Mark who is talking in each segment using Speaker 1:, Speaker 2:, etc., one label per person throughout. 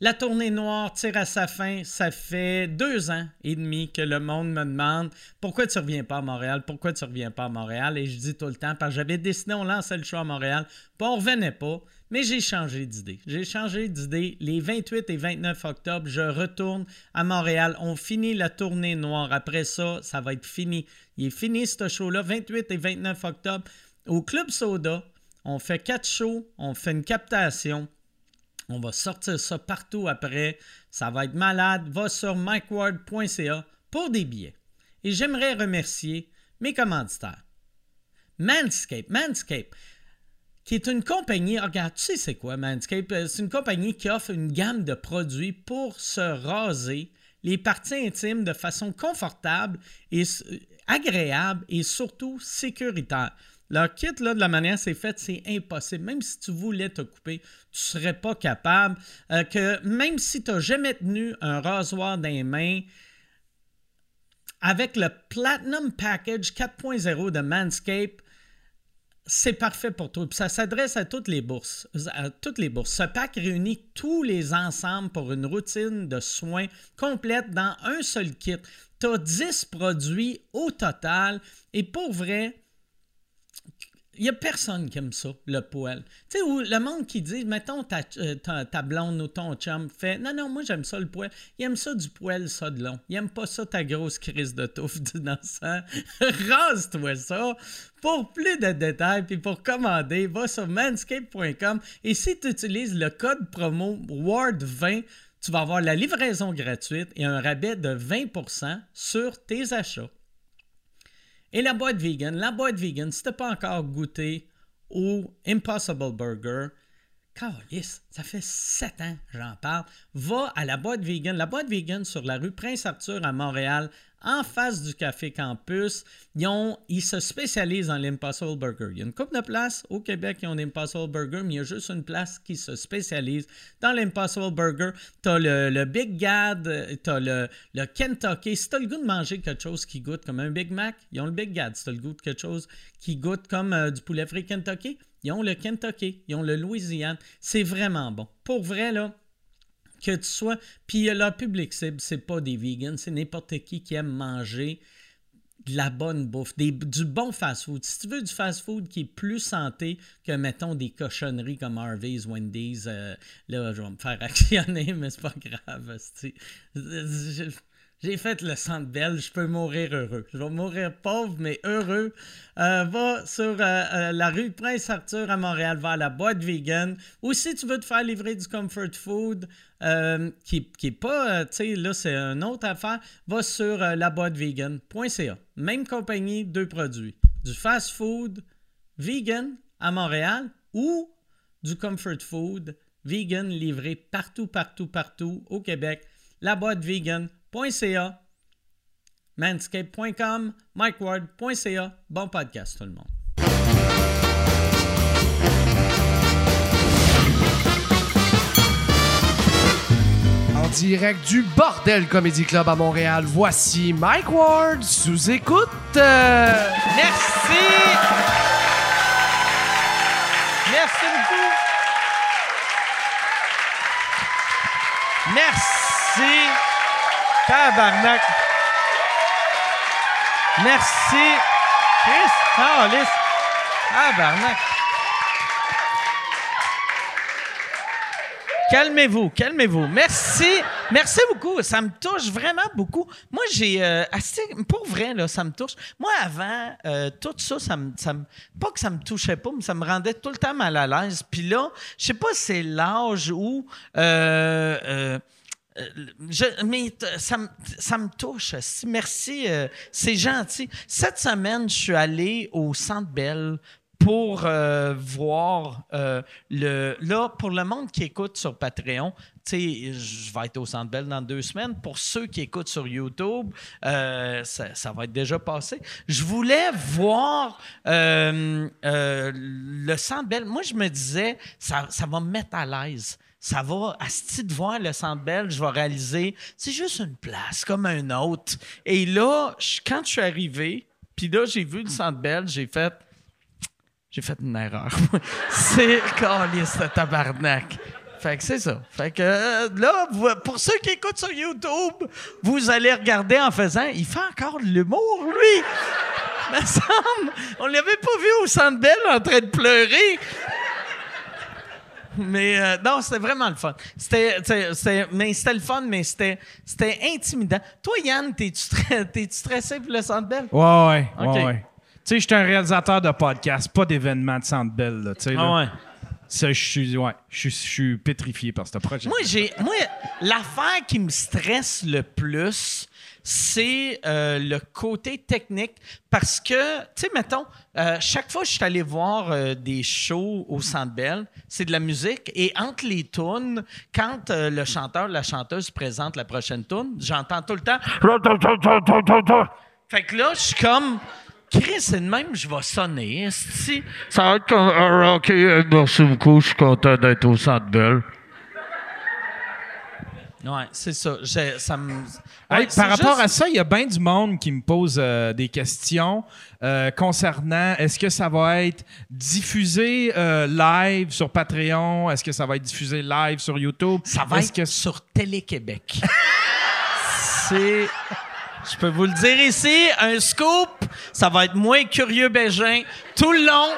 Speaker 1: La tournée noire tire à sa fin. Ça fait deux ans et demi que le monde me demande pourquoi tu reviens pas à Montréal, pourquoi tu reviens pas à Montréal. Et je dis tout le temps, parce que j'avais décidé, on lançait le show à Montréal, puis on revenait pas. Mais j'ai changé d'idée. J'ai changé d'idée. Les 28 et 29 octobre, je retourne à Montréal. On finit la tournée noire. Après ça, ça va être fini. Il est fini ce show-là, 28 et 29 octobre, au Club Soda. On fait quatre shows, on fait une captation. On va sortir ça partout après. Ça va être malade. Va sur mikeward.ca pour des billets. Et j'aimerais remercier mes commanditaires. Manscape, Manscape, qui est une compagnie, regarde, tu sais c'est quoi Manscape? C'est une compagnie qui offre une gamme de produits pour se raser les parties intimes de façon confortable et euh, agréable et surtout sécuritaire. Leur kit, là, de la manière c'est fait, c'est impossible. Même si tu voulais te couper, tu serais pas capable. Euh, que même si tu n'as jamais tenu un rasoir dans les mains, avec le Platinum Package 4.0 de Manscape, c'est parfait pour toi. Puis ça s'adresse à toutes les bourses. À toutes les bourses. Ce pack réunit tous les ensembles pour une routine de soins complète dans un seul kit. Tu as 10 produits au total. Et pour vrai, il n'y a personne qui aime ça, le poil. Tu sais, où le monde qui dit, mettons ta, euh, ta, ta, blonde ou ton chum, fait Non, non, moi j'aime ça le poil. Il aime ça du poil, ça de long. Il aime pas ça ta grosse crise de touffe du sang. Rase-toi ça. Pour plus de détails puis pour commander, va sur manscape.com et si tu utilises le code promo WARD20, tu vas avoir la livraison gratuite et un rabais de 20% sur tes achats. Et la boîte vegan, la boîte vegan, si t'as pas encore goûté au Impossible Burger, Carlis, ça fait 7 ans j'en parle. Va à la boîte vegan, la boîte vegan sur la rue Prince-Arthur à Montréal, en face du Café Campus. Ils, ont, ils se spécialisent dans l'Impossible Burger. Il y a une couple de places au Québec qui ont l'Impossible Burger, mais il y a juste une place qui se spécialise dans l'Impossible Burger. Tu as le, le, Big Gad, tu as le, le, Kentucky. Si tu as le goût de manger quelque chose qui goûte comme un Big Mac, ils ont le Big Gad. Si tu as le goût de quelque chose qui goûte comme euh, du poulet frit Kentucky, ils ont le Kentucky, ils ont le Louisiane. C'est vraiment bon. Pour vrai, là, que tu sois. Puis euh, leur public cible, c'est pas des vegans, c'est n'importe qui qui aime manger de la bonne bouffe, des, du bon fast-food. Si tu veux du fast-food qui est plus santé que, mettons, des cochonneries comme Harvey's, Wendy's, euh, là, je vais me faire actionner, mais c'est pas grave. J'ai fait le centre belle, je peux mourir heureux. Je vais mourir pauvre, mais heureux. Euh, va sur euh, la rue Prince-Arthur à Montréal, vers la boîte vegan. Ou si tu veux te faire livrer du comfort food, euh, qui, qui est pas, euh, tu sais, là, c'est une autre affaire, va sur euh, la boîte vegan.ca. Même compagnie, deux produits. Du fast food vegan à Montréal ou du comfort food vegan livré partout, partout, partout au Québec. La boîte vegan manscape.ca, manscape.com, mikeward.ca. Bon podcast tout le monde.
Speaker 2: En direct du Bordel Comedy Club à Montréal, voici Mike Ward sous écoute.
Speaker 1: Merci. Merci beaucoup. Merci. Tabarnak. Merci. Chris Carlis. Tabarnak. Calmez-vous, calmez-vous. Merci. Merci beaucoup. Ça me touche vraiment beaucoup. Moi, j'ai. Euh, assez, pour vrai, là, ça me touche. Moi, avant, euh, tout ça, ça me, ça me, Pas que ça me touchait pas, mais ça me rendait tout le temps mal à l'aise. Puis là, je sais pas si c'est l'âge où. Euh, je, mais ça, ça, me touche. Merci, euh, c'est gentil. Cette semaine, je suis allé au Centre Bell pour euh, voir euh, le. Là, pour le monde qui écoute sur Patreon, tu sais, je vais être au Centre Bell dans deux semaines. Pour ceux qui écoutent sur YouTube, euh, ça, ça, va être déjà passé. Je voulais voir euh, le Centre Bell. Moi, je me disais, ça, ça va me mettre à l'aise ça va, à ce de voir le Centre Bell, je vais réaliser, c'est juste une place, comme un autre. Et là, je, quand je suis arrivé, puis là, j'ai vu le Centre Bell, j'ai fait, j'ai fait une erreur. c'est, calice de tabarnak. Fait que c'est ça. Fait que euh, là, vous- pour ceux qui écoutent sur YouTube, vous allez regarder en faisant il fait encore de l'humour, lui. Me semble, on l'avait pas vu au Centre Bell en train de pleurer. Mais euh, non, c'était vraiment le fun. C'était, c'était- c'était- mais c'était le fun, mais c'était, c'était intimidant. Toi, Yann, t'es-tu, stre- t'es-tu stressé pour le Centre Bell?
Speaker 2: Ouais, ouais,
Speaker 1: Ok.
Speaker 2: ouais, ouais. Tu sais, je suis un réalisateur de podcast, pas d'événements de Centre Bell, là, tu sais.
Speaker 1: Ah
Speaker 2: là. Ça, je suis, ouais, je suis- je suis pétrifié par ce projet.
Speaker 1: Moi, j'ai, moi, l'affaire qui me stresse le plus, c'est euh, le côté technique. Parce que, tu sais, mettons, euh, chaque fois que je suis allé voir euh, des shows au Centre Bell, c'est de la musique. Et entre les tunes, quand euh, le chanteur, la chanteuse présente la prochaine tune, j'entends tout le temps. Fait que là, je suis comme. Chris, c'est de même, je vais sonner. esti. Ça va être comme. Ah, OK, euh, merci beaucoup, je suis content d'être au Centre Bell. Ouais, c'est ça. J'ai- ça me...
Speaker 2: Hey,
Speaker 1: Ouais, c'est
Speaker 2: par rapport
Speaker 1: juste-
Speaker 2: à ça, il y a bien du monde qui me pose euh, des questions euh, concernant est-ce que ça va être diffusé euh, live sur Patreon? Est-ce que ça va être diffusé live sur YouTube?
Speaker 1: Ça va
Speaker 2: Est-ce
Speaker 1: être
Speaker 2: que
Speaker 1: sur Télé-Québec. c'est. Je peux vous le dire ici, un scoop, ça va être moins curieux Bégin tout le long.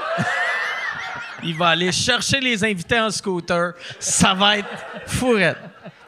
Speaker 1: Il va aller chercher les invités en scooter. Ça va être fourrette.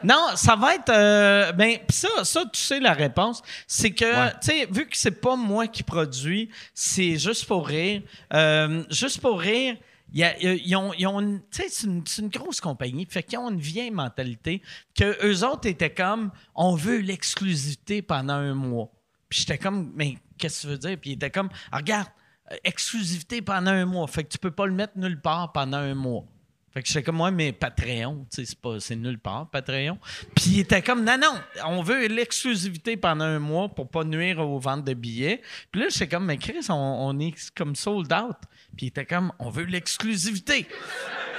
Speaker 1: Non, ça va être. euh, ben, pis ça, ça, tu sais la réponse. C'est que, tu sais, vu que c'est pas moi qui produis, c'est juste pour rire. euh, juste pour rire. il y a- il y a- Ils ont, ils ont une- tu sais, c'est une, c'est une grosse compagnie, fait qu'ils ont une vieille mentalité que eux autres étaient comme, on veut l'exclusivité pendant un mois. Puis j'étais comme, mais qu'est-ce que tu veux dire? Puis il était comme, Ah, regarde, euh, exclusivité pendant un mois. Fait que tu peux pas le mettre nulle part pendant un mois. Fait que j'étais comme, ouais, mais Patreon, tu sais, c'est pas- c'est nulle part, Patreon. Puis il était comme, non, non, on veut l'exclusivité pendant un mois pour pas nuire aux ventes de billets. Puis là, j'étais comme, mais Chris, on, on est comme sold out. Puis il était comme, on veut l'exclusivité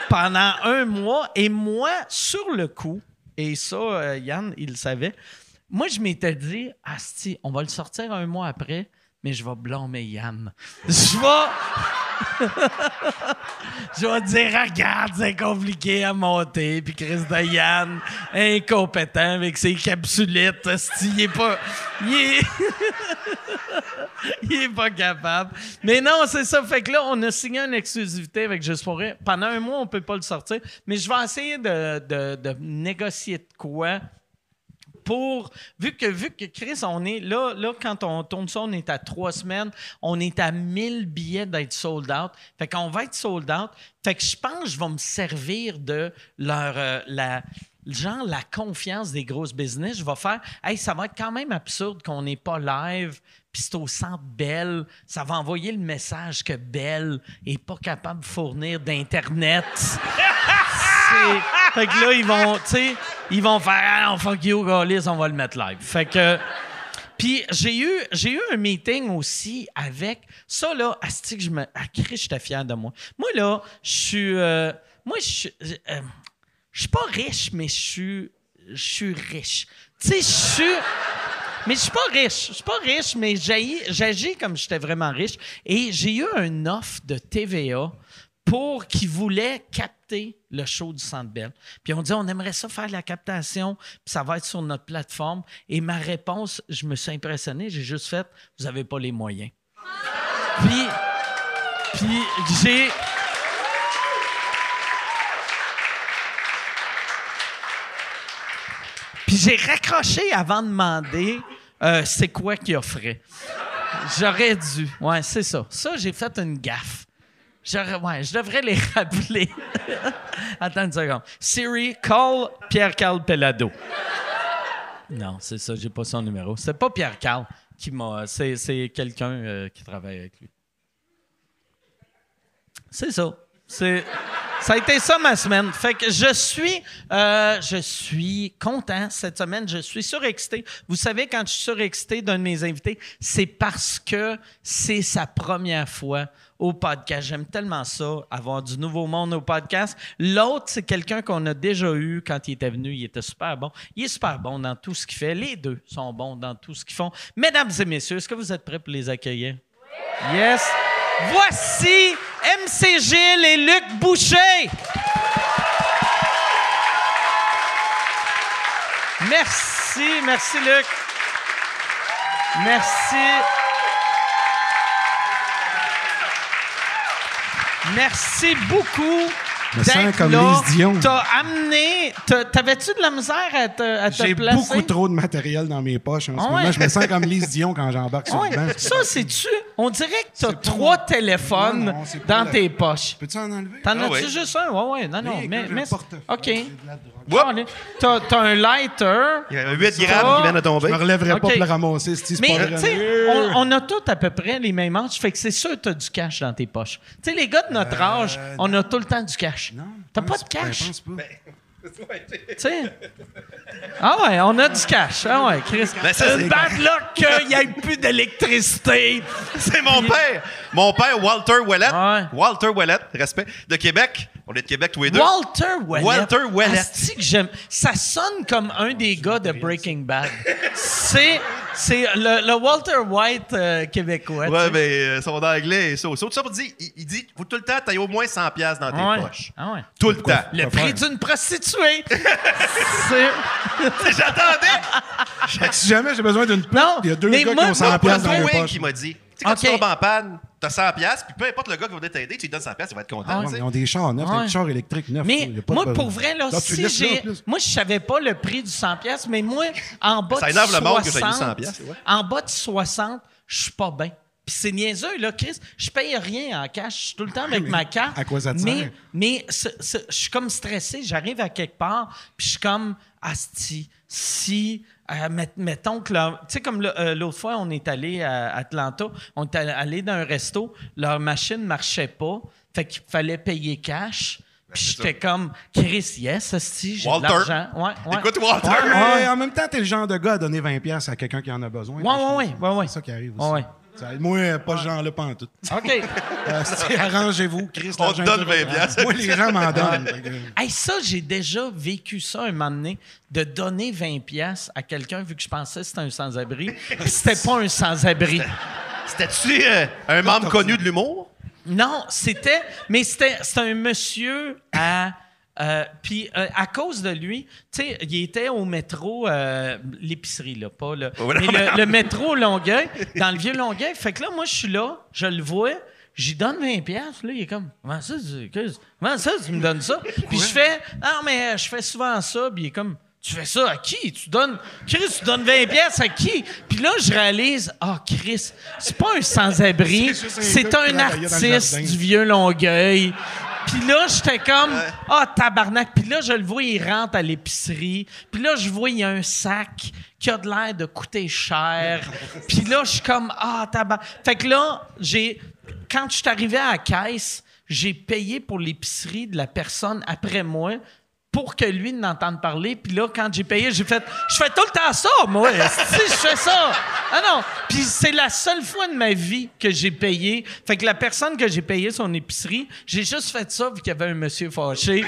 Speaker 1: pendant un mois. Et moi, sur le coup, et ça, euh, Yann, il le savait, moi, je m'étais dit, Asti, on va le sortir un mois après, mais je vais blâmer Yann. Je vais. Je vais dire, regarde, c'est compliqué à monter. Puis Chris de Yann, incompétent avec ses capsulettes, asti, il est pas. Il est. il est pas capable. Mais non, c'est ça. Fait que là, on a signé une exclusivité avec Juste pour rire. Pendant un mois, on peut pas le sortir. Mais je vais essayer de, de- de négocier de quoi pour vu que vu que Chris on est là là quand on tourne ça on est à trois semaines on est à 1000 billets d'être sold out fait qu'on va être sold out fait que je pense que je vais me servir de leur euh, la genre la confiance des grosses business je vais faire hey ça va être quand même absurde qu'on n'est pas live puis c'est au centre Bell ça va envoyer le message que Bell est pas capable de fournir d'internet c'est- Fait que là, ils vont, tu sais, ils vont faire Ah non, fuck you, Gaulis, on va le mettre live. Fait que. Puis j'ai eu, j'ai eu un meeting aussi avec. Ça, là, Asti, que je me. Ah, Chris, j'étais fier de moi. Moi, là, je suis. euh, moi, je suis. je- euh, je suis pas riche, mais je suis. Je suis riche. Tu sais, je suis. Mais je suis pas riche. Je suis pas riche, mais j'haïs- j'agis comme j'étais vraiment riche. Et j'ai eu une offre de TVA pour qui voulait capter le show du Centre Bell. Puis on dit, on aimerait ça faire la captation, puis ça va être sur notre plateforme. Et ma réponse, je me suis impressionné, j'ai juste fait, vous avez pas les moyens. Puis, puis j'ai... Puis j'ai raccroché avant de demander euh, c'est quoi qu'il offrait. J'aurais dû. Ouais, c'est ça. Ça, j'ai fait une gaffe. J'aurais- ouais, je devrais les rappeler. Attends une seconde. Siri, call Pierre-Carl Pelado. Non, c'est ça, j'ai pas son numéro. C'est pas Pierre-Carl qui m'a. C'est, c'est quelqu'un euh, qui travaille avec lui. C'est ça. C'est. Ça a été ça ma semaine. Fait que je suis, euh, je suis content cette semaine. Je suis surexcité. Vous savez, quand je suis surexcité d'un de mes invités, c'est parce que c'est sa première fois au podcast. J'aime tellement ça, avoir du nouveau monde au podcast. L'autre, c'est quelqu'un qu'on a déjà eu quand il était venu. Il était super bon. Il est super bon dans tout ce qu'il fait. Les deux sont bons dans tout ce qu'ils font. Mesdames et messieurs, est-ce que vous êtes prêts pour les accueillir? Yes. Voici MC Gilles et Luc Boucher. Merci, merci Luc. Merci. Merci beaucoup.
Speaker 3: Je me sens
Speaker 1: d'être
Speaker 3: comme
Speaker 1: là.
Speaker 3: Lise Dion.
Speaker 1: T'as amené. t'as- T'avais-tu de la misère à te, à te
Speaker 3: J'ai
Speaker 1: placer?
Speaker 3: beaucoup trop de matériel dans mes poches en ce
Speaker 1: Ah ouais. Ah
Speaker 3: moment. Je me sens comme Lise Dion quand j'embarque sur
Speaker 1: Ouais,
Speaker 3: le banc.
Speaker 1: ça, c'est-tu? On dirait que t'as
Speaker 3: C'est pas
Speaker 1: trois
Speaker 3: moi.
Speaker 1: téléphones
Speaker 3: Non, non, c'est pas
Speaker 1: dans
Speaker 3: la-
Speaker 1: tes poches.
Speaker 3: Peux-tu en enlever?
Speaker 1: T'en as-tu
Speaker 4: Ah ouais.
Speaker 1: juste un? Ouais, ouais, non, non.
Speaker 3: Hey,
Speaker 1: mais,
Speaker 3: j'ai un
Speaker 1: mais-
Speaker 3: portefeuille,
Speaker 1: OK.
Speaker 3: j'ai de la drogue.
Speaker 4: Whoop!
Speaker 1: Allez. T'as t'as un lighter.
Speaker 4: Il y a 8 grammes qui viennent de
Speaker 3: Je
Speaker 4: tomber.
Speaker 3: me relèverai pas
Speaker 1: Ok.
Speaker 3: pour le ramasser, c'est
Speaker 1: Mais,
Speaker 3: pas vrai.
Speaker 1: tu sais, on, on a tous à peu près les mêmes manches, fait que c'est sûr que tu as du cash dans tes poches. Tu sais, les gars de notre
Speaker 4: Euh,
Speaker 1: âge, on a tout le temps du cash.
Speaker 3: Non,
Speaker 1: T'as pas
Speaker 3: pense-
Speaker 1: de
Speaker 3: ben,
Speaker 1: cash,
Speaker 3: pense pas.
Speaker 1: tu sais. Ah ouais, on a du cash. Ah ouais, Chris.
Speaker 4: Ben, ça, c'est-
Speaker 1: Une bad luck qu'il n'y ait plus d'électricité.
Speaker 4: C'est mon père. Mon père, Walter Ouellet.
Speaker 1: Ouais.
Speaker 4: Walter Ouellet, respect. De Québec. On est de Québec tous les deux.
Speaker 1: Walter Wallet.
Speaker 4: Walter Wallet.
Speaker 1: Asti que j'aime. Ça sonne comme un des gars de Breaking Bad. C'est c'est le, le Walter White euh, québécois.
Speaker 4: Ouais,
Speaker 1: tu sais.
Speaker 4: mais euh, son anglais et ça. Tout ça pour dire, il, il dit, faut tout le temps, t'as au moins 100 pièces dans tes
Speaker 1: Ah ouais.
Speaker 4: poches.
Speaker 1: Ah ouais.
Speaker 4: Tout le temps.
Speaker 1: Le prix d'une prostituée. c'est...
Speaker 4: J'attendais.
Speaker 3: Si jamais j'ai besoin d'une plaque,
Speaker 1: Non,
Speaker 3: il y a deux
Speaker 1: mais
Speaker 3: gars
Speaker 1: moi-
Speaker 3: qui ont 100
Speaker 1: moi,
Speaker 3: piastres dans
Speaker 4: C'est
Speaker 3: les
Speaker 4: Wayne
Speaker 3: poches.
Speaker 4: qui m'a dit. Tu sais, quand tu
Speaker 1: Ok.
Speaker 4: tombes en panne, t'as 100 piastres, puis peu importe le gars qui va venir t'aider, tu lui donnes 100 piastres, il va être content.
Speaker 3: Ah, Ouais,
Speaker 4: tu
Speaker 3: mais
Speaker 4: sais.
Speaker 3: Ils ont des chars neufs, t'as
Speaker 1: Ouais.
Speaker 3: des chars électriques neufs.
Speaker 1: Mais
Speaker 3: Il y a pas de
Speaker 1: moi,
Speaker 3: besoin.
Speaker 1: pour vrai, là,
Speaker 3: Là, tu
Speaker 1: si
Speaker 3: laisses là, en
Speaker 1: j'ai...
Speaker 3: plus.
Speaker 1: Moi, je savais pas le prix du 100 pièces, mais moi, en bas
Speaker 4: Ça
Speaker 1: de
Speaker 4: énerve
Speaker 1: 60...
Speaker 4: le monde que ça ait eu 100 piastres, ouais.
Speaker 1: En bas de 60, je suis pas bien. Puis c'est niaiseux, là, Chris. Je paye rien en cash. Je suis tout le temps avec
Speaker 3: mais
Speaker 1: ma carte.
Speaker 3: Ah à quoi ça te
Speaker 1: mais,
Speaker 3: sert?
Speaker 1: Mais ce- ce- je suis comme stressé. J'arrive à quelque part, puis je suis comme... Asti, si... euh, met- mettons que... leur- Tu sais, comme le- euh, l'autre fois, on est allé à Atlanta, on est allé- allé dans un resto, leur machine marchait pas, fait qu'il fallait payer cash. Puis
Speaker 4: Ben, c'est
Speaker 1: j'étais comme, Chris, yes, si j'ai de
Speaker 4: Walter.
Speaker 1: l'argent. Ouais, ouais.
Speaker 4: Écoute, Walter.
Speaker 3: Ah, Ouais, mais en même temps, t'es le genre de gars à donner 20 piastres à quelqu'un qui en a besoin.
Speaker 1: Ouais, ouais, ouais, ouais, ouais.
Speaker 3: C'est ça qui arrive
Speaker 1: Ouais,
Speaker 3: aussi.
Speaker 1: ouais.
Speaker 3: Ça, moi, euh, pas ce genre-là, pas en tout.
Speaker 1: OK.
Speaker 3: Euh, c'est- Arrangez-vous, Chris.
Speaker 4: On
Speaker 3: la
Speaker 4: te
Speaker 3: jungle.
Speaker 4: donne 20 piastres.
Speaker 3: Moi, les gens m'en donnent. fait que-
Speaker 1: hey, ça, j'ai déjà vécu ça un moment donné, de donner 20 pièces à quelqu'un vu que je pensais que c'était un sans-abri. Puis c'était pas un sans-abri.
Speaker 4: C'était-tu euh, un membre connu de l'humour?
Speaker 1: Non, c'était. Mais c'était c'était un monsieur à. euh, Puis euh, à cause de lui, tu sais, il était au métro, euh, l'épicerie, là, pas le.
Speaker 4: Ouais, Oh, non,
Speaker 1: mais
Speaker 4: mais-
Speaker 1: le, le métro Longueuil, dans le vieux Longueuil. Fait que là, moi, je suis là, je le vois, j'y donne 20$. piastres, Là, il est comme, comment ça, tu, que- comment ça, tu me donnes ça? Puis je fais, non, mais euh, je fais souvent ça. Puis il est comme, tu fais ça à qui? Tu donnes, Chris, tu donnes 20$ piastres à qui? Puis là, je réalise, ah, Chris, c'est pas un sans-abri,
Speaker 3: C'est juste un
Speaker 1: c'est
Speaker 3: gars qui
Speaker 1: un,
Speaker 3: travaillait dans le
Speaker 1: artiste
Speaker 3: jardin.
Speaker 1: du vieux Longueuil. Puis là, j'étais comme, ah, tabarnak. Puis là, je le vois, il rentre à l'épicerie. Puis là, je vois, il y a un sac qui a de l'air de coûter cher. Puis là, je suis comme, ah, tabarnak. Fait que là, j'ai, quand je suis arrivé à la caisse, j'ai payé pour l'épicerie de la personne après moi pour que lui n'entende parler. Puis là, quand j'ai payé, j'ai fait « Je fais tout le temps ça, moi! Si je fais ça! » Ah non! Puis c'est la seule fois de ma vie que j'ai payé. Fait que la personne que j'ai payé son épicerie, j'ai juste fait ça vu qu'il y avait un monsieur fâché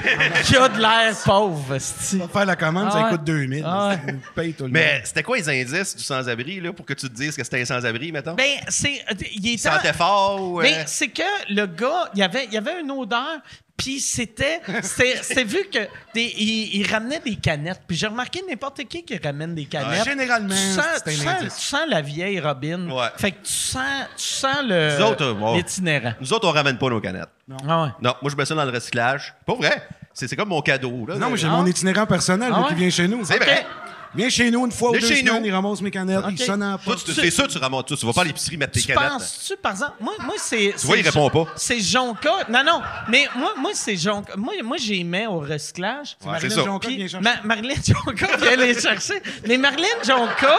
Speaker 1: qui a de l'air pauvre, esti.
Speaker 3: Pour euh, faire la commande,
Speaker 1: Ah
Speaker 3: ça
Speaker 1: ouais.
Speaker 3: coûte 2000.
Speaker 1: Ah ouais.
Speaker 3: Tu payes tout le
Speaker 4: Mais
Speaker 3: monde.
Speaker 4: c'était quoi les indices du sans-abri là, pour que tu te dises que c'était un sans-abri, mettons?
Speaker 1: Ben, c'est... Il est
Speaker 4: il sentait fort ou, euh,
Speaker 1: Mais c'est que le gars, il y avait, il y avait une odeur, puis c'était, c'était, c'était vu que des- il, il ramenait des canettes. Puis j'ai remarqué n'importe qui qui ramène des canettes.
Speaker 3: généralement,
Speaker 1: tu sens,
Speaker 3: c'est un
Speaker 1: tu sens-
Speaker 3: indice.
Speaker 1: tu sens la vieille Robin.
Speaker 4: Ouais.
Speaker 1: Fait que tu sens, tu sens le
Speaker 4: Nous autres, euh, bon.
Speaker 1: l'itinérant.
Speaker 4: Nous autres, on ramène pas nos canettes.
Speaker 1: Ah ouais.
Speaker 4: Non, moi, je mets ça dans le recyclage. Pas vrai. C'est c'est comme mon cadeau. Là,
Speaker 3: Non, mais j'ai
Speaker 1: Ah.
Speaker 3: mon itinérant personnel
Speaker 1: Ah
Speaker 3: là,
Speaker 1: ouais?
Speaker 3: qui vient chez nous.
Speaker 4: C'est vrai.
Speaker 3: Viens chez nous une fois ou
Speaker 4: Viens
Speaker 3: deux
Speaker 4: chez
Speaker 3: semaines,
Speaker 4: nous.
Speaker 3: il ramasse mes canettes, il
Speaker 1: Ok.
Speaker 3: sonne à la
Speaker 4: Toi,
Speaker 3: porte.
Speaker 4: tu te- c'est sûr, tu ramasses tout. Tu vas pas à l'épicerie mettre tes
Speaker 1: Tu
Speaker 4: canettes.
Speaker 1: penses-tu, par exemple, moi, moi c'est. Tu
Speaker 4: hein. vois, il répond pas.
Speaker 1: C'est Jonca. Non, non, mais moi, moi c'est Jonca. Moi, moi j'ai mis au recyclage.
Speaker 4: Ouais, c'est
Speaker 3: Marilyn
Speaker 4: ça.
Speaker 3: Jonca
Speaker 1: Puis
Speaker 3: vient chercher.
Speaker 1: Ma- Marlène Jonca vient les chercher. Mais Marlène Jonca,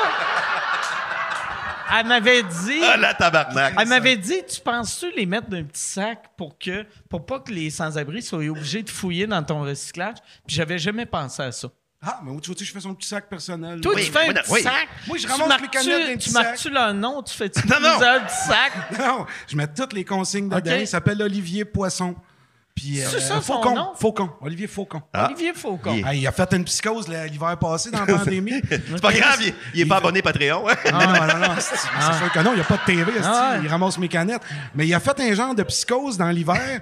Speaker 1: elle m'avait dit.
Speaker 4: Ah, la tabarnak.
Speaker 1: Elle m'avait dit, tu penses-tu les mettre dans un petit sac pour que pour pas que les sans-abri soient obligés de fouiller dans ton recyclage? Puis j'avais jamais pensé à ça.
Speaker 3: Ah, mais où tu vois, je fais son petit sac personnel.
Speaker 1: Toi,
Speaker 3: là.
Speaker 1: tu fais un
Speaker 4: oui,
Speaker 1: petit
Speaker 4: oui.
Speaker 1: sac.
Speaker 3: Moi, je
Speaker 1: tu
Speaker 3: ramasse mes
Speaker 1: marques-tu-
Speaker 3: canettes dans un petit
Speaker 1: Tu
Speaker 3: sac.
Speaker 1: marques-tu leur nom? Tu fais-tu
Speaker 4: Non, non.
Speaker 1: utiliser un petit sac?
Speaker 3: Non, je mets toutes les consignes dedans.
Speaker 1: Ok.
Speaker 3: Il s'appelle Olivier Poisson. Puis, euh,
Speaker 1: C'est ça, son
Speaker 3: Faucon.
Speaker 1: nom?
Speaker 3: Faucon. Olivier Faucon.
Speaker 4: Ah.
Speaker 1: Olivier Faucon.
Speaker 4: Il est-
Speaker 3: Ah, il a fait une psychose là, l'hiver passé dans la pandémie.
Speaker 4: C'est pas grave, il, il est pas abonné Patreon. hein?
Speaker 3: Non, non, non, non, c'est c'est sûr que non, il n'y a pas de TV, esti,
Speaker 1: Ah ouais.
Speaker 3: il ramasse mes canettes. Mais il a fait un genre de psychose dans l'hiver.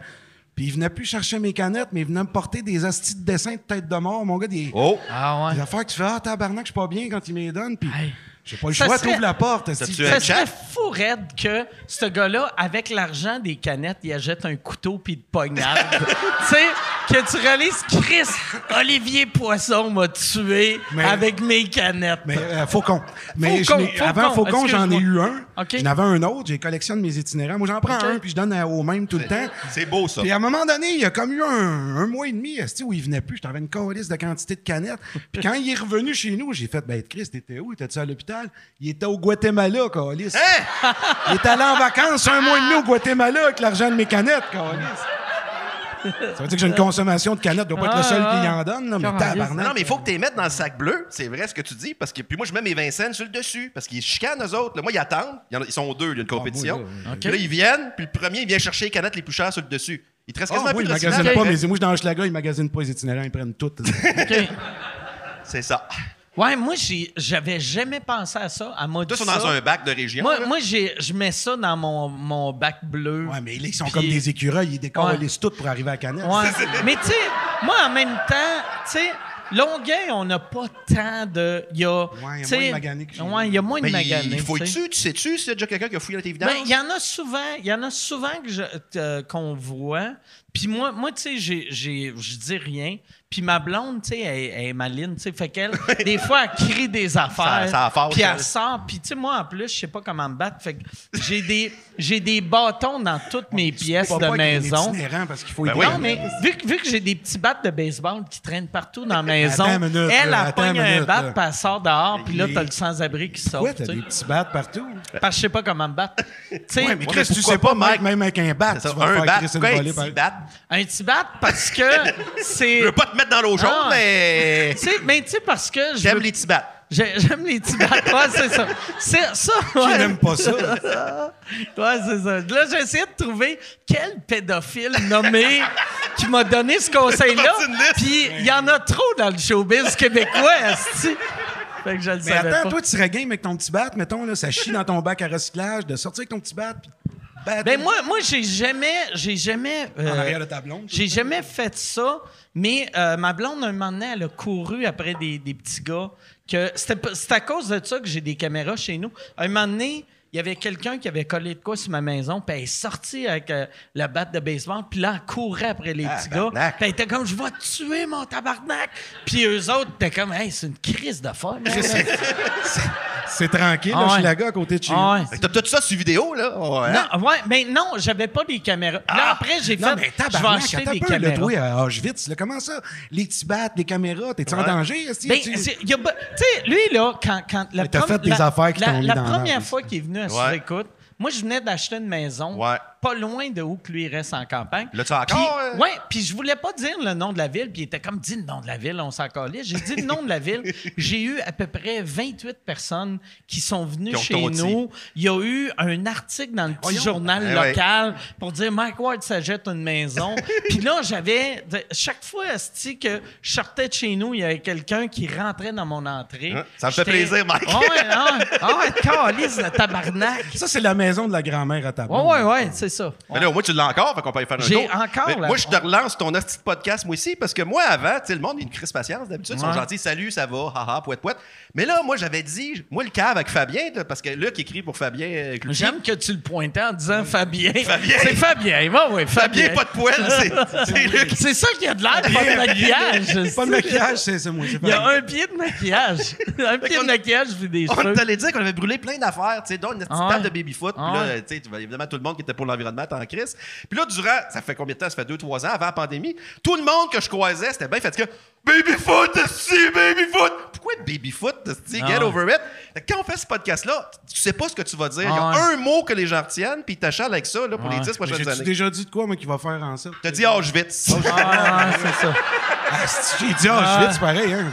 Speaker 3: Puis il venait plus chercher mes canettes, mais il venait me porter des astis de dessin de tête de mort. Mon gars, des,
Speaker 4: Oh!
Speaker 5: Ah
Speaker 3: des
Speaker 5: ouais.
Speaker 3: affaires que tu fais, ah, tabarnak, je suis pas bien quand il me les donne. Puis
Speaker 5: Hey.
Speaker 3: j'ai pas le
Speaker 1: Ça
Speaker 3: choix,
Speaker 1: serait-
Speaker 3: trouve la porte. asti.
Speaker 4: T'as-tu
Speaker 1: Ça
Speaker 4: un
Speaker 1: serait
Speaker 4: chat?
Speaker 1: fou raide que ce gars-là, avec l'argent des canettes, il achète un couteau puis de poignarde. tu sais, que tu réalises, Chris, Olivier Poisson m'a tué
Speaker 3: Mais-
Speaker 1: avec mes canettes.
Speaker 3: Mais euh, Faucon. Mais
Speaker 1: Faucon,
Speaker 3: je n'ai-
Speaker 1: Faucon,
Speaker 3: avant Faucon, j'en ai eu
Speaker 1: excuse-moi.
Speaker 3: un.
Speaker 1: OK.
Speaker 3: J'en avais un autre. J'ai collectionné mes itinéraires. Moi, j'en prends
Speaker 1: OK.
Speaker 3: un, puis je donne à- au même tout le temps.
Speaker 4: C'est beau, ça.
Speaker 3: Puis à un moment donné, il y a comme eu un, un mois et demi esti, où il venait plus. J'avais une coalice de quantité de canettes. Puis quand il est revenu chez nous, j'ai fait Ben, Chris, t'étais où T'étais-tu à l'hôpital Il était au Guatemala, coalice.
Speaker 4: Hein?
Speaker 3: Il est allé en vacances un mois et demi au Guatemala avec l'argent de mes canettes, coalice. Ça veut dire que j'ai une consommation de canettes. Je dois pas être le seul qui en donne, là, mais
Speaker 4: Non,
Speaker 3: tabarnak.
Speaker 4: non, mais il faut que tu les mettes dans le sac bleu. C'est vrai ce que tu dis. Parce que, puis moi, je mets mes Vincennes sur le dessus. Parce qu'ils chicanent, eux autres. là. Moi, ils attendent. Il y en a- Ils sont deux. Il y a une compétition.
Speaker 3: moi,
Speaker 4: Puis là, ils viennent. Puis le premier, il vient chercher les canettes les plus chères sur le dessus. Il te reste
Speaker 3: Ah
Speaker 4: quasiment
Speaker 3: oui,
Speaker 4: plus
Speaker 3: ils
Speaker 4: de
Speaker 3: magasinent
Speaker 4: recyclage.
Speaker 3: pas, mais moi, je suis dans Hochelaga, ils magasinent pas les itinéraires, ils prennent tout.
Speaker 1: OK.
Speaker 4: C'est ça.
Speaker 1: Ouais, moi, j'ai- j'avais jamais pensé à ça. À moi,
Speaker 4: Tous sont dans un bac de région.
Speaker 1: Moi,
Speaker 4: là.
Speaker 1: moi j'ai- je mets ça dans mon, mon bac bleu.
Speaker 3: ouais, mais là, ils sont
Speaker 1: Puis-
Speaker 3: comme des écureuils, ils décollissent tout pour arriver à Canette.
Speaker 1: Ouais. Mais tu sais, moi, en même temps, tu sais, Longueuil, on n'a pas tant de. Il y a,
Speaker 3: il y a moins
Speaker 1: tu sais,
Speaker 3: de maganés que chez nous. Ben,
Speaker 1: Ouais, il y a moins de
Speaker 4: mais
Speaker 1: maganés.
Speaker 4: il, il
Speaker 1: tu sais.
Speaker 4: fouille-tu? Tu sais-tu s'il y a déjà quelqu'un qui a fouillé dans tes
Speaker 1: Ben,
Speaker 3: hein.
Speaker 4: évidences?
Speaker 1: il y en a souvent, il y en a souvent que je- euh, qu'on voit. Puis moi, moi tu sais, j'ai- j'ai- je dis rien. Puis ma blonde, tu sais, elle, elle est maline, tu sais, fait qu'elle, des fois, elle crie des affaires.
Speaker 4: Ça- ça la fâche,
Speaker 1: puis elle
Speaker 4: elle.
Speaker 1: sort. Puis tu sais, moi, en plus, je sais pas comment me battre. Fait que j'ai des, j'ai des bâtons dans toutes mes pièces
Speaker 3: Faut
Speaker 1: de
Speaker 3: pas qu'il y ait des
Speaker 1: maison.
Speaker 3: itinérants parce qu'il faut
Speaker 4: Ben
Speaker 3: aider.
Speaker 4: oui.
Speaker 1: Non, mais vu, que- vu que j'ai des petits battes de baseball qui traînent partout dans la maison,
Speaker 3: Attends une minute,
Speaker 1: elle,
Speaker 3: là,
Speaker 1: elle
Speaker 3: attends
Speaker 1: pogne
Speaker 3: une
Speaker 1: un
Speaker 3: minute,
Speaker 1: bat,
Speaker 3: là.
Speaker 1: puis elle sort dehors, puis là,
Speaker 3: Il est-
Speaker 1: t'as le sans-abri qui sort.
Speaker 3: Ouais, t'as
Speaker 1: tu sais.
Speaker 3: des petits battes partout.
Speaker 1: Parce que je sais pas comment me battre. Tu sais,
Speaker 3: Ouais, mais Chris,
Speaker 4: Ouais, mais
Speaker 3: tu
Speaker 4: pourquoi
Speaker 3: sais pas,
Speaker 4: pas,
Speaker 3: Mike,
Speaker 4: Mike?
Speaker 3: même avec un bat,
Speaker 4: Ça,
Speaker 3: tu vas
Speaker 4: un
Speaker 3: faire
Speaker 4: bat, Ben,
Speaker 3: Chris une
Speaker 4: quoi, un
Speaker 3: volée par-
Speaker 4: petit bat.
Speaker 1: Un petit bat parce que c'est.
Speaker 4: Je veux pas te mettre dans l'eau jaune,
Speaker 1: Ah.
Speaker 4: mais
Speaker 1: Tu sais, mais tu sais, parce que je
Speaker 4: j'aime
Speaker 1: veux-
Speaker 4: les petits bats.
Speaker 1: j'ai- j'aime les petits bats. Ouais, c'est ça. C'est ça.
Speaker 3: Qui
Speaker 1: ouais.
Speaker 3: n'aime pas ça?
Speaker 1: Ouais, c'est ça. Là, j'ai essayé de trouver quel pédophile nommé qui m'a donné ce conseil-là.
Speaker 4: T'as parti une liste.
Speaker 1: Puis il y en a trop dans le showbiz québécois, esti. Fait que je le
Speaker 3: Mais
Speaker 1: savais
Speaker 3: attends,
Speaker 1: pas.
Speaker 3: toi, tu serais game avec ton petit bat, mettons, là, ça chie dans ton bac à recyclage, de sortir avec ton petit bat, puis de battre
Speaker 1: Ben moi, moi j'ai jamais, j'ai jamais, euh,
Speaker 3: en arrière de ta blonde.
Speaker 1: j'ai jamais fait ça. Mais euh, ma blonde, un moment donné, elle a couru après des, des petits gars. Que c'était, pas- c'est à cause de ça que j'ai des caméras chez nous. Un moment donné, il y avait quelqu'un qui avait collé de quoi sur ma maison, puis elle est sortie avec euh, la batte de baseball, puis là, elle courait après les petits gars.
Speaker 4: tabarnak.
Speaker 1: Puis elle était comme, je vais te tuer, mon tabarnak! Puis eux autres, étaient comme, hey, c'est une crise de folle. hein, là.
Speaker 3: C'est tranquille,
Speaker 1: Ah
Speaker 3: là,
Speaker 1: ouais.
Speaker 3: Hochelaga, à côté de chez
Speaker 1: Ah
Speaker 3: nous.
Speaker 1: ouais.
Speaker 4: Fait que T'as tout ça sur vidéo, là? Ouais, hein?
Speaker 1: Non, ouais, mais non, j'avais pas des caméras. Là, après, j'ai
Speaker 3: Ah! Non,
Speaker 1: fait,
Speaker 3: mais
Speaker 1: je vais
Speaker 3: tabarnak,
Speaker 1: acheter
Speaker 3: attends
Speaker 1: des
Speaker 3: un peu, le
Speaker 1: caméras.
Speaker 3: toi à Auschwitz, là, comment ça? Les petits bats, les caméras, t'es-tu en
Speaker 4: Ouais.
Speaker 3: danger? est-ce que
Speaker 1: Ben,
Speaker 3: tu-
Speaker 1: c'est- y a pas- tu sais, lui, là, quand. quand la
Speaker 3: Mais t'as
Speaker 1: prom-
Speaker 3: fait des
Speaker 1: la-
Speaker 3: affaires qui
Speaker 1: la-
Speaker 3: t'ont mis
Speaker 1: La
Speaker 3: dans la
Speaker 1: première
Speaker 3: merde.
Speaker 1: fois qu'il est venu à
Speaker 4: Ouais.
Speaker 1: Sous-Écoute, moi, je venais d'acheter une maison,
Speaker 4: Ouais.
Speaker 1: pas loin de où que lui reste en campagne.
Speaker 4: L'as-tu encore,
Speaker 1: Puis-
Speaker 4: euh?
Speaker 1: Ouais, puis je voulais pas dire le nom de la ville, puis il était comme, dis le nom de la ville, on s'en calait. J'ai dit le nom de la ville. J'ai eu à peu près 28 personnes qui sont venues
Speaker 4: Qui ont
Speaker 1: chez
Speaker 4: tondi.
Speaker 1: nous. Il y a eu un article dans le petit journal
Speaker 4: Eh ouais.
Speaker 1: local pour dire Mike Ward s'achète une maison. Puis là, j'avais. de- Chaque fois, esti, que je sortais de chez nous, il y avait quelqu'un qui rentrait dans mon entrée.
Speaker 4: Hein? Ça me fait
Speaker 1: J'étais-
Speaker 4: plaisir, Mike.
Speaker 1: Ah ouais, ah ouais, ah ouais, calice de tabarnak.
Speaker 3: Ça, c'est la maison de la grand-mère à ta
Speaker 1: Ouais,
Speaker 3: blonde.
Speaker 4: Hmm.
Speaker 1: ouais, ouais, c'est ça.
Speaker 4: Mais là, au moins, tu l'as encore, fait qu'on peut y faire un
Speaker 1: J'ai
Speaker 4: tour.
Speaker 1: encore,
Speaker 4: Mais
Speaker 1: là.
Speaker 4: Moi, je te relance ton hostie de podcast, moi aussi, parce que moi, avant, tu sais, le monde, il y a une crise patience. D'habitude, ils sont gentils. Salut, ça va, haha, pouet, pouet. Mais là, moi, j'avais dit, moi, le cave avec Fabien, là, parce que Luc écrit pour Fabien. euh, Cloutier.
Speaker 1: J'aime que tu le pointais en disant Fabien.
Speaker 4: Fabien.
Speaker 1: C'est Fabien. Ouais, ouais, Fabien.
Speaker 4: Fabien, pas de poêle, c'est- c'est Luc.
Speaker 1: C'est ça qui a de l'air, pas de maquillage.
Speaker 3: Pas de maquillage, c'est c'est moi. c'est
Speaker 1: Il y a
Speaker 3: pareil.
Speaker 1: un pied de maquillage. un pied
Speaker 4: qu'on-
Speaker 1: de maquillage, puis des
Speaker 4: On
Speaker 1: cheveux.
Speaker 4: t'allait Ah, dire qu'on avait brûlé plein d'affaires, tu sais, dont une petite
Speaker 1: Ah ouais.
Speaker 4: table de baby-foot. Puis
Speaker 1: Ah
Speaker 4: là, euh,
Speaker 1: ouais.
Speaker 4: tu sais, tu vois, évidemment, tout le monde qui était pour l'environnement était en crise. Puis là, durant, ça fait combien de temps? Ça fait deux, trois ans, avant la pandémie, tout le monde que je croisais, c'était bien fatigué. Baby-foot, si, baby-foot! Pourquoi baby-foot, si,
Speaker 1: Ah
Speaker 4: get
Speaker 1: ouais.
Speaker 4: over it? Fait que quand on fait ce podcast-là, tu sais pas ce que tu vas dire. Il y
Speaker 1: Ah
Speaker 4: a
Speaker 1: ouais.
Speaker 4: un mot que les gens retiennent, puis ils t'achalent avec ça là, pour
Speaker 1: Ah
Speaker 4: les
Speaker 1: ouais.
Speaker 4: dix
Speaker 3: Mais
Speaker 4: prochaines
Speaker 3: J'ai-tu
Speaker 4: années.
Speaker 3: déjà dit de quoi, moi, qui va faire en ça?
Speaker 4: T'as dit Auschwitz.
Speaker 1: Ah, ouais, c'est ça.
Speaker 3: Ah, si, J'ai dit Auschwitz, c'est pareil. Hein.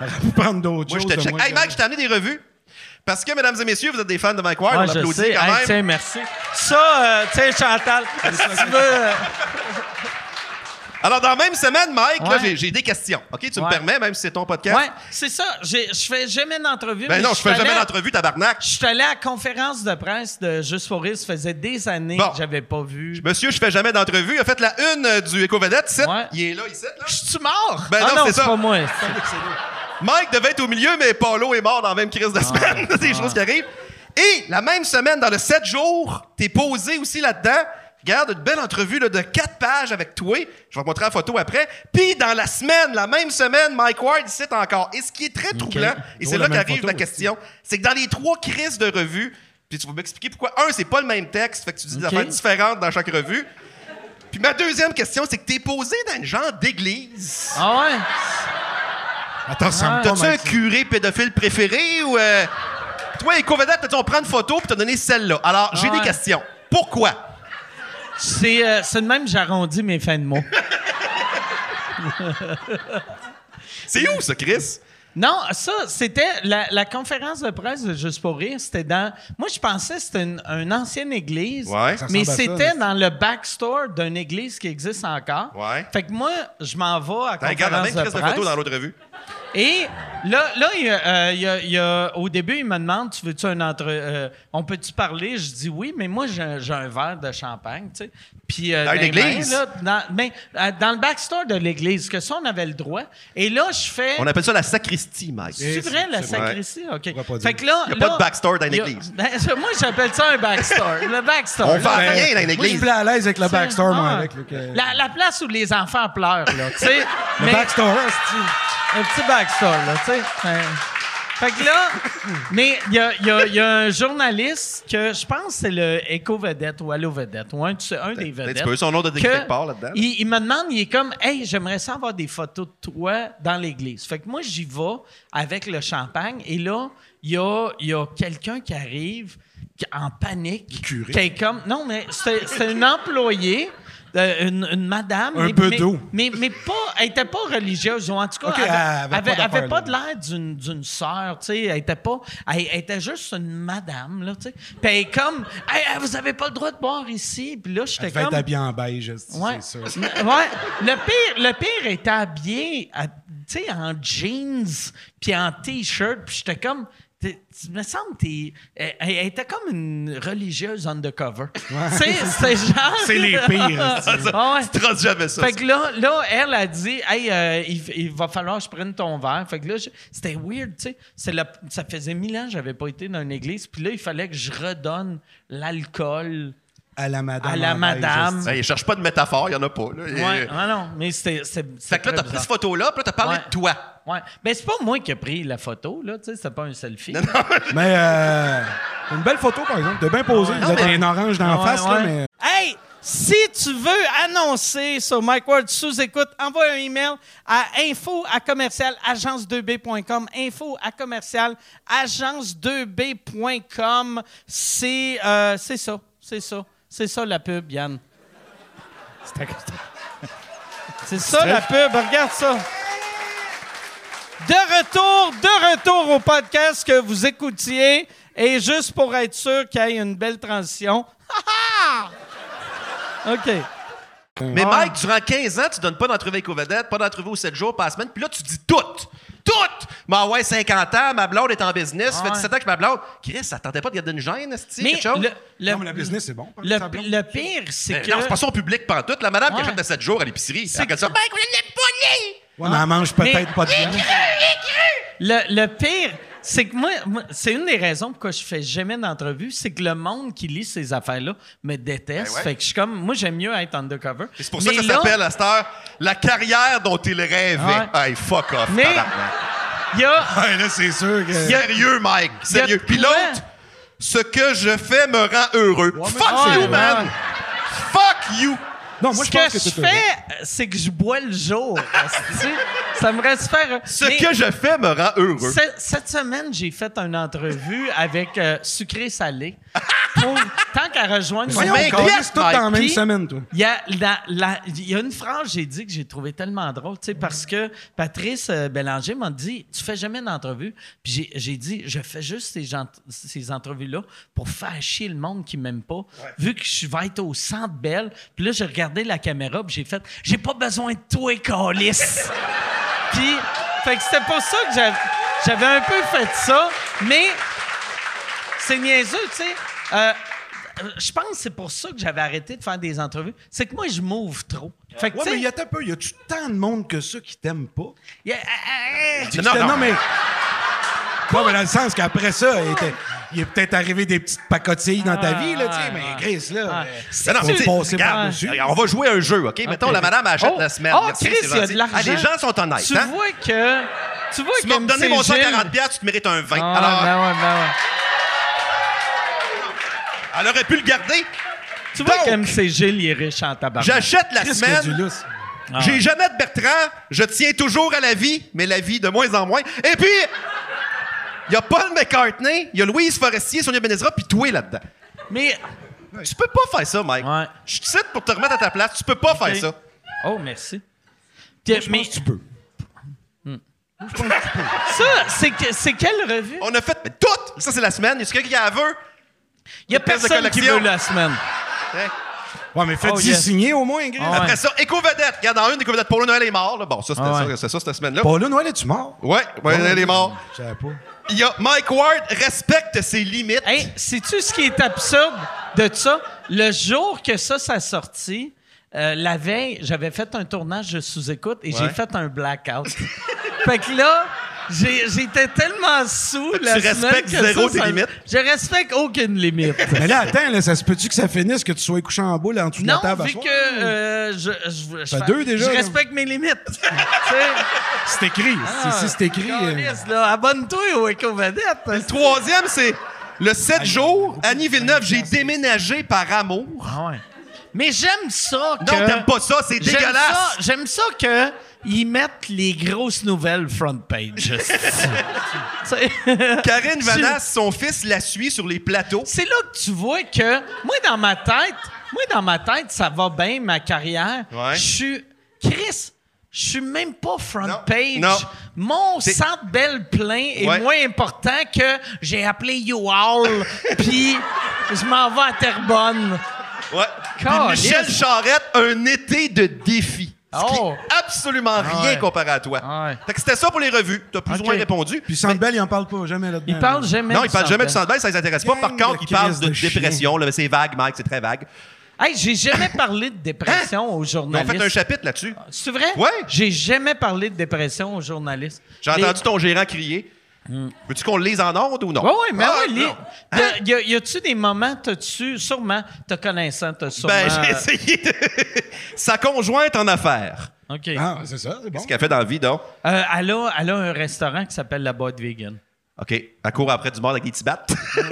Speaker 3: J'aurais pu prendre d'autres
Speaker 4: Moi,
Speaker 3: choses.
Speaker 4: je te
Speaker 3: de
Speaker 4: check.
Speaker 3: moi
Speaker 4: Hey,
Speaker 3: que-
Speaker 4: Mike, je t'ai amené des revues. Parce que, mesdames et messieurs, vous êtes des fans de Mike Ward.
Speaker 1: Ouais,
Speaker 4: on
Speaker 1: Ah, je
Speaker 4: l'applaudit
Speaker 1: sais.
Speaker 4: quand
Speaker 1: Hey,
Speaker 4: même.
Speaker 1: tiens, merci. Ça, euh, tiens, Chantal, si tu veux. euh,
Speaker 4: Alors, dans la même semaine, Mike, là,
Speaker 1: Ouais.
Speaker 4: j'ai- j'ai des questions. OK, tu me
Speaker 1: Ouais.
Speaker 4: permets, même si c'est ton podcast?
Speaker 1: Ouais, c'est ça. J'ai- Je fais jamais d'entrevue.
Speaker 4: Ben
Speaker 1: mais
Speaker 4: non, je fais
Speaker 1: suis
Speaker 4: jamais
Speaker 1: allé-
Speaker 4: d'entrevue, tabarnak.
Speaker 1: Je suis allé à la conférence de presse de Juste pour rire. Ça faisait des années
Speaker 4: Bon.
Speaker 1: que j'avais pas vu.
Speaker 4: Monsieur, je fais jamais d'entrevue. Il a fait la une euh, du Éco-Vedette, ici.
Speaker 1: Ouais.
Speaker 4: Il est là, ici, là.
Speaker 1: Je suis mort?
Speaker 4: Ben
Speaker 1: ah
Speaker 4: non,
Speaker 1: non,
Speaker 4: c'est
Speaker 1: c'est
Speaker 4: ça.
Speaker 1: pas moi.
Speaker 4: Mike devait être au milieu, mais Paulo est mort dans la même crise de semaine. C'est des choses qui arrivent. Et la même semaine, dans le 7 jours, t'es posé aussi là-dedans. Regarde, une belle entrevue là, de 4 pages avec toi. Je vais te montrer la photo après. Puis dans la semaine, la même semaine, Mike Ward ici encore. Et ce qui est très troublant, et c'est là qu'arrive la question, c'est que dans les trois crises de revue, puis tu vas m'expliquer pourquoi, un, c'est pas le même texte, fait que tu dis des affaires différentes dans chaque revue. Puis ma deuxième question, c'est que t'es posé dans une genre d'église.
Speaker 1: Ah ouais?
Speaker 3: Attends, ça
Speaker 1: Ah,
Speaker 3: me
Speaker 4: T'as-tu un curé pédophile préféré ou. euh, Toi, les Covedettes, t'as dit on prend une photo puis t'as donné celle-là. Alors, j'ai
Speaker 1: Ah ouais.
Speaker 4: des questions. Pourquoi?
Speaker 1: C'est euh, c'est de même que j'arrondis mes fins de mots.
Speaker 4: C'est où, ça, Chris?
Speaker 1: Non, ça, c'était la, la conférence de presse de Juste pour rire. C'était dans. Moi, je pensais que c'était une, une ancienne église.
Speaker 4: Ouais. Ça
Speaker 1: Mais
Speaker 3: ressemble à ça,
Speaker 1: c'était
Speaker 3: là.
Speaker 1: dans le backstore d'une église qui existe encore.
Speaker 4: Ouais.
Speaker 1: Fait que moi, je m'en vais à la
Speaker 4: T'as
Speaker 1: conférence
Speaker 4: regarde la même
Speaker 1: de
Speaker 4: Chris de
Speaker 1: presse.
Speaker 4: photo dans l'autre revue.
Speaker 1: Et là, là il y a- euh, il y a- il y a- au début, il me demande Tu veux-tu un entre. euh, on peut-tu parler Je dis oui, mais moi, j'ai un- j'ai un verre de champagne, tu sais. Puis, euh,
Speaker 4: Dans
Speaker 1: les
Speaker 4: l'église?
Speaker 1: mains, là, dans, mais, euh, dans le backstore de l'église, que ça, on avait le droit. Et là, je fais.
Speaker 4: On appelle ça la sacristie, Mike.
Speaker 3: Eh,
Speaker 1: C'est vrai, la
Speaker 4: c'est-
Speaker 1: sacristie? OK.
Speaker 3: pourra pas
Speaker 1: Fait
Speaker 3: dire.
Speaker 1: que là,
Speaker 4: Il n'y a pas
Speaker 1: là-
Speaker 4: de backstore dans
Speaker 1: il y a-
Speaker 4: l'église.
Speaker 1: Ben, moi, j'appelle ça un backstore. le backstore.
Speaker 4: On
Speaker 1: là.
Speaker 4: vend rien dans
Speaker 3: Moi, je suis
Speaker 4: l'église.
Speaker 3: plus à l'aise avec le backstore, moi,
Speaker 1: Ah.
Speaker 3: avec. là, que- Le
Speaker 1: La, la place où les enfants pleurent, là, tu sais. Mais-
Speaker 3: backstore, c'est-tu?
Speaker 1: un petit backstore, là, tu sais. Fait- Fait que là, mais il y a, il y a- il y a un journaliste que je pense que c'est le Echo Vedette ou Allo Vedette ou un, de ceux- un des
Speaker 4: Peut-être
Speaker 1: vedettes.
Speaker 4: Ben, tu peux, son nom de
Speaker 1: que
Speaker 4: quelque part là-dedans.
Speaker 1: Il, il me demande, il est comme, hey, j'aimerais ça avoir des photos de toi dans l'église. Fait que moi, j'y vais avec le champagne et là, il y a, il y a quelqu'un qui arrive qui- en panique.
Speaker 3: curé.
Speaker 1: Qui est comme, non, mais c'est c'est une employée. euh, une, une madame.
Speaker 3: Un
Speaker 1: mais-
Speaker 3: peu
Speaker 1: mais-
Speaker 3: d'eau.
Speaker 1: Mais, mais pas, elle était pas religieuse, ou en tout cas,
Speaker 3: Ok,
Speaker 1: elle
Speaker 3: elle
Speaker 1: avait,
Speaker 3: avait pas
Speaker 1: avait- avait
Speaker 3: d'affaires,
Speaker 1: pas
Speaker 3: là.
Speaker 1: de l'air d'une, d'une sœur, tu sais. Elle était pas. Elle, elle était juste une madame, là, tu sais. Puis elle est comme, hey, hey, vous avez pas le droit de boire ici. Puis là,
Speaker 3: Elle
Speaker 1: j'étais
Speaker 3: devait être
Speaker 1: comme.
Speaker 3: habillée en beige, c'est
Speaker 1: Ouais.
Speaker 3: sûr.
Speaker 1: N- ouais. Le pire, le pire était habillé, à- tu sais, en jeans, puis en t-shirt, puis j'étais comme. t'es- Tu me semble que t'es. Elle, elle était comme une religieuse undercover. Tu sais, c'est genre.
Speaker 3: C'est les pires,
Speaker 1: Ah ouais.
Speaker 4: Tu traces jamais ça.
Speaker 1: Fait que là, là, elle a dit, hey, euh, il, il va falloir que je prenne ton verre. Fait que là, je- c'était weird, tu sais. C'est la- Ça faisait mille ans que j'avais pas été dans une église. Puis là, il fallait que je redonne l'alcool
Speaker 3: À la madame.
Speaker 1: à la
Speaker 3: en beige,
Speaker 1: madame.
Speaker 4: Ben, il cherche pas de métaphore, il n'y en a pas. Là. Il-
Speaker 1: Ouais, ah non, mais c'était. c'est-
Speaker 4: Fait que
Speaker 1: c'est très
Speaker 4: là, t'as pris cette
Speaker 1: bizarre.
Speaker 4: photo-là, puis là, t'as parlé
Speaker 1: Ouais.
Speaker 4: de toi.
Speaker 1: Ouais. Ben, c'est pas moi qui ai pris la photo, là, tu sais, c'était pas un selfie.
Speaker 4: Non, non,
Speaker 3: c'est- Mais euh, une belle photo, par exemple. T'es bien posé. Vous
Speaker 4: Non,
Speaker 3: êtes
Speaker 4: mais-
Speaker 3: un orange dans la
Speaker 1: Ouais,
Speaker 3: face, là,
Speaker 1: ouais.
Speaker 3: mais... euh,
Speaker 6: Hey, si tu veux annoncer sur Mike Ward sous écoute, envoie un email à info à commercial agence2b.com. Info à commercial agence2b.com. C'est euh, c'est ça, c'est ça. C'est ça la pub, Yann. C'est ça la pub, regarde ça. De retour, de retour au podcast que vous écoutiez. Et juste pour être sûr qu'il y ait une belle transition. Ha, ha! OK.
Speaker 4: Mais Mike, durant 15 ans, tu donnes pas d'entrevue avec aux vedettes, pas d'entrevue aux 7 jours par semaine, puis là, tu dis tout! Tout! Ma ouais, 50 ans, ma blonde est en business, ça fait
Speaker 1: Ouais.
Speaker 4: 17 ans que ma blonde. Chris, ça tentait pas de garder une gêne, esti,
Speaker 1: Mais
Speaker 4: quelque chose?
Speaker 1: le, le-
Speaker 3: Non, mais la business, c'est bon. par
Speaker 1: le-
Speaker 3: exemple.
Speaker 1: le pire, c'est
Speaker 4: Euh,
Speaker 1: que.
Speaker 4: Non, c'est pas son public pantoute. La madame
Speaker 1: Ouais.
Speaker 4: qui achète de 7 jours à l'épicerie, c'est ça. Mike,
Speaker 3: Ouais, mais elle mange peut-être
Speaker 1: Mais-
Speaker 3: pas de viande.
Speaker 1: Le, le pire, c'est que moi, moi, c'est une des raisons pourquoi je fais jamais d'entrevue, c'est que le monde qui lit ces affaires-là me déteste.
Speaker 4: Ben ouais.
Speaker 1: Fait que je suis comme, moi, j'aime mieux être undercover.
Speaker 4: C'est pour ça
Speaker 1: Mais
Speaker 4: que ça
Speaker 1: là,
Speaker 4: s'appelle à cette heure la carrière dont il rêvait.
Speaker 1: Ouais.
Speaker 4: Hey, fuck off,
Speaker 1: Mais-
Speaker 4: tabarnak. ben,
Speaker 1: Il y a.
Speaker 3: Ouais, là, c'est sûr que...
Speaker 4: Sérieux, Mike, sérieux.
Speaker 1: de
Speaker 4: Puis
Speaker 1: quoi?
Speaker 4: l'autre, ce que je fais me rend heureux. Fuck
Speaker 1: Ouais,
Speaker 4: you,
Speaker 1: ouais.
Speaker 4: man! Fuck you!
Speaker 3: Non, moi,
Speaker 1: ce
Speaker 3: je
Speaker 1: que,
Speaker 3: pense que
Speaker 1: je
Speaker 3: c'est heureux.
Speaker 1: fais, c'est que je bois le jour. esti. ça me reste faire.
Speaker 4: Ce
Speaker 1: Mais-
Speaker 4: que je fais me rend heureux.
Speaker 1: Ce- Cette semaine, j'ai fait une entrevue avec euh, Sucré Salé. Pour- tant qu'à rejoindre
Speaker 3: Voyons,
Speaker 4: Mais
Speaker 3: on calisse
Speaker 4: Mike,
Speaker 3: tout dans la même
Speaker 1: puis-
Speaker 3: semaine, toi.
Speaker 1: Il y, a la- la- il y a une phrase que j'ai dit que j'ai trouvé tellement drôle, tu sais, parce que Patrice euh, Bélanger m'a dit Tu fais jamais d'entrevue. Puis j'ai- j'ai dit Je fais juste ces, gens- ces entrevues-là pour faire chier le monde qui m'aime pas, vu que je vais être au centre belle. Puis là, j'ai regardé
Speaker 7: regardé la caméra, puis j'ai fait J'ai pas besoin de toi, Calis.
Speaker 1: Puis, fait que c'était pour ça que j'avais, j'avais un peu fait ça, mais c'est niaiseux, tu sais. Euh, je pense que c'est pour ça que j'avais arrêté de faire des entrevues. C'est que moi, je m'ouvre trop. Fait que,
Speaker 3: Ouais,
Speaker 1: tu sais,
Speaker 3: mais il y a un peu. Il y a tout tant de monde que ça qui t'aime pas.
Speaker 1: il y a- ah, ah,
Speaker 3: Puis
Speaker 4: Non,
Speaker 3: j'étais-
Speaker 4: non.
Speaker 3: mais. Non, mais dans le sens qu'après ça, il, était- il est peut-être arrivé des petites pacotilles dans
Speaker 1: Ah.
Speaker 3: ta vie, là, tu sais, mais Chris, là. euh,
Speaker 4: Non, non,
Speaker 3: faut
Speaker 4: mais tu sais,
Speaker 3: passer
Speaker 4: regarde,
Speaker 3: par-dessus.
Speaker 4: on va jouer à un jeu, OK? Mettons, la madame achète
Speaker 1: Oh,
Speaker 4: la semaine.
Speaker 1: oh,
Speaker 4: Merci,
Speaker 1: Chris,
Speaker 4: c'est
Speaker 1: il y a de
Speaker 4: gentil.
Speaker 1: l'argent.
Speaker 4: Ah, les gens sont honnêtes.
Speaker 1: tu
Speaker 4: hein?
Speaker 1: vois que. Tu vois
Speaker 4: Tu
Speaker 1: que
Speaker 4: m'as donné
Speaker 1: MC
Speaker 4: mon 140
Speaker 1: Gilles-
Speaker 4: piastres, tu te mérites un 20.
Speaker 1: Ah,
Speaker 4: Alors,
Speaker 1: ben ouais, ben ouais.
Speaker 4: elle aurait pu le garder.
Speaker 1: Tu vois
Speaker 4: Donc-
Speaker 1: que MC Gilles, il est riche en tabac.
Speaker 4: J'achète la
Speaker 3: Chris, qu'il y a du
Speaker 4: semaine.
Speaker 3: lousse.
Speaker 1: Ah.
Speaker 4: J'ai jamais de Bertrand. Je tiens toujours à la vie, mais la vie de moins en moins. Et puis, il y a Paul McCartney, il y a Louise Forestier, Sonia Benezra, puis toi là-dedans.
Speaker 1: Mais.
Speaker 4: Tu peux pas faire ça, Mike.
Speaker 1: Ouais.
Speaker 4: Je te cite pour te remettre à ta place. Tu peux pas faire ça.
Speaker 1: Oh, merci. Puis, mais
Speaker 3: Tu peux.
Speaker 1: ça, c'est, que- c'est quelle revue?
Speaker 4: On a fait mais tout. Ça, c'est la semaine. Y a quelqu'un qui la veut?
Speaker 1: Il n'y a
Speaker 4: une pièce de
Speaker 1: personne qui
Speaker 4: collection.
Speaker 1: veut la semaine.
Speaker 3: Ouais, mais faites-y
Speaker 1: Oh, yes.
Speaker 3: signer au moins, Chris.
Speaker 1: Ah ouais.
Speaker 4: Après ça, éco-vedette. Regarde, dans une, éco-vedette. Paulo Noël est mort. là. Bon, ça, c'était
Speaker 1: Ah
Speaker 4: ça,
Speaker 1: ouais.
Speaker 4: c'est ça, cette semaine-là.
Speaker 3: Paul là, Noël, es-tu mort?
Speaker 4: Ouais, Paulo Noël est mort.
Speaker 3: Je savais pas.
Speaker 4: Il y a Mike Ward respecte ses limites.
Speaker 1: Hey, sais-tu ce qui est absurde de ça? Le jour que ça, ça sortit, euh, la veille, j'avais fait un tournage de sous-écoute et j'ai
Speaker 4: Ouais.
Speaker 1: fait un blackout. fait que là, j'ai- j'étais tellement sous
Speaker 4: que
Speaker 1: la
Speaker 4: tu
Speaker 1: semaine
Speaker 4: respectes
Speaker 1: que
Speaker 4: zéro
Speaker 1: ça,
Speaker 4: tes
Speaker 1: ça-
Speaker 4: limites?
Speaker 1: Je respecte aucune limite.
Speaker 3: Mais là, attends, là, ça se peut-tu que ça finisse, que tu sois couché en boule en dessous de la
Speaker 1: Non,
Speaker 3: table à
Speaker 1: vu
Speaker 3: soir?
Speaker 1: que euh, je, je, je,
Speaker 3: T'as
Speaker 1: fais-
Speaker 3: deux déjà,
Speaker 1: je
Speaker 3: là.
Speaker 1: respecte mes limites. Tu sais?
Speaker 3: C'est écrit. c'est- si c'est écrit. euh,
Speaker 1: Calisse, là, abonne-toi au Echo Vedette.
Speaker 4: Troisième, c'est le 7 jours. Annie Villeneuve, j'ai déménagé par amour.
Speaker 1: Mais j'aime ça Ah, que...
Speaker 4: Non, t'aimes pas ça, c'est
Speaker 1: J'aime ça,
Speaker 4: dégueulasse.
Speaker 1: j'aime ça que ils mettent les grosses nouvelles front page. C'est-
Speaker 4: Karine Vanasse, son fils la suit sur les plateaux.
Speaker 1: C'est là que tu vois que moi dans ma tête, moi dans ma tête, ça va bien ma carrière.
Speaker 4: Ouais.
Speaker 1: Je suis Chris, je suis même pas front
Speaker 4: Non,
Speaker 1: page.
Speaker 4: non.
Speaker 1: Mon
Speaker 4: C'est-
Speaker 1: centre belle plein est
Speaker 4: Ouais.
Speaker 1: moins important que j'ai appelé You All puis je m'en vais à Terrebonne.
Speaker 4: Ouais. Puis
Speaker 1: Calisse.
Speaker 4: Michel Charette, un été de défi. Ce qui
Speaker 1: Oh.
Speaker 4: est absolument rien
Speaker 1: ouais.
Speaker 4: comparé à toi.
Speaker 1: Ah ouais.
Speaker 4: Fait que c'était ça pour les revues. T'as plus
Speaker 1: Ok.
Speaker 4: ou moins répondu.
Speaker 3: Puis Sandbell, il en parle pas jamais là-dedans.
Speaker 1: Il parle jamais
Speaker 4: Euh, non,
Speaker 1: du
Speaker 4: ils parlent jamais
Speaker 1: Centre
Speaker 4: du centre Bell, ça les intéresse pas. Par
Speaker 3: Gang
Speaker 4: contre,
Speaker 3: de
Speaker 4: ils parlent
Speaker 3: crises
Speaker 4: de,
Speaker 3: de
Speaker 4: dépression. là, mais C'est vague, Mike, c'est très vague.
Speaker 1: Hey, j'ai jamais parlé de dépression aux
Speaker 4: Hein? Ils ont
Speaker 1: journalistes.
Speaker 4: fait un chapitre là-dessus.
Speaker 1: C'est vrai?
Speaker 4: Ouais.
Speaker 1: J'ai jamais parlé de dépression aux journalistes.
Speaker 4: J'ai
Speaker 1: Les- Hmm.
Speaker 4: entendu ton gérant crier. Veux-tu qu'on le lise en ondes ou non?
Speaker 1: Ouais, ouais, mais
Speaker 4: Ah,
Speaker 1: ouais, les-
Speaker 4: non.
Speaker 1: T'as- y a- Y a-tu des moments, t'as-tu, sûrement, t'as connaissant, t'as sûrement.
Speaker 4: Ben, j'ai essayé de... Sa conjointe en affaires.
Speaker 1: OK.
Speaker 3: Ah, c'est ça, c'est bon.
Speaker 4: Qu'est-ce qu'elle fait dans la vie, donc?
Speaker 1: Euh, elle, a, elle a un restaurant qui s'appelle La Boîte Vegan.
Speaker 4: OK, elle court après du monde avec des petits battes.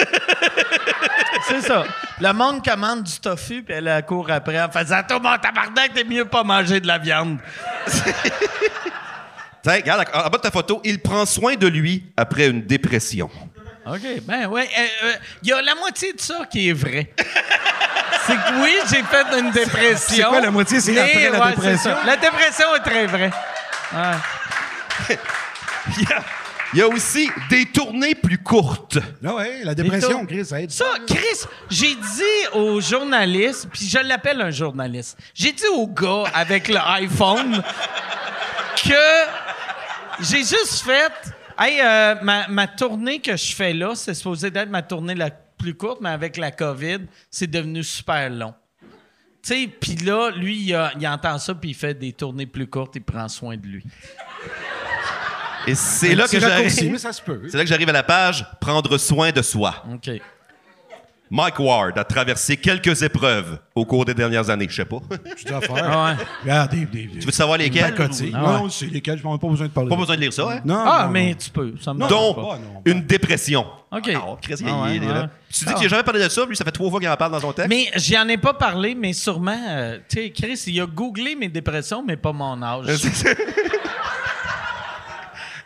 Speaker 1: C'est ça. Le monde commande du tofu, puis elle elle court après en faisant Attends, mon tabarnak, t'es mieux pas manger de la viande.
Speaker 4: Tiens, regarde, en en bas de ta photo, il prend soin de lui après une dépression.
Speaker 1: OK, ben ouais. Il y a la moitié de ça qui est vrai. c'est que oui, j'ai fait une dépression.
Speaker 3: c'est quoi la moitié? C'est
Speaker 1: mais,
Speaker 3: après la
Speaker 1: ouais,
Speaker 3: dépression?
Speaker 1: c'est ça. La dépression est très vraie. Ouais.
Speaker 4: Il y a, il y a aussi des tournées plus courtes.
Speaker 3: Ah ouais, la
Speaker 1: Et
Speaker 3: dépression,
Speaker 1: tout.
Speaker 3: Chris, ça aide.
Speaker 1: Ça, Chris, j'ai dit au journaliste, puis je l'appelle un journaliste, j'ai dit au gars avec le iPhone que j'ai juste fait. Hey, euh, ma, ma tournée que je fais là, c'est supposé d'être ma tournée la plus courte, mais avec la COVID, c'est devenu super long. Tu sais, puis là, lui, il, a- il entend ça, puis il fait des tournées plus courtes, il prend soin de lui.
Speaker 4: Et c'est là que
Speaker 3: Ben, C'est raccourci,
Speaker 4: j'arrive.
Speaker 3: mais ça se peut.
Speaker 4: C'est là que j'arrive à la page prendre soin de soi.
Speaker 1: OK.
Speaker 4: Mike Ward a traversé quelques épreuves au cours des dernières années, je sais pas.
Speaker 3: Tu dois faire.
Speaker 1: Ah, ouais.
Speaker 3: Regarde, des, des, des
Speaker 4: Tu veux savoir lesquelles
Speaker 3: pacotilles.
Speaker 1: Ah ouais.
Speaker 3: Ben, Non, c'est lesquels, je n'en ai pas besoin de parler.
Speaker 4: Pas besoin de lire ça, hein?
Speaker 3: Non,
Speaker 1: Ah,
Speaker 3: non,
Speaker 1: mais
Speaker 3: non.
Speaker 1: tu peux. Ça me
Speaker 3: Non.
Speaker 1: dérange
Speaker 4: Dont
Speaker 1: pas.
Speaker 3: Ah, non,
Speaker 4: une dépression.
Speaker 1: OK.
Speaker 4: Ah, Chris, il-
Speaker 1: Ah ouais,
Speaker 4: il est
Speaker 1: ouais.
Speaker 4: là. Tu dis qu'il n'a jamais parlé de ça, lui, ça fait trois fois qu'il en parle dans son texte.
Speaker 1: Mais j'en ai pas parlé, mais sûrement, euh, tu sais, Chris, il a googlé mes dépressions, mais pas mon âge.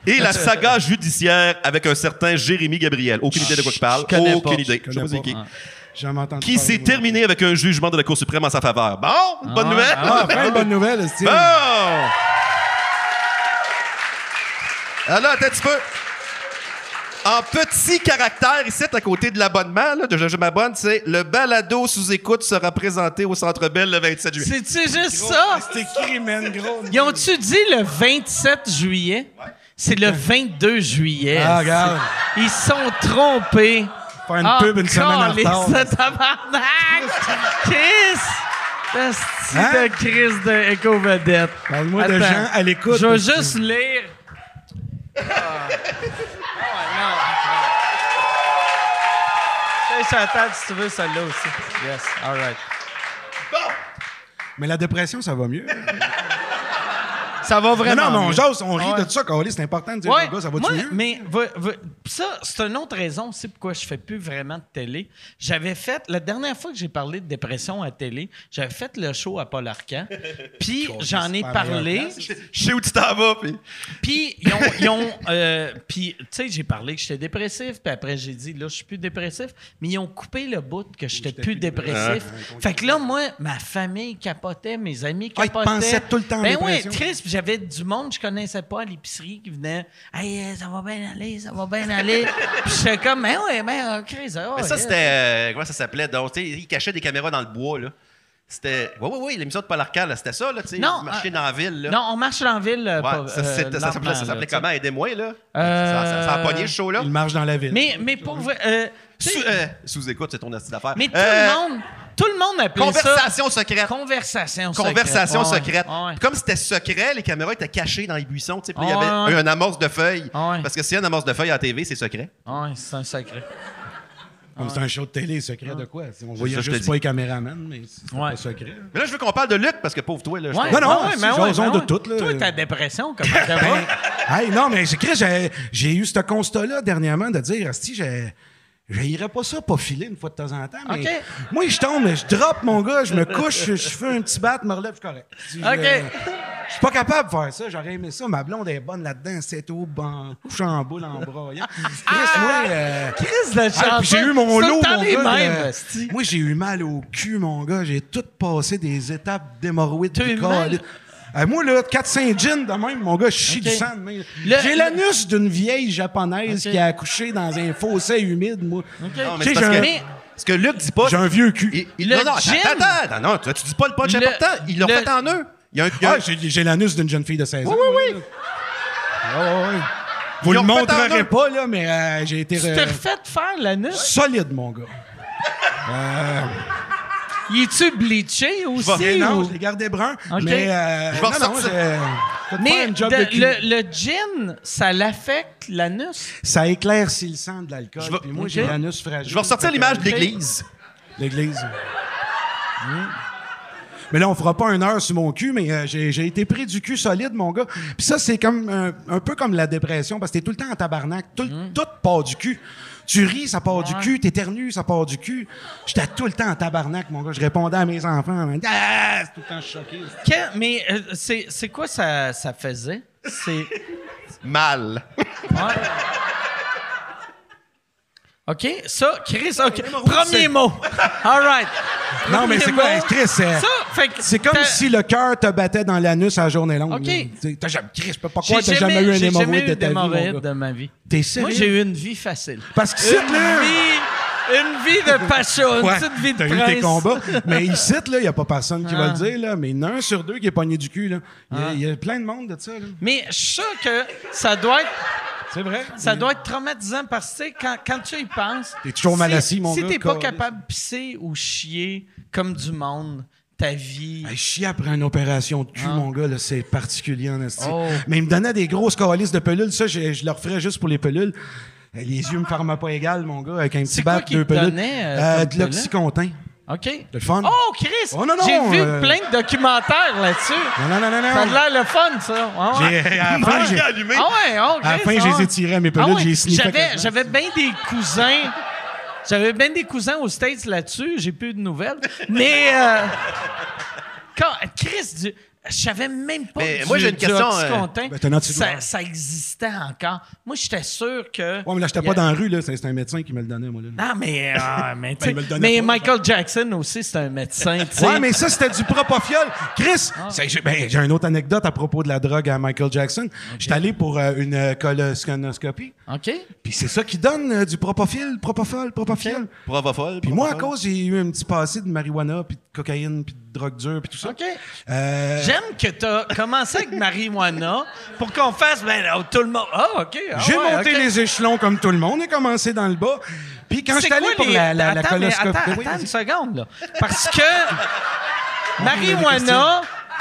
Speaker 4: Et la saga judiciaire avec un certain Jérémy Gabriel. Aucune idée de quoi je parle.
Speaker 1: Ah, connais
Speaker 4: Aucune
Speaker 1: pas. Ah.
Speaker 4: idée. Je sais pas
Speaker 3: connais
Speaker 4: c'est
Speaker 3: pas.
Speaker 4: qui.
Speaker 3: J'ai jamais entendu
Speaker 4: Qui
Speaker 3: parler,
Speaker 4: s'est
Speaker 3: moi.
Speaker 4: terminé avec un jugement de la Cour suprême en sa faveur. Bon, une bonne nouvelle.
Speaker 3: Ah, enfin, une bonne nouvelle, c'est
Speaker 4: Ah! Ah, Bon! Alors, attends un petit peu. en petit caractère ici, à côté de l'abonnement, là, de Je, je m'abonne, c'est le balado sous écoute sera présenté au Centre Bell le 27 juillet.
Speaker 1: C'est-tu juste ça?
Speaker 3: Ah, C'est écrit, man, gros.
Speaker 1: Ils ont-tu dit le 27 juillet? C'est le 22 juillet.
Speaker 3: Ah, regarde.
Speaker 1: Ils sont trompés.
Speaker 3: Faire
Speaker 1: Ah,
Speaker 3: une pub une semaine en retard.
Speaker 1: C'est tabarnak! Chris! Asti de
Speaker 3: Hein?
Speaker 1: Chris de Echo Vedette.
Speaker 3: Parle-moi de
Speaker 1: Attends.
Speaker 3: gens à l'écoute.
Speaker 1: Je vais juste lire. Ah. Oh, non. Je la table si tu veux celle-là aussi. Yes, all right.
Speaker 3: Mais la dépression, ça va mieux.
Speaker 1: Ça va
Speaker 3: Mais
Speaker 1: vraiment.
Speaker 3: non, mais on
Speaker 1: mieux.
Speaker 3: jase, on rit
Speaker 1: Ouais.
Speaker 3: de tout ça, Carlis. C'est important de dire,
Speaker 1: Ouais,
Speaker 3: aux gars, ça va-tu
Speaker 1: moi,
Speaker 3: mieux?
Speaker 1: Mais va- va- pis ça, c'est une autre raison aussi pourquoi je fais plus vraiment de télé. J'avais fait, la dernière fois que j'ai parlé de dépression à télé, j'avais fait le show à Paul Arcan. Puis j'en ai
Speaker 3: pas la meilleure
Speaker 1: parlé.
Speaker 4: Je sais où tu t'en vas, puis
Speaker 1: Oh, Puis, ils ont. ils ont, euh, puis, tu sais, j'ai parlé que j'étais dépressif. Puis après, j'ai dit, là, je suis plus dépressif. Mais ils ont coupé le bout que j'étais plus dépressif. Fait que là, moi, ma famille capotait, mes amis
Speaker 3: Ah, ils te
Speaker 1: capotaient.
Speaker 3: pensaient tout le temps en
Speaker 1: Ben oui,
Speaker 3: dépression.
Speaker 1: Chris, puis j'avais du monde que je connaissais pas à l'épicerie qui venait. Hey, euh, ça va bien aller, ça va bien aller. puis j'étais comme, ben oui, ben, euh, Chris. ah ouais,
Speaker 4: Mais ça,
Speaker 1: euh,
Speaker 4: c'était. euh, comment ça s'appelait? Donc, tu sais, il cachait des caméras dans le bois, là. C'était. Oui, oui, oui, l'émission de Paul Arcand, là, c'était ça, là, tu sais.
Speaker 1: Non,
Speaker 4: Marcher
Speaker 1: euh,
Speaker 4: dans la ville, là.
Speaker 1: Non, on marche dans la ville. euh,
Speaker 4: Ouais,
Speaker 1: pas-
Speaker 4: ça,
Speaker 1: euh,
Speaker 4: c'était- ça s'appelait, ça
Speaker 1: lentement, là, tu
Speaker 4: s'appelait
Speaker 1: sais.
Speaker 4: comment? Aidez-moi, là.
Speaker 1: Euh,
Speaker 4: Ça, ça- ça a pogné ce show-là.
Speaker 3: Il marche dans la ville.
Speaker 1: Mais, mais pour vrai. euh, tu sais,
Speaker 4: Sous, euh, sous écoute, c'est ton astuce d'affaires.
Speaker 1: mais tout
Speaker 4: Euh,
Speaker 1: le monde. Tout le monde appelait ça.
Speaker 4: Conversation secrète.
Speaker 1: Conversation secrète.
Speaker 4: Conversation
Speaker 1: Ouais,
Speaker 4: secrète.
Speaker 1: ouais.
Speaker 4: Comme c'était secret, les caméras étaient cachées dans les buissons. tu sais, puis Il y
Speaker 1: Ouais,
Speaker 4: avait
Speaker 1: ouais.
Speaker 4: un amorce de feuilles.
Speaker 1: Ouais.
Speaker 4: Parce que s'il y a un amorce de feuilles à la TV, c'est secret.
Speaker 1: Ouais, c'est un secret.
Speaker 3: Comme C'est un show de télé, secret de quoi? On
Speaker 4: ça,
Speaker 3: voyait
Speaker 4: je te
Speaker 3: juste
Speaker 4: dis.
Speaker 3: pas les caméramans, mais c'est
Speaker 1: Ah. Ouais.
Speaker 3: pas secret.
Speaker 4: Mais là, je veux qu'on parle de Luc, parce que pauvre toi, là. je
Speaker 1: Ouais,
Speaker 4: pense-
Speaker 3: non,
Speaker 1: ouais, ouais,
Speaker 3: si,
Speaker 1: mais ouais,
Speaker 3: jasons
Speaker 1: mais
Speaker 3: de
Speaker 1: ouais.
Speaker 3: tout, là.
Speaker 1: Toi, ta dépression, comment ça va?
Speaker 3: Hey, non, mais c'est que j'ai, j'ai eu ce constat-là dernièrement de dire, si j'ai. J'irais pas ça, pas filer une fois de temps en temps, mais
Speaker 1: OK.
Speaker 3: moi, je tombe, je drop mon gars, je me couche, je fais un petit bat, je me relève, je suis correct. Si je- euh,
Speaker 1: OK.
Speaker 3: Je suis pas capable de faire ça, j'aurais aimé ça. Ma blonde est bonne là-dedans, c'est au banc, couche en boule, en braillant.
Speaker 1: Ah!
Speaker 3: Chris, moi, euh,
Speaker 1: Chris de
Speaker 3: Ah, puis j'ai eu mon
Speaker 1: C'est tout
Speaker 3: lot,
Speaker 1: le temps
Speaker 3: mon
Speaker 1: les
Speaker 3: gars.
Speaker 1: mêmes,
Speaker 3: de-
Speaker 1: esti.
Speaker 3: Moi, j'ai eu mal au cul, mon gars. J'ai tout passé des étapes d'hémorroïdes
Speaker 1: T'as eu
Speaker 3: du corps.
Speaker 1: mal?
Speaker 3: Euh, moi, là, 4-5 jeans de même, mon gars, je chie
Speaker 1: Ok.
Speaker 3: du sang de même.
Speaker 1: Le-
Speaker 3: J'ai l'anus d'une vieille japonaise
Speaker 1: Ok.
Speaker 3: qui a accouché dans un fossé humide, moi.
Speaker 4: Non, mais
Speaker 3: Tu
Speaker 4: c'est
Speaker 3: sais,
Speaker 4: parce
Speaker 3: j'ai
Speaker 4: que-
Speaker 3: un-
Speaker 1: Mais-
Speaker 4: Ce que Luc dit pas.
Speaker 3: J'ai un vieux cul.
Speaker 4: il- il-
Speaker 1: Le
Speaker 4: non, non,
Speaker 1: gin-
Speaker 4: attends, attends, non, non, toi, tu dis pas le punch
Speaker 1: Le-
Speaker 4: important. Ils l'ont
Speaker 1: le-
Speaker 4: fait en eux. Il y a un. il y a un-
Speaker 3: Ah, j'ai j'ai l'anus d'une jeune fille de 16 ans. Ah,
Speaker 4: Oui, oui, oui.
Speaker 3: Vous
Speaker 4: Ils
Speaker 3: le
Speaker 4: ont fait en
Speaker 3: montrerez
Speaker 4: eux.
Speaker 3: pas, là, mais euh, j'ai été
Speaker 1: Tu
Speaker 3: euh,
Speaker 1: t'es refait faire l'anus?
Speaker 3: solide, mon gars.
Speaker 1: Il est-tu bleaché
Speaker 3: Et
Speaker 1: aussi?
Speaker 3: non,
Speaker 1: ou-
Speaker 3: je les gardais bruns,
Speaker 1: Ok.
Speaker 3: mais... euh,
Speaker 4: Je vais
Speaker 3: non, non,
Speaker 4: ressortir.
Speaker 3: j'ai- j'ai
Speaker 1: Mais
Speaker 3: fait un job
Speaker 1: de-
Speaker 3: de cul.
Speaker 1: le, le gin, ça l'affecte, l'anus?
Speaker 3: Ça éclaircit le sang de l'alcool.
Speaker 4: Je vais-
Speaker 3: Puis moi,
Speaker 1: Ok.
Speaker 3: j'ai l'anus fragile.
Speaker 4: Je vais ressortir
Speaker 3: Fait que,
Speaker 4: l'image de
Speaker 3: euh,
Speaker 4: l'église.
Speaker 3: L'église. Mm. Mais là, on fera pas une heure sur mon cul, mais euh, j'ai j'ai été pris du cul solide, mon gars. Puis ça, c'est comme un, un peu comme la dépression, parce que t'es tout le temps en tabarnak. Tout,
Speaker 4: Hein?
Speaker 3: tout part du cul. Tu ris, ça part du cul. T'éternues, ça part du cul. J'étais tout le temps en tabarnak, mon gars. Je répondais à mes enfants. Ah! C'est tout le temps choqué.
Speaker 1: Quand- mais euh, c'est c'est quoi ça, ça faisait? C'est.
Speaker 4: Mal.
Speaker 1: Ouais. OK, ça, Chris, OK.
Speaker 3: c'est-
Speaker 1: Premier mot. All right.
Speaker 3: Non, mais c'est
Speaker 1: Premier
Speaker 3: quoi,
Speaker 1: mot.
Speaker 3: Chris? euh,
Speaker 1: Ça, fait que
Speaker 3: C'est comme
Speaker 1: t'as-
Speaker 3: si le cœur te battait dans l'anus à la journée longue.
Speaker 1: OK.
Speaker 3: là. Tu sais, T'as jamais, Chris, je peux pas
Speaker 1: J'ai
Speaker 3: croire que t'as jamais eu un
Speaker 1: j'ai jamais eu
Speaker 3: hémorroïde de ta vie.
Speaker 1: d'hémorroïde
Speaker 3: mon
Speaker 1: de
Speaker 3: gars.
Speaker 1: ma vie.
Speaker 3: T'es
Speaker 1: Moi,
Speaker 3: sérieux?
Speaker 1: j'ai eu une vie facile.
Speaker 3: Parce que
Speaker 1: Une vie,
Speaker 3: c'est là.
Speaker 1: une vie de passion, une
Speaker 3: Ouais,
Speaker 1: petite vie de
Speaker 3: T'as
Speaker 1: prince.
Speaker 3: eu tes combats. Mais ici, là, il n'y a pas personne qui va
Speaker 1: Ah.
Speaker 3: le dire, là, mais il y en a un sur deux qui est pogné du cul. là. Il y a- il y, a plein de monde de ça. là.
Speaker 1: Mais je suis sûr que ça doit être,
Speaker 3: C'est vrai.
Speaker 1: ça doit être traumatisant parce que tu sais, quand, quand tu y penses...
Speaker 3: T'es toujours mal assis, mon
Speaker 1: si
Speaker 3: gars,
Speaker 1: Si t'es pas
Speaker 3: câlisse.
Speaker 1: capable de pisser ou chier comme du monde, ta vie...
Speaker 3: Hey, chier après une opération de cul, mon gars, là, c'est particulier en esti.
Speaker 1: Ah. Oh.
Speaker 3: Mais il me donnait des grosses calices de pelules. Ça, je, je le referais juste pour les pelules. Euh, Les yeux me ferment pas égal, mon gars, avec un petit
Speaker 1: C'est quoi
Speaker 3: bat,
Speaker 1: qu'il
Speaker 3: deux
Speaker 1: te
Speaker 3: pelules.
Speaker 1: donnait, euh, comme
Speaker 3: de
Speaker 1: pelule?
Speaker 3: l'oxycontin.
Speaker 1: OK.
Speaker 3: Le fun.
Speaker 1: Oh, Chris!
Speaker 3: Oh, non, non,
Speaker 1: J'ai vu
Speaker 3: euh,
Speaker 1: plein de documentaires là-dessus.
Speaker 3: Non, non, non, non, non.
Speaker 1: Ça a l'air le fun, ça. Ouais, ouais.
Speaker 3: J'ai- à la fin, j'ai-
Speaker 4: allumé.
Speaker 1: Ah ouais, oh,
Speaker 3: À la
Speaker 1: Chris,
Speaker 3: fin,
Speaker 1: ah
Speaker 3: je les
Speaker 1: ouais.
Speaker 3: ai tirés à mes pelules,
Speaker 1: Ah ouais.
Speaker 3: j'ai sniffé
Speaker 1: J'avais,
Speaker 3: quasiment.
Speaker 1: j'avais bien des cousins. J'avais bien des cousins aux States là-dessus. J'ai plus eu de nouvelles. Mais. euh, quand, Chris, du- Je savais même pas
Speaker 4: Mais
Speaker 1: du-
Speaker 4: moi, j'ai une
Speaker 1: du
Speaker 4: question,
Speaker 1: OxyContin.
Speaker 3: euh, ben, t'as un antidouleur.
Speaker 1: ça, ça existait encore. Moi, j'étais sûr que...
Speaker 3: Ouais, mais là, j'étais pas dans la rue, là. C'est c'est un médecin qui me le donnait, moi, là.
Speaker 1: Non, mais, euh, mais, tu
Speaker 3: il Ben, me le
Speaker 1: sais,
Speaker 3: donnait
Speaker 1: mais
Speaker 3: pas,
Speaker 1: Michael Jackson aussi, c'est Ah. un médecin. tu sais.
Speaker 3: Ouais, mais ça, c'était du propofiol. Chris, c'est- j'ai ben, j'ai une autre anecdote à propos de la drogue à Michael Jackson. J'étais allé pour euh, une euh, coloscopie,
Speaker 1: OK.
Speaker 3: puis c'est ça qui donne euh, du propofil, propofol, propofiol.
Speaker 4: Propofol.
Speaker 3: Puis moi, à cause, j'ai eu un petit passé de marijuana, puis de cocaïne, puis de drogue dure, puis tout ça.
Speaker 1: OK.
Speaker 3: Euh,
Speaker 1: J'aime que tu as commencé avec marijuana pour qu'on fasse ben, oh, tout le monde. Ah, OK. ah
Speaker 3: J'ai
Speaker 1: ouais,
Speaker 3: monté
Speaker 1: OK.
Speaker 3: les échelons comme tout le monde, et commencé dans le bas. Puis quand
Speaker 1: C'est
Speaker 3: j'étais allé
Speaker 1: quoi
Speaker 3: pour
Speaker 1: les-
Speaker 3: la, la, la
Speaker 1: attends, mais
Speaker 3: coloscopie...
Speaker 1: attends,
Speaker 3: Oui,
Speaker 1: attends
Speaker 3: vas-y.
Speaker 1: une seconde, là. Parce que marijuana,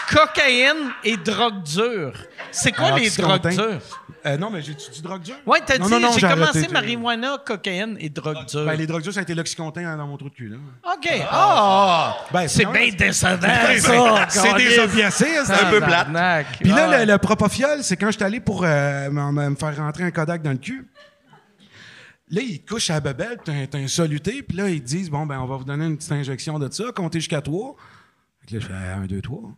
Speaker 1: cocaïne et drogue dure. C'est quoi
Speaker 3: Alors,
Speaker 1: les
Speaker 3: petit
Speaker 1: drogues
Speaker 3: contin.
Speaker 1: dures?
Speaker 3: Euh, non, mais j'ai-tu du drogue dure?
Speaker 1: Oui, t'as
Speaker 3: Non,
Speaker 1: dit,
Speaker 3: non, non,
Speaker 1: j'ai
Speaker 3: arrêté
Speaker 1: commencé
Speaker 3: de-
Speaker 1: marijuana, cocaïne et drogue dure.
Speaker 3: Ben, les drogues dures, ça a été l'oxycontin hein, dans mon trou de cul, là.
Speaker 1: OK. Ah!
Speaker 3: Ben,
Speaker 1: c'est
Speaker 3: non,
Speaker 1: bien
Speaker 3: là,
Speaker 1: décevant,
Speaker 3: c'est-
Speaker 1: ça.
Speaker 3: C'est des opiacés, c'est
Speaker 1: Ah,
Speaker 4: un peu plate.
Speaker 1: ben,
Speaker 3: Puis là, le, le propofiol, c'est quand j'étais allé pour euh, m- m- me faire rentrer un Kodak dans le cul. Là, ils te couchent à la bebelle, puis t'as un- t'as un soluté, puis là, ils te disent Bon, ben, on va vous donner une petite injection de ça, comptez jusqu'à trois. Fait que là, je fais un, deux, trois.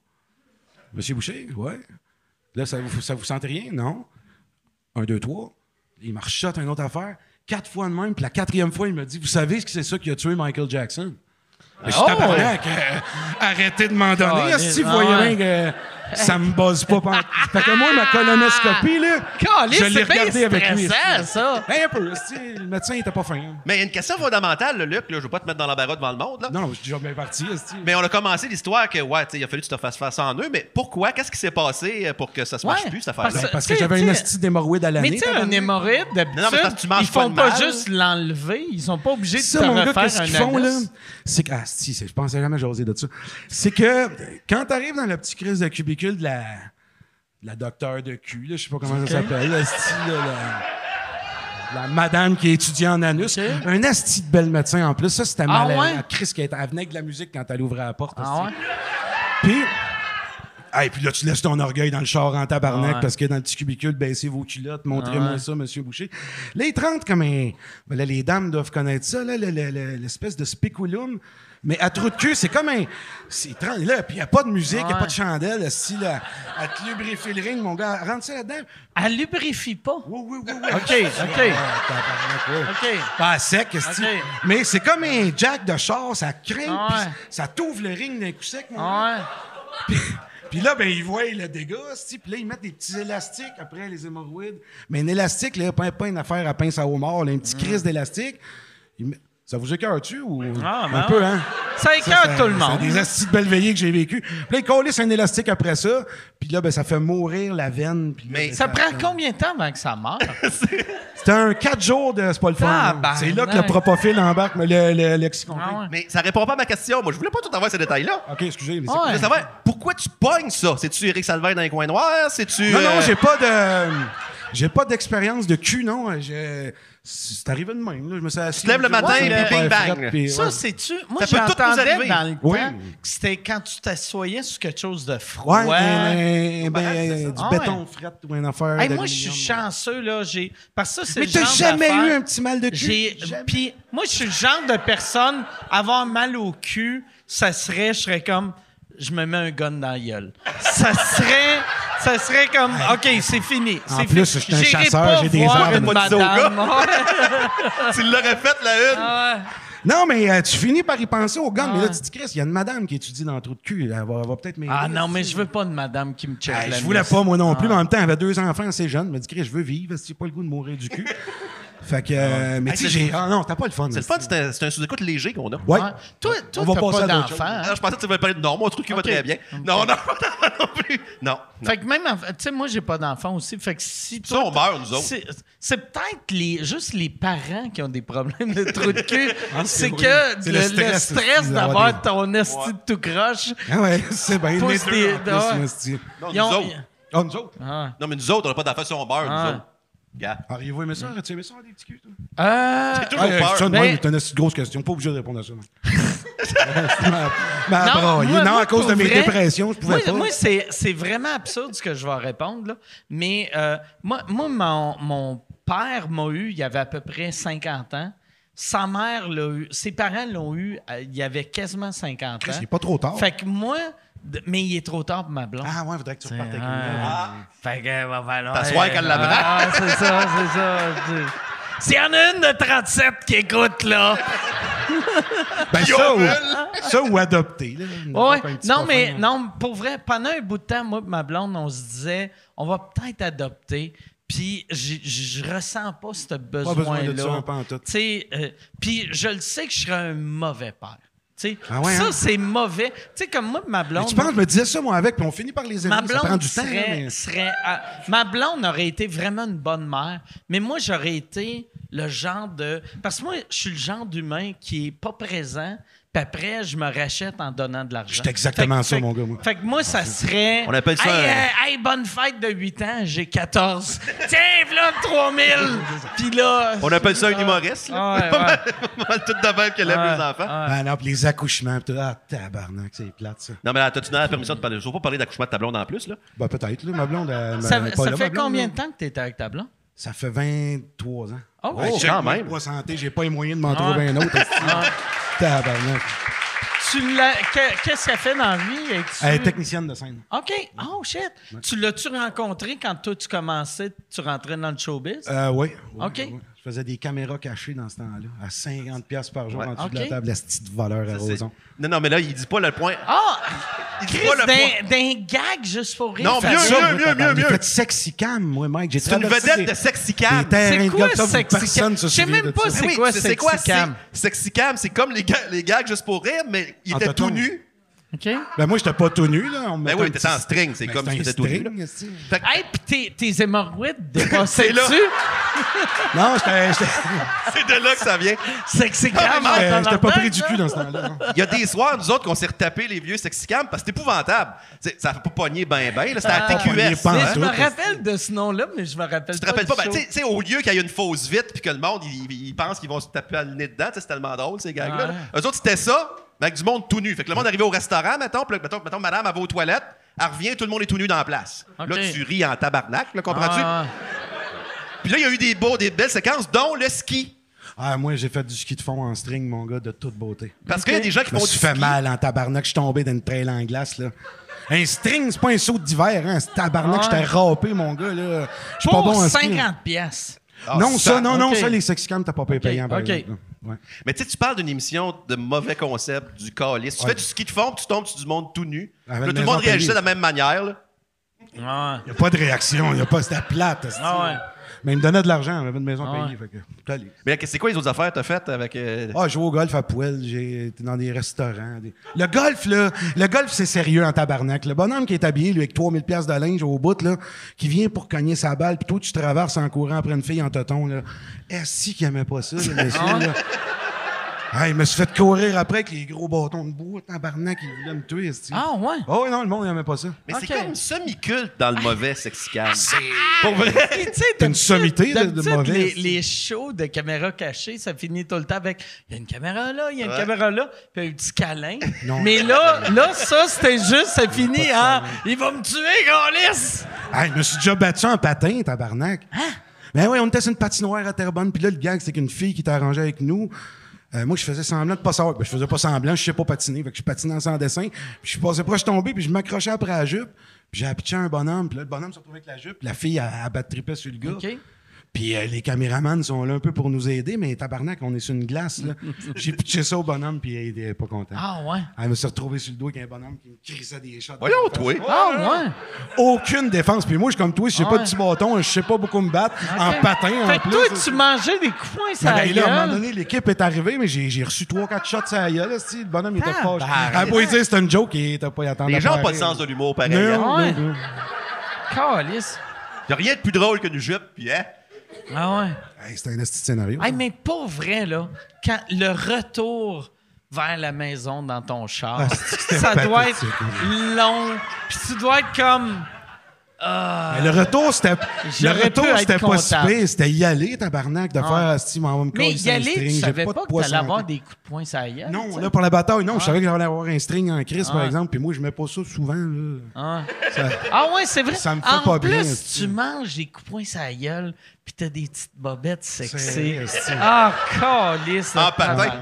Speaker 3: Monsieur Boucher, ouais. Là, ça vous, ça vous sentez rien? Non. Un, deux, trois. Il me rechotte une autre affaire. Quatre fois de même, puis la quatrième fois, il me dit Vous savez ce que c'est ça qui a tué Michael Jackson? Mais Je suis tabarnak, euh, arrêtez de m'en donner.
Speaker 1: Caliste,
Speaker 3: Si vous
Speaker 1: ah
Speaker 3: voyez
Speaker 1: ouais.
Speaker 3: bien que ça me buzz pas. pan- fait que moi, ma colonoscopie, là,
Speaker 1: Caliste,
Speaker 3: je l'ai
Speaker 1: c'est bien
Speaker 3: regardé avec lui.
Speaker 1: stressant, ça.
Speaker 3: Ben, un peu. esti, Le médecin, il était pas fin. hein.
Speaker 4: Mais il y a une question fondamentale, là, Luc. Là, je veux pas te mettre dans l'embarras devant le monde. Là.
Speaker 3: Non, non, je suis déjà bien parti. esti.
Speaker 4: Mais on a commencé l'histoire que, ouais, tu sais, il a fallu que tu te fasses faire ça en eux. Mais pourquoi? Qu'est-ce qui s'est passé euh, pour que ça se marche
Speaker 1: Ouais,
Speaker 4: plus, cette affaire-là?
Speaker 3: Ben, parce
Speaker 1: t'sais,
Speaker 3: que j'avais une
Speaker 1: t'sais,
Speaker 3: esti d'hémorroïde à l'année.
Speaker 1: Mais tu sais, un
Speaker 3: tabarnak.
Speaker 1: hémorroïde,
Speaker 4: Non, mais parce que tu
Speaker 1: d'habitude,
Speaker 4: manges
Speaker 1: ils font
Speaker 4: pas de
Speaker 1: pas,
Speaker 4: mal.
Speaker 1: juste l'enlever. Ils sont pas obligés de
Speaker 3: Ça,
Speaker 1: te
Speaker 3: mon gars,
Speaker 1: refaire
Speaker 3: qu'est-ce
Speaker 1: un
Speaker 3: qu'ils font, là?
Speaker 1: anus.
Speaker 3: C'est que, ah, si, c'est- je pensais jamais j'osais de ça. C'est que, quand t'arrives dans la petite crise de cubicule de la, de la docteur de cul, là, je sais pas comment ça s'appelle, esti, là, la, la madame qui étudie en anus, un asti de bel médecin en plus, ça, c'était
Speaker 1: Ah,
Speaker 3: mal
Speaker 1: ouais?
Speaker 3: à Chris qui était, elle venait avec de la musique quand elle ouvrait la porte,
Speaker 1: Ah ouais?
Speaker 3: esti. Puis, hey, puis là, tu laisses ton orgueil dans le char en tabarnak parce que dans le petit cubicule, baissez vos culottes, montrez-moi ça, monsieur Boucher. Là, il te rentre comme un. ben là, les dames doivent connaître ça, là, le- le- le- l'espèce de spéculum. Mais à trou de cul, c'est comme un. c'est- il te rentre là, puis il n'y a pas de musique, il n'y a pas de chandelle. Si, là, à te lubrifier le ring, mon gars, rentre ça là-dedans.
Speaker 1: Elle lubrifie pas. OK,
Speaker 3: Oui, oui, oui, oui.
Speaker 1: OK,
Speaker 3: Ah, tabarnak, oui.
Speaker 1: OK.
Speaker 3: Pas à sec, esti.
Speaker 1: Ok.
Speaker 3: Mais c'est comme un jack de char, ça craint,
Speaker 1: Ah
Speaker 3: puis
Speaker 1: ouais.
Speaker 3: ça t'ouvre le ring d'un coup sec, mon gars.
Speaker 1: Ah ouais.
Speaker 3: Puis là, ben, ils voient le dégât, c'ti. puis là, ils mettent des petits élastiques après les hémorroïdes. Mais un élastique, là, pas, pas une affaire à pince à homard, là, un petit crise d'élastique. Ils met- Ça vous écœure-tu ou.
Speaker 1: Mm. Ah, ben
Speaker 3: un peu, hein?
Speaker 1: Ça
Speaker 3: Ça,
Speaker 1: écarte
Speaker 3: ça-
Speaker 1: tout le
Speaker 3: C'est
Speaker 1: monde.
Speaker 3: des astis de belle veillée que j'ai vécu. Puis là, ils collent un élastique après ça, puis là, ben, ça fait mourir la veine. puis là,
Speaker 4: Mais
Speaker 3: ben,
Speaker 1: Ça prend combien de temps avant que ça meure?
Speaker 3: C'est un 4 jours de. C'est pas le fun. non.
Speaker 1: Tabarnak.
Speaker 3: C'est là que le propofil embarque, mais le, le, l'oxycontin.
Speaker 1: ben, Ah ouais.
Speaker 4: Mais ça répond pas à ma question. Moi, je voulais pas tout avoir ces détails-là.
Speaker 3: OK, excusez, mais c'est-
Speaker 4: Je
Speaker 1: Ah Ouais.
Speaker 4: voulais savoir, pourquoi tu pognes ça? C'est-tu Eric Salvaire dans les coins noirs? C'est-tu...
Speaker 3: Non, non,
Speaker 4: euh,
Speaker 3: j'ai pas de. J'ai pas d'expérience de cul, non. Je- C'est arrivé de même. là. Je me suis assis.
Speaker 4: Tu te lèves le matin,
Speaker 3: Ouais,
Speaker 4: puis
Speaker 3: ouais,
Speaker 4: bing bang.
Speaker 3: frette, puis, ouais.
Speaker 1: Ça, c'est-tu... Moi,
Speaker 4: Ça peut tout nous
Speaker 1: j'entendais
Speaker 4: arriver.
Speaker 1: dans le
Speaker 3: Oui.
Speaker 1: temps que c'était quand tu t'assoyais sur quelque chose de froid.
Speaker 3: Ouais, ben, ben,
Speaker 4: barrage, c'est ça.
Speaker 3: du
Speaker 1: Ah ouais.
Speaker 3: béton frette ou une affaire.
Speaker 1: Hey, moi, je suis
Speaker 3: d'aluminium.
Speaker 1: chanceux, là. J'ai... Parce que ça, c'est
Speaker 3: Mais
Speaker 1: le
Speaker 3: t'as
Speaker 1: genre
Speaker 3: jamais
Speaker 1: d'affaire-
Speaker 3: eu un petit mal de cul?
Speaker 1: J'ai-
Speaker 3: Jamais.
Speaker 1: Puis moi, je suis le genre de personne, avoir mal au cul, ça serait, je serais comme, je me mets un gun dans la gueule. Ça serait, ça serait comme, OK, c'est fini.
Speaker 3: En
Speaker 1: c'est fini.
Speaker 3: plus, je suis un
Speaker 1: J'irai
Speaker 3: chasseur,
Speaker 1: pas
Speaker 3: j'ai des
Speaker 1: voir
Speaker 3: armes.
Speaker 1: une
Speaker 4: Pas dit ça au
Speaker 1: madame.
Speaker 4: euh, Tu l'aurais faite, la une?
Speaker 1: Ah.
Speaker 3: Non, mais euh, tu finis par y penser au gars. Mais là, tu te dis, Chris, il y a une madame qui étudie dans le trou de cul. Elle va, elle va peut-être m'aider.
Speaker 1: Ah non, mais je veux pas une madame qui me check
Speaker 3: Hey,
Speaker 1: la Ah.
Speaker 3: je voulais
Speaker 1: nuit.
Speaker 3: pas, moi non plus. Mais en même temps, elle avait deux enfants assez jeunes. Elle m'a dit, Chris, je veux vivre. C'est pas le goût de mourir du cul. fait que. euh, mais
Speaker 4: Hey,
Speaker 3: tu sais,
Speaker 4: c'est-
Speaker 3: j'ai. Ah non, t'as pas le fun.
Speaker 4: C'est le fun, c'est un, c'est un sous-écoute léger qu'on a.
Speaker 3: Ouais.
Speaker 1: Ouais. Toi, toi,
Speaker 3: On va
Speaker 1: t'as
Speaker 3: passer
Speaker 1: pas
Speaker 3: à d'autres
Speaker 1: d'enfant. hein?
Speaker 4: Ah, je pensais que tu voulais parler de non, mon truc qui va
Speaker 1: Ok.
Speaker 4: très bien. Non, non, non, non plus. Non. non.
Speaker 1: Fait que même, en- tu sais, moi, j'ai pas d'enfant aussi. Fait que si
Speaker 4: Ça,
Speaker 1: toi,
Speaker 4: on meurt, nous autres.
Speaker 1: C'est, c'est peut-être les, juste les parents qui ont des problèmes de trou de cul. c'est que
Speaker 3: Ah, C'est
Speaker 1: le,
Speaker 3: le
Speaker 1: le stress,
Speaker 3: stress, c'est
Speaker 1: d'avoir
Speaker 3: d'avoir
Speaker 1: ton esti de tout croche.
Speaker 3: Ah ouais, c'est bien.
Speaker 1: Pousse
Speaker 3: les deux,
Speaker 1: des-
Speaker 3: en plus,
Speaker 1: ouais.
Speaker 3: moi, c'est-
Speaker 4: Non,
Speaker 1: Ils
Speaker 4: nous
Speaker 1: ont-
Speaker 4: autres.
Speaker 3: Ah, nous autres.
Speaker 1: Ah.
Speaker 4: Non, mais nous autres, on n'a pas d'affaires si on meurt,
Speaker 1: Ah.
Speaker 4: nous autres. Gars.
Speaker 3: Auriez-vous aimé ça? As-tu aimé ça, des petits culs, toi?
Speaker 1: Euh,
Speaker 4: J'ai toujours peur.
Speaker 3: ça, de
Speaker 1: Mais-
Speaker 3: même, c'est une assez grosse question. Pas obligé de répondre à ça. non. Ma- ma
Speaker 1: ah, non,
Speaker 3: braille.
Speaker 1: moi-
Speaker 3: Non,
Speaker 1: moi,
Speaker 3: à cause de
Speaker 1: pour
Speaker 3: mes
Speaker 1: vrai,
Speaker 3: dépressions, je pouvais
Speaker 1: moi,
Speaker 3: pas.
Speaker 1: Moi, c'est, c'est vraiment absurde ce que je vais répondre, là. mais euh, moi, moi, mon, mon père m'a eu, il avait à peu près 50 ans. Sa mère l'a eu, ses parents l'ont eu, euh, il avait quasiment 50 ans.
Speaker 3: C'est pas trop tard.
Speaker 1: Fait que moi, de- mais il est trop tard pour ma blonde.
Speaker 3: Ah ouais, faudrait que tu
Speaker 1: C'est-
Speaker 3: repartes avec une
Speaker 1: ah, Fait que, va falloir.
Speaker 4: T'assois qu'elle la braque.
Speaker 1: Ah, c'est ça, c'est ça. c'est- S'il y en a une de 37 qui écoute, là.
Speaker 3: Ben, ça, ou, ça ou adopter. là.
Speaker 1: Ouais.
Speaker 3: Un petit
Speaker 1: Non,
Speaker 3: copain,
Speaker 1: mais
Speaker 3: hein.
Speaker 1: non, pour vrai, pendant un bout de temps, moi et ma blonde, on se disait, on va peut-être adopter. Puis j'ai- je je ressens pas ce
Speaker 3: Pas besoin hein. de ça,
Speaker 1: besoin-là.
Speaker 3: pas en tout.
Speaker 1: Tu sais, euh, puis je le sais que je serais un mauvais père. Tu sais,
Speaker 3: Ah ouais,
Speaker 1: ça,
Speaker 3: hein?
Speaker 1: c'est mauvais. Tu sais, comme moi et ma
Speaker 3: Mais
Speaker 1: blonde...
Speaker 3: tu penses, je me disais ça, moi, avec, puis on finit par les aimer.
Speaker 1: Ma
Speaker 3: ça prend
Speaker 1: blonde,
Speaker 3: du temps.
Speaker 1: serait-
Speaker 3: là, mais-
Speaker 1: serait- ah, ma blonde aurait été vraiment une bonne mère, mais moi, j'aurais été le genre de. Parce que moi, je suis le genre d'humain qui est pas présent, puis après, je me rachète en donnant de l'argent.
Speaker 3: C'est exactement
Speaker 1: Fait que-
Speaker 3: ça,
Speaker 1: fait que-
Speaker 3: mon gars, moi. Ah,
Speaker 1: Fait que moi, ça serait.
Speaker 4: On appelle ça
Speaker 1: Hey,
Speaker 4: un-
Speaker 1: euh, hey, bonne fête de 8 ans, j'ai 14. Tiens, là, 3000. Puis là.
Speaker 4: On appelle ça un humoriste, là.
Speaker 1: Ah, ouais, ouais.
Speaker 4: Pas mal tout de même qu'elle aime
Speaker 1: Ouais,
Speaker 4: les enfants.
Speaker 3: Ben non, puis les accouchements, pis tout. Ah, tabarnak, c'est plate, ça.
Speaker 4: Non, mais là, t'as-tu donné la permission de parler? Je veux pas parler d'accouchement de ta blonde en plus, là.
Speaker 3: Ben peut-être, là, ma blonde. elle- ma-
Speaker 1: Ça,
Speaker 3: Ben, pas
Speaker 1: ça
Speaker 3: là, ma
Speaker 1: fait
Speaker 3: blonde,
Speaker 1: combien
Speaker 3: là.
Speaker 1: de temps que tu étais avec ta blonde?
Speaker 3: Ça fait 23 ans.
Speaker 1: Oh, Ah.
Speaker 4: Ouais,
Speaker 3: Check
Speaker 4: quand
Speaker 3: mon
Speaker 4: même.
Speaker 3: poids santé, j'ai pas les moyens de m'en trouver un autre. esti. Tabarnak.
Speaker 1: Tu l'as- que- Qu'est-ce qu'elle fait dans la vie? Es-tu-
Speaker 3: Elle est Euh, technicienne de scène.
Speaker 1: OK. Oh, shit. Tu l'as-tu rencontré quand toi, tu commençais, tu rentrais dans le showbiz?
Speaker 3: Euh, oui. oui,
Speaker 1: OK.
Speaker 3: oui. Je faisais des caméras cachées dans ce temps-là, à 50$ piastres par jour
Speaker 4: Ouais.
Speaker 3: en dessous de
Speaker 1: OK.
Speaker 3: la table, la petite voleur à
Speaker 4: C'est-
Speaker 3: Roson.
Speaker 4: Non, non, mais là, il dit pas le point.
Speaker 1: Ah!
Speaker 4: Il dit
Speaker 1: Chris,
Speaker 4: pas le
Speaker 1: d'un,
Speaker 4: point.
Speaker 1: d'un gag juste pour rire.
Speaker 4: Non,
Speaker 1: Fait
Speaker 4: mieux,
Speaker 1: ça.
Speaker 4: mieux,
Speaker 3: moi,
Speaker 4: mieux,
Speaker 3: tabarnak.
Speaker 4: mieux,
Speaker 3: J'ai
Speaker 4: mieux.
Speaker 3: fait sexy cam, moi, Mike. J'ai
Speaker 4: C'est une
Speaker 3: traversé
Speaker 4: vedette
Speaker 3: des-
Speaker 4: de sexy cam.
Speaker 3: des terrains
Speaker 1: C'est
Speaker 3: de
Speaker 1: quoi
Speaker 3: golf, ça,
Speaker 1: Sexy
Speaker 3: personne
Speaker 1: Cam?
Speaker 3: se
Speaker 1: Je sais
Speaker 3: souvient
Speaker 1: même
Speaker 3: de
Speaker 1: pas
Speaker 3: ça.
Speaker 1: c'est quoi Sexy Cam?
Speaker 4: Ah c'est- Sexy cam, c'est comme les gars, les gags juste pour rire, mais il
Speaker 3: En
Speaker 4: était
Speaker 3: toton.
Speaker 4: tout nu.
Speaker 1: OK. Hey,
Speaker 3: Ben moi, j'étais pas tout nu, là. On me
Speaker 4: Ben
Speaker 3: mettait
Speaker 4: oui,
Speaker 3: un
Speaker 4: t'étais en
Speaker 3: petit-
Speaker 4: string, c'est
Speaker 3: Ben,
Speaker 4: comme si
Speaker 3: c'était un
Speaker 4: t'étais tout nu,
Speaker 3: string, esti.
Speaker 1: pis tes, tes hémorroïdes
Speaker 4: C'est là.
Speaker 1: dépassaient-tu?
Speaker 3: Non, j'étais- j'étais
Speaker 4: C'est de là que ça vient.
Speaker 1: Sexy Cam.
Speaker 4: Ah,
Speaker 3: j'étais- j'étais pas
Speaker 1: tabarnak,
Speaker 3: pris du
Speaker 1: là.
Speaker 3: cul dans ce temps-là. non.
Speaker 4: Il y a des soirs, nous autres, qu'on s'est retapé les vieux sexy cam parce que c'est épouvantable. T'sais, ça fait pas pogner ben ben, là, c'était à
Speaker 1: Ah,
Speaker 3: pogner
Speaker 4: TQS.
Speaker 3: pas.
Speaker 1: Mais je me
Speaker 3: Pantoute, c'est-
Speaker 1: rappelle de ce nom-là, mais je me rappelle
Speaker 4: hein, Tu te rappelles
Speaker 1: du
Speaker 4: pas, ben,
Speaker 1: show.
Speaker 4: tu sais, au lieu qu'il y ait une fausse vite puis que le monde, il, il pense qu'ils vont se taper à le nez dedans, t'sais, c'est tellement drôle, ces gags-là. là. Eux autres, c'était ça, mais avec du monde tout nu. Fait que le monde arrivait au restaurant, mettons, puis là, mettons, mettons, madame, elle va aux toilettes, elle revient, tout le monde est tout nu dans la place.
Speaker 1: Ok.
Speaker 4: Là, tu ris en tabarnak, là, comprends-tu?
Speaker 1: Ah,
Speaker 4: Puis là, il y a eu des, beaux, des belles séquences, dont le ski.
Speaker 3: Ah, moi, j'ai fait du ski de fond en string, mon gars, de toute beauté.
Speaker 4: Parce qu'il y a des gens qui
Speaker 3: Je me
Speaker 4: font
Speaker 3: suis
Speaker 4: du
Speaker 3: fait
Speaker 4: ski.
Speaker 3: mal en tabarnak. Je suis tombé dans une trail en glace, là. Un string, c'est pas un saut d'hiver, hein. C'est tabarnak, j'étais râpé, mon gars, là. Je suis pas
Speaker 1: Pour
Speaker 4: hein,
Speaker 3: bon en ski.
Speaker 1: 50 piastres.
Speaker 4: Ah,
Speaker 3: Non, ça, non, non,
Speaker 1: ok.
Speaker 3: ça, les sexicams, t'as pas payé payant, par
Speaker 1: ok.
Speaker 3: exemple, là. Ouais.
Speaker 4: Mais tu sais, tu parles d'une émission de mauvais concept, du calice. Tu
Speaker 3: Ouais.
Speaker 4: fais du ski de fond, puis tu tombes sur du monde tout nu. Puis
Speaker 3: Avec
Speaker 4: là, tout le
Speaker 3: maison
Speaker 4: monde réagissait de
Speaker 3: payée.
Speaker 4: la même manière. là.
Speaker 1: Ah,
Speaker 3: Y a pas de réaction, y a pas, c'était plate, esti.
Speaker 1: Ah ouais.
Speaker 3: Mais il me donnait de l'argent, on avait une maison
Speaker 1: Ah
Speaker 3: payée, fait que, t'es allé.
Speaker 4: Mais là, c'est quoi les autres affaires que t'as faites avec. euh,
Speaker 3: Ah, je joue au golf à poêle, j'ai été dans des restaurants. des- Le golf, là, le golf, c'est sérieux en tabarnak. Le bonhomme qui est habillé, lui, avec 3000 pièces de linge au bout, là, qui vient pour cogner sa balle, puis toi, tu traverses en courant après une fille en toton, là. Est-ce qu'il aimait pas ça, le monsieur, là? Ah, il me suis fait courir après avec les gros bâtons de bois, tabarnak, il voulait me tuer, est
Speaker 1: Ah, ouais.
Speaker 3: Oh, non, le monde, il aimait pas ça.
Speaker 4: Mais
Speaker 1: Ok.
Speaker 4: c'est comme semi-culte dans le mauvais sexicam. Pour vrai.
Speaker 1: Puis, tu sais,
Speaker 3: T'es une
Speaker 1: d'habitude-
Speaker 3: sommité de- de
Speaker 1: d'habitude,
Speaker 3: mauvaise.
Speaker 1: Les, les shows de caméra cachée, ça finit tout le temps avec il y a une caméra là, il y a une
Speaker 4: Ouais.
Speaker 1: caméra là, puis un petit câlin.
Speaker 3: Non.
Speaker 1: Mais là, là, ça, c'était juste, ça finit en il va me tuer, Gaulis!
Speaker 3: Ah, je me suis déjà battu en patin, tabarnak.
Speaker 1: Hein?
Speaker 3: Ben oui, on était sur une patinoire à Terrebonne, puis là, le gag, c'est qu'une fille qui était arrangée avec nous. euh, moi, je faisais semblant de pas savoir. Ben, je faisais pas semblant, je sais pas patiner. Fait que je patinais sans dessin. Puis je passais proche tombé, puis je m'accrochais après la jupe. Puis j'ai appiché un bonhomme, puis là, le bonhomme se retrouvait avec la jupe. puis La fille, elle, elle battripait sur le gars.
Speaker 1: OK.
Speaker 3: Puis euh, les caméramans sont là un peu pour nous aider, mais tabarnak, on est sur une glace, là. j'ai pitché ça au bonhomme, puis il était pas content.
Speaker 1: Ah, ouais.
Speaker 3: Elle me s'est retrouvée sur le dos avec un bonhomme qui me crissait des shots.
Speaker 4: Voyons, toi.
Speaker 1: Ah, ouais.
Speaker 3: Aucune défense. Puis moi, je suis comme toi, je sais pas
Speaker 1: Ouais.
Speaker 3: de petit bâton, je sais pas beaucoup me battre. En
Speaker 1: Ok.
Speaker 3: patin, en
Speaker 1: Fait que
Speaker 3: plus.
Speaker 1: toi,
Speaker 3: là,
Speaker 1: tu mangeais des coups de poing sur
Speaker 3: Ben,
Speaker 1: la
Speaker 3: là, à un moment
Speaker 1: gueule.
Speaker 3: donné, l'équipe est arrivée, mais j'ai j'ai reçu 3-4 shots à la gueule. esti. Le bonhomme, il était
Speaker 1: Tabarnak.
Speaker 3: fâché. Ah, pour lui dire, c'était une joke, il était pas attendu.
Speaker 4: Les gens n'ont pas de sens de l'humour pareil. hein.
Speaker 3: Non,
Speaker 1: Ouais.
Speaker 3: non, non.
Speaker 1: Calice.
Speaker 4: Y a rien de plus drôle que du jupe, puis hein.
Speaker 1: Ah, ouais.
Speaker 3: Hey, C'était un esti de scénario.
Speaker 1: Hey, mais pas vrai, là. Quand le retour vers la maison dans ton char,
Speaker 3: Ah, c'est-
Speaker 1: ça doit être
Speaker 3: pathétique, hein.
Speaker 1: long. Puis tu dois être comme.
Speaker 3: Mais le retour, c'était le
Speaker 1: bah, J'aurais
Speaker 3: retour,
Speaker 1: pu être
Speaker 3: c'était pas si
Speaker 1: comptable.
Speaker 3: pire. C'était y aller, tabarnak, de faire si m'en va me
Speaker 1: Mais
Speaker 3: coller
Speaker 1: y
Speaker 3: sur un
Speaker 1: aller,
Speaker 3: string,
Speaker 1: tu
Speaker 3: j'ai
Speaker 1: savais pas,
Speaker 3: de
Speaker 1: que
Speaker 3: poids
Speaker 1: t'allais avoir
Speaker 3: santé.
Speaker 1: des coups de poing sur la gueule, tu
Speaker 3: Non,
Speaker 1: sais.
Speaker 3: là, pour la bataille, non, je savais que j'allais avoir un string en crise, par
Speaker 1: Ah.
Speaker 3: exemple, puis moi, je mets pas ça souvent, là.
Speaker 1: Ah,
Speaker 3: Ça-
Speaker 1: Ah ouais, c'est vrai.
Speaker 3: Ça me fait
Speaker 1: en
Speaker 3: pas
Speaker 1: plus,
Speaker 3: bien,
Speaker 1: tu
Speaker 3: esti.
Speaker 1: manges des coups de poing sur la gueule, puis t'as des petites bobettes
Speaker 3: C'est-
Speaker 1: sexy.
Speaker 3: esti.
Speaker 1: Ah, calice.
Speaker 4: En
Speaker 1: tabarnak.
Speaker 4: patin.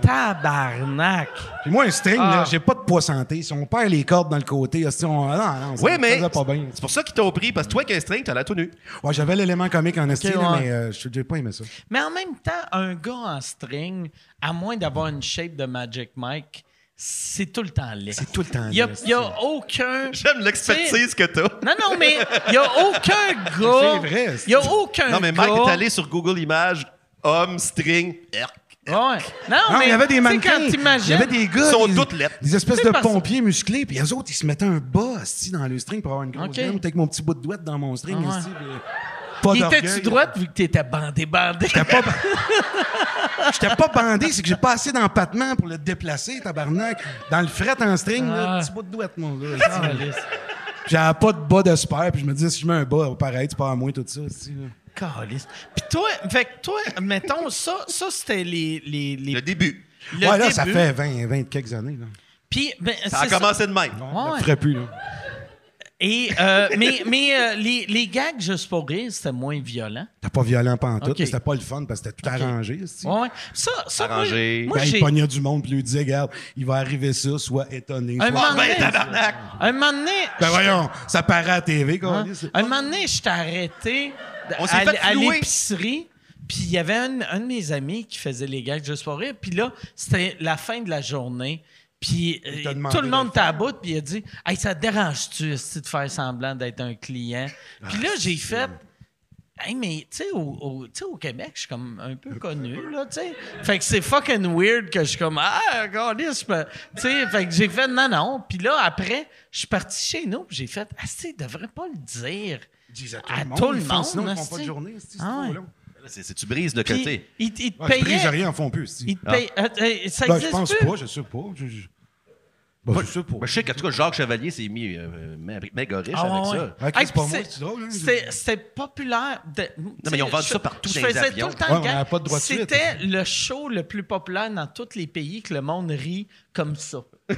Speaker 8: Tabarnak!
Speaker 3: Puis moi, un string,
Speaker 8: Ah.
Speaker 3: là, j'ai pas de poids santé. Si on perd les cordes dans le côté, hostie, on... Ah, non, non, ça
Speaker 4: Oui,
Speaker 3: me
Speaker 4: mais
Speaker 3: faisait pas bien.
Speaker 4: c'est pour ça qu'ils t'ont pris, parce que toi, qu'un string, t'as la tout nu.
Speaker 3: Ouais, j'avais l'élément comique en esti,
Speaker 8: Ok,
Speaker 3: là,
Speaker 8: ouais.
Speaker 3: mais euh, je j'ai pas aimé ça.
Speaker 1: Mais en même temps, un gars en string, à moins d'avoir une shape de Magic Mike, c'est tout le temps laid.
Speaker 3: C'est tout le temps.
Speaker 1: Il n'y a,
Speaker 3: là,
Speaker 1: il y a aucun.
Speaker 4: J'aime l'expertise que t'as.
Speaker 1: Non, non, mais il n'y a aucun gars.
Speaker 3: C'est vrai,
Speaker 1: Il n'y a aucun
Speaker 4: Non, mais
Speaker 1: gars.
Speaker 4: Mike est allé sur Google Images, homme, string, erc.
Speaker 1: Ouais. Non,
Speaker 3: Non,
Speaker 1: mais
Speaker 3: il y avait
Speaker 1: tu
Speaker 3: des
Speaker 1: sais,
Speaker 3: mannequins.
Speaker 1: quand
Speaker 3: Il y
Speaker 1: t'imagines-
Speaker 3: avait des gars.
Speaker 4: Ils sont
Speaker 3: des,
Speaker 4: toutes lettres.
Speaker 3: Des espèces
Speaker 1: C'est
Speaker 3: de
Speaker 1: parce-
Speaker 3: pompiers musclés. Puis eux autres, ils se mettaient un bas esti, dans le string pour avoir une grosse
Speaker 1: Ok.
Speaker 3: gamme. Avec mon petit bout de douette dans mon string.
Speaker 1: Ah ouais.
Speaker 3: esti, puis, euh, pas
Speaker 1: Il
Speaker 3: d'orgueil.
Speaker 1: était-tu droite vu que t'étais bandé, bandé?
Speaker 3: J'étais pas, j'étais pas bandé, c'est que j'ai pas assez d'empattement pour le déplacer, tabarnak. Dans le fret en string, là,
Speaker 1: Ah.
Speaker 3: petit bout de douette, mon gars. esti. J'avais pas de bas de super, puis je me disais, si je mets un bas, pareil, tu pars à moins tout ça. esti, là.
Speaker 8: Calice.
Speaker 1: Puis toi, fait que toi, mettons, ça, ça c'était les. les, les-
Speaker 4: Le début.
Speaker 1: le
Speaker 3: Ouais, là, ça
Speaker 1: début.
Speaker 3: fait 20, 20 quelques années. Là.
Speaker 1: Puis, ben, c'est
Speaker 4: Ça a
Speaker 1: ça.
Speaker 4: commencé de même.
Speaker 3: On
Speaker 1: Ah Ouais.
Speaker 3: le ferait plus. Là.
Speaker 1: Et, euh, mais mais euh, les, les gags juste pour rire, c'était moins violent.
Speaker 3: T'as pas violent pantoute,
Speaker 1: Ok.
Speaker 3: mais c'était pas le fun parce que c'était tout arrangé. esti.
Speaker 1: Ouais, ouais. Ça, ça moi-
Speaker 4: Arrangé.
Speaker 1: Moi,
Speaker 3: Quand Ben, il
Speaker 1: j'ai.
Speaker 3: pognait du monde, puis il lui disait, regarde, il va arriver ça, soit étonné.
Speaker 1: Un
Speaker 3: Soit...
Speaker 1: moment donné.
Speaker 4: Ben, tabarnak!
Speaker 1: Un moment donné.
Speaker 3: Ben voyons, ça paraît à la TV, quoi.
Speaker 1: Hein? Un moment donné, je t'ai arrêté d-
Speaker 4: On s'est
Speaker 1: à,
Speaker 4: fait
Speaker 1: à
Speaker 4: flouer.
Speaker 1: l'épicerie. Puis il y avait un, un de mes amis qui faisait les gags juste pour rire. Puis là, c'était la fin de la journée. Puis euh,
Speaker 3: t'a demandé
Speaker 1: tout le
Speaker 3: de
Speaker 1: monde
Speaker 3: le
Speaker 1: était à bout. Puis il a dit Hey, ça te dérange-tu esti, de faire semblant d'être un client
Speaker 3: Ah,
Speaker 1: Puis là, j'ai fait. Hey, mais tu sais, au, au- tu sais, au Québec, je suis comme un peu connu, là, tu sais. Fait que c'est fucking weird que je suis comme, ah, regardez, je peux. Tu sais, fait que j'ai fait, non, non. Puis là, après, je suis parti chez nous, puis j'ai fait, ah, tu sais, devrais pas le dire.
Speaker 3: à
Speaker 1: à
Speaker 3: tout le monde,
Speaker 1: tout le
Speaker 3: ils font,
Speaker 1: monde,
Speaker 3: sinon ils font pas
Speaker 1: esti.
Speaker 3: de journée, esti, c'est
Speaker 1: Ah
Speaker 3: trop
Speaker 1: ouais.
Speaker 3: long.
Speaker 4: C'est c'est- tu brises le
Speaker 1: Puis,
Speaker 4: côté.
Speaker 1: il, il te
Speaker 3: Ouais, je brise
Speaker 1: payait.
Speaker 3: rien, ils en font plus. esti.
Speaker 1: il
Speaker 4: Ah.
Speaker 1: te payait- euh, euh, ça
Speaker 3: Ben, je
Speaker 1: existe
Speaker 3: pense
Speaker 1: plus.
Speaker 3: pas, je sais pas. Je, je... Ben, je sais pas.
Speaker 4: Ben, je sais qu'en tout cas, Jacques Chevalier s'est mis euh, euh, mé- méga riche
Speaker 1: Ah,
Speaker 4: avec
Speaker 1: ouais,
Speaker 4: ça.
Speaker 1: ouais.
Speaker 3: Ouais, Chris,
Speaker 1: Hey,
Speaker 3: c'est pas
Speaker 1: puis
Speaker 3: moi,
Speaker 1: c'est-
Speaker 3: c'est drôle, hein.
Speaker 1: C'était c'était populaire. de- tu sais,
Speaker 4: mais ils ont vendu
Speaker 1: je-
Speaker 4: ça partout
Speaker 1: je
Speaker 4: dans les
Speaker 1: faisais
Speaker 4: avions.
Speaker 1: tout le temps
Speaker 3: Ouais,
Speaker 1: le
Speaker 3: on
Speaker 1: gag.
Speaker 3: avait pas de droit de suite.
Speaker 1: C'était le show le plus populaire dans tous les pays que le monde rit comme ça. tu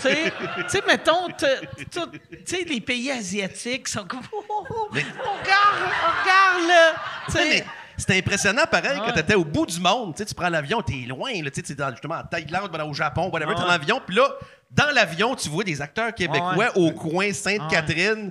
Speaker 1: sais, tu sais, mettons, te- tout- tu sais, les pays asiatiques sont comme. Oh, oh, oh,
Speaker 4: Mais-
Speaker 1: Regarde, regarde, là. Tu
Speaker 4: Ouais, mais
Speaker 1: sais,
Speaker 4: C'était impressionnant, pareil,
Speaker 1: Ah
Speaker 4: quand
Speaker 1: ouais.
Speaker 4: t'étais au bout du monde. Tu sais, tu prends l'avion, t'es loin. Là, tu sais, t'es dans- justement en Thaïlande, voilà, au Japon, whatever,
Speaker 1: Ah
Speaker 4: t'es en
Speaker 1: ouais.
Speaker 4: avion. Puis là, dans l'avion, tu vois des acteurs québécois
Speaker 1: ouais.
Speaker 4: au coin Sainte-Catherine.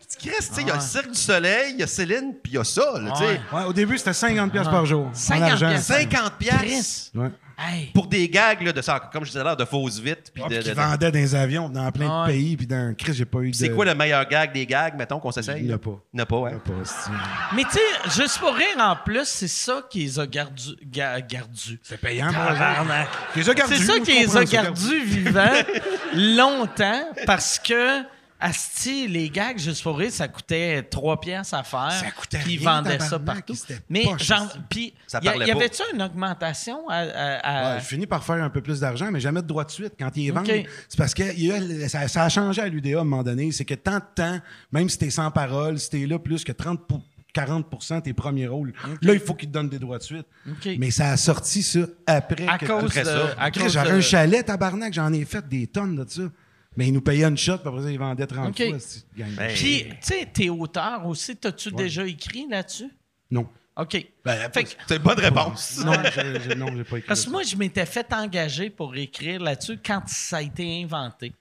Speaker 4: Tu te dis, Christ, tu sais, il y a le Cirque du Soleil, il y a Céline, puis il y a ça. Là, tu sais.
Speaker 3: Ouais, au début, c'était 50$ piastres par jour.
Speaker 1: 50
Speaker 3: en argent.
Speaker 1: Ah. piastres.
Speaker 4: 50 piastres
Speaker 3: Ouais.
Speaker 1: hey.
Speaker 4: pour des gags là, de ça, comme je disais l'heure, de fausses vite. Puis
Speaker 3: Ah,
Speaker 4: de-
Speaker 3: puis
Speaker 4: de-
Speaker 3: qui
Speaker 4: de-
Speaker 3: vendait dans les avions, dans plein
Speaker 1: Ah Ouais.
Speaker 3: de pays, puis dans Chris, j'ai pas eu de.
Speaker 4: C'est quoi le meilleur gag des gags, mettons, qu'on s'essaye?
Speaker 3: Il n'y
Speaker 4: là?
Speaker 3: a pas.
Speaker 4: Il n'y en a pas,
Speaker 3: Il y
Speaker 4: ouais.
Speaker 3: a pas, esti.
Speaker 1: Mais tu sais, juste pour rire en plus, c'est ça qui les a gardus. ga- gardus.
Speaker 3: C'est payant, moi.
Speaker 1: Tabarnak.
Speaker 3: Qui les a gardus,
Speaker 1: C'est ça
Speaker 3: je
Speaker 1: qui les
Speaker 3: comprends,
Speaker 1: a
Speaker 3: ils sont
Speaker 1: gardus vivants longtemps parce que Asti, les gags juste pour rire, ça coûtait 3 piastres à faire.
Speaker 3: Ça coûtait
Speaker 1: Puis ils
Speaker 3: rien,
Speaker 1: vendaient ça
Speaker 3: tabarnak,
Speaker 1: partout.
Speaker 3: c'était
Speaker 1: Mais
Speaker 3: poche,
Speaker 1: genre,
Speaker 3: asti.
Speaker 1: puis
Speaker 4: Ça
Speaker 1: y, a-
Speaker 4: parlait
Speaker 1: y
Speaker 4: pas.
Speaker 1: avait-tu une augmentation à, à- à-
Speaker 3: Ouais, je finis par faire un peu plus d'argent, mais jamais de droit de suite quand ils les vendent.
Speaker 1: Ok.
Speaker 3: C'est parce que il y a- ça, ça a changé à l'UDA à un moment donné. C'est que tant de temps, même si t'es sans parole, si t'es là plus que 30 pour- 40 tes premiers rôles, là, il faut qu'ils te donnent des droits de suite.
Speaker 1: Ok.
Speaker 3: Mais ça a sorti ça après.
Speaker 1: à
Speaker 3: que-
Speaker 1: cause
Speaker 4: après
Speaker 1: de-
Speaker 4: ça,
Speaker 1: à
Speaker 3: Chris,
Speaker 1: cause
Speaker 3: J'avais
Speaker 1: de-
Speaker 3: un chalet, tabarnak, j'en ai fait des tonnes de ça. Mais ils nous payaient une shot, puis après ça, ils vendaient 30
Speaker 1: Ok.
Speaker 3: fois. c'est- gang.
Speaker 4: Ben,
Speaker 1: Puis, tu sais, t'es auteur aussi. T'as-tu déjà écrit là-dessus?
Speaker 3: Non.
Speaker 1: OK.
Speaker 3: Ben,
Speaker 1: Fait que-
Speaker 4: C'est une bonne réponse.
Speaker 3: Non, j'ai- j'ai- non, j'ai pas écrit.
Speaker 1: Parce que
Speaker 3: ça.
Speaker 1: moi, je m'étais fait engager pour écrire là-dessus quand ça a été inventé.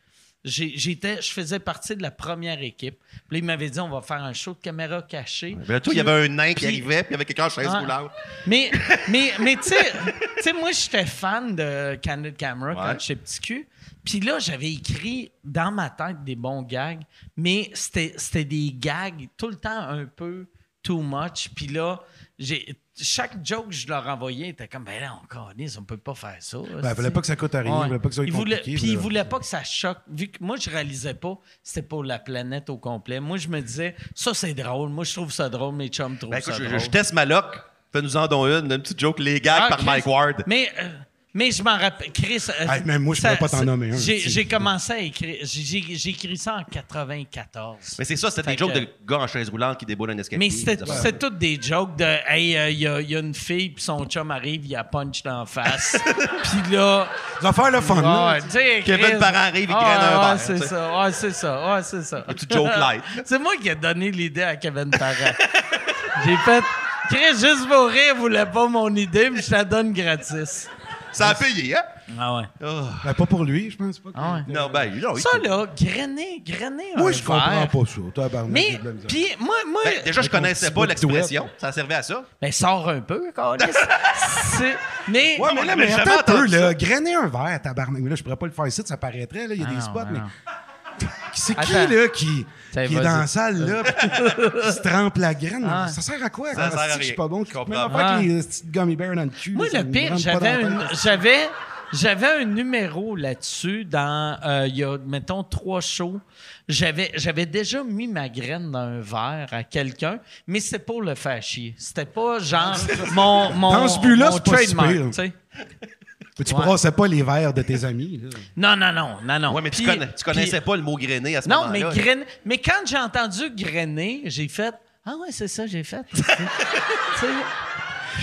Speaker 1: J'ai- J'étais, je faisais partie de la première équipe. Puis là, ils m'avaient dit, on va faire un show de caméra cachée.
Speaker 4: Mais là, Ben, toi, il y avait un nain qui
Speaker 1: Puis-
Speaker 4: arrivait, puis il y avait quelqu'un en chaise
Speaker 3: Ah.
Speaker 1: Ouais.
Speaker 4: roulante.
Speaker 1: Ah. Mais, mais, mais tu sais- tu sais, moi, j'étais fan de Candid Camera
Speaker 4: Ouais.
Speaker 1: quand j'étais petit cul. Puis là, j'avais écrit dans ma tête des bons gags, mais c'était c'était des gags tout le temps un peu too much. Puis là, j'ai- chaque joke que je leur envoyais était comme, ben là, on connaisse, on peut pas faire ça.
Speaker 3: Ben, il fallait pas que ça coûte à rien,
Speaker 1: Ouais.
Speaker 3: il fallait pas que ça soit
Speaker 1: Il voulait-
Speaker 3: compliqué,
Speaker 1: Puis il
Speaker 3: là.
Speaker 1: voulait pas que ça choque. Vu que moi, je réalisais pas, c'était pour la planète au complet. Moi, je me disais, ça, c'est drôle. Moi, je trouve ça drôle. Mes chums trouvent
Speaker 4: Ben, écoute,
Speaker 1: ça
Speaker 4: je,
Speaker 1: drôle.
Speaker 4: je teste ma loc. Fais-nous en donc une, une petite joke, les gags
Speaker 1: Ah,
Speaker 4: par
Speaker 1: Chris,
Speaker 4: Mike Ward.
Speaker 1: Mais, euh, mais je m'en rappelle. Chris. euh,
Speaker 3: Hey, même moi, je pourrais pas t'en
Speaker 1: ça-
Speaker 3: nommer un,
Speaker 1: J'ai
Speaker 3: tu sais.
Speaker 1: j'ai commencé à écrire. J'ai j'ai écrit ça en 94.
Speaker 4: Mais c'est ça, c'était des
Speaker 1: Fait
Speaker 4: jokes
Speaker 1: que-
Speaker 4: de gars en chaise roulante qui déboulent un escalier.
Speaker 1: Mais c'était
Speaker 4: des affaires.
Speaker 1: c'était toutes des jokes de Hey, euh, il y, a- il y a une fille, puis son chum arrive, il a punch d'en face. puis là.
Speaker 3: Ça va faire le fun, là.
Speaker 1: Ouais, tu sais,
Speaker 4: Ah, Kevin
Speaker 1: Chris-
Speaker 4: Parent arrive, il
Speaker 1: Ah,
Speaker 4: graine un
Speaker 1: ouais,
Speaker 4: verre,
Speaker 1: c'est
Speaker 4: tu sais.
Speaker 1: ça. Ouais, c'est ça. Ouais, c'est ça.
Speaker 4: Un petit joke light.
Speaker 1: c'est moi qui ai donné l'idée à Kevin Parent. J'ai fait. Chris, juste pour rire, voulait pas mon idée, mais je la donne gratis.
Speaker 4: Ça a payé, hein?
Speaker 7: Ah ouais.
Speaker 4: Oh.
Speaker 3: Ben, pas pour lui, je pense pas. que-
Speaker 1: Ah ouais.
Speaker 4: Non, ben, non, il-
Speaker 1: Ça, là, grainer, grainer
Speaker 3: Moi,
Speaker 1: un
Speaker 3: je comprends
Speaker 1: verre.
Speaker 3: pas ça. Tabarnak, j'ai
Speaker 1: Mais,
Speaker 3: de la misère.
Speaker 1: puis, moi, moi,
Speaker 4: Ben, déjà, je
Speaker 3: Avec un
Speaker 4: connaissais
Speaker 3: petit
Speaker 4: pas
Speaker 3: bout de
Speaker 4: l'expression. Ça servait à ça.
Speaker 1: ben, sors un peu, câlisse. C'est- Mais,
Speaker 4: Ouais,
Speaker 3: Non, mais là,
Speaker 4: on
Speaker 3: mais
Speaker 4: l'a
Speaker 3: attends
Speaker 4: jamais
Speaker 3: un peu,
Speaker 4: entendu ça.
Speaker 3: là. Grainer un verre, tabarnak. Mais là, je pourrais pas le faire ici, ça paraîtrait,
Speaker 1: Ah
Speaker 3: là. Il y a des spots, mais. C'est qui,
Speaker 1: Attends.
Speaker 3: là, qui,
Speaker 1: Tiens,
Speaker 3: qui est
Speaker 1: vas-y.
Speaker 3: dans la salle, là, puis qui se trempe la graine?
Speaker 1: Ah.
Speaker 3: Ça sert à quoi?
Speaker 4: Ça
Speaker 3: quand
Speaker 4: sert à
Speaker 3: si Je suis
Speaker 4: rien.
Speaker 3: pas bon.
Speaker 4: Je
Speaker 3: Je
Speaker 4: comprends.
Speaker 3: comprends pas
Speaker 1: Ah.
Speaker 3: que les petites gummy bears dans le cul.
Speaker 1: moi,
Speaker 3: ça
Speaker 1: le
Speaker 3: me
Speaker 1: pire,
Speaker 3: rentre pas dans la
Speaker 1: j'avais
Speaker 3: tête.
Speaker 1: un, j'avais, j'avais un numéro là-dessus dans, euh, il y a, mettons, trois shows. J'avais, j'avais déjà mis ma graine dans un verre à quelqu'un, mais c'est pour le faire chier. C'était pas genre mon, mon,
Speaker 3: Dans ce but-là,
Speaker 1: mon
Speaker 3: c'est pas si
Speaker 1: trademark,
Speaker 3: pire.
Speaker 1: tu sais.
Speaker 3: Mais tu
Speaker 1: Ouais.
Speaker 3: brassais pas les verres de tes amis, là.
Speaker 1: Non, non, non, non, non.
Speaker 4: Ouais, mais tu,
Speaker 1: Puis-
Speaker 4: connais, tu connaissais
Speaker 1: puis-
Speaker 4: pas le mot grainer à ce
Speaker 1: Non, mais
Speaker 4: moment-là.
Speaker 1: graine- Mais quand j'ai entendu grainer, j'ai fait Ah ouais, c'est ça, j'ai fait. Tu sais,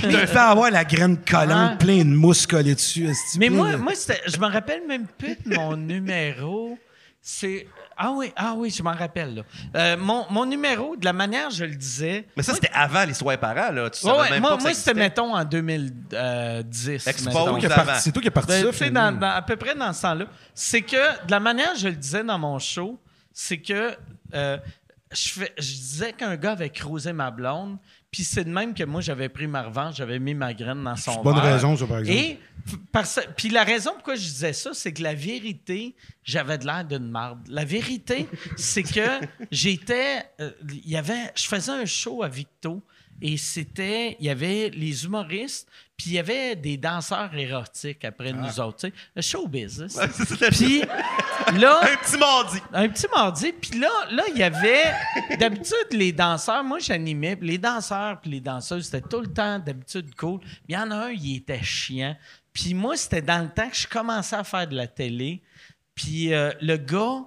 Speaker 3: Tu te fais avoir la graine collante,
Speaker 1: Ouais.
Speaker 3: plein de mousse collée dessus. esti,
Speaker 1: Ah. mais
Speaker 3: plein
Speaker 1: moi,
Speaker 3: de-
Speaker 4: Mmh.
Speaker 1: moi c'était- je me rappelle même plus de mon numéro. C'est. Ah oui, ah oui, je m'en rappelle. Là. Euh, mon, mon numéro, de la manière je le disais.
Speaker 4: Mais ça, c'était avant l'histoire parents, là. Tu
Speaker 1: Ouais,
Speaker 4: savais
Speaker 1: ouais,
Speaker 4: même
Speaker 1: moi,
Speaker 4: pas que ça
Speaker 1: moi, c'était,
Speaker 4: existait.
Speaker 1: mettons, en 2010.
Speaker 4: Expo,
Speaker 1: mettons.
Speaker 3: C'est toi qui es
Speaker 4: avant.
Speaker 3: parti- c'est toi qui es parti
Speaker 1: Ben,
Speaker 3: ça,
Speaker 1: tu sais,
Speaker 3: finalement.
Speaker 1: dans- dans- à peu près dans ce temps-là. C'est que, de la manière je le disais dans mon show, c'est que euh, je, fais- je disais qu'un gars avait croisé ma blonde, puis c'est de même que moi, j'avais pris ma revanche, j'avais mis ma graine dans son
Speaker 3: C'est bonne
Speaker 1: verre.
Speaker 3: raison, ça, par exemple.
Speaker 1: Et p- parce- puis la raison pourquoi je disais ça, c'est que la vérité, j'avais de l'air d'une marde. La vérité, c'est que j'étais, euh, il y avait, je faisais un show à Victo et c'était, il y avait les humoristes, puis il y avait des danseurs érotiques
Speaker 3: Ah.
Speaker 1: après nous autres, tu sais, le showbiz. hein, c'est- Puis là,
Speaker 4: Un petit mardi.
Speaker 1: un petit mardi. Puis là, là, il y avait. D'habitude, les danseurs, moi, j'animais. puis les danseurs puis les danseuses, c'était tout le temps d'habitude cool. Mais il y en a un, il était chiant. Puis moi, c'était dans le temps que je commençais à faire de la télé. Puis euh, le gars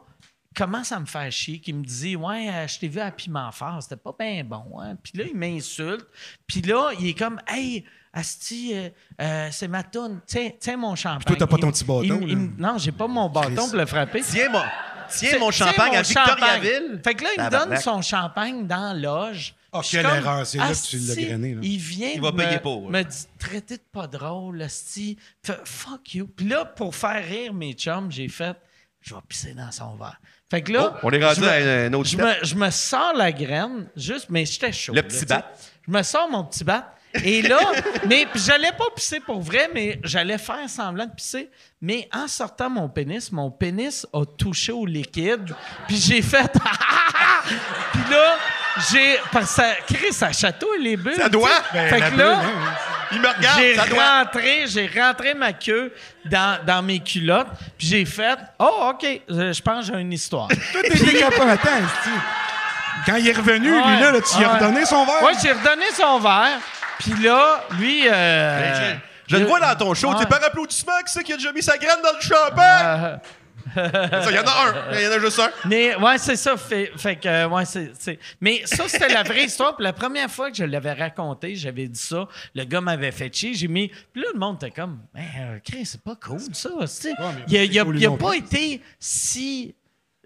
Speaker 1: commence à me faire chier, qui me dit Ouais, euh, je t'ai vu à Piment Fort, c'était pas bien bon. Hein? Puis là, il m'insulte. Puis là, il est comme Hey, Asti, euh, euh, c'est ma toune. Tiens, tiens mon champagne.
Speaker 3: toi, t'as pas
Speaker 1: Il-
Speaker 3: ton petit bâton,
Speaker 1: il- il-
Speaker 3: là?
Speaker 1: non, j'ai pas mon bâton pour le frapper.
Speaker 4: Tiens, mon, tiens
Speaker 1: C'est-
Speaker 4: mon
Speaker 1: c'est
Speaker 4: champagne à
Speaker 1: mon champagne.
Speaker 4: Victoriaville.
Speaker 1: Fait que là, il me donne
Speaker 4: Tabarnak.
Speaker 1: son champagne dans la loge.
Speaker 3: Oh,
Speaker 1: Je suis
Speaker 3: quelle
Speaker 1: comme,
Speaker 3: erreur, c'est là que tu l'as
Speaker 1: Asti,
Speaker 3: grainé, là.
Speaker 1: Il vient
Speaker 4: Il
Speaker 1: de
Speaker 4: va
Speaker 1: me,
Speaker 4: payer pour, hein.
Speaker 1: me
Speaker 4: ouais.
Speaker 1: dit- traiter de pas drôle, asti. Fait, fuck you. Puis là, pour faire rire mes chums, j'ai fait, je vais pisser dans son verre. Fait que là,
Speaker 4: Oh, on est rendu
Speaker 1: je me-
Speaker 4: à un autre
Speaker 1: je
Speaker 4: step.
Speaker 1: me, je me sors la graine, juste, mais j'étais chaud.
Speaker 4: Le
Speaker 1: là,
Speaker 4: petit
Speaker 1: tu sais.
Speaker 4: bat.
Speaker 1: Je me sors mon petit bat. Et là, mais puis j'allais pas pisser pour vrai, mais j'allais faire semblant de pisser. Mais en sortant mon pénis, mon pénis a touché au liquide. Puis j'ai fait. puis là, j'ai. Parce que ça, Chris, ça chatouille les bulles.
Speaker 4: Ça doit.
Speaker 1: tu sais.
Speaker 3: Ben,
Speaker 1: fait
Speaker 3: la
Speaker 1: que là.
Speaker 3: bulle, hein.
Speaker 4: Il me regarde,
Speaker 1: J'ai
Speaker 4: ça doit.
Speaker 1: rentré, j'ai rentré ma queue dans, dans mes culottes, puis j'ai fait Oh, OK, euh, je pense que j'ai une histoire.
Speaker 3: Toi, t'es décapant, attends, esti. Quand il est revenu,
Speaker 1: Ouais,
Speaker 3: lui, là, là, tu lui as
Speaker 1: ouais.
Speaker 3: redonné son verre.
Speaker 1: Ouais, j'ai redonné son verre. Puis là, lui. euh,
Speaker 4: Ben, Je je le vois dans ton show,
Speaker 1: Ouais.
Speaker 4: t'es par applaudissement qui c'est qui a déjà mis sa graine dans le champagne?
Speaker 1: Euh,
Speaker 4: Ça, Il y en a un, il y en a juste un.
Speaker 1: mais ouais, c'est ça. Fait, fait que, euh, ouais, c'est, c'est- Mais ça, c'était la vraie histoire. Puis la première fois que je l'avais raconté, j'avais dit ça. Le gars m'avait fait chier. J'ai mis. Puis là, le monde était comme, mais euh, Chris, c'est pas cool ça. tu sais. il a, il a-
Speaker 3: cool,
Speaker 1: il a
Speaker 3: non
Speaker 1: pas été si.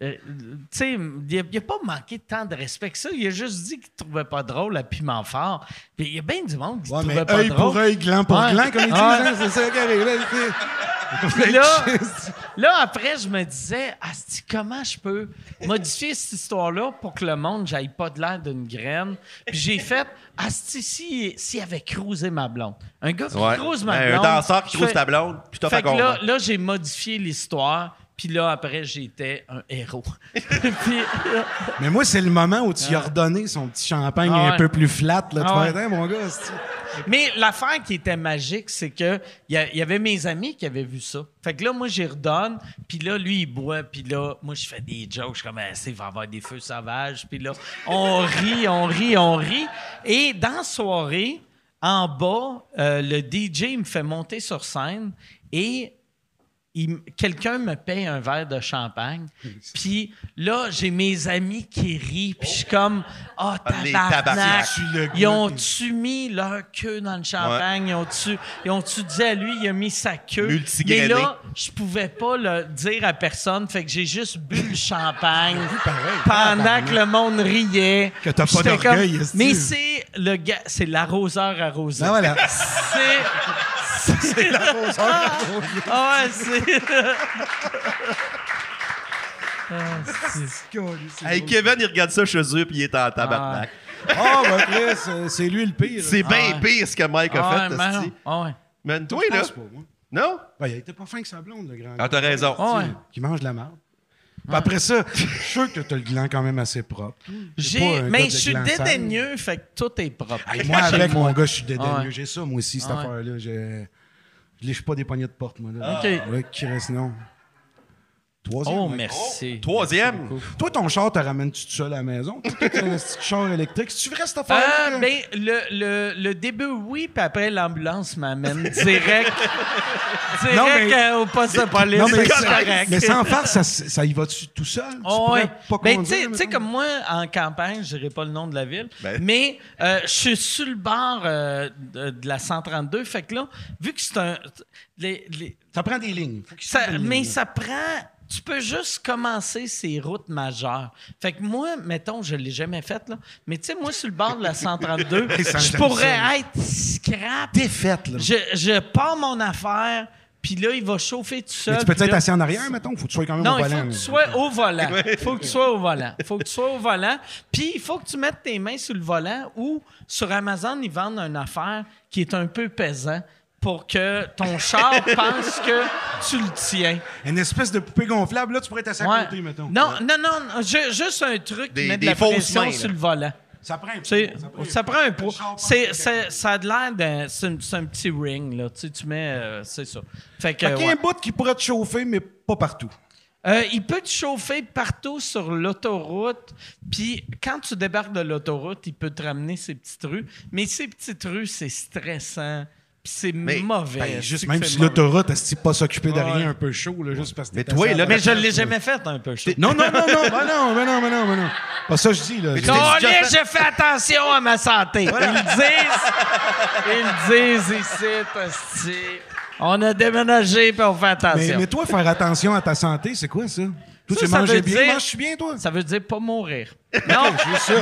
Speaker 1: euh, tu sais, il a, il a pas manqué de tant de respect que ça. Il a juste dit qu'il trouvait pas drôle à Piment Fort. Puis il y a bien du monde qui
Speaker 3: Ouais,
Speaker 1: trouvait
Speaker 3: mais
Speaker 1: pas
Speaker 3: œil
Speaker 1: drôle.
Speaker 3: pour œil, gland pour
Speaker 1: Ouais.
Speaker 3: gland, comme ils disent,
Speaker 1: Ouais.
Speaker 3: hein, c'est ça qui arrive. là, tu sais.
Speaker 1: Puis là, là, après, je me disais, Asti, comment je peux modifier cette histoire-là pour que le monde, j'aille pas de l'air d'une graine? Puis j'ai fait, Asti, si- s'il avait croisé ma blonde, un gars qui croise ma
Speaker 4: Ben,
Speaker 1: blonde.
Speaker 4: Un danseur qui
Speaker 1: je
Speaker 4: croise
Speaker 1: fais-
Speaker 4: ta blonde, puis t'as
Speaker 1: Fait
Speaker 4: fait
Speaker 1: que là,
Speaker 4: convaincre.
Speaker 1: là j'ai modifié l'histoire. Puis là, après, j'étais un héros. Puis, là,
Speaker 3: Mais moi, c'est le moment où tu lui as redonné son petit champagne
Speaker 1: Ah ouais.
Speaker 3: un peu plus flat. Là, tu
Speaker 1: Ah
Speaker 3: fais,
Speaker 1: ouais.
Speaker 3: Attends, mon gars, esti.
Speaker 1: Mais l'affaire qui était magique, c'est que il y, a- il y avait mes amis qui avaient vu ça. Fait que là, moi, j'y redonne, puis là, lui, il boit, puis là, moi, je fais des jokes, je suis comme, Ah, c'est, il va y avoir des feux sauvages, puis là, on rit, on rit, on rit. Et dans la soirée, en bas, euh, le DJ me fait monter sur scène et il m- quelqu'un me paye un verre de champagne. Puis là, j'ai mes amis qui rient. Puis je suis comme, ah,
Speaker 4: Ah, les
Speaker 1: tabarnak.
Speaker 4: tabarnak.
Speaker 1: Ils ont-tu mis leur queue dans le champagne? Ils ont-tu ils ont-tu dit à lui, il a mis sa queue? Mais
Speaker 4: Multigrainé.
Speaker 1: là, je pouvais pas le dire à personne. Fait que j'ai juste bu le champagne pendant que le monde riait.
Speaker 3: Que t'as pas
Speaker 1: J'étais comme,
Speaker 3: d'orgueil, est-ce que- Ah
Speaker 1: Mais c'est le gars, c'est l'arroseur arrosé.
Speaker 3: Ben voilà.
Speaker 1: C'est.
Speaker 4: C'est la fausse heure.
Speaker 9: Ah ouais, c'est.
Speaker 4: Hey, Kevin, il regarde ça chez eux puis il est en tabarnak.
Speaker 3: Ah, ben Chris, euh, c'est lui le pire.
Speaker 4: C'est bien pire ce que Mike a
Speaker 1: Ah
Speaker 4: fait.
Speaker 1: ouais, man,
Speaker 4: esti.
Speaker 1: ah ouais.
Speaker 4: Mais toi,
Speaker 3: Je
Speaker 4: là.
Speaker 3: pense pas, moi.
Speaker 4: Non?
Speaker 3: Ben, il était pas fin que sa blonde, le grand.
Speaker 4: Ah, t'as raison.
Speaker 1: Ah ouais.
Speaker 3: Qui mange de la merde. Puis après ça, je suis sûr que t'as le gland quand même assez propre. T'es pas
Speaker 1: J'ai,
Speaker 3: un gars
Speaker 1: mais
Speaker 3: de
Speaker 1: je suis
Speaker 3: gland sale.
Speaker 1: dédaigneux, fait que tout est propre.
Speaker 3: Hey, moi,
Speaker 1: Chez
Speaker 3: avec
Speaker 1: moi.
Speaker 3: mon gars, je suis
Speaker 1: Ah
Speaker 3: dédaigneux.
Speaker 1: ouais.
Speaker 3: J'ai ça, moi aussi, cette
Speaker 1: Ah ouais.
Speaker 3: affaire-là. Je je lèche pas des poignées de porte, moi. Là.
Speaker 1: OK.
Speaker 3: Là, qui reste, non. Troisième.
Speaker 1: Oh,
Speaker 3: ouais.
Speaker 1: merci.
Speaker 4: Troisième.
Speaker 3: Toi, ton char, te ramènes-tu tout seul à la maison? Toi, t'as un petit char électrique. C'est-tu vrai, cette
Speaker 1: Ah,
Speaker 3: affaire-là?
Speaker 1: ben, le, le, le début, oui, puis après, l'ambulance m'amène direct, direct
Speaker 3: Non, mais-
Speaker 1: euh, au poste de police.
Speaker 3: non, mais,
Speaker 1: c'est
Speaker 3: c'est-
Speaker 1: correct.
Speaker 3: mais sans faire, ça, ça y va-tu tout seul? Tu
Speaker 1: Oh,
Speaker 3: pourrais
Speaker 1: ouais.
Speaker 3: pas
Speaker 1: Ben, tu
Speaker 3: conduire,
Speaker 1: sais- tu sais,
Speaker 3: mettons?
Speaker 1: comme moi, en campagne, je dirais pas le nom de la ville,
Speaker 4: Ben.
Speaker 1: mais euh, je suis sur le bord euh, de, de la 132. Fait que là, vu que c'est un. les- les-
Speaker 3: Ça prend des lignes. Faut qu'il
Speaker 1: Ça-
Speaker 3: prenne des
Speaker 1: mais
Speaker 3: lignes.
Speaker 1: ça prend. Tu peux juste commencer ces routes majeures. Fait que moi, mettons, je l'ai jamais faite, là. Mais tu sais, moi, sur le bord de la 132, je pourrais être scrap.
Speaker 3: Défaite, là.
Speaker 1: Je, je pars mon affaire, puis là, il va chauffer tout seul.
Speaker 3: Mais tu peux
Speaker 1: puis
Speaker 3: être
Speaker 1: là-
Speaker 3: assis en arrière, mettons? Faut que tu sois quand même
Speaker 1: non,
Speaker 3: au
Speaker 1: il faut
Speaker 3: volant.
Speaker 1: que tu
Speaker 3: là.
Speaker 1: sois au volant. Il faut que tu sois au volant. Il faut que tu sois au volant. Puis il faut que tu mettes tes mains sur le volant ou sur Amazon, ils vendent une affaire qui est un peu pesant pour que ton char pense que tu le tiens.
Speaker 3: Une espèce de poupée gonflable, là, tu pourrais être assis à
Speaker 1: Ouais.
Speaker 3: côté, mettons.
Speaker 1: Non, non, non, non, ju- juste un truc
Speaker 4: Des-
Speaker 1: qui met de
Speaker 4: des
Speaker 1: la
Speaker 4: fausses
Speaker 1: pression
Speaker 4: mains, là.
Speaker 1: sur le volant.
Speaker 3: Ça prend un
Speaker 1: Tu sais,
Speaker 3: Ça prend un-
Speaker 1: ça prend un pro.
Speaker 3: Le char pense
Speaker 1: C'est,
Speaker 3: que-
Speaker 1: c'est- ça a de l'air d'un c'est un, c'est un petit ring, là. Tu sais, tu mets. euh, c'est ça. Fait que.
Speaker 3: Fait qu'il y a
Speaker 1: ouais.
Speaker 3: un bout qui pourrait te chauffer, mais pas partout.
Speaker 1: Euh, il peut te chauffer partout sur l'autoroute. Puis quand tu débarques de l'autoroute, il peut te ramener ces petites rues. Mais ces petites rues, c'est stressant. Puis c'est
Speaker 4: Mais,
Speaker 1: mauvais.
Speaker 3: Ben,
Speaker 1: C'est
Speaker 3: juste
Speaker 1: que
Speaker 3: même
Speaker 1: c'est
Speaker 3: si
Speaker 1: mauvais.
Speaker 3: l'autoroute, elle pas s'occuper de
Speaker 1: Ouais.
Speaker 3: rien un peu chaud, là, juste parce que
Speaker 4: Mais
Speaker 3: t'es
Speaker 4: toi,
Speaker 3: assis à
Speaker 4: là,
Speaker 3: la
Speaker 1: Mais je
Speaker 3: place,
Speaker 1: l'ai
Speaker 3: là.
Speaker 1: jamais fait un peu chaud.
Speaker 3: Non, non, non, non, ben non, ben non, ben non, ben non. Pas ça que je dis, là.
Speaker 4: Mais
Speaker 3: Je-
Speaker 4: t'es-
Speaker 1: Non,
Speaker 4: déjà
Speaker 1: mais
Speaker 4: fait-
Speaker 1: je fais attention à ma santé. Ils le disent. Ils le disent ici, hostie. On a déménagé, puis on fait
Speaker 3: mais,
Speaker 1: attention.
Speaker 3: mais toi, faire attention à ta santé, c'est quoi ça? Toi,
Speaker 1: Ça,
Speaker 3: tu
Speaker 1: ça veut
Speaker 3: manges bien,
Speaker 1: dire-
Speaker 3: manges bien, toi?
Speaker 1: Ça veut dire pas mourir. Non,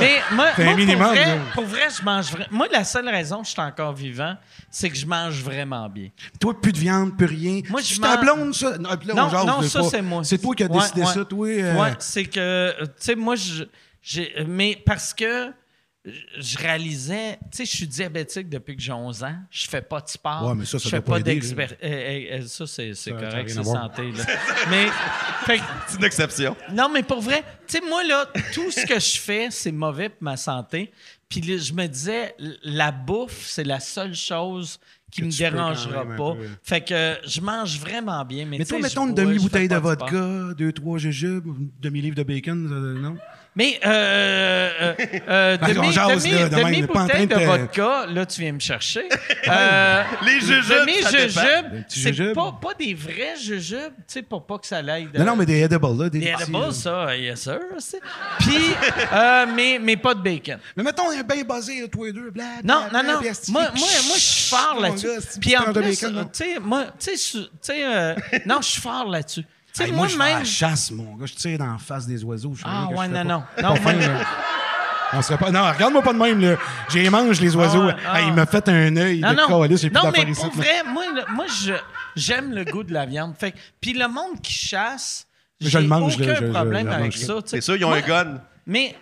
Speaker 1: mais moi,
Speaker 3: T'as un
Speaker 1: moi,
Speaker 3: minimum,
Speaker 1: pour,
Speaker 3: là.
Speaker 1: vrai, pour vrai, je mange vraiment. Moi, la seule raison que je suis encore vivant, c'est que je mange vraiment bien.
Speaker 3: Toi, plus de viande, plus rien.
Speaker 1: Moi,
Speaker 3: Tu
Speaker 1: je
Speaker 3: ta
Speaker 1: m'en-
Speaker 3: blonde, ça? Non, puis là, on
Speaker 1: Non,
Speaker 3: jase,
Speaker 1: non,
Speaker 3: je
Speaker 1: ça,
Speaker 3: sais pas.
Speaker 1: c'est moi.
Speaker 3: C'est toi qui as
Speaker 1: Ouais,
Speaker 3: décidé
Speaker 1: ouais.
Speaker 3: ça, toi? euh,
Speaker 1: Ouais, c'est que, euh, tu sais, moi, je, j'ai- mais parce que je- je réalisais, tu sais, je suis diabétique depuis que j'ai 11 ans, je fais pas de sport,
Speaker 3: Ouais, mais ça, ça
Speaker 1: je fais
Speaker 3: doit
Speaker 1: pas
Speaker 3: pas aider,
Speaker 1: d'expert. eh, eh, eh, ça, c'est, c'est
Speaker 3: Ça, ça a
Speaker 1: correct,
Speaker 3: rien
Speaker 1: c'est
Speaker 3: à voir.
Speaker 1: santé. Là. mais, fait que,
Speaker 4: C'est une exception.
Speaker 1: non, mais pour vrai, tu sais, moi, là, tout ce que je fais, c'est mauvais pour ma santé. Puis là, je me disais, l- la bouffe, c'est la seule chose qui me
Speaker 3: tu peux
Speaker 1: dérangera
Speaker 3: quand même un
Speaker 1: pas.
Speaker 3: peu.
Speaker 1: Fait que euh, je mange vraiment bien. Mais,
Speaker 3: Mais
Speaker 1: tu
Speaker 3: toi,
Speaker 1: sais,
Speaker 3: mettons
Speaker 1: je
Speaker 3: une
Speaker 1: bois, je fais
Speaker 3: demi-bouteille de
Speaker 1: pas sport.
Speaker 3: vodka, deux, trois jujubes, une demi-livre de bacon, euh, non?
Speaker 1: Mais, euh, euh, euh,
Speaker 3: Ben,
Speaker 1: demi,
Speaker 3: on jase,
Speaker 1: demi,
Speaker 3: là, de même,
Speaker 1: demi
Speaker 3: on est pas en train
Speaker 1: bouteille
Speaker 3: de
Speaker 1: de,
Speaker 3: te-
Speaker 1: vodka, là, tu viens me chercher. euh,
Speaker 4: Les jujubes,
Speaker 1: demi
Speaker 4: ça dépend.
Speaker 1: jujube,
Speaker 3: Des petits
Speaker 1: c'est
Speaker 3: jujubes.
Speaker 1: pas, pas des vrais jujubes, tu sais, pour pas que ça l'aille de...
Speaker 3: Non, non, mais des edibles, là. Des,
Speaker 1: Des
Speaker 3: petits,
Speaker 1: edibles,
Speaker 3: là.
Speaker 1: ça, yes sir. c'est- Puis, euh, mais, mais pas de bacon.
Speaker 3: Mais mettons, on est bien basé, là, tous les deux, bla,
Speaker 1: Non,
Speaker 3: bla,
Speaker 1: non,
Speaker 3: bla,
Speaker 1: non.
Speaker 3: puis asti-
Speaker 1: Moi, moi, moi je suis fort
Speaker 3: mon
Speaker 1: là-dessus.
Speaker 3: gars, c'est
Speaker 1: Puis en
Speaker 3: une petite
Speaker 1: plus,
Speaker 3: heure de
Speaker 1: euh,
Speaker 3: bacon,
Speaker 1: tu sais, moi, tu sais, je- tu sais, euh, non, je suis fort là-dessus. Tu sais,
Speaker 3: Hey, moi, je vais à
Speaker 1: moi-même.
Speaker 3: la chasse, mon gars. Je tire dans la face des oiseaux. je sais
Speaker 1: Ah,
Speaker 3: rien que
Speaker 1: ouais,
Speaker 3: je fais
Speaker 1: non, non.
Speaker 3: pas. euh,
Speaker 1: Non,
Speaker 3: Pas fin,
Speaker 1: moi-
Speaker 3: là. On serait pas. Non, regarde-moi pas de même, là. J'ai les mange, les oiseaux.
Speaker 1: Ah, ah.
Speaker 3: Hey, il m'a fait un œil de calice, j'ai plus
Speaker 1: non, mais
Speaker 3: d'affaires ici.
Speaker 1: pour
Speaker 3: là.
Speaker 1: vrai, moi, le- moi je, j'aime le goût de la viande. Fait, que- puis le monde qui chasse,
Speaker 3: Je
Speaker 1: j'ai
Speaker 3: le mange,
Speaker 1: aucun
Speaker 3: là, je- je-
Speaker 1: problème
Speaker 3: je le
Speaker 1: avec
Speaker 3: mange, là.
Speaker 1: ça. tu sais.
Speaker 4: C'est sûr, ils ont
Speaker 1: Moi,
Speaker 4: un gun.
Speaker 1: Mais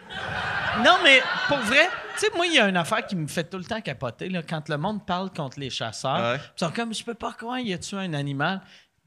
Speaker 1: non, mais pour vrai, tu sais, moi, il y a une affaire qui me fait tout le temps capoter là, quand le monde parle contre les chasseurs.
Speaker 4: Ouais.
Speaker 1: Ils sont comme, je peux pas croire, il a tué un animal.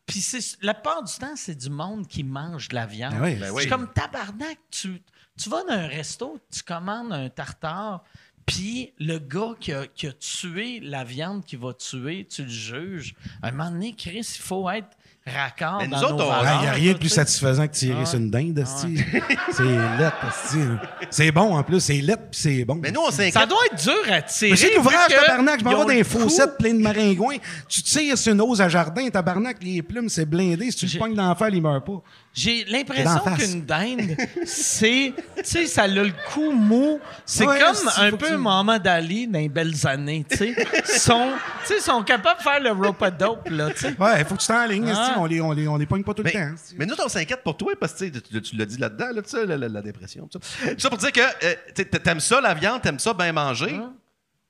Speaker 1: Puis c'est- la part du temps, c'est du monde qui mange de la viande.
Speaker 3: Ben oui.
Speaker 4: Ben
Speaker 1: Je
Speaker 4: oui.
Speaker 1: suis comme tabarnak. Tu, tu vas dans un resto, tu commandes un tartare, puis le gars qui a, qui a tué la viande qui va tuer, tu le juges. À un moment donné, Chris, il faut être raccord
Speaker 4: Mais nous
Speaker 1: dans
Speaker 4: autres,
Speaker 1: nos
Speaker 4: on-
Speaker 3: Il
Speaker 1: valeurs,
Speaker 3: n'y a rien
Speaker 1: là,
Speaker 3: de
Speaker 1: tu
Speaker 3: plus
Speaker 1: sais.
Speaker 3: satisfaisant que tirer
Speaker 1: Ah.
Speaker 3: sur une dinde, asti. C'est lettre, asti. hein. C'est bon, en plus. C'est lettre, puis c'est bon.
Speaker 4: Mais nous, on
Speaker 1: Ça
Speaker 4: s'inquiète.
Speaker 1: doit être dur à tirer.
Speaker 3: Mais c'est l'ouvrage,
Speaker 1: vu que
Speaker 3: tabarnak. Je
Speaker 1: ils
Speaker 3: m'en
Speaker 1: ont
Speaker 3: vais
Speaker 1: le
Speaker 3: dans
Speaker 1: coup.
Speaker 3: fossette plein de maringouins. Tu tires sur une hose à jardin, tabarnak, les plumes, c'est blindé. Si tu
Speaker 1: J'ai-
Speaker 3: le pognes dans la face, il meurt pas.
Speaker 1: J'ai
Speaker 3: D'en
Speaker 1: l'impression
Speaker 3: face.
Speaker 1: qu'une dinde, c'est. Tu sais, ça a le cou mou. C'est
Speaker 3: Ouais,
Speaker 1: comme
Speaker 3: c'est-
Speaker 1: un
Speaker 3: faut que
Speaker 1: peu
Speaker 3: tu-
Speaker 1: Maman Dali dans les belles années. Tu sais, Ils sont, tu sais, ils sont capables de faire le rope-a-dope, là, tu sais.
Speaker 3: Ouais, faut que tu t'enlignes,
Speaker 1: Ah.
Speaker 3: asti. On les, on les, on les pogne pas tout
Speaker 4: Mais,
Speaker 3: le temps. asti.
Speaker 4: mais nous, on s'inquiète pour toi parce que tu sais, tu, tu l'as dit là-dedans, là, tu sais, la, la- la dépression. Tout ça. Tout ça pour dire que euh, tu sais, t'aimes ça, la viande, t'aimes ça bien manger,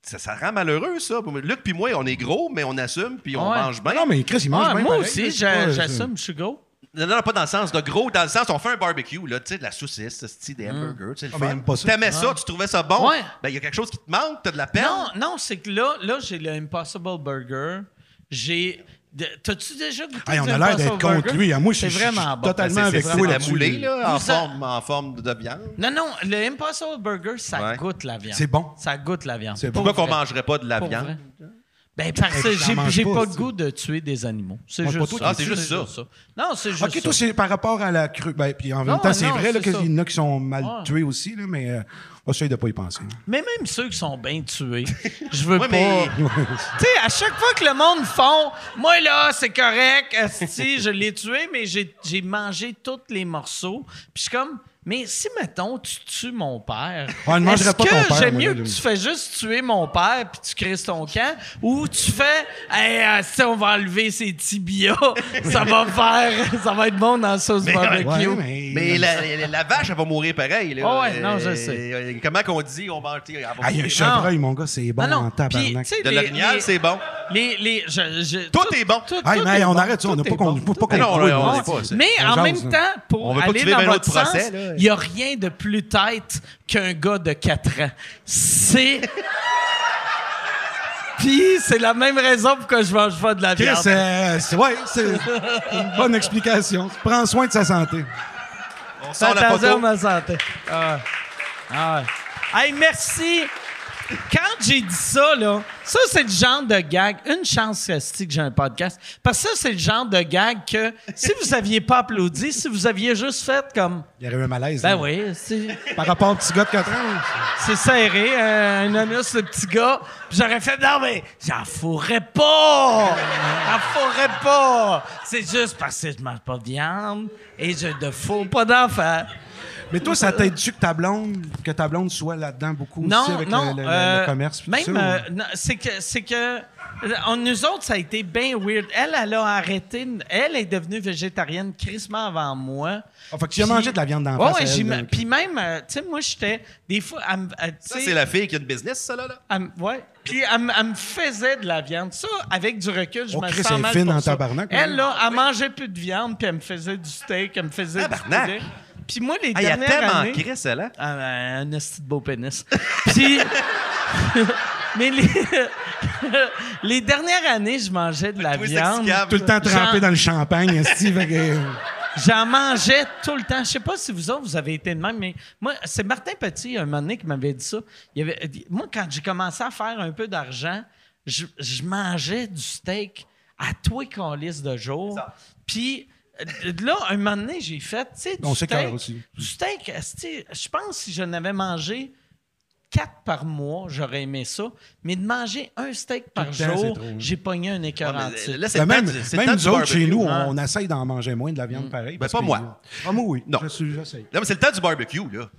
Speaker 4: ça, ça rend malheureux, ça. Luc puis moi, on est gros, mais on assume, puis on
Speaker 1: Ouais.
Speaker 4: mange bien.
Speaker 3: Non, mais Chris, il mange
Speaker 1: Ouais,
Speaker 3: bien
Speaker 1: Ah, moi
Speaker 3: pareil,
Speaker 1: aussi,
Speaker 3: là,
Speaker 1: j'a-
Speaker 3: c'est pas- euh,
Speaker 1: j'assume, je suis gros.
Speaker 4: Non, non, pas dans le sens de gros, dans le sens, on fait un barbecue, là, tu sais, de la saucisse, ce style, des hamburgers, tu sais, le
Speaker 3: Ah, ben,
Speaker 4: fun.
Speaker 3: j'aime pas ça.
Speaker 4: T'aimais ça, tu trouvais ça bon.
Speaker 1: Mm. Ouais.
Speaker 4: Ben, il y a quelque chose qui te manque, t'as de
Speaker 3: Ben.
Speaker 4: la peine.
Speaker 1: Non, non, c'est que là, là j'ai le Impossible Burger. J'ai. de- T'as-tu déjà goûté
Speaker 3: Hey, on
Speaker 1: du
Speaker 3: a l'air
Speaker 1: Impossible
Speaker 3: d'être contre
Speaker 1: Burger?
Speaker 3: lui. hein. Moi, je
Speaker 1: C'est
Speaker 3: suis je suis
Speaker 1: vraiment bon.
Speaker 4: Ben,
Speaker 3: totalement
Speaker 4: c'est-
Speaker 3: avec
Speaker 4: c'est-
Speaker 3: toi
Speaker 4: c'est la
Speaker 3: là-dessus.
Speaker 4: moulée, là, en
Speaker 1: Vous a-
Speaker 4: forme, en forme de viande.
Speaker 1: Non, non, le Impossible Burger, ça
Speaker 4: Ouais.
Speaker 1: goûte la viande.
Speaker 3: C'est bon.
Speaker 1: Ça goûte la viande.
Speaker 3: C'est bon.
Speaker 4: Pourquoi
Speaker 1: Pour
Speaker 4: qu'on
Speaker 1: vrai.
Speaker 4: mangerait pas de la
Speaker 1: Pour
Speaker 4: viande?
Speaker 1: vrai. Ben, parce que
Speaker 3: Hey, j'en
Speaker 1: j'ai
Speaker 3: mange
Speaker 1: j'ai
Speaker 3: pas,
Speaker 1: pas, le
Speaker 3: c'est-
Speaker 1: goût de tuer des animaux. C'est
Speaker 3: Ouais,
Speaker 1: juste,
Speaker 3: pas toi,
Speaker 1: ça.
Speaker 4: Ah, c'est juste ça.
Speaker 1: Non, c'est juste
Speaker 3: OK, toi,
Speaker 1: ça.
Speaker 3: c'est par rapport à la crue. Ben, puis en même
Speaker 1: Non,
Speaker 3: temps, c'est
Speaker 1: non,
Speaker 3: vrai là,
Speaker 1: c'est
Speaker 3: qu'il y en a qui sont mal
Speaker 1: Ouais.
Speaker 3: tués aussi, là, mais euh, on essaye de pas y penser.
Speaker 1: Mais même ceux qui sont bien tués, je veux
Speaker 4: Ouais,
Speaker 1: pas...
Speaker 4: mais-
Speaker 1: Tu sais, à chaque fois que le monde font, moi là, c'est correct, esti, je l'ai tué, mais j'ai j'ai mangé tous les morceaux. Puis je suis comme, mais si, mettons, tu tues mon père,
Speaker 3: Ouais, ne mangerai
Speaker 1: est-ce
Speaker 3: pas ton
Speaker 1: que
Speaker 3: père,
Speaker 1: j'aime
Speaker 3: moi,
Speaker 1: mieux
Speaker 3: là,
Speaker 1: que
Speaker 3: lui.
Speaker 1: tu fais juste tuer mon père puis tu crises ton camp ou tu fais, hey, euh, si on va enlever ses tibias, ça va faire, ça va être bon dans la sauce barbecue.
Speaker 3: Ouais, mais...
Speaker 4: Mais la, la- la vache, elle va mourir pareil. Là.
Speaker 1: Ah ouais, non, je
Speaker 4: Euh,
Speaker 1: sais.
Speaker 4: euh, comment qu'on dit, on mange. Elle va
Speaker 3: Ah, il y a un
Speaker 4: mourir.
Speaker 3: chevreuil, mon gars, c'est bon
Speaker 1: Ah non,
Speaker 3: en
Speaker 1: puis,
Speaker 3: tabarnak.
Speaker 1: tu sais,
Speaker 4: De
Speaker 1: les-
Speaker 4: l'orignal,
Speaker 1: les-
Speaker 4: c'est bon.
Speaker 1: Les, les, je, je-
Speaker 4: Tout est bon.
Speaker 3: Hey,
Speaker 1: tout
Speaker 3: mais
Speaker 1: est
Speaker 3: on
Speaker 1: bon,
Speaker 3: arrêt arrête ça, on
Speaker 1: tout
Speaker 3: n'a pas
Speaker 1: est bon.
Speaker 3: compris. Faut pas
Speaker 4: Mais non,
Speaker 3: qu'on
Speaker 4: là, on
Speaker 3: roule.
Speaker 4: n'est pas. c'est-
Speaker 1: Mais
Speaker 3: On
Speaker 1: en
Speaker 3: jase,
Speaker 1: même
Speaker 3: hein.
Speaker 1: temps, pour
Speaker 4: On veut pas
Speaker 1: aller
Speaker 4: tuer
Speaker 1: dans
Speaker 4: ben
Speaker 1: votre
Speaker 4: l'autre
Speaker 1: sens,
Speaker 4: procès, là.
Speaker 1: il n'y a rien de plus tête qu'un gars de 4 ans. C'est... Puis c'est la même raison pourquoi je mange pas de la
Speaker 3: Chris,
Speaker 1: viande.
Speaker 3: euh, c'est ouais, c'est une bonne explication. Prends soin de sa santé.
Speaker 4: On
Speaker 1: Fais
Speaker 4: sort la
Speaker 1: attention à
Speaker 4: photo.
Speaker 1: ma santé. Ah. Ah. Hey, merci. Quand j'ai dit ça, là, ça, c'est le genre de gag. Une chance, esti, que j'ai un podcast. Parce que ça, c'est le genre de gag que si vous aviez pas applaudi, si vous aviez juste fait comme...
Speaker 3: Il y aurait eu un malaise.
Speaker 1: Ben
Speaker 3: là.
Speaker 1: oui, c'est...
Speaker 3: Par rapport au petit gars de 4 ans.
Speaker 1: C'est serré, euh, un anus, le petit gars. Puis j'aurais fait, non, mais j'en fourrais pas! J'en fourrais pas! C'est juste parce que je mange pas de viande et je ne fourre pas d'enfants.
Speaker 3: Mais toi, ça t'aide-tu que ta blonde, que ta blonde soit là-dedans beaucoup
Speaker 1: Non,
Speaker 3: aussi avec
Speaker 1: non.
Speaker 3: le, le- le
Speaker 1: euh,
Speaker 3: commerce? pis
Speaker 1: Même,
Speaker 3: tout ça, ou-
Speaker 1: euh, non, c'est que, c'est que, euh, on, nous autres, ça a été bien weird. Elle, elle a arrêté, elle est devenue végétarienne crissement avant moi.
Speaker 3: Ah, fait que tu as
Speaker 1: Puis-
Speaker 3: mangé de la viande d'enfance,
Speaker 1: Ouais, ouais,
Speaker 3: elle,
Speaker 1: j'ai
Speaker 3: là,
Speaker 1: ma-
Speaker 3: ok.
Speaker 1: Puis même, euh, tu sais, moi, j'étais, des fois, elle me- elle- tu
Speaker 4: Ça,
Speaker 1: sais-
Speaker 4: c'est la fille qui a une business, ça, là. là.
Speaker 1: Elle m- ouais. Puis elle, m- elle me faisait de la viande. Ça, avec du recul, je
Speaker 3: Oh,
Speaker 1: me
Speaker 3: Chris,
Speaker 1: sens
Speaker 3: elle est
Speaker 1: mal
Speaker 3: fine
Speaker 1: pour
Speaker 3: en
Speaker 1: ça.
Speaker 3: tabarnak,
Speaker 1: Elle,
Speaker 3: oui.
Speaker 1: là, elle mangeait plus de viande, puis elle me faisait du steak, elle me faisait
Speaker 4: Tabarnak.
Speaker 1: du poulet. Puis moi, les
Speaker 4: Ah, il y a
Speaker 1: dernières
Speaker 4: tellement hein.
Speaker 1: années...
Speaker 4: de crise, là.
Speaker 1: Ah, ben, un esti de beau pénis. Puis... Mais les... les dernières années, je mangeais de la
Speaker 4: Toi,
Speaker 1: viande.
Speaker 4: sexy-cam.
Speaker 3: Tout le temps trempé
Speaker 1: Jean-
Speaker 3: dans le champagne, esti, fait que-
Speaker 1: J'en mangeais tout le temps. Je sais pas si vous autres, vous avez été de même, mais moi, c'est Martin Petit, un moment donné, qui m'avait dit ça. Il y avait, moi, quand j'ai commencé à faire un peu d'argent, je, je mangeais du steak à toi qu'on liste de jour. Puis euh, là, un moment donné, j'ai fait, tu sais, du
Speaker 3: On s'écœure
Speaker 1: steak.
Speaker 3: aussi.
Speaker 1: Du steak, esti, je pense que si je n'avais mangé quatre par mois, j'aurais aimé ça. Mais de manger un steak par
Speaker 3: le temps, c'est
Speaker 1: jour,
Speaker 3: trop, hein.
Speaker 1: j'ai pogné un écœur
Speaker 4: Ouais, mais, euh, Là, c'est
Speaker 3: Ben,
Speaker 4: le temps
Speaker 3: même
Speaker 4: du- c'est le
Speaker 3: même
Speaker 4: temps
Speaker 3: nous
Speaker 4: du
Speaker 3: autres,
Speaker 4: barbecue.
Speaker 3: chez nous,
Speaker 1: hein.
Speaker 3: on, on essaye d'en manger moins de la viande pareil. parce
Speaker 4: pas
Speaker 3: que-
Speaker 4: moi.
Speaker 3: Ah, moi, oui.
Speaker 4: Non.
Speaker 3: Je suis- J'essaye.
Speaker 4: Non, mais c'est le temps du barbecue, là.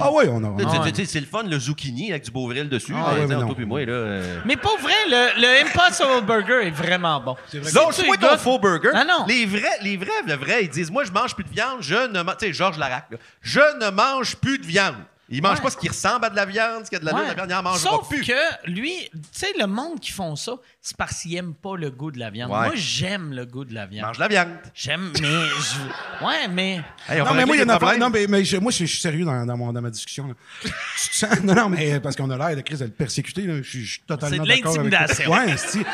Speaker 3: Ah, oui, on a.
Speaker 4: Tu sais,
Speaker 3: on a-
Speaker 4: tu sais, C'est le fun, le zucchini avec du Beauvril dessus.
Speaker 3: Ah, ouais,
Speaker 4: mais
Speaker 3: mais non.
Speaker 4: toi puis moi, là. euh.
Speaker 1: Mais pour vrai, le, le Impossible Burger est vraiment bon.
Speaker 4: Lâche-moi ton faux burger.
Speaker 1: Ah non.
Speaker 4: Les vrais, les vrais, le vrai, ils disent Moi, je mange plus de viande, je ne mange. Tu sais, Georges Larac, là. Je ne mange plus de viande. Il mange
Speaker 1: Ouais.
Speaker 4: pas ce qui ressemble à de la viande, ce qui a de la
Speaker 1: Ouais.
Speaker 4: viande, la viande, il en mangera
Speaker 1: Sauf
Speaker 4: plus.
Speaker 1: que lui, tu sais, le monde qui font ça, c'est parce qu'ils n'aiment pas le goût de la viande.
Speaker 4: Ouais.
Speaker 1: Moi, j'aime le goût de la
Speaker 4: Il
Speaker 1: viande.
Speaker 4: mange de la viande.
Speaker 1: J'aime, mais. je- Ouais, mais.
Speaker 4: Hey, on
Speaker 3: Non,
Speaker 4: va
Speaker 3: mais moi, il y en
Speaker 4: régler
Speaker 3: a
Speaker 4: le
Speaker 3: pas.
Speaker 4: problème.
Speaker 3: Non, mais, mais je- moi, je, je suis sérieux dans, dans mon- dans ma discussion. là. Tu te sens- non, non, mais parce qu'on a l'air de Chris de le persécuter. là. Je suis- je suis totalement
Speaker 1: C'est de
Speaker 3: d'accord avec toi.
Speaker 1: l'intimidation.
Speaker 3: Ouais, esti.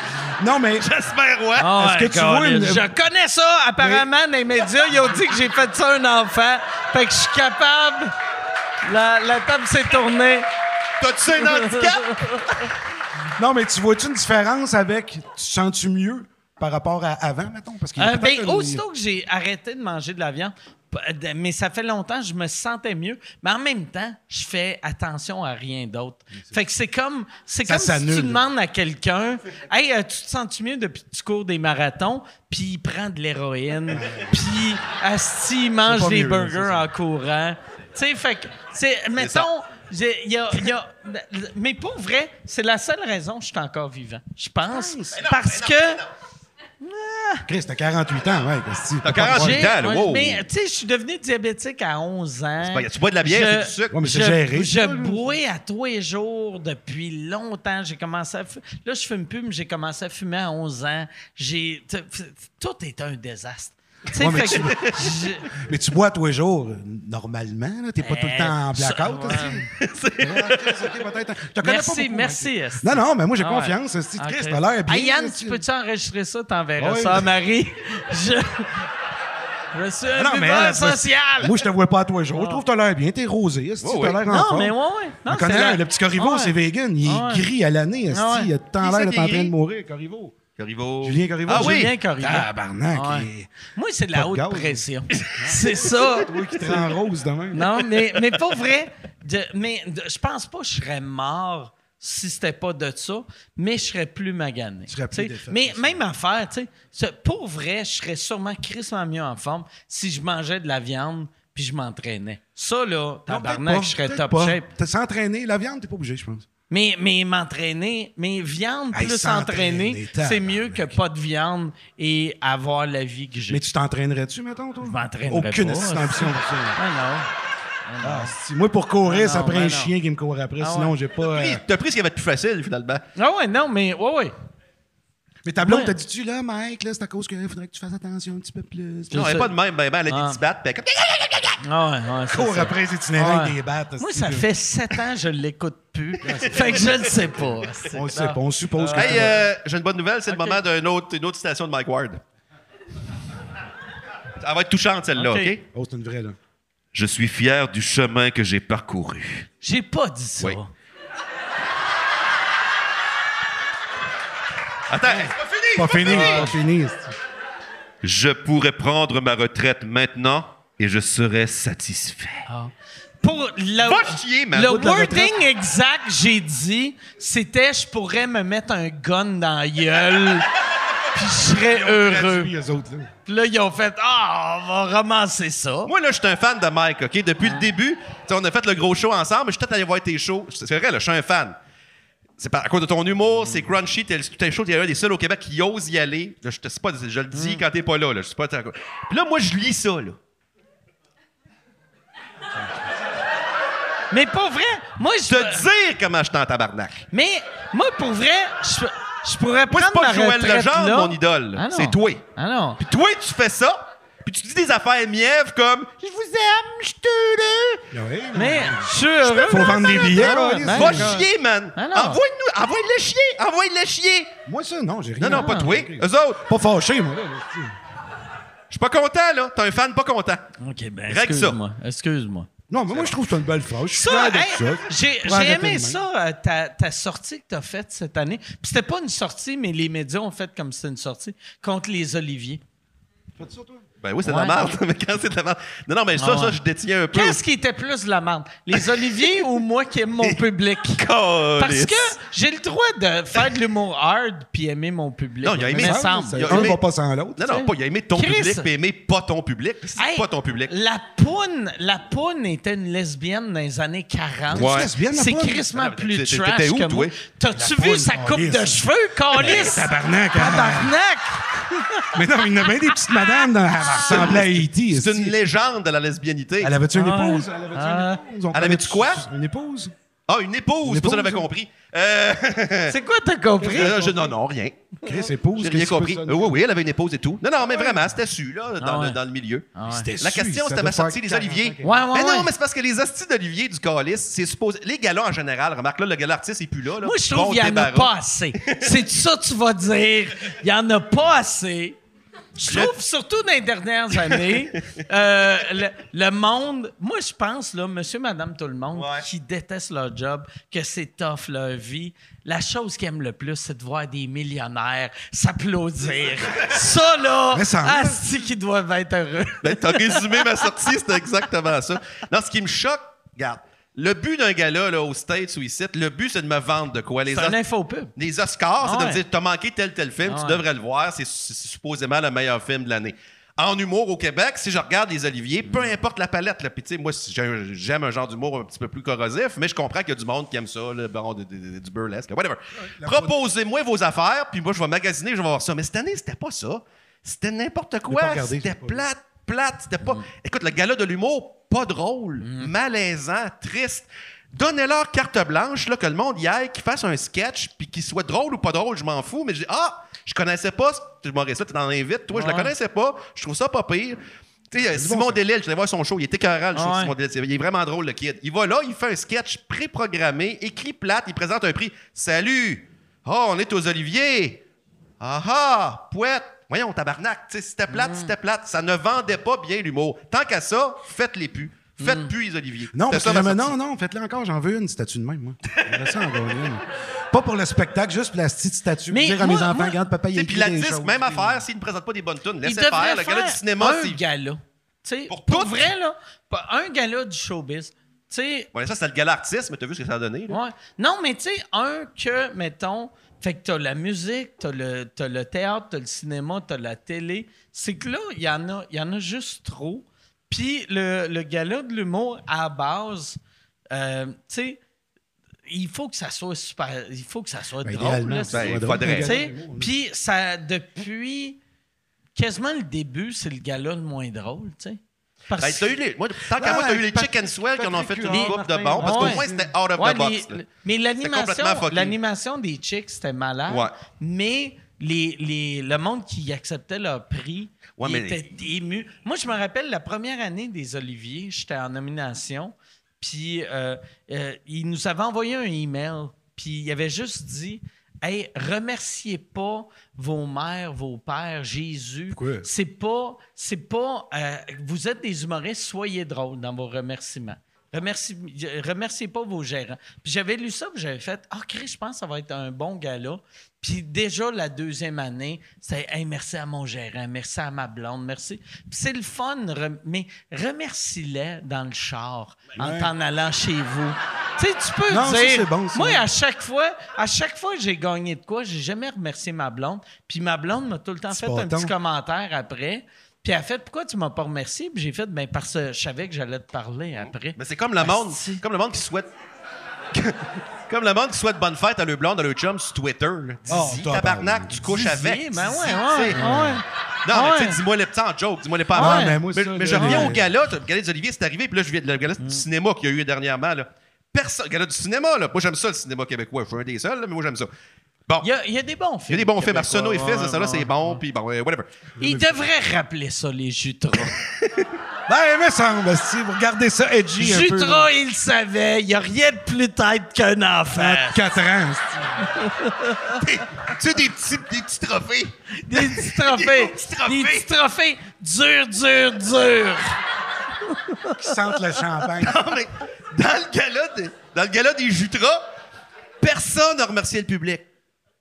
Speaker 3: Non, mais.
Speaker 4: J'espère, ouais.
Speaker 1: Ah
Speaker 3: Est-ce
Speaker 1: ouais,
Speaker 3: que tu vois
Speaker 1: Colin.
Speaker 3: une-
Speaker 1: Je connais ça, apparemment, dans les médias. Ils ont dit que j'ai fait ça à un enfant. Fait que je suis capable. La, la table s'est tournée.
Speaker 4: T'as-tu un handicap?
Speaker 3: Non, mais tu vois-tu une différence avec. Tu te sens-tu mieux par rapport à avant, mettons? Parce qu'il y a
Speaker 1: Euh,
Speaker 3: peut-être
Speaker 1: ben,
Speaker 3: une-
Speaker 1: aussitôt que j'ai arrêté de manger de la viande, p- euh, de- mais ça fait longtemps, je me sentais mieux. Mais en même temps, je fais attention à rien d'autre. Fait que c'est comme, c'est
Speaker 3: Ça
Speaker 1: comme si tu
Speaker 3: s'annule.
Speaker 1: demandes à quelqu'un Hey, euh, tu te sens-tu mieux depuis que tu cours des marathons Puis il prend de l'héroïne, puis asti, il mange
Speaker 3: pas
Speaker 1: des
Speaker 3: mieux, c'est
Speaker 1: burgers
Speaker 3: ça.
Speaker 1: en courant. Tu sais, fait que, c'est,
Speaker 4: ça.
Speaker 1: mettons, j'ai- il y a- il y a- mais pour vrai, c'est la seule raison que je suis encore vivant. Je pense.
Speaker 4: non,
Speaker 1: parce
Speaker 4: mais non,
Speaker 1: que.
Speaker 3: Chris, t'as 48 ans, ouais. qu'est-ce que tu-
Speaker 4: T'as 48 ans, là.
Speaker 1: Ouais,
Speaker 4: Wow.
Speaker 1: Mais tu sais, je suis devenu diabétique à 11 ans.
Speaker 4: Ben, Tu bois de la bière,
Speaker 1: Je-
Speaker 4: c'est du sucre.
Speaker 3: Ouais, mais
Speaker 1: Je,
Speaker 3: c'est géré.
Speaker 1: je bois à tous les jours depuis longtemps. J'ai commencé à fu- Là, je fume plus, mais j'ai commencé à fumer à 11 ans. J'ai... t- f- Tout est un désastre. Tu sais,
Speaker 3: Ouais, mais
Speaker 1: fait
Speaker 3: tu-
Speaker 1: que je-
Speaker 3: Mais tu bois tous les jours, euh, normalement. là. T'es pas tout le temps en
Speaker 1: Euh, ça-
Speaker 3: blackout. là, tu sais. Ouais, Chris, ok, peut-être. Je te connais pas
Speaker 1: Merci,
Speaker 3: beaucoup,
Speaker 1: merci. esti.
Speaker 3: Non, non, mais moi, j'ai
Speaker 1: Ah ouais.
Speaker 3: confiance. esti.
Speaker 1: Ah,
Speaker 3: Chris,
Speaker 1: Chris.
Speaker 3: t'as l'air bien.
Speaker 1: Hey, Yann,
Speaker 3: esti.
Speaker 1: tu peux-tu enregistrer ça? T'enverras
Speaker 3: Ouais.
Speaker 1: ça à Marie. Je, je suis un
Speaker 3: Ah Non, mais euh,
Speaker 1: buveur
Speaker 3: elle, elle peut-
Speaker 1: social.
Speaker 3: Moi, je te vois pas à toi jour. Je trouve que t'as l'air bien. T'es rosé. esti,
Speaker 4: Ouais,
Speaker 3: T'as l'air en
Speaker 1: non,
Speaker 3: forme.
Speaker 1: mais ouais, ouais.
Speaker 3: On
Speaker 1: Non,
Speaker 3: connaît
Speaker 1: c'est
Speaker 3: un,
Speaker 1: la-
Speaker 3: le petit Corriveau,
Speaker 1: Ouais.
Speaker 3: c'est vegan. Il
Speaker 1: Ah ouais.
Speaker 3: est gris à l'année. esti.
Speaker 1: Ah ouais.
Speaker 3: Il a tant
Speaker 4: Qui
Speaker 3: l'air
Speaker 4: c'est
Speaker 3: d'être en
Speaker 4: qui est
Speaker 3: train de
Speaker 4: gris?
Speaker 3: mourir, Corriveau.
Speaker 4: Corriveau.
Speaker 3: Julien Corriveau.
Speaker 4: Ah oui.
Speaker 1: Julien Corriveau.
Speaker 3: Tabarnak.
Speaker 1: Ouais.
Speaker 3: il-
Speaker 1: Moi, c'est de
Speaker 3: Pas
Speaker 1: la
Speaker 3: de
Speaker 1: haute
Speaker 3: gaz.
Speaker 1: pression. c'est ça.
Speaker 3: Toi qui te rends rose demain.
Speaker 1: Non, mais, mais pas vrai. De- mais de- je pense pas que je serais mort si c'était pas de ça, mais je serais plus magané.
Speaker 3: serais plus
Speaker 1: T'sais,
Speaker 3: défait,
Speaker 1: mais
Speaker 3: c'est
Speaker 1: même affaire, tu sais, ce- pour vrai, je serais sûrement crissement mieux en forme si je mangeais de la viande puis je m'entraînais. Ça, là,
Speaker 3: Non,
Speaker 1: tabarnak,
Speaker 3: peut-être
Speaker 1: je
Speaker 3: pas,
Speaker 1: serais
Speaker 3: peut-être
Speaker 1: top
Speaker 3: pas.
Speaker 1: shape.
Speaker 3: T'as s'entraîner. La viande, t'es pas obligé, je pense.
Speaker 1: Mais, mais m'entraîner, mais viande
Speaker 3: Hey,
Speaker 1: plus
Speaker 3: s'entraîner,
Speaker 1: entraîner, c'est
Speaker 3: tabarnak.
Speaker 1: mieux que pas de viande et avoir la vie que j'ai.
Speaker 3: Mais tu t'entraînerais-tu, mettons, toi? Je
Speaker 1: m'entraînerais
Speaker 3: Aucune
Speaker 1: pas.
Speaker 3: esti d'ambition pour ça.
Speaker 1: Ah non.
Speaker 3: Ah, si, Moi, pour
Speaker 1: Ah
Speaker 3: courir, ça
Speaker 1: non,
Speaker 3: prend
Speaker 1: ben
Speaker 3: un
Speaker 1: non.
Speaker 3: chien qui me court après.
Speaker 1: Ah
Speaker 3: sinon,
Speaker 1: ouais.
Speaker 3: j'ai pas. euh,
Speaker 4: Puis, T'as pris ce qui va être plus facile, finalement.
Speaker 1: Ah ouais, non, mais ouais, ouais.
Speaker 3: Mais ta blonde,
Speaker 1: Ouais.
Speaker 3: t'as dit-tu, là, Mike, là, c'est à cause qu'il faudrait que tu fasses attention un petit peu plus.
Speaker 4: Non, elle
Speaker 1: sais.
Speaker 4: est pas de même. Ben, ben, elle a
Speaker 1: Ah.
Speaker 4: des petits battes. puis elle est comme-
Speaker 1: Ah ouais, ouais, c'est
Speaker 3: Cours
Speaker 1: ça.
Speaker 3: après, c'est itinérant
Speaker 1: Ouais.
Speaker 3: avec des battes.
Speaker 1: Moi,
Speaker 3: c'est-
Speaker 1: ça fait sept ans que je l'écoute plus. fait que je ne sais pas.
Speaker 3: On le sait pas, on suppose que.
Speaker 4: Hey, euh, j'ai une bonne nouvelle. C'est
Speaker 1: Ok.
Speaker 4: le moment d'une autre, une autre citation de Mike Ward. Elle va être touchante, celle-là,
Speaker 1: Ok.
Speaker 4: OK?
Speaker 3: Oh, c'est une vraie, là.
Speaker 4: Je suis fier du chemin que j'ai parcouru.
Speaker 1: J'ai pas dit ça.
Speaker 4: Oui. Attends, hey, c'est pas fini!
Speaker 3: Pas fini, pas fini.
Speaker 4: Je pourrais prendre ma retraite maintenant et je serais satisfait.
Speaker 1: Pour le,
Speaker 4: Va chier, man.
Speaker 1: Ah le
Speaker 4: Va de la
Speaker 1: wording exact, j'ai dit, c'était je pourrais me mettre un gun dans la gueule, puis je serais heureux.
Speaker 3: Gratuit, eux autres, là.
Speaker 1: Puis là, ils ont fait Ah, on va romancer ça.
Speaker 4: Moi, là, je suis un fan de Mike, OK? Depuis le début, tu sais, on a fait le gros show ensemble, mais je suis peut-être allé voir tes shows. C'est vrai, là, je suis un fan. C'est par- à cause de ton humour,
Speaker 1: Mm.
Speaker 4: c'est crunchy, t'es le- t'es un show, t'es un des seuls au Québec qui ose y aller. Là, je te sais pas, je le
Speaker 1: Mm.
Speaker 4: dis quand t'es pas là, là. Je sais pas. t'es- Puis là, moi, je lis ça, là.
Speaker 1: Mais pour vrai, moi, je.
Speaker 4: Te dire comment je suis en tabarnak.
Speaker 1: Mais moi, pour vrai, je, je pourrais
Speaker 4: Moi,
Speaker 1: prendre
Speaker 4: c'est pas
Speaker 1: ma
Speaker 4: Joël
Speaker 1: retraite,
Speaker 4: Legendre,
Speaker 1: là.
Speaker 4: mon idole.
Speaker 1: Ah non.
Speaker 4: c'est toi.
Speaker 1: Ah non.
Speaker 4: Puis toi, tu fais ça, puis tu dis des affaires mièvres comme « Je vous aime, je te le... »
Speaker 3: Ah ouais,
Speaker 1: Mais je suis heureux. hein,
Speaker 3: Faut vendre des billets, là.
Speaker 1: Ben,
Speaker 4: Va
Speaker 1: non.
Speaker 4: chier, man!
Speaker 1: Ah non.
Speaker 4: Envoie-nous, envoie-le chier! Envoie-le chier!
Speaker 3: Moi, ça, non, j'ai
Speaker 1: Ah
Speaker 3: rien.
Speaker 4: Non, non, pas toi. Eux autres,
Speaker 3: Pas fâché, moi, là. là, tu sais.
Speaker 4: je suis pas content, là. T'es un fan pas content.
Speaker 1: OK, ben,
Speaker 4: Règle ça.
Speaker 1: excuse-moi. Excuse-moi.
Speaker 3: Non, mais moi, je trouve que c'est une belle phrase. Je suis
Speaker 1: Ça,
Speaker 3: fier de
Speaker 1: hey,
Speaker 3: ça.
Speaker 1: j'ai
Speaker 3: Prends
Speaker 1: j'ai
Speaker 3: la
Speaker 1: aimé
Speaker 3: tête
Speaker 1: ça, euh, ta, ta sortie que t'as faite cette année. Puis c'était pas une sortie, mais les médias ont fait comme si c'était une sortie contre les Oliviers.
Speaker 3: Fais-tu ça, toi?
Speaker 4: Ben oui, c'est
Speaker 1: Ouais.
Speaker 4: de la merde. Mais quand c'est de la merde. Non, non, mais ça,
Speaker 1: Ah ouais.
Speaker 4: ça, je détiens un peu.
Speaker 1: Qu'est-ce qui était plus de la merde? Les Oliviers ou moi qui aime mon public? Parce
Speaker 4: Parce
Speaker 1: que j'ai le droit de faire de l'humour hard puis aimer mon public.
Speaker 4: Non, il a aimé
Speaker 1: me
Speaker 4: ça,
Speaker 1: semble.
Speaker 3: Ça,
Speaker 4: Il y a
Speaker 3: Un
Speaker 4: aimé-
Speaker 3: va pas sans l'autre.
Speaker 4: Non, non, pas. Il a aimé ton
Speaker 1: Chris.
Speaker 4: public, puis aimé pas ton public. C'est
Speaker 1: Hey,
Speaker 4: pas ton public.
Speaker 1: La Poune, la Poune était une lesbienne dans les années 40.
Speaker 4: Ouais.
Speaker 3: lesbienne, la
Speaker 1: C'est
Speaker 3: Poune?
Speaker 1: crissement
Speaker 4: Non, mais
Speaker 1: plus
Speaker 4: t'étais-
Speaker 1: trash
Speaker 4: t'étais Ah, où,
Speaker 1: que moi.
Speaker 4: toi?
Speaker 1: T'as-tu
Speaker 3: La
Speaker 1: vu
Speaker 3: Poune,
Speaker 1: sa coupe
Speaker 3: Calis.
Speaker 1: de cheveux, Calis?
Speaker 3: Tabarnak, hein.
Speaker 1: Tabarnak!
Speaker 3: Mais non, mais il y en a bien des petites madames dans- elle ressemblait à Haïti.
Speaker 4: Ah, C'est une légende de la lesbianité.
Speaker 3: Elle avait-tu une
Speaker 1: Ah.
Speaker 3: épouse? Elle avait-tu
Speaker 1: Ah.
Speaker 3: une épouse? On
Speaker 4: Elle avait-tu quoi?
Speaker 3: Une épouse.
Speaker 4: Ah, une épouse.
Speaker 3: Une
Speaker 4: C'est pour ça que
Speaker 3: épouse,
Speaker 4: j'avais
Speaker 3: hein.
Speaker 4: compris. Euh,
Speaker 1: C'est quoi, t'as compris?
Speaker 4: euh, je- non, non, rien.
Speaker 3: Chris, épouse.
Speaker 4: J'ai
Speaker 3: qu'est-ce
Speaker 4: rien
Speaker 3: que
Speaker 4: compris.
Speaker 3: c'est
Speaker 4: Euh,
Speaker 3: que ça?
Speaker 4: oui, oui, elle avait une épouse et tout. Non, non, mais vraiment, c'était su, là,
Speaker 1: Ah
Speaker 4: dans,
Speaker 1: ouais.
Speaker 4: le, dans le milieu.
Speaker 3: C'était
Speaker 4: La
Speaker 3: su, ça
Speaker 4: question, c'était
Speaker 3: doit
Speaker 4: ma
Speaker 3: faire
Speaker 4: sortie des
Speaker 3: 40,
Speaker 4: Oliviers.
Speaker 3: ok.
Speaker 1: Ouais, ouais,
Speaker 4: mais non,
Speaker 1: ouais.
Speaker 4: mais c'est parce que les hosties d'Olivier du Calice, c'est supposé. Les galas en général, remarque là, le gala artiste est plus là. là.
Speaker 1: Moi, je trouve
Speaker 4: Bon
Speaker 1: qu'il n'y en a
Speaker 4: débarras.
Speaker 1: pas assez. C'est ça que tu vas dire. Il n'y en a pas assez. Je trouve, surtout dans les dernières années, euh, le, le monde... Moi, je pense, là, monsieur, madame, tout le monde,
Speaker 4: Ouais.
Speaker 1: qui détestent leur job, que c'est tough, leur vie, la chose qu'ils aiment le plus, c'est de voir des millionnaires s'applaudir. ça, là,
Speaker 3: Mais ça en va.
Speaker 1: asti qu'ils doivent être heureux.
Speaker 4: Ben, T'as résumé ma sortie, c'était exactement ça. Non, ce qui me choque, regarde, le but d'un gala là, aux States ou ici, le but, c'est de me vendre de quoi. Les,
Speaker 1: C'est
Speaker 4: Os-
Speaker 1: un infopub.
Speaker 4: les
Speaker 1: Ah
Speaker 4: Oscars, c'est de
Speaker 1: ouais.
Speaker 4: me dire, t'as manqué tel, tel film,
Speaker 1: Ah
Speaker 4: tu
Speaker 1: ouais.
Speaker 4: devrais le voir, c'est c'est supposément le meilleur film de l'année. en humour au Québec, si je regarde les Oliviers, peu
Speaker 1: Mm.
Speaker 4: importe la palette, là, puis tu sais, moi, si j'ai- j'aime un genre d'humour un petit peu plus corrosif, mais je comprends qu'il y a du monde qui aime ça, là, bon, de- de- de- du burlesque, whatever. Proposez-moi vos affaires, puis moi, je vais magasiner, je vais voir ça. Mais cette année, c'était pas ça. C'était n'importe
Speaker 3: pas
Speaker 4: quoi.
Speaker 3: regardé,
Speaker 4: C'était
Speaker 3: j'ai pas vu.
Speaker 4: plate, plate. C'était pas. Écoute, le gala de l'humour, pas drôle, malaisant, triste. Donnez-leur carte blanche, là, que le monde y aille, qu'ils fassent un sketch, puis qu'il soit drôle ou pas drôle, je m'en fous, mais je dis, ah, je connaissais pas cet humoriste-là, tu t'en invites, toi, je le connaissais pas, je trouve ça pas pire. Tu sais, euh, Simon Delille, je vais voir son show, il était écœurant, le show de Simon Delille, c'est- il est vraiment drôle, le kid. Il va là, il fait un sketch pré-programmé, écrit plate, il présente un prix. Salut! Oh, on est aux Oliviers! Ah ah, poète! Voyons, tabarnak, tu sais, c'était plate, c'était plate. Ça ne vendait pas bien l'humour. Tant qu'à ça, faites-les plus. Faites
Speaker 1: Mm.
Speaker 4: plus les oliviers.
Speaker 3: Non,
Speaker 4: C'était
Speaker 3: parce
Speaker 4: ça,
Speaker 3: que
Speaker 4: ma
Speaker 3: le- non,
Speaker 4: sortie.
Speaker 3: non, faites-le encore, j'en veux une statue de même, moi. J'aimerais ça en avoir une. Pas pour le spectacle, juste pour la petite statue. pour
Speaker 1: Mais
Speaker 3: dire à mes
Speaker 1: moi-
Speaker 3: enfants,
Speaker 1: moi-
Speaker 3: regarde, papa, il
Speaker 4: Tu
Speaker 3: est
Speaker 4: sais, Puis la disque, même affaire, s'ils ne présentent pas des bonnes tunes,
Speaker 1: Il
Speaker 4: laissez
Speaker 1: devrait
Speaker 4: faire. Le gala du cinéma,
Speaker 1: un
Speaker 4: c'est.
Speaker 1: gala. Tu sais,
Speaker 4: Pour
Speaker 1: Pour,
Speaker 4: toutes.
Speaker 1: vrai, là, pas- un gala du showbiz. Tu sais,
Speaker 4: Ouais, ça, c'est le gala artiste, mais t'as vu ce que ça a donné. là?
Speaker 1: ouais. Non, mais tu sais, un que, mettons, fait que t'as la musique, t'as le, t'as le théâtre, t'as le cinéma, t'as la télé. C'est que là, il y, en a- il y en a juste trop. Puis le, le gala de l'humour, à la base, euh, tu sais, il faut que ça soit super... Il faut que ça soit
Speaker 3: Ben,
Speaker 1: drôle.
Speaker 3: idéalement,
Speaker 1: là,
Speaker 3: ça
Speaker 1: c'est-
Speaker 4: Ben,
Speaker 3: soit
Speaker 4: il
Speaker 3: drôle.
Speaker 4: faudrait.
Speaker 1: Tu sais, Puis ça, depuis quasiment le début, c'est le gala le moins drôle, tu sais. Parce
Speaker 4: Ben, t'as eu les- moi, tant qu'à moi, t'as eu les Chicken Swell qui en ont fait une coupe de bon, parce qu'au
Speaker 1: Ouais.
Speaker 4: moins, c'était out of
Speaker 1: Ouais,
Speaker 4: the box.
Speaker 1: les-
Speaker 4: là.
Speaker 1: le- mais l'animation,
Speaker 4: complètement fucké.
Speaker 1: l'animation des chicks, c'était malade.
Speaker 4: Ouais.
Speaker 1: Mais les, les- le monde qui acceptait leur prix,
Speaker 4: Ouais,
Speaker 1: il
Speaker 4: mais-
Speaker 1: était ému. Moi, je me rappelle la première année des Oliviers, j'étais en nomination, puis euh, euh, ils nous avaient envoyé un email, puis il avait juste dit. Hey, remerciez pas vos mères, vos pères, Jésus.
Speaker 3: Pourquoi?
Speaker 1: C'est pas, c'est pas. euh, vous êtes des humoristes, soyez drôles dans vos remerciements. Remercie, remerciez pas vos gérants. Puis j'avais lu ça, puis j'avais fait Ah, Chris, je pense que ça va être un bon gala. Puis déjà, la deuxième année, c'est Hey, merci à mon gérant, merci à ma blonde, merci. Puis c'est le fun, re- mais remercie-les dans le char en t'en allant chez vous. tu sais, tu peux
Speaker 3: Non, ça,
Speaker 1: dire.
Speaker 3: c'est bon, ça.
Speaker 1: Moi, à chaque fois, à chaque fois que j'ai gagné de quoi, j'ai jamais remercié ma blonde. Puis ma blonde m'a tout le temps fait un
Speaker 3: bâton.
Speaker 1: petit commentaire après. Puis elle a fait pourquoi tu m'as pas remercié Puis j'ai fait ben parce que je savais que j'allais te parler après.
Speaker 4: Mais c'est comme le monde, comme le monde qui souhaite. Comme le monde qui souhaite bonne fête à le blonde, à le chum sur Twitter. là.
Speaker 3: Oh,
Speaker 4: Dis-y,
Speaker 3: tabarnak.
Speaker 4: tabarnak, tu couches avec.
Speaker 1: Ben ouais,
Speaker 4: dis-y,
Speaker 1: ouais,
Speaker 4: tu sais.
Speaker 1: ouais.
Speaker 4: Non, mais tu
Speaker 1: Ouais.
Speaker 4: sais, dis-moi les petits en joke, dis-moi les pas
Speaker 3: Ah,
Speaker 4: avant.
Speaker 3: mais moi,
Speaker 4: mais,
Speaker 3: ça,
Speaker 4: mais
Speaker 3: je-
Speaker 4: je reviens
Speaker 3: ouais.
Speaker 4: au gala, tu- le gala des Oliviers, c'est arrivé, puis là, je viens de le gala
Speaker 1: Mm.
Speaker 4: du cinéma qu'il y a eu dernièrement. Là. Personne, gala du cinéma, là. Moi, j'aime ça, le cinéma québécois. Je suis un des seuls, là, mais moi, j'aime ça. Bon,
Speaker 1: Il y, a, il y a des bons
Speaker 4: il y a
Speaker 1: films.
Speaker 4: des bons films.
Speaker 1: québécois,
Speaker 4: Arsenault et
Speaker 1: ouais,
Speaker 4: Fils, ça, là,
Speaker 1: ouais.
Speaker 4: c'est bon, puis bon, ouais, whatever.
Speaker 1: Ils devraient rappeler ça les Jutras.
Speaker 3: Ben, il me semble, si vous regardez ça, edgy un peu.
Speaker 1: Jutras, ils le savaient, il y a rien de plus tête qu'un enfant.
Speaker 4: Ah.
Speaker 3: 4 ans,
Speaker 4: tu sais, des petits, des petits trophées.
Speaker 1: Des petits trophées,
Speaker 4: Des petits trophées.
Speaker 1: des petits trophées durs, durs, durs.
Speaker 3: qui sentent le champagne.
Speaker 4: Non, mais dans le gala, de- dans le gala des Jutras, personne n'a remercié le public.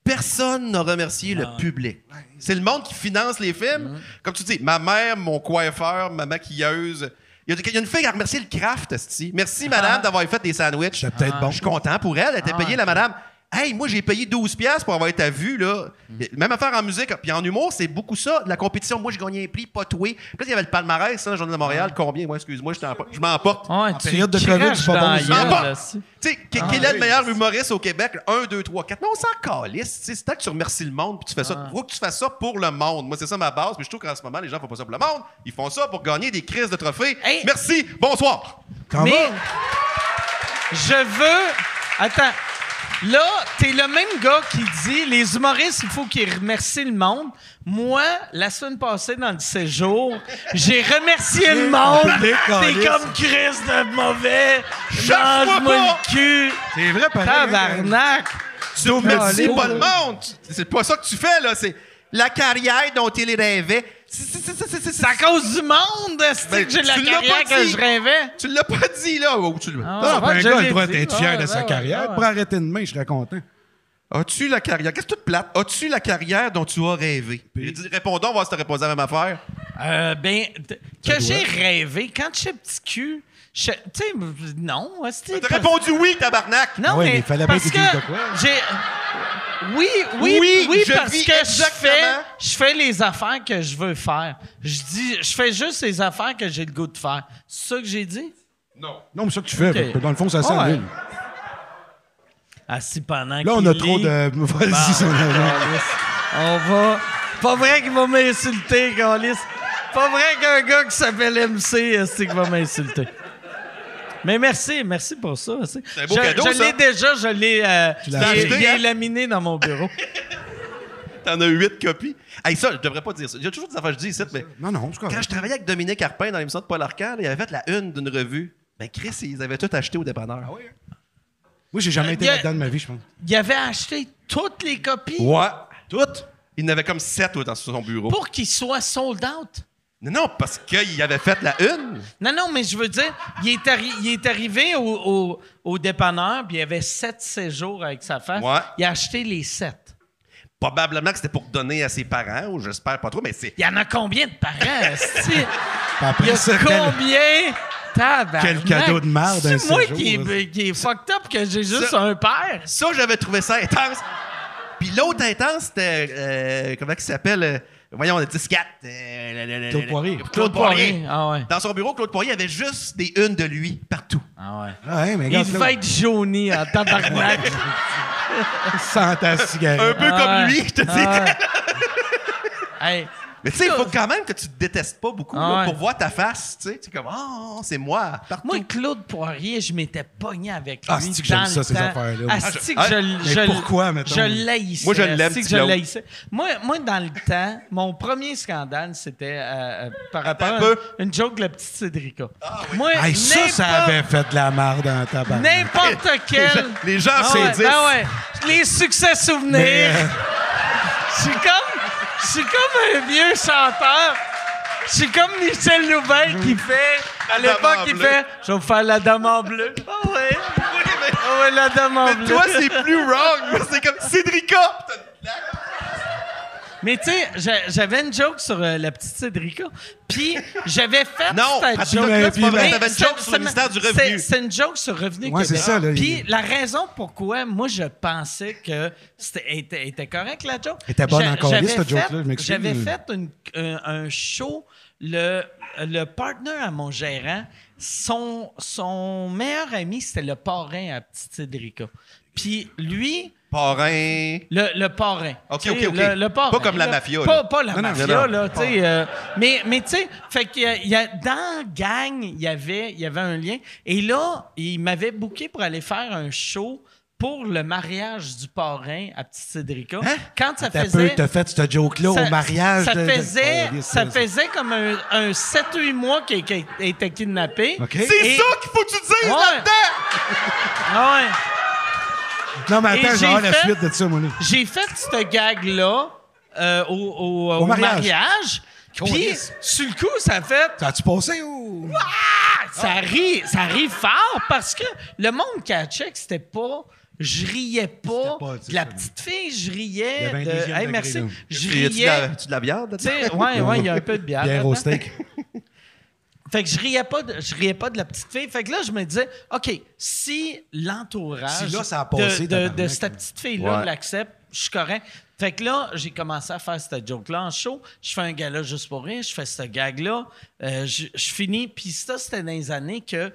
Speaker 4: Personne n'a remercié le public. C'est le monde qui finance les films. Comme tu dis, ma mère, mon coiffeur, ma maquilleuse. Il y a, il y a une fille qui a remercié le craft, esti. Merci, madame, d'avoir fait des sandwichs.
Speaker 3: C'est peut-être bon.
Speaker 4: Je suis content pour elle. Elle était payée, la madame. Hey, moi, j'ai payé 12 pièces pour avoir été à vue, là. Même affaire en musique. Puis en humour, c'est beaucoup ça. De la compétition. Moi, j'ai gagné un prix, pas toué. Puis là, il y avait le palmarès, ça, Journal de Montréal. Combien? Moi, excuse-moi, je t'en- je m'emporte.
Speaker 1: Ouais,
Speaker 3: En
Speaker 1: tu
Speaker 3: période de
Speaker 1: craches
Speaker 3: COVID, c'est pas
Speaker 1: dans
Speaker 3: bon,
Speaker 1: la
Speaker 3: c'est
Speaker 1: gueule,
Speaker 4: pas-
Speaker 1: là, si.
Speaker 4: Ah, Tu sais, que- quel est le meilleur humoriste au Québec? 1, 2, 3, 4. Mais on s'en calisse. tu sais, C'est tant que tu remercies le monde puis tu fais
Speaker 1: Ah.
Speaker 4: ça. Faut que tu fasses ça pour le monde. Moi, c'est ça ma base. Puis je trouve qu'en ce moment, les gens font pas ça pour le monde. Ils font ça pour gagner des crises de trophées.
Speaker 1: Hey.
Speaker 4: Merci. Bonsoir.
Speaker 3: Quand
Speaker 1: Mais
Speaker 3: va?
Speaker 1: je veux. Attends. Là, t'es le même gars qui dit les humoristes, il faut qu'ils remercient le monde. Moi, la semaine passée, dans le séjour, j'ai remercié le monde. T'es comme Chris de mauvais. Change-moi
Speaker 4: pas.
Speaker 1: le cul.
Speaker 3: C'est vrai, pareil. hein,
Speaker 1: Tabarnak.
Speaker 4: Tu remercies
Speaker 1: aller,
Speaker 4: pas
Speaker 1: ouais.
Speaker 4: le monde. Tu- C'est pas ça que tu fais, là. C'est la carrière dont il rêvait. C'est- c'est- c'est- c'est- c'est- c'est-
Speaker 1: C'est à cause du monde, est
Speaker 4: Ben,
Speaker 1: que j'ai la
Speaker 4: tu l'as pas
Speaker 1: carrière que
Speaker 4: dit.
Speaker 1: je rêvais?
Speaker 4: Tu l'as pas dit, là. Oh, tu l'as-
Speaker 3: Ah, ben, un gars, il
Speaker 1: le
Speaker 3: doit être fier
Speaker 1: Ah, ben
Speaker 3: de sa carrière. Pour arrêter demain, je serais content.
Speaker 4: As-tu la carrière? Qu'est-ce que tu te plates? As-tu la carrière dont tu as rêvé? Il dit, Répondons, on va voir si t'as répondu à la même affaire.
Speaker 1: Euh, ben, t- que j'ai rêvé quand j'étais petit cul. je- Tu sais, non. hostie,
Speaker 4: T'as
Speaker 1: parce-
Speaker 4: répondu oui, tabarnac.
Speaker 1: Non,
Speaker 3: Ah ouais, mais
Speaker 1: mais,
Speaker 3: il fallait bien
Speaker 1: parce
Speaker 3: qu'il
Speaker 1: que
Speaker 3: dise de quoi.
Speaker 1: j'ai. Oui, oui,
Speaker 4: Oui,
Speaker 1: oui,
Speaker 4: je
Speaker 1: parce
Speaker 4: vis
Speaker 1: que je
Speaker 4: exactement.
Speaker 1: fais, je je fais les affaires que je veux faire. Je dis, je fais juste les affaires que j'ai le goût de faire. C'est ça que j'ai dit?
Speaker 3: Non, mais ça que tu fais,
Speaker 1: Ok.
Speaker 3: dans le fond, ça sent
Speaker 1: Ouais.
Speaker 3: l'huile.
Speaker 1: Ah, si pendant
Speaker 3: Là, on
Speaker 1: qu'il
Speaker 3: a trop
Speaker 1: lit- Bah,
Speaker 3: de. Vas-y, ça, là, là.
Speaker 1: On va. Pas vrai qu'il va m'insulter, Calis. Pas vrai qu'un gars qui s'appelle MC, c'est qu'il va m'insulter. Mais merci, merci pour ça. C'est
Speaker 4: un beau
Speaker 1: je,
Speaker 4: cadeau,
Speaker 1: Je
Speaker 4: ça.
Speaker 1: l'ai déjà, je l'ai euh,
Speaker 3: l'as
Speaker 1: je l'ai-
Speaker 4: acheté,
Speaker 1: je l'ai
Speaker 4: hein?
Speaker 1: laminé dans mon bureau.
Speaker 4: T'en as huit copies. Hey, ça, je devrais pas dire ça. J'ai toujours des affaires que je dis ici, mais
Speaker 3: Non, non, c'est
Speaker 4: quand
Speaker 3: correct.
Speaker 4: je travaillais avec Dominique Arpin dans l'émission de Paul Arcand, là, il avait fait la une d'une revue. Ben, Chris, ils avaient tout acheté au dépanneur.
Speaker 3: Ah hein? Moi, j'ai jamais été
Speaker 1: Il y a-
Speaker 3: là-dedans de ma vie, je pense.
Speaker 1: Il avait acheté toutes les copies
Speaker 4: Ouais. Toutes? Il en avait comme sept ouais, dans son bureau.
Speaker 1: pour qu'il soit sold out.
Speaker 4: Non, non, parce qu'il avait fait la une.
Speaker 1: Non, non, mais je veux dire, il est, arri- il est arrivé au, au, au dépanneur, puis il avait sept séjours avec sa femme.
Speaker 4: Ouais.
Speaker 1: Il a acheté les sept.
Speaker 4: Probablement que c'était pour donner à ses parents, ou j'espère pas trop, mais c'est.
Speaker 1: Il y en a combien de parents, esti? Il y
Speaker 3: Après
Speaker 1: a
Speaker 3: ça, quel-
Speaker 1: combien? Tabarnak.
Speaker 3: Quel cadeau de merde, un
Speaker 1: C'est moi
Speaker 3: séjour,
Speaker 1: qui,
Speaker 3: là.
Speaker 1: qui est fucked up que j'ai juste
Speaker 4: Ça-
Speaker 1: un père.
Speaker 4: Ça, j'avais trouvé ça intense. Puis l'autre intense, c'était. euh, comment il s'appelle? euh, voyons, le 10-4. euh, le- le- le-
Speaker 3: Claude
Speaker 4: le-
Speaker 3: Poirier.
Speaker 4: Claude Poirier.
Speaker 1: Ah ouais.
Speaker 4: Dans son bureau, Claude Poirier avait juste des unes de lui partout.
Speaker 1: Ah ouais.
Speaker 3: Ouais, mais
Speaker 1: Il
Speaker 3: regarde, là,
Speaker 1: devait être jauni en tabarnak.
Speaker 3: sans ta
Speaker 4: Un
Speaker 3: cigarette.
Speaker 4: peu
Speaker 1: Ah
Speaker 4: comme
Speaker 1: ouais.
Speaker 4: lui, je te dis.
Speaker 1: Ah ouais. hey,
Speaker 4: Mais tu sais, il faut quand même que tu te détestes pas beaucoup
Speaker 1: Ah
Speaker 4: là,
Speaker 1: ouais.
Speaker 4: pour voir ta face. Tu sais, tu es comme, oh, c'est moi. Partout.
Speaker 1: moi, Claude Poirier, je m'étais pogné avec lui.
Speaker 3: Ah, c'est-tu que
Speaker 1: dans
Speaker 3: j'aime
Speaker 1: le
Speaker 3: ça, ces
Speaker 1: temps.
Speaker 3: affaires-là, oui.
Speaker 1: Ah, c'est-tu que
Speaker 4: Ah,
Speaker 1: je, je-
Speaker 3: mais pourquoi, mettons?
Speaker 1: Je l'haïssais.
Speaker 4: Moi, je l'aime,
Speaker 1: c'est que
Speaker 4: petit
Speaker 1: je
Speaker 4: Claude.
Speaker 1: l'haïssais. Moi, moi, dans le temps, mon premier scandale, c'était euh, euh, par rapport
Speaker 4: un
Speaker 1: à
Speaker 4: peu. Ah
Speaker 1: une, une joke de la petite Cédrica. Moi,
Speaker 3: Hey, ça, ça
Speaker 1: n'importe-
Speaker 3: avait fait de la merde en tabac.
Speaker 1: N'importe
Speaker 4: Les
Speaker 1: quel.
Speaker 4: gens- les gens,
Speaker 1: Ah
Speaker 4: c'est
Speaker 1: ouais,
Speaker 4: 10.
Speaker 1: ben ouais. Les succès souvenirs.
Speaker 3: Mais, euh,
Speaker 1: Je suis comme, je suis comme un vieux chanteur. Je suis comme Michel Louvain qui fait, à
Speaker 4: La dame
Speaker 1: l'époque,
Speaker 4: en
Speaker 1: il
Speaker 4: bleu.
Speaker 1: fait, je vais vous faire la dame en bleu. Ah ouais.
Speaker 4: Oui, mais-
Speaker 1: Ah ouais, la dame en
Speaker 4: mais
Speaker 1: bleu.
Speaker 4: toi, c'est plus wrong. C'est comme Cédrica. Putain,
Speaker 1: Mais tu sais, j'a- j'avais une joke sur euh, la petite Cédrica, puis j'avais fait
Speaker 4: Non,
Speaker 1: cette
Speaker 4: Patrick,
Speaker 1: joke.
Speaker 3: là, c'est pas vrai,
Speaker 4: t'avais une
Speaker 1: c'est-
Speaker 4: joke sur
Speaker 1: c'est-
Speaker 4: le ministère du
Speaker 1: c'est-
Speaker 4: Revenu.
Speaker 1: C'est une joke sur Revenu
Speaker 3: Ouais,
Speaker 1: Québec.
Speaker 3: c'est ça, là,
Speaker 1: puis
Speaker 3: il-
Speaker 1: la raison pourquoi moi je pensais que c'était était, était correct la joke.
Speaker 3: Était bonne
Speaker 1: J'a-
Speaker 3: encore
Speaker 1: j'avais
Speaker 3: lisse, cette
Speaker 1: fait-
Speaker 3: joke-là, je m'excuse.
Speaker 1: J'avais fait une- un, un show le le partner à mon gérant, son son meilleur ami c'était le parrain à petite Cédrica. Puis lui
Speaker 4: Parrain.
Speaker 1: le, le parrain.
Speaker 4: Ok,
Speaker 1: Tu sais,
Speaker 4: ok, ok.
Speaker 1: Le, le parrain.
Speaker 4: Pas comme la
Speaker 1: là.
Speaker 4: mafia,
Speaker 1: Pas,
Speaker 4: là.
Speaker 1: pas la
Speaker 4: Non, non,
Speaker 1: mafia,
Speaker 4: non, non.
Speaker 1: là. tu sais, euh, mais, mais tu sais, fait qu'il y a- il y a- dans Gang, il y avait- il y avait un lien. Et là, il m'avait booké pour aller faire un show pour le mariage du parrain à Petite Cédrica.
Speaker 4: Hein?
Speaker 1: Quand ça
Speaker 3: T'as
Speaker 1: faisait.
Speaker 3: peu, t'as fait ce joke-là au mariage.
Speaker 1: Ça
Speaker 3: de- de-
Speaker 1: faisait,
Speaker 3: Oh, yes,
Speaker 1: ça
Speaker 3: yes.
Speaker 1: faisait comme un, 7-8 mois qu'il qu'il était kidnappé.
Speaker 3: OK.
Speaker 4: C'est
Speaker 1: Et-
Speaker 4: ça qu'il faut que tu dises
Speaker 1: Ouais.
Speaker 4: là-dedans.
Speaker 1: Ah ouais.
Speaker 3: Non, mais
Speaker 1: Et
Speaker 3: attends,
Speaker 1: j'ai
Speaker 3: j'ai hâte la
Speaker 1: fait-
Speaker 3: suite de ça, mon ami.
Speaker 1: J'ai fait cette gag-là euh, au, au- au
Speaker 3: mariage.
Speaker 1: mariage. Puis,
Speaker 3: Câlisse.
Speaker 1: sur le coup, ça fait.
Speaker 3: Ça a-tu passé ou.
Speaker 1: Ah! Ça rit, ça rit fort parce que le monde catchait que c'était pas. Je riais pas.
Speaker 3: C'était pas, c'est
Speaker 1: de la
Speaker 3: ça.
Speaker 1: petite fille, je
Speaker 3: Il y
Speaker 1: riais.
Speaker 3: avait un
Speaker 1: de-
Speaker 3: dixième
Speaker 1: Hey,
Speaker 3: degré,
Speaker 1: merci.
Speaker 3: là.
Speaker 1: Je
Speaker 4: Y a-tu de la-
Speaker 1: riais.
Speaker 4: tu de la bière
Speaker 1: Tu
Speaker 4: là-dedans?
Speaker 1: sais, ouais, ouais, il y a un peu de bière.
Speaker 3: Bière au
Speaker 1: là-dedans.
Speaker 3: steak.
Speaker 1: Fait que je riais pas de, je riais pas de la petite fille. Fait que là, je me disais, OK, si l'entourage
Speaker 3: Si là, ça a
Speaker 1: de- de,
Speaker 3: passé,
Speaker 1: de,
Speaker 3: tabarnak, hein.
Speaker 1: cette
Speaker 3: là.
Speaker 1: petite fille-là
Speaker 4: Ouais.
Speaker 1: l'accepte, je suis correct. Fait que là, j'ai commencé à faire cette joke-là en show. Je fais un gala juste pour rire. Je fais ce gag-là. Euh, je, je finis. Puis ça, c'était dans les années que,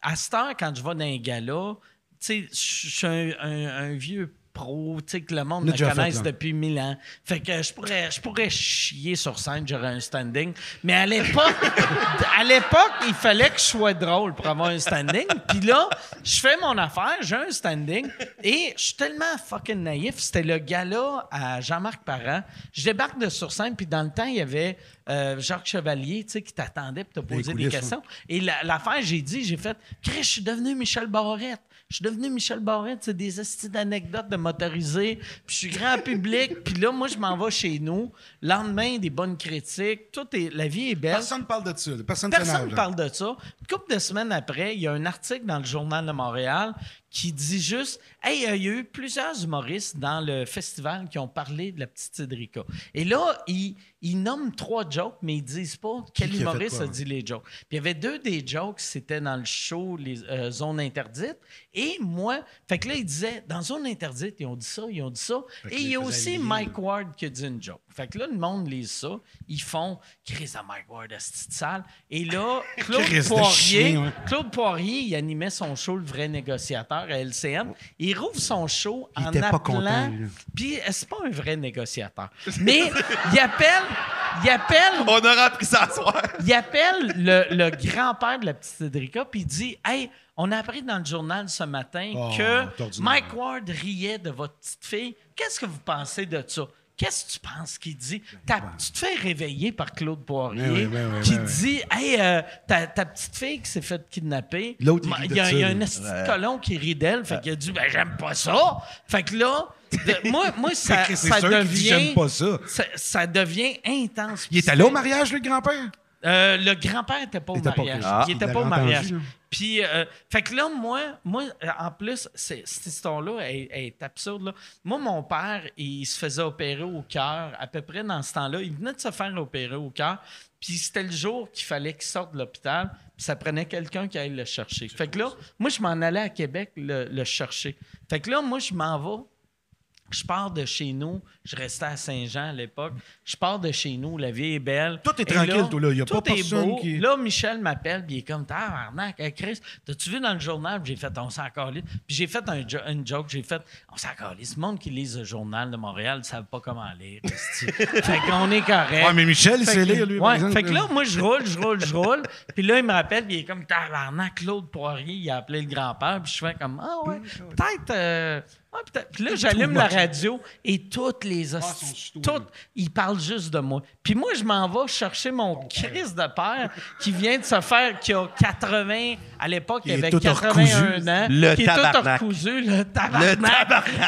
Speaker 1: à cette heure, quand je vais dans un gala, tu sais, je je suis un, un- un vieux pro, tu sais, que le monde
Speaker 3: On a
Speaker 1: me
Speaker 3: déjà fait,
Speaker 1: connaisse
Speaker 3: là.
Speaker 1: depuis mille ans. Fait que je pourrais, je pourrais chier sur scène, j'aurais un standing. Mais à l'époque, à l'époque, il fallait que je sois drôle pour avoir un standing. Puis là, je fais mon affaire, j'ai un standing et je suis tellement fucking naïf. C'était le gala à Jean-Marc Parent. Je débarque de sur scène, puis dans le temps, il y avait euh, Jacques Chevalier, tu sais, qui t'attendait pour te poser des
Speaker 3: coulisses,
Speaker 1: questions. Et la- l'affaire, j'ai dit, j'ai fait, Chris, je suis devenu Michel Barrette. Je suis devenu Michel Barrette, c'est des astuces d'anecdotes de motorisé. Puis je suis grand public. Puis là, moi, je m'en vais chez nous. Lendemain, des bonnes critiques. Tout est, la vie est belle.
Speaker 3: Personne ne parle de ça. là. Personne ne
Speaker 1: Personne ne parle de ça. Une couple de semaines après, il y a un article dans le Journal de Montréal qui dit juste Hey, euh, il y a eu plusieurs humoristes dans le festival qui ont parlé de la petite Cédrica. Et là, ils ils nomment trois jokes, mais ils disent pas quel
Speaker 3: qui a fait
Speaker 1: humoriste
Speaker 3: quoi,
Speaker 1: a dit les jokes. Puis il y avait deux des jokes, c'était dans le show Les euh, Zones Interdites. Et moi, fait que là, ils disaient Dans Zones Interdites, ils ont dit ça, ils ont dit ça.
Speaker 3: que
Speaker 1: Et il y a
Speaker 3: les
Speaker 1: aussi
Speaker 3: alliés,
Speaker 1: Mike Ward qui a dit une joke. Fait que là, le monde lit ça. Ils font Crise à Mike Ward à cette salle. Et là, Claude
Speaker 3: Crise de
Speaker 1: Poirier,
Speaker 3: chien, ouais.
Speaker 1: Claude Poirier, il animait son show Le Vrai Négociateur à LCN. Il rouvre son show
Speaker 3: Il
Speaker 1: en
Speaker 3: était pas
Speaker 1: appelant...
Speaker 3: content, lui, là.
Speaker 1: Puis, euh, c'est pas un vrai négociateur. Mais il appelle... Il
Speaker 3: Oh,
Speaker 1: appelle
Speaker 4: On aura appris ça à soir.
Speaker 1: il appelle le, le grand-père de la petite Cédrica, puis il dit Hey, on a appris dans le journal ce matin
Speaker 3: Oh, c'est
Speaker 1: que
Speaker 3: ordinaire.
Speaker 1: Mike Ward riait de votre petite fille. Qu'est-ce que vous pensez de ça? Qu'est-ce que tu penses qu'il dit? Ta- tu te fais réveiller par Claude Poirier
Speaker 3: Mais Ben, oui, mais oui,
Speaker 1: qui
Speaker 3: mais oui.
Speaker 1: dit Hey, euh, ta, ta petite fille qui s'est faite kidnapper.
Speaker 3: L'autre, il
Speaker 1: Ma-
Speaker 3: rit
Speaker 1: il
Speaker 3: de
Speaker 1: y a,
Speaker 3: ça, Euh.
Speaker 1: il y a
Speaker 3: lui.
Speaker 1: un esti de colon qui rit d'elle. Fait qu'il a dit Ben, j'aime pas ça. Fait que là, de- moi, moi ça,
Speaker 3: C'est
Speaker 1: ça
Speaker 3: sûr qu'il dit,
Speaker 1: devient.
Speaker 3: J'aime pas ça.
Speaker 1: ça, ça devient intense.
Speaker 3: Il est allé au mariage, le grand-père?
Speaker 1: Euh, le grand-père n'était pas au
Speaker 3: était pas au
Speaker 1: mariage.
Speaker 3: mariage.
Speaker 1: il
Speaker 3: Ah.
Speaker 1: était
Speaker 3: Il
Speaker 1: pas au
Speaker 3: l'avait
Speaker 1: mariage.
Speaker 3: entendu, là.
Speaker 1: Puis, euh, fait que là, moi, moi euh, en plus, c'est- cette histoire-là elle- elle est absurde. là. Moi, mon père, il se faisait opérer au cœur à peu près dans ce temps-là. Il venait de se faire opérer au cœur. Puis c'était le jour qu'il fallait qu'il sorte de l'hôpital. Puis ça prenait quelqu'un qui allait le chercher. Fait que là, moi, je m'en allais à Québec le, le chercher. Fait que là, moi, je m'en vais je pars de chez nous, je restais à Saint-Jean à l'époque. Je pars de chez nous, la vie est belle.
Speaker 3: Tout est
Speaker 1: Et
Speaker 3: tranquille, toi, là. Il y a
Speaker 1: tout
Speaker 3: pas
Speaker 1: est
Speaker 3: personne
Speaker 1: beau.
Speaker 3: qui-
Speaker 1: Là, Michel m'appelle, puis il est comme Tabarnak, hey, Chris, t'as-tu vu dans le journal? Puis J'ai fait On s'en calisse. Puis j'ai fait un jo- une joke, j'ai fait On s'en calisse. Le monde qui lise le journal de Montréal ne savent pas comment lire. esti. fait qu'on est correct.
Speaker 3: Ouais, mais Michel, il
Speaker 1: Eh, Fait
Speaker 3: sait
Speaker 1: que-
Speaker 3: lire, lui.
Speaker 1: ouais,
Speaker 3: par exemple.
Speaker 1: fait que là, moi, je roule, je roule, je roule. Puis là, il me rappelle, puis il est comme Tabarnak, Claude Poirier, il a appelé le grand-père. Puis je fais comme Ah
Speaker 3: Mmh,
Speaker 1: ouais, peut-être. euh, ouais, peut-être. Puis là, j'allume la radio et toutes
Speaker 3: Ah,
Speaker 1: les hosties. toutes, ils parlent juste de moi. Puis moi, je m'en vais chercher
Speaker 3: ben.
Speaker 1: mon Christ de père qui vient de se faire, qui a 80, à l'époque, il
Speaker 3: est
Speaker 1: avait
Speaker 3: tout
Speaker 1: 81
Speaker 3: recousu.
Speaker 1: ans.
Speaker 4: Le
Speaker 1: qui est tout
Speaker 4: tabarnak.
Speaker 1: recousu, le tabarnak.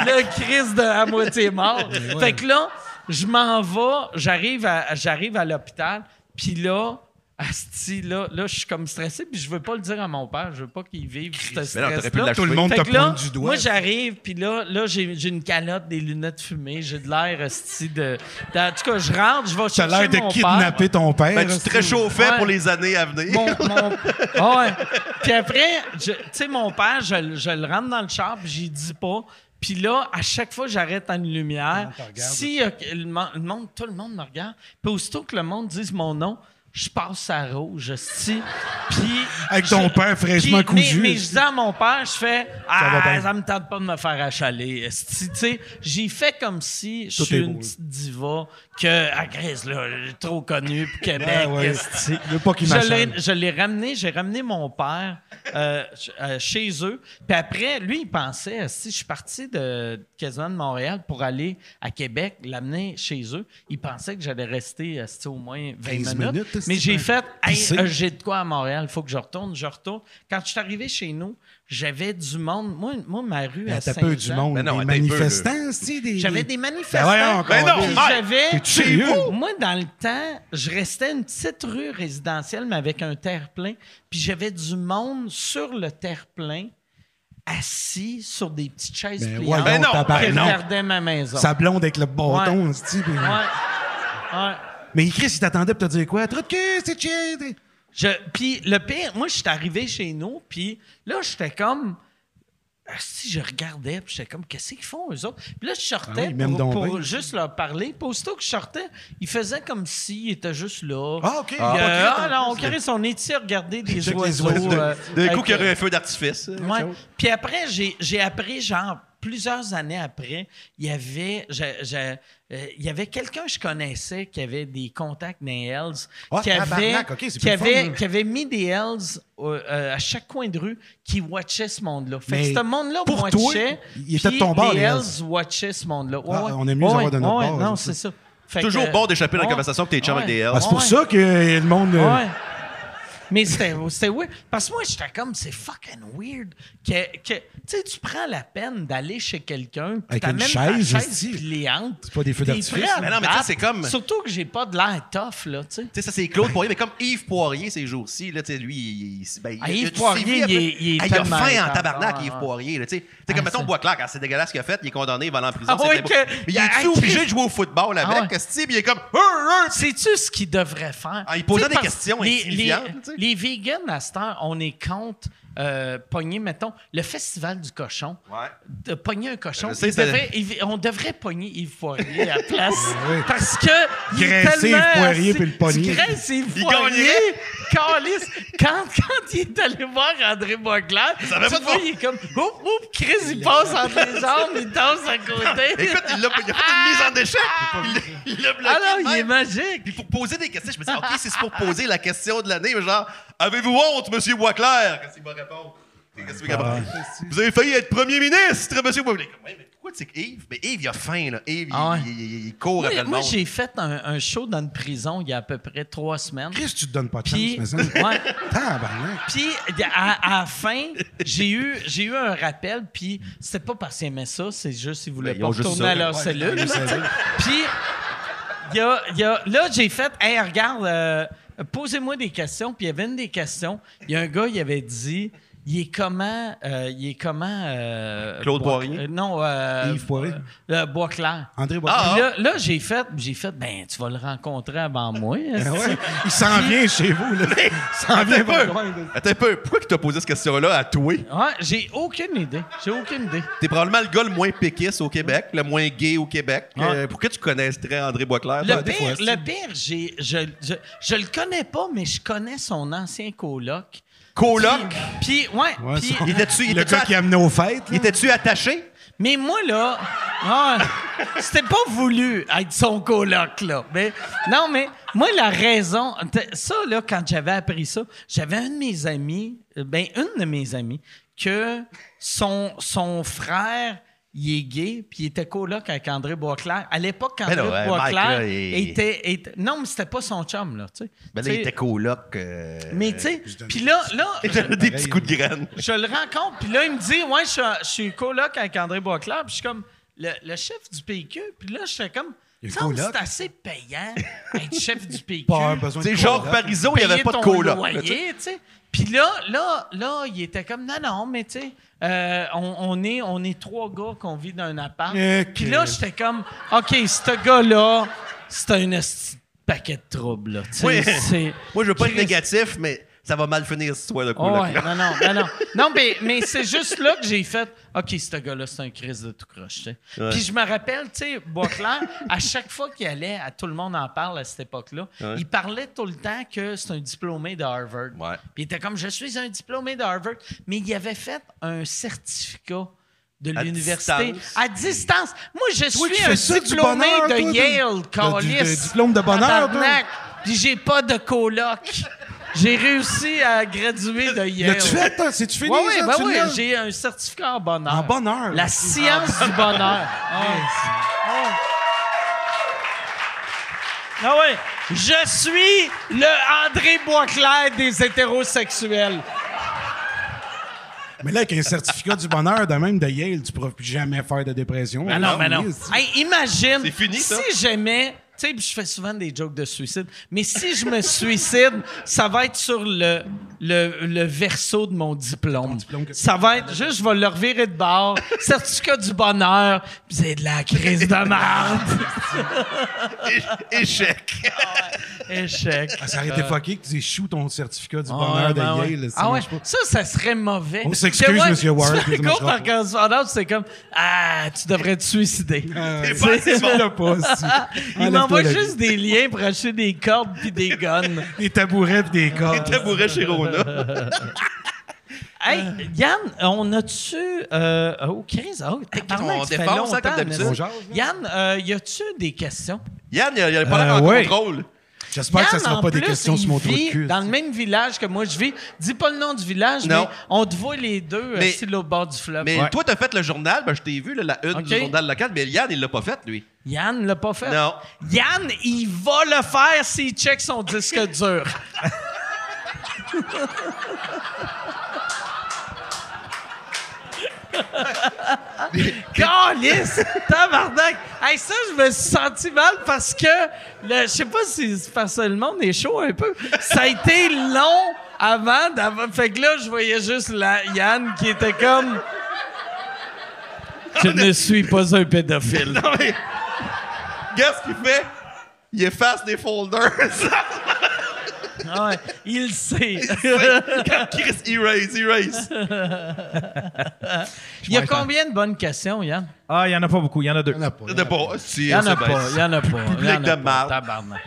Speaker 1: Le Christ de à moitié mort. Fait que là, je m'en vais, j'arrive à, j'arrive à l'hôpital, puis là, Asti, là, là, je suis comme stressé, puis je veux pas le dire à mon père, je veux pas qu'il vive ce
Speaker 4: Mais non, t'aurais
Speaker 1: stress
Speaker 4: pu
Speaker 1: là.
Speaker 4: l'achever.
Speaker 3: tout le monde
Speaker 1: Fait
Speaker 3: te
Speaker 1: que là,
Speaker 3: pointe du doigt.
Speaker 1: moi j'arrive, puis là, là j'ai, j'ai une calotte, des lunettes fumées, j'ai de l'air esti, de, de- En tout cas, je rentre, je vais
Speaker 3: T'as
Speaker 1: chercher
Speaker 3: l'air de
Speaker 1: mon père.
Speaker 3: kidnapper ton père.
Speaker 4: Ben, tu te réchauffais
Speaker 1: Ouais.
Speaker 4: pour les années à venir.
Speaker 1: Mon, mon- Ah ouais. Puis après, je- tu sais, mon père, je, le- je le rentre dans le char, puis j'y dis pas. Puis là, à chaque fois, j'arrête à une lumière. Si euh, que le, mon- le monde, tout le monde me regarde, puis aussitôt que le monde dise mon nom, je passe à rouge, si. Puis
Speaker 3: Avec ton
Speaker 1: je-
Speaker 3: père fraîchement
Speaker 1: puis- mais-
Speaker 3: cousu.
Speaker 1: Mais, je dis à mon père, je fais
Speaker 3: va
Speaker 1: Ah,
Speaker 3: bien.
Speaker 1: ça me tente pas de me faire achaler. esti. Tu sais, j'ai fait comme si je
Speaker 3: Tout
Speaker 1: suis
Speaker 3: est
Speaker 1: une
Speaker 3: beau,
Speaker 1: petite diva que à Grèce, là, trop connue pour Québec.
Speaker 3: Ah ouais.
Speaker 1: esti.
Speaker 3: Je veux pas qu'il
Speaker 1: Je
Speaker 3: m'achale.
Speaker 1: l'ai- je l'ai ramené, j'ai ramené mon père euh, ch- euh, chez eux. Puis après, lui, il pensait, euh, si je suis parti de quasiment de Montréal pour aller à Québec, l'amener chez eux, il pensait que j'allais rester euh, si, au moins 20
Speaker 3: 15
Speaker 1: minutes.
Speaker 3: minutes,
Speaker 1: Mais
Speaker 3: si,
Speaker 1: j'ai
Speaker 3: ben,
Speaker 1: fait, Hey,
Speaker 3: pisser.
Speaker 1: euh, j'ai de quoi à Montréal, faut que je retourne, je retourne. Quand je suis arrivé chez nous, j'avais du monde. Moi, moi ma rue à
Speaker 3: T'as
Speaker 1: Saint-Jean,
Speaker 3: peu du monde.
Speaker 4: Ben non,
Speaker 3: des
Speaker 4: attends un peu,
Speaker 3: manifestants, c'est des...
Speaker 1: j'avais des manifestants.
Speaker 3: Ben voyons,
Speaker 1: Puis
Speaker 3: encore,
Speaker 4: Ben non, Mike,
Speaker 1: j'avais
Speaker 3: t'es-tu sérieux?
Speaker 1: moi dans le temps, je restais une petite rue résidentielle mais avec un terre-plein, puis j'avais du monde sur le terre-plein assis sur des petites chaises
Speaker 3: Ben
Speaker 1: pliantes
Speaker 3: voyons,
Speaker 4: non,
Speaker 3: tabarnak.
Speaker 1: qui
Speaker 3: non.
Speaker 1: regardaient ma maison.
Speaker 3: Sa blonde avec le bâton,
Speaker 1: Ouais.
Speaker 3: c'est-tu, puis-
Speaker 1: Ouais. Ouais.
Speaker 3: Mais Chris, il t'attendait pour te dire quoi? Trou de cul, c'est chill. t'es-
Speaker 1: Je- puis le pire, moi, je suis arrivé chez nous, puis là, j'étais comme. Si je regardais, puis j'étais comme, qu'est-ce qu'ils font, eux autres? Puis là, je
Speaker 3: Ah
Speaker 1: sortais
Speaker 3: oui, même
Speaker 1: pour,
Speaker 3: donc
Speaker 1: pour
Speaker 3: bien.
Speaker 1: juste leur parler. Puis aussitôt que je sortais, ils faisaient comme s'ils étaient juste là.
Speaker 3: Ah, OK.
Speaker 1: Puis,
Speaker 3: Ah.
Speaker 1: euh,
Speaker 3: Hypocrite,
Speaker 1: ah,
Speaker 3: en
Speaker 1: non, Chris, on est ici à regarder des
Speaker 3: Check les
Speaker 1: oiseaux.
Speaker 3: oiseaux.
Speaker 1: euh,
Speaker 4: D'un coup,
Speaker 1: avec,
Speaker 4: qu'il y aurait un feu d'artifice.
Speaker 1: Ouais. Puis après, j'ai j'ai appris, genre, plusieurs années après, il y avait, j'ai- j'ai- euh, il y avait quelqu'un que je connaissais qui avait des contacts dans les Hells,
Speaker 3: Ah,
Speaker 1: qui, avait,
Speaker 3: tabarnak, ok, c'est
Speaker 1: qui,
Speaker 3: plus le fun,
Speaker 1: avait,
Speaker 3: là.
Speaker 1: qui avait mis des Hells euh, euh, à chaque coin de rue qui watchait ce monde-là. Fait
Speaker 3: Mais
Speaker 1: que ce monde-là
Speaker 3: pour
Speaker 1: watchait.
Speaker 3: toi, il était de
Speaker 1: puis
Speaker 3: ton bord,
Speaker 1: les
Speaker 3: les Hells.
Speaker 1: Hells watchaient ce monde-là. Ouais,
Speaker 3: Ah,
Speaker 1: ouais.
Speaker 3: on aime mieux
Speaker 1: Ouais,
Speaker 3: les avoir de notre
Speaker 1: ouais,
Speaker 3: bord,
Speaker 1: Non,
Speaker 3: c'est
Speaker 1: c'est ça. Fait
Speaker 4: Toujours
Speaker 1: que,
Speaker 4: bon d'échapper dans la
Speaker 1: ouais,
Speaker 4: conversation que t'es chum avec des Hells.
Speaker 3: Ah, c'est pour
Speaker 1: ouais.
Speaker 3: ça que le monde... euh,
Speaker 1: Ouais. Mais c'était c'était weird. Parce que moi, j'étais comme, c'est fucking weird que, que- tu sais, tu prends la peine d'aller chez quelqu'un, puis
Speaker 3: Avec une
Speaker 1: t'amènes
Speaker 3: chaise,
Speaker 1: ta
Speaker 3: est-ce
Speaker 1: chaise
Speaker 3: que-
Speaker 1: pliante.
Speaker 3: C'est pas des feux
Speaker 1: t'es
Speaker 3: d'artifice,
Speaker 1: prêt à
Speaker 4: mais
Speaker 1: me
Speaker 4: non, mais tu sais,
Speaker 1: battre.
Speaker 4: c'est comme-
Speaker 1: Surtout que j'ai pas de l'air tough, là, tu sais.
Speaker 4: Tu sais, ça, c'est Claude Poirier, mais comme Yves Poirier ces jours-ci, là, tu sais, lui, il, il- ben, il-
Speaker 1: Ah,
Speaker 4: il-
Speaker 1: Yves
Speaker 4: il-
Speaker 1: Poirier,
Speaker 4: suivi un peu.
Speaker 1: il est- il est
Speaker 4: Ah, il a
Speaker 1: tellement
Speaker 4: faim
Speaker 1: intense.
Speaker 4: en tabarnak,
Speaker 1: Ah,
Speaker 4: Yves
Speaker 1: ah.
Speaker 4: Boirier. là, Tu sais, Tu sais, comme,
Speaker 1: Ah,
Speaker 4: mettons,
Speaker 1: ça-
Speaker 4: Boisclair, quand c'est dégueulasse ce qu'il a fait, il est condamné, il va aller en prison.
Speaker 1: Ah
Speaker 4: c'est
Speaker 1: ouais,
Speaker 4: n'importe-
Speaker 1: que-
Speaker 4: Mais il est
Speaker 1: Ah,
Speaker 4: obligé
Speaker 1: Chris.
Speaker 4: de jouer au football
Speaker 1: Ah
Speaker 4: avec,
Speaker 1: ouais.
Speaker 4: ce type, il est comme... Hur, hur.
Speaker 1: Sais-tu ce qu'ils devraient faire?
Speaker 4: Ah, ils posaient
Speaker 1: Tu sais,
Speaker 4: des
Speaker 1: parce-
Speaker 4: questions
Speaker 1: Les, les,
Speaker 4: insignifiantes, tu sais.
Speaker 1: les vegans, à cette heure, on est contre euh, pogner, mettons, le festival du cochon.
Speaker 4: Ouais.
Speaker 1: De pogner un cochon.
Speaker 4: Je sais,
Speaker 1: ils
Speaker 4: c'est-
Speaker 1: devraient- ils- on devrait pogner Yves Poirier à la place.
Speaker 4: Ah
Speaker 1: Parce que. il est
Speaker 3: Graisser
Speaker 1: tellement
Speaker 3: Yves Poirier
Speaker 1: assis-
Speaker 3: puis le pogner.
Speaker 1: Tu graisses Yves
Speaker 4: Il
Speaker 1: Poirier. Calice. Quand, quand il est allé voir André Boisclair,
Speaker 4: Ça avait
Speaker 1: tu
Speaker 4: pas de
Speaker 1: vois,
Speaker 4: bon-
Speaker 1: il est comme. Oup, oup, Chris, il passe entre les jambes, il danse à côté.
Speaker 4: Écoute, il, l'a- il a fait une mise en déchet. Il l'a- Il l'a bloqué.
Speaker 1: Ah non,
Speaker 4: de
Speaker 1: il est
Speaker 4: même.
Speaker 1: magique.
Speaker 4: Puis pour poser des questions, je me dis, OK, c'est pour poser la question de l'année, mais genre, avez-vous honte, monsieur Boisclair? Qu'est-ce qu'il va répondre? Qu'est-ce
Speaker 1: Ah.
Speaker 4: qu'il va répondre? Vous avez failli être premier ministre, monsieur Boisclair. Ouais, mais pourquoi c'est que Yves? Mais Yves, il a faim, là. Yves, il-
Speaker 1: Ah ouais.
Speaker 4: il, il- il court
Speaker 1: Moi,
Speaker 4: après le
Speaker 1: moi,
Speaker 4: monde.
Speaker 1: j'ai fait un, un show dans une prison il y a à peu près trois semaines.
Speaker 3: Chris, tu te donnes pas de chance,
Speaker 1: Puis,
Speaker 3: mais ça.
Speaker 1: ouais.
Speaker 3: Tabarnak.
Speaker 1: Puis, à, à la fin, j'ai eu, j'ai eu un rappel, puis c'était pas parce qu'ils aimaient ça, c'est juste qu'ils voulaient
Speaker 4: Ben, ils
Speaker 1: pas
Speaker 4: ont juste
Speaker 1: retourner
Speaker 4: ça.
Speaker 1: à leur
Speaker 4: Ouais,
Speaker 1: cellule.
Speaker 4: ils ont juste
Speaker 1: là,
Speaker 4: ça.
Speaker 1: t'sais. Puis, il y a- il y a- là, j'ai fait, hey, regarde, euh, posez-moi des questions, puis il y avait une des questions. Il y a un gars, il avait dit, il est comment, euh, il est comment. euh,
Speaker 4: Claude
Speaker 1: Bois-
Speaker 4: Poirier?
Speaker 1: euh, non, euh,
Speaker 3: Yves Poirier?
Speaker 1: euh, euh, Boisclair.
Speaker 3: André Boisclair.
Speaker 4: Ah,
Speaker 1: Puis
Speaker 4: ah,
Speaker 1: là, là, j'ai fait, j'ai fait, ben, tu vas le rencontrer avant moi.
Speaker 3: Ah ouais, Il s'en vient chez vous, là. Il s'en
Speaker 4: attends
Speaker 3: vient
Speaker 4: un
Speaker 3: pas
Speaker 4: peu.
Speaker 3: loin. là.
Speaker 4: Attends un peu. Pourquoi tu t'as posé cette question-là à toi?
Speaker 1: Ouais, j'ai aucune idée. J'ai aucune idée.
Speaker 4: T'es probablement le gars le moins péquiste au Québec, le moins gay au Québec.
Speaker 1: Ouais.
Speaker 4: Euh, pourquoi tu connaîtrais André Boisclair? Bah,
Speaker 1: Le pire, le pire, j'ai, je, je, je le connais pas, mais je connais son ancien coloc.
Speaker 4: Coloc?
Speaker 1: Puis, puis- ouais.
Speaker 3: Ouais,
Speaker 1: puis-
Speaker 3: son-
Speaker 4: Il était-tu il
Speaker 3: Le
Speaker 4: était-tu
Speaker 3: gars qui amène aux fêtes. là.
Speaker 4: était attaché?
Speaker 1: Mais moi, là, ouais, c'était pas voulu être son coloc, là. Mais, non, mais moi, la raison, t- ça, là, quand j'avais appris ça, j'avais un de mes amis, euh, ben, une de mes amies, que son, son frère, il est gay, puis il était coloc avec André Boisclair. À l'époque, quand
Speaker 4: Ben
Speaker 1: André
Speaker 4: là, ouais, Mike,
Speaker 1: Boisclair
Speaker 4: là, il-
Speaker 1: était, était- Non, mais c'était pas son chum, là, tu sais.
Speaker 4: Ben
Speaker 1: Tu sais,
Speaker 4: là, il était coloc. euh,
Speaker 1: Mais tu sais, puis là, là,
Speaker 4: Il donnait des petits coups de graine.
Speaker 1: je le rencontre, puis là, il me dit Ouais, je suis, je suis coloc avec André Boisclair. Puis je suis comme le, le chef du PQ. Puis là, je suis comme
Speaker 3: Il est
Speaker 1: Ça,
Speaker 3: coloc.
Speaker 1: c'est assez payant être chef du PQ.
Speaker 3: Pas besoin
Speaker 4: Tu
Speaker 3: de
Speaker 4: sais, genre
Speaker 3: coloc.
Speaker 4: Parizeau, il n'y avait
Speaker 1: payer
Speaker 4: pas de
Speaker 1: ton
Speaker 4: coloc. là, tu sais.
Speaker 1: loyer, tu sais. Puis là, là, là, il était comme Non, non, mais tu sais, euh, on, on est, on est trois gars qu'on vit dans un appart.
Speaker 3: Ok.
Speaker 1: Puis là, j'étais comme OK, ce gars-là, c'est un esti de paquet de troubles. Là, tu sais,
Speaker 4: Oui.
Speaker 1: c'est-
Speaker 4: Moi, je veux pas être
Speaker 1: Chris.
Speaker 4: négatif, mais ça va mal finir cette histoire de
Speaker 1: Oh,
Speaker 4: coloc.
Speaker 1: ouais, non, non, non, non. Non, mais, mais c'est juste là que j'ai fait OK, ce gars-là, c'est un crise de tout croche. tu sais.
Speaker 4: Ouais.
Speaker 1: Puis je me rappelle, tu sais, Boisclair, à chaque fois qu'il allait, à tout le monde en parle à cette époque-là, il parlait tout le temps que c'est un diplômé de Harvard.
Speaker 4: Ouais.
Speaker 1: Puis il était comme Je suis un diplômé de Harvard, mais il avait fait un certificat de
Speaker 4: À
Speaker 1: l'université
Speaker 4: distance.
Speaker 1: à distance. Moi, je
Speaker 3: Toi, tu
Speaker 1: suis
Speaker 3: fais
Speaker 1: un
Speaker 3: ça du
Speaker 1: diplômé
Speaker 3: bonheur,
Speaker 1: de
Speaker 3: toi, de-
Speaker 1: Yale,
Speaker 3: de- du- de
Speaker 1: câlisse.
Speaker 3: diplôme de bonheur, toi.
Speaker 1: Tabarnak. Puis j'ai pas de coloc. J'ai réussi à graduer de Yale.
Speaker 3: L'as-tu fait, toi? C'est-tu fini,
Speaker 1: Oui, oui,
Speaker 3: ça?
Speaker 1: ben
Speaker 3: Tu
Speaker 1: oui,
Speaker 3: l'as?
Speaker 1: j'ai un certificat en bonheur.
Speaker 3: En bonheur.
Speaker 1: La
Speaker 3: là.
Speaker 1: science du bonheur. Ah ouais. Je suis le André Boisclair des hétérosexuels.
Speaker 3: Mais là, avec un certificat du bonheur de même de Yale, tu pourras plus jamais faire de dépression. Ah,
Speaker 1: Ben non, ben non.
Speaker 3: Yes.
Speaker 1: Hey, imagine.
Speaker 4: C'est fini, ça.
Speaker 1: Si jamais. Tu sais, puis je fais souvent des jokes de suicide. Mais si je me suicide, ça va être sur le, le, le verso de mon diplôme.
Speaker 3: diplôme que tu-
Speaker 1: ça va être juste, je vais le revirer de bord. Certificat du bonheur. Puis c'est de la crise de merde.
Speaker 4: É- Échec.
Speaker 1: Échec.
Speaker 3: Ah, Ça aurait été fucké que tu dises chou ton certificat du
Speaker 1: Euh. Ah ouais,
Speaker 3: bonheur de
Speaker 1: ben ouais.
Speaker 3: Yale. là, ça
Speaker 1: Ah ouais,
Speaker 3: marche pas.
Speaker 1: ça, ça serait mauvais.
Speaker 3: On s'excuse,
Speaker 1: Que, ouais,
Speaker 3: Monsieur Ward,
Speaker 1: Tu fais
Speaker 3: ça
Speaker 1: un cours
Speaker 3: marchera
Speaker 1: par
Speaker 3: pas.
Speaker 1: correspondance, c'est comme Ah, tu devrais te suicider.
Speaker 3: Euh,
Speaker 4: C'est pas- c'est bon.
Speaker 3: Fais-le pas, si.
Speaker 1: Il
Speaker 3: Enlève-toi
Speaker 1: m'envoie
Speaker 3: la
Speaker 1: juste des liens pour acheter des cordes puis des guns.
Speaker 3: vie. des tabourets pis des cordes.
Speaker 4: Tabouret chez Rona.
Speaker 1: Hey, Yann, on a-tu. Euh, oh, Chris, oh, tabarnak,
Speaker 4: on
Speaker 1: ça fait
Speaker 4: défonce, hein,
Speaker 1: longtemps,
Speaker 4: comme d'habitude.
Speaker 1: mais-
Speaker 3: On jase, là.
Speaker 1: Yann, euh, y a-tu des questions?
Speaker 4: Yann, il n'y a pas l'air en
Speaker 3: Ah, ouais.
Speaker 4: contrôle.
Speaker 3: J'espère que ça
Speaker 1: Yann, en
Speaker 3: sera pas des
Speaker 1: plus,
Speaker 3: questions sur
Speaker 1: il
Speaker 3: mon trou
Speaker 1: vit
Speaker 3: de cul.
Speaker 1: Dans le même village que moi, je vis. Dis pas le nom du village,
Speaker 4: Non.
Speaker 1: mais on te voit les deux euh,
Speaker 4: Mais-
Speaker 1: sur le bord du fleuve.
Speaker 4: Mais toi, t'as fait le journal, ben, je t'ai vu, là, la une
Speaker 1: Ok.
Speaker 4: du journal local, mais Yann, il l'a pas fait, lui.
Speaker 1: Yann l'a pas fait.
Speaker 4: Non.
Speaker 1: Yann, il va le faire s'il check son disque dur. Calice! Tabarnak! Hey, ça, je me suis senti mal parce que, le- je sais pas si c'est parce que le monde est chaud un peu. Ça a été long avant d'avoir. Fait que là, je voyais juste la Yann qui était comme. Je ne suis pas un pédophile.
Speaker 4: Non, mais. Qu'est-ce qu'il fait? Il efface des folders.
Speaker 1: Ah ouais, il le sait.
Speaker 4: Quand Chris erase, erase.
Speaker 1: Il y a combien de bonnes questions, Yann?
Speaker 2: Ah, il n'y en a pas beaucoup, il y en a deux.
Speaker 3: Il y en a pas.
Speaker 4: De pas. Ah, Si,
Speaker 1: Il y en
Speaker 4: c'est
Speaker 1: a
Speaker 4: bien.
Speaker 1: pas, il y en a pas. il y en a
Speaker 4: de
Speaker 1: pas,
Speaker 4: marde.
Speaker 1: Tabarnak.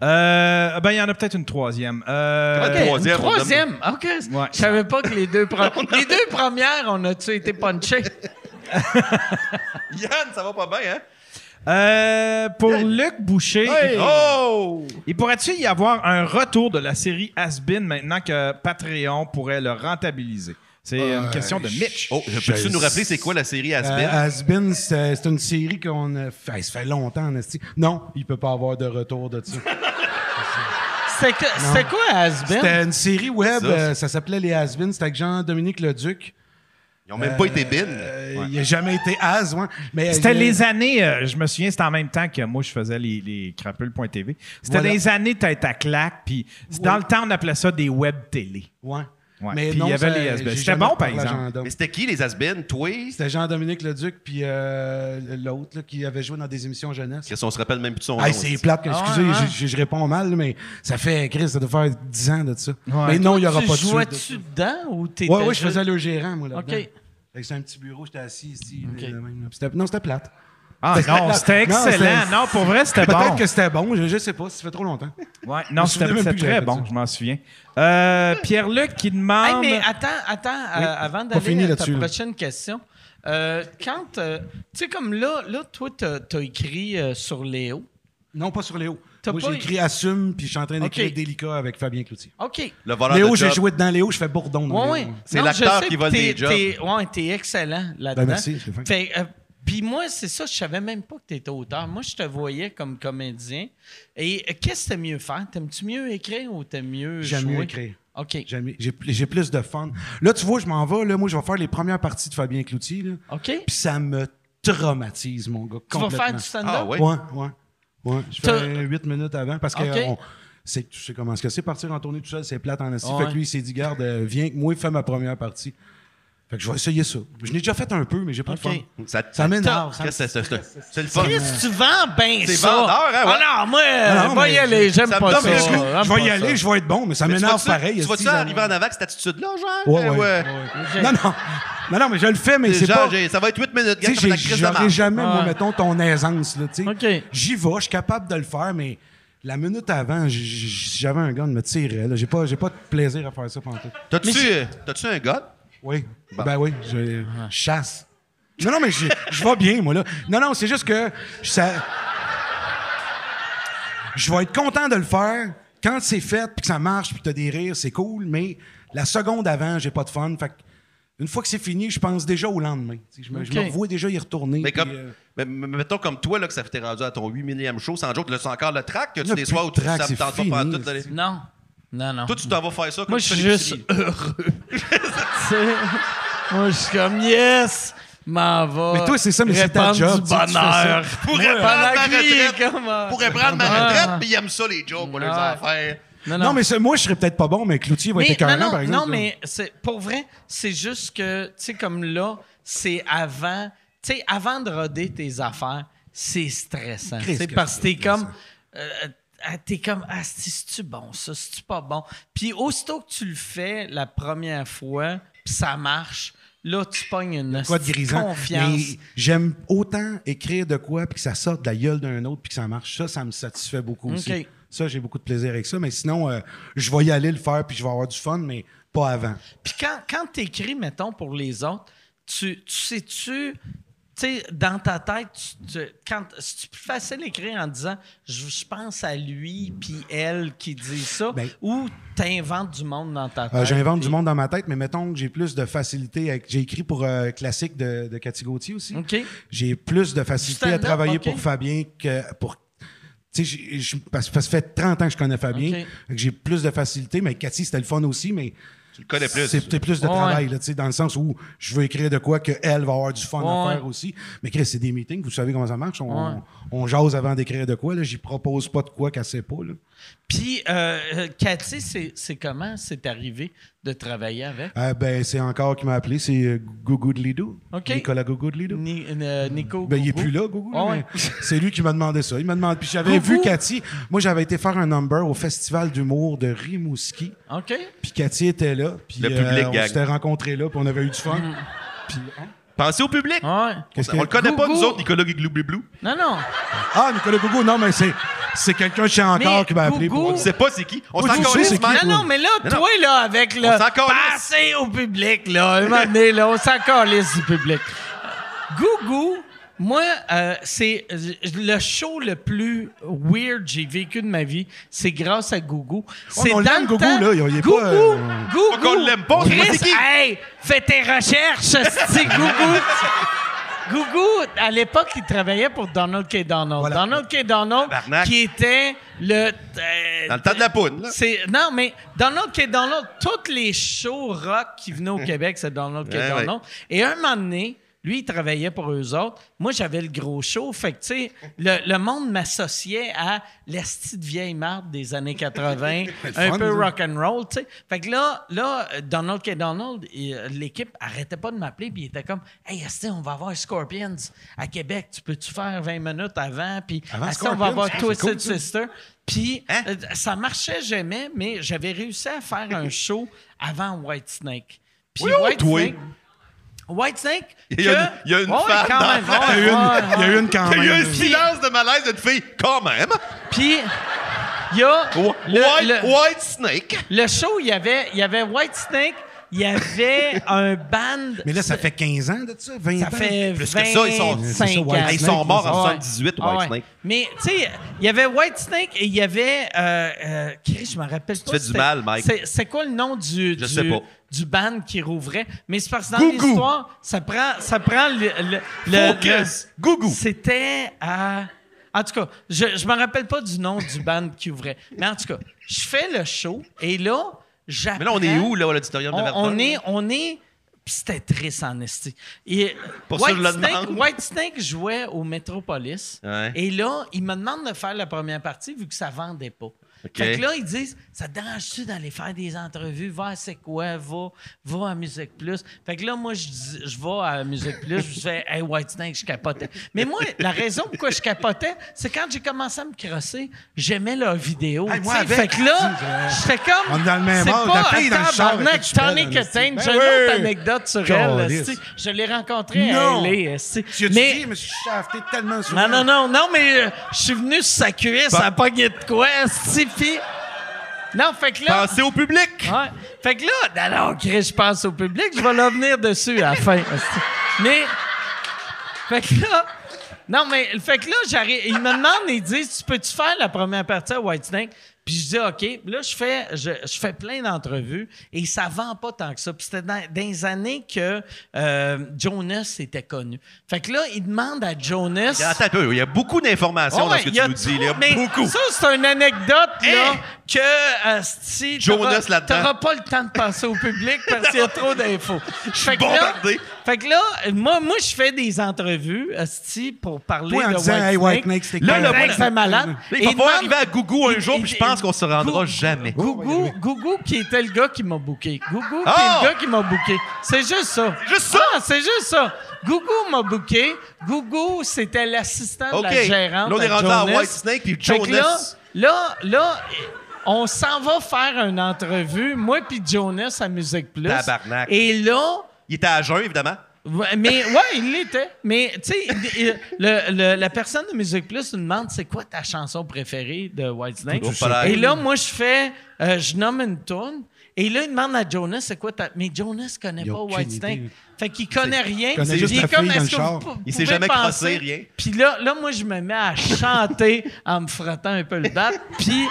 Speaker 2: Euh, ben, il y en a peut-être une troisième. Euh,
Speaker 4: Ok. Troisième,
Speaker 1: Une troisième. OK.
Speaker 2: Ouais.
Speaker 1: Je savais pas que les deux premières. les deux premières, on a-tu été punchés?
Speaker 4: Yann, ça va pas bien, hein?
Speaker 2: euh, pour Luc Boucher, il-
Speaker 4: Oh!
Speaker 2: il pourrait-tu y avoir un retour de la série Asbin maintenant que Patreon pourrait le rentabiliser? C'est une question de Mitch.
Speaker 4: Oh, peux-tu nous rappeler c'est quoi la série
Speaker 3: Euh,
Speaker 4: Aspen?
Speaker 3: Asbin, c'est c'est une série qu'on a fait, ça fait longtemps, Nasty. Non, il peut pas avoir de retour de ça.
Speaker 4: Ben?
Speaker 1: C'était que- c'était quoi, Asbin?
Speaker 3: C'était une série web,
Speaker 4: C'est ça.
Speaker 3: euh, ça s'appelait Les Asbin, c'était avec Jean-Dominique Leduc.
Speaker 4: Ils ont même pas été bines.
Speaker 3: Euh, Il a jamais été As, ouais. Mais,
Speaker 2: C'était
Speaker 3: euh,
Speaker 2: les années, euh, je me souviens, c'était en même temps que moi, je faisais les, les crapules.tv. C'était
Speaker 3: Voilà.
Speaker 2: les années tête à claque, puis c'est dans le temps, on appelait ça des web télé.
Speaker 3: Ouais.
Speaker 2: Ouais.
Speaker 3: Mais
Speaker 2: Puis il y
Speaker 3: non,
Speaker 2: avait
Speaker 3: ça,
Speaker 2: les Asbin.
Speaker 3: j'ai
Speaker 2: C'était
Speaker 3: jamais
Speaker 2: bon, par
Speaker 3: reparlé à
Speaker 2: exemple.
Speaker 3: Jean-Dom.
Speaker 4: Mais c'était qui les Asbin? Toi?
Speaker 3: C'était Jean-Dominique Leduc, puis euh, l'autre là, qui avait joué dans des émissions jeunesse.
Speaker 4: Qu'est-ce qu'on se rappelle même plus de son nom?
Speaker 3: Hey, c'est plate, que- excusez,
Speaker 2: Ah,
Speaker 1: ouais, hein?
Speaker 3: je- je- je réponds mal, mais ça fait, Chris, ça doit faire 10 ans de ça. mais non, il n'y aura
Speaker 1: tu
Speaker 3: pas de suite. de ça.
Speaker 1: jouais-tu dedans ou t'étais.
Speaker 3: Ouais, ouais, je
Speaker 1: juste-
Speaker 3: faisais le gérant, moi,
Speaker 1: OK.
Speaker 3: là-dedans. Fait que C'était un petit bureau, j'étais assis ici. là, même, là. Puis c'était- Non, c'était plate.
Speaker 2: Ah non, c'était
Speaker 3: Non, c'est-
Speaker 2: excellent. Non, pour vrai, c'était
Speaker 3: Peut-être
Speaker 2: bon.
Speaker 3: que c'était bon, je, je sais pas, ça fait trop longtemps.
Speaker 2: Ouais, non,
Speaker 3: me souvenais
Speaker 2: c'était
Speaker 3: même
Speaker 2: c'était
Speaker 3: plus que j'avais
Speaker 2: très
Speaker 3: fait
Speaker 2: bon,
Speaker 3: ça.
Speaker 2: je m'en souviens. Euh, Pierre-Luc qui demande...
Speaker 1: Hey, mais attends, attends, euh, avant
Speaker 3: fini
Speaker 1: d'aller à ta
Speaker 3: là-dessus, là.
Speaker 1: prochaine question. euh, quand, euh, tu sais, comme là, là toi, t'as as écrit euh, sur Léo.
Speaker 3: Non, pas sur Léo.
Speaker 1: T'as
Speaker 3: Moi,
Speaker 1: pas
Speaker 3: j'ai
Speaker 1: eu-
Speaker 3: écrit Assume, puis je suis en train d'écrire
Speaker 1: Ok.
Speaker 3: Délicat avec Fabien Cloutier.
Speaker 1: OK.
Speaker 4: Le voleur
Speaker 3: Léo,
Speaker 4: de
Speaker 3: j'ai
Speaker 4: job.
Speaker 3: joué dedans Léo, je fais Bourdon. dans
Speaker 1: Ouais,
Speaker 3: Léo.
Speaker 1: ouais.
Speaker 4: C'est
Speaker 1: Non,
Speaker 4: l'acteur
Speaker 1: je sais
Speaker 4: qui
Speaker 1: que
Speaker 4: vole
Speaker 1: t'es-
Speaker 4: des jobs.
Speaker 1: t'es- Ouais, t'es excellent là-dedans.
Speaker 3: Ben, merci, Stéphane.
Speaker 1: Fait, euh, Puis moi, c'est ça, je savais même pas que t'étais auteur. Moi, je te voyais comme comédien. Et euh, qu'est-ce que t'aimes mieux faire? T'aimes-tu mieux écrire ou t'aimes mieux
Speaker 3: J'aime
Speaker 1: jouer?
Speaker 3: mieux écrire.
Speaker 1: OK.
Speaker 3: J'aime mieux- J'ai pl- j'ai plus de fun. Là, tu vois, je m'en vais. Là, moi, je vais faire les premières parties de Fabien Cloutier. là.
Speaker 1: OK.
Speaker 3: Puis ça me traumatise, mon gars.
Speaker 1: Tu vas faire
Speaker 3: complètement.
Speaker 1: du stand-up?
Speaker 4: Ah oui?
Speaker 3: Ouais, ouais. ouais. Je
Speaker 1: T'as-
Speaker 3: fais 8 minutes avant parce que
Speaker 1: Ok.
Speaker 3: on- c'est, tu sais comment ce que c'est partir en tournée tout seul, c'est plate en assis.
Speaker 1: Ouais.
Speaker 3: Fait que lui, il s'est dit, garde, euh, viens avec moi, fais ma première partie. Fait que je vais essayer ça. Je n'ai déjà fait un peu, mais j'ai pas
Speaker 1: Ok.
Speaker 3: de fun.
Speaker 4: Ça,
Speaker 3: Ça m'énerve.
Speaker 4: Qu'est-ce
Speaker 3: ça
Speaker 4: que c'est
Speaker 3: me-
Speaker 4: c'est- c'est- c'est le fun.
Speaker 1: Chris, tu vends bien ça.
Speaker 4: C'est vendeur, hein, ouais.
Speaker 1: Ah non, moi, euh,
Speaker 3: Non, non,
Speaker 1: va
Speaker 3: mais
Speaker 1: y aller, j'aime
Speaker 4: ça me
Speaker 1: pas
Speaker 4: donne
Speaker 1: ça.
Speaker 4: le
Speaker 1: Ah,
Speaker 4: goût.
Speaker 1: J'aime
Speaker 3: Je vais y
Speaker 1: pas
Speaker 3: aller,
Speaker 1: ça.
Speaker 3: je vais être bon, mais ça
Speaker 4: Mais tu
Speaker 3: m'énerve
Speaker 4: vas-tu-
Speaker 3: pareil.
Speaker 4: Tu vas-tu
Speaker 3: esti,
Speaker 4: arriver en
Speaker 3: j'en-
Speaker 4: avant avec cette attitude-là,
Speaker 3: Ouais,
Speaker 4: genre?
Speaker 3: ouais,
Speaker 4: Euh,
Speaker 3: ouais, ouais. Non, non. Non, non, mais je le fais, mais c'est
Speaker 4: Genre,
Speaker 3: pas.
Speaker 4: j'ai- ça va être 8 minutes.
Speaker 3: Tu
Speaker 4: Gars,
Speaker 3: sais,
Speaker 4: j'ai la
Speaker 3: j'ai-
Speaker 4: crise de
Speaker 3: j'aurai
Speaker 4: marde.
Speaker 3: jamais, moi,
Speaker 1: Ouais.
Speaker 3: mettons, ton aisance, là, tu sais.
Speaker 1: Ah. OK.
Speaker 3: J'y vais, je suis capable de le faire, mais la minute avant, j- j- j'avais un gun, me tirait, là. J'ai pas, j'ai pas de plaisir à faire ça pendant tout.
Speaker 4: T'as-tu euh, t'as-tu un gars?
Speaker 3: Oui. Ben oui, je
Speaker 1: Ah.
Speaker 3: je chasse. Non, non, mais j'ai- je vais bien, moi, là. Non, non, c'est juste que ça... Je vais être content de le faire quand c'est fait, puis que ça marche, puis que t'as des rires, c'est cool, mais la seconde avant, j'ai pas de fun. Fait que une fois que c'est fini, je pense déjà au lendemain. Tu sais, Je me, je me
Speaker 1: Ok.
Speaker 3: revois déjà y retourner.
Speaker 4: Mais
Speaker 3: puis,
Speaker 4: comme,
Speaker 3: euh,
Speaker 4: mais- mais mettons comme toi, là, que ça t'est rendu à ton 8 millième show, sans joke, là, c'est encore le track, que
Speaker 3: Il y a
Speaker 4: tu des
Speaker 3: plus
Speaker 4: soirs
Speaker 3: de
Speaker 4: où tu
Speaker 3: track,
Speaker 4: ça me
Speaker 3: c'est
Speaker 4: tente pas
Speaker 3: fini,
Speaker 4: pantoute d'aller-
Speaker 1: Non, non, non.
Speaker 4: Toi, tu t'en vas faire ça. comme
Speaker 1: Moi, je
Speaker 4: tu fais
Speaker 1: suis
Speaker 4: les
Speaker 1: juste
Speaker 4: petits-
Speaker 1: heureux. C'est- Moi, je suis comme, yes, m'en va.
Speaker 3: Mais toi, c'est ça, mais c'est ta
Speaker 1: répandre
Speaker 3: job,
Speaker 1: du
Speaker 3: tu sais, tu fais ça.
Speaker 1: bonheur.
Speaker 4: Pourrais
Speaker 1: Ouais.
Speaker 4: prendre ma
Speaker 1: Pendant que lui,
Speaker 4: retraite.
Speaker 1: il est comme, euh,
Speaker 4: Pourrais prendre ma
Speaker 1: Ah.
Speaker 4: retraite, puis ils aiment ça, les jokes, on les
Speaker 1: Ouais.
Speaker 4: en faire.
Speaker 1: Non,
Speaker 3: non, mais ça, moi, je serais peut-être pas bon, mais Cloutier va être
Speaker 1: Mais-
Speaker 3: écœurant,
Speaker 1: non, non,
Speaker 3: par exemple.
Speaker 1: non,
Speaker 3: là.
Speaker 1: mais c'est, pour vrai, c'est juste que, tu sais, comme là, c'est avant, tu sais, avant de roder tes affaires, c'est stressant.
Speaker 3: Christ
Speaker 1: C'est
Speaker 3: que
Speaker 1: parce que
Speaker 3: c'est
Speaker 1: t'es comme,
Speaker 3: stressant.
Speaker 1: euh, ah, t'es comme, ah, c'est- c'est-tu bon ça, c'est-tu pas bon? Puis aussitôt que tu le fais la première fois, puis ça marche, là, tu pognes une
Speaker 3: quoi de
Speaker 1: hostie de
Speaker 3: grisant.
Speaker 1: confiance.
Speaker 3: Mais j'aime autant écrire de quoi puis que ça sorte de la gueule d'un autre puis que ça marche. Ça, ça me satisfait beaucoup aussi.
Speaker 1: Ok.
Speaker 3: Ça, j'ai beaucoup de plaisir avec ça. Mais sinon, euh, je vais y aller le faire puis je vais avoir du fun, mais pas avant.
Speaker 1: Puis quand, quand tu écris, mettons, pour les autres, tu, tu sais-tu, tu sais, dans ta tête, tu, tu- quand, c'est-tu plus facile d'écrire en disant je, je pense à lui puis elle qui dit ça
Speaker 3: Ben-
Speaker 1: ou t'inventes du monde dans ta tête?
Speaker 3: Euh, J'invente du
Speaker 1: puis-
Speaker 3: monde dans ma tête, mais mettons que j'ai plus de facilité. avec- J'ai écrit pour euh, Classique de, de Cathy Gauthier aussi.
Speaker 1: OK.
Speaker 3: J'ai plus de facilité à
Speaker 1: Stand-up,
Speaker 3: travailler
Speaker 1: ok.
Speaker 3: pour Fabien que pour. Tu sais, j'ai- je- parce parce que ça fait 30 ans que je connais Fabien.
Speaker 1: Ok.
Speaker 3: Fait que J'ai plus de facilité, mais Cathy, c'était le fun aussi, mais. Tu le
Speaker 4: connais plus.
Speaker 3: C'est peut-être plus de
Speaker 1: Ouais.
Speaker 3: travail, là, tu sais, dans le sens où je veux écrire de quoi qu'elle va avoir du fun à
Speaker 1: Ouais.
Speaker 3: faire aussi. Mais Chris, c'est des meetings, vous savez comment ça marche. On, on jase avant d'écrire de quoi, là. J'y propose pas de quoi qu'elle sait pas, là.
Speaker 7: Puis, euh, euh, Cathy, c'est c'est comment c'est arrivé de travailler avec?
Speaker 3: Euh, ben, c'est encore qui m'a appelé, c'est euh, Gougou de Lido.
Speaker 1: OK.
Speaker 3: Nicolas Gougou de Lido.
Speaker 1: Ni- euh, Nico.
Speaker 3: Ben, il est
Speaker 1: Gourou.
Speaker 3: plus là, Gougou. là,
Speaker 1: Ah ouais.
Speaker 3: mais C'est lui qui m'a demandé ça. Il m'a demandé. Puis j'avais vu Cathy. Moi, j'avais été faire un number au Festival d'humour de Rimouski.
Speaker 1: OK.
Speaker 3: Puis Cathy était là. Puis euh,
Speaker 4: Le public
Speaker 3: on
Speaker 4: gag.
Speaker 3: s'était rencontrés là, puis on avait eu du fun.
Speaker 1: Mm.
Speaker 3: Puis, hein?
Speaker 4: Pensez au public.
Speaker 1: Ouais.
Speaker 3: Qu'est-ce
Speaker 4: On le
Speaker 3: que...
Speaker 4: connaît pas,
Speaker 1: Gougou.
Speaker 4: nous autres, Nicolas Gloubliblou.
Speaker 1: Non, non.
Speaker 3: Ah, Nicolas Gougou, non, mais c'est, c'est quelqu'un de chez Encore
Speaker 1: Mais
Speaker 3: qui m'a appelé.
Speaker 1: Gougou-
Speaker 3: Pour...
Speaker 4: On sait pas c'est qui. On
Speaker 3: Moi,
Speaker 4: s'en
Speaker 3: je sais
Speaker 4: calisse,
Speaker 3: c'est qui.
Speaker 4: Mike.
Speaker 1: Non, non, mais là,
Speaker 4: non.
Speaker 1: toi, là, avec le.
Speaker 4: On s'en calisse.
Speaker 1: Passez au public, là. Un moment donné, là, on s'en calisse du public. Gougou, moi, euh, c'est euh, le show le plus weird que j'ai vécu de ma vie. C'est grâce à
Speaker 4: Oh,
Speaker 1: Gougou. c'est dans
Speaker 3: on l'aime,
Speaker 1: le
Speaker 3: Gougou,
Speaker 1: temps-
Speaker 3: là. Il est pas,
Speaker 1: Gougou,
Speaker 3: euh,
Speaker 1: Gougou.
Speaker 4: Pas qu'on l'aime pas, on sait pas
Speaker 1: Chris,
Speaker 4: c'est qui.
Speaker 1: hey, fais tes recherches, c'est Gougou. Gougou, à l'époque, il travaillait pour Donald K. Donald.
Speaker 3: Voilà.
Speaker 1: Donald K. Donald,
Speaker 4: Tabarnak.
Speaker 1: qui était le... euh,
Speaker 4: Dans le temps de la poudre, là.
Speaker 1: c'est non, mais Donald K. Donald, tous les shows rock qui venaient au Québec, c'est Donald K.
Speaker 4: Ouais,
Speaker 1: Donald. Et un moment donné, lui, il travaillait pour eux autres. Moi, j'avais le gros show. Fait que, tu sais, le, le monde m'associait à l'esti de vieille marde des années 80, un
Speaker 3: fun,
Speaker 1: peu
Speaker 3: ça.
Speaker 1: rock and roll, tu sais. Fait que là, là, Donald K. Donald, il- l'équipe arrêtait pas de m'appeler, puis il était comme, hey, esti, on va avoir Scorpions à Québec. Tu peux-tu faire 20 minutes avant? Puis,
Speaker 3: Avant
Speaker 1: esti, on va
Speaker 3: Scorpions?
Speaker 1: avoir
Speaker 3: Ah, c'est
Speaker 1: Twisted
Speaker 3: cool, ça.
Speaker 1: Sister. Puis
Speaker 4: Hein?
Speaker 1: euh, ça marchait jamais, mais j'avais réussi à faire un show avant Whitesnake. Puis Whitesnake. Whitesnake.
Speaker 4: Il y a une-
Speaker 1: que-
Speaker 4: il y a une
Speaker 1: Ouais,
Speaker 4: fan
Speaker 1: quand
Speaker 4: dans
Speaker 1: même,
Speaker 4: la-
Speaker 1: ouais, ouais,
Speaker 3: Il y a eu une, il y a eu une quand
Speaker 4: Il y a eu
Speaker 3: même.
Speaker 4: un silence de malaise d'une fille, quand même.
Speaker 1: Puis il y a. le-
Speaker 4: White,
Speaker 1: le-
Speaker 4: White Snake.
Speaker 1: Le show, il y avait, il y avait Whitesnake, il y avait un band.
Speaker 3: Mais là, ça fait 15 ans de ça, 20 ans.
Speaker 1: Ça fait
Speaker 4: Plus que ça, ils sont-
Speaker 1: 25
Speaker 3: c'est ça,
Speaker 1: ans.
Speaker 3: White
Speaker 4: Ils sont morts en
Speaker 1: Ah ouais.
Speaker 4: 78,
Speaker 1: Ah
Speaker 4: White
Speaker 1: ouais.
Speaker 4: Snake.
Speaker 1: Mais, tu sais, il y avait White Snake et il y avait. Euh, euh, Chris, je me rappelle pas.
Speaker 4: fais du
Speaker 1: c'était-
Speaker 4: mal, Mike.
Speaker 1: c'est- C'est quoi le nom du.
Speaker 4: Je
Speaker 1: du-
Speaker 4: sais pas.
Speaker 1: Du band qui rouvrait. Mais c'est parce que dans l'histoire, ça prend, ça prend le. le, le-
Speaker 4: Focus.
Speaker 1: le-
Speaker 4: Gougou.
Speaker 1: C'était à. En tout cas, je ne me rappelle pas du nom du band qui ouvrait. Mais en tout cas, je fais le show et là, j'apprends.
Speaker 4: Mais là, on est où, là, à l'auditorium de
Speaker 1: On,
Speaker 4: Verdun?
Speaker 1: on est, on est. Puis c'était triste en esti. Et
Speaker 4: Pour ça,
Speaker 1: White,
Speaker 4: je le
Speaker 1: Snake,
Speaker 4: demande.
Speaker 1: White Snake jouait au Metropolis.
Speaker 4: Ouais.
Speaker 1: Et là, ils me demandent de faire la première partie vu que ça vendait pas. Fait que là, ils disent, ça te dérange-tu d'aller faire des entrevues? Va à C'est quoi? Va, va à Musique Plus. Fait que là, moi, je, dis- je vais à Musique Plus. Je fais, hey, White Snake, je capotais. Mais moi, la raison pourquoi je capotais, c'est quand j'ai commencé à me crosser, j'aimais leurs vidéos.
Speaker 3: Hey, moi,
Speaker 1: tu sais.
Speaker 3: avec,
Speaker 1: fait que là, je fais comme.
Speaker 3: On est dans le même
Speaker 1: c'est
Speaker 3: âge.
Speaker 1: pas
Speaker 3: La fille dans le char
Speaker 1: tabarnak,
Speaker 3: était toute
Speaker 1: J'en ai
Speaker 3: belle,
Speaker 1: que
Speaker 3: esti.
Speaker 1: teinte.
Speaker 3: Ben
Speaker 1: J'ai
Speaker 3: oui.
Speaker 1: une autre anecdote sur elle.
Speaker 3: Calisse.
Speaker 1: esti. Je l'ai rencontrée
Speaker 3: Non.
Speaker 1: à LA. esti.
Speaker 3: Tu as
Speaker 1: Mais-
Speaker 3: dit, mais je suis shafté tellement souvent.
Speaker 1: non, non, non, non, mais euh, je suis venu sur sa cuisse,
Speaker 3: Bah.
Speaker 1: à pogner de quoi, si pis- Non, fait que
Speaker 3: Bah,
Speaker 1: là.
Speaker 4: Pensez au public.
Speaker 1: Ouais. Fait que là, non, non, Chris, je pense au public, je vais leur venir dessus à la fin. esti. Mais. Fait que là. Non, mais fait que là, j'arrive. Ils me demandent, ils disent, tu peux-tu faire la première partie à White Snake? Puis je dis, OK. Puis là, je fais, je, je fais plein d'entrevues et ça vend pas tant que ça. Puis c'était dans, dans les années que euh, Jonas était connu. Fait que là, ils demandent à Jonas.
Speaker 4: Attends un peu, il y a beaucoup d'informations
Speaker 1: Ah! Oh, Ouais,
Speaker 4: dans ce que
Speaker 1: il y a
Speaker 4: tu nous dis.
Speaker 1: trop,
Speaker 4: là.
Speaker 1: mais
Speaker 4: Beaucoup.
Speaker 1: Ça, c'est une anecdote là,
Speaker 4: Hein?
Speaker 1: que euh, si
Speaker 4: Jonas
Speaker 1: t'auras-
Speaker 4: là-dedans.
Speaker 1: T'auras pas le temps de passer au public parce qu'il y a trop d'infos. Je suis
Speaker 4: bombardé.
Speaker 1: Fait que là, moi, moi je fais des entrevues asti, pour parler
Speaker 3: Toi, en
Speaker 1: de
Speaker 3: disant,
Speaker 1: Whitesnake.
Speaker 3: hey, Whitesnake, c'était
Speaker 4: Là,
Speaker 3: quoi?
Speaker 4: le-
Speaker 1: Whitesnake, c'est malade.
Speaker 4: Là,
Speaker 1: Et
Speaker 4: il va falloir
Speaker 1: demande-
Speaker 4: arriver à Gougou un jour,
Speaker 1: et-
Speaker 4: puis je
Speaker 1: et-
Speaker 4: pense qu'on se rendra
Speaker 1: Gou-
Speaker 4: jamais.
Speaker 1: Gougou, Gougou, qui était le gars qui m'a booké. Gougou, qui
Speaker 4: Ah!
Speaker 1: est le gars qui m'a booké. C'est juste ça.
Speaker 4: C'est juste ça?
Speaker 1: Ah, c'est juste ça. Gougou m'a booké. Gougou, c'était l'assistant
Speaker 4: OK.
Speaker 1: de la
Speaker 4: Là,
Speaker 1: gérante.
Speaker 4: on est rendu à
Speaker 1: Jonas.
Speaker 4: White Snake, puis
Speaker 1: Fait que là,
Speaker 4: Jonas.
Speaker 1: là, là, on s'en va faire une entrevue, moi puis Jonas à Musique Plus.
Speaker 4: Tabarnak.
Speaker 1: Et là,
Speaker 4: Il était à jeun, évidemment.
Speaker 1: Ouais, Mais ouais, il l'était. Mais tu sais, il- il- le- le- la personne de Musique Plus nous demande c'est quoi ta chanson préférée de Whitesnake.
Speaker 4: Toujours pas la-
Speaker 1: Et là, moi, je fais, euh, je nomme une tune. Et là, il demande à Jonas c'est quoi ta. Mais Jonas connaît
Speaker 3: Il a
Speaker 1: pas
Speaker 3: aucune
Speaker 1: Whitesnake.
Speaker 3: idée.
Speaker 1: Fait qu'il connaît rien.
Speaker 3: connaît
Speaker 1: Il
Speaker 3: juste
Speaker 1: est
Speaker 3: la
Speaker 1: comme
Speaker 3: fille dans
Speaker 1: est-ce
Speaker 3: le
Speaker 1: que vous
Speaker 3: char.
Speaker 1: pou-
Speaker 4: Il s'est
Speaker 1: pouvez
Speaker 4: jamais
Speaker 1: penser-
Speaker 4: crossé, rien.
Speaker 1: Puis là, là, moi, je me mets à chanter en me frottant un peu le bat. Puis.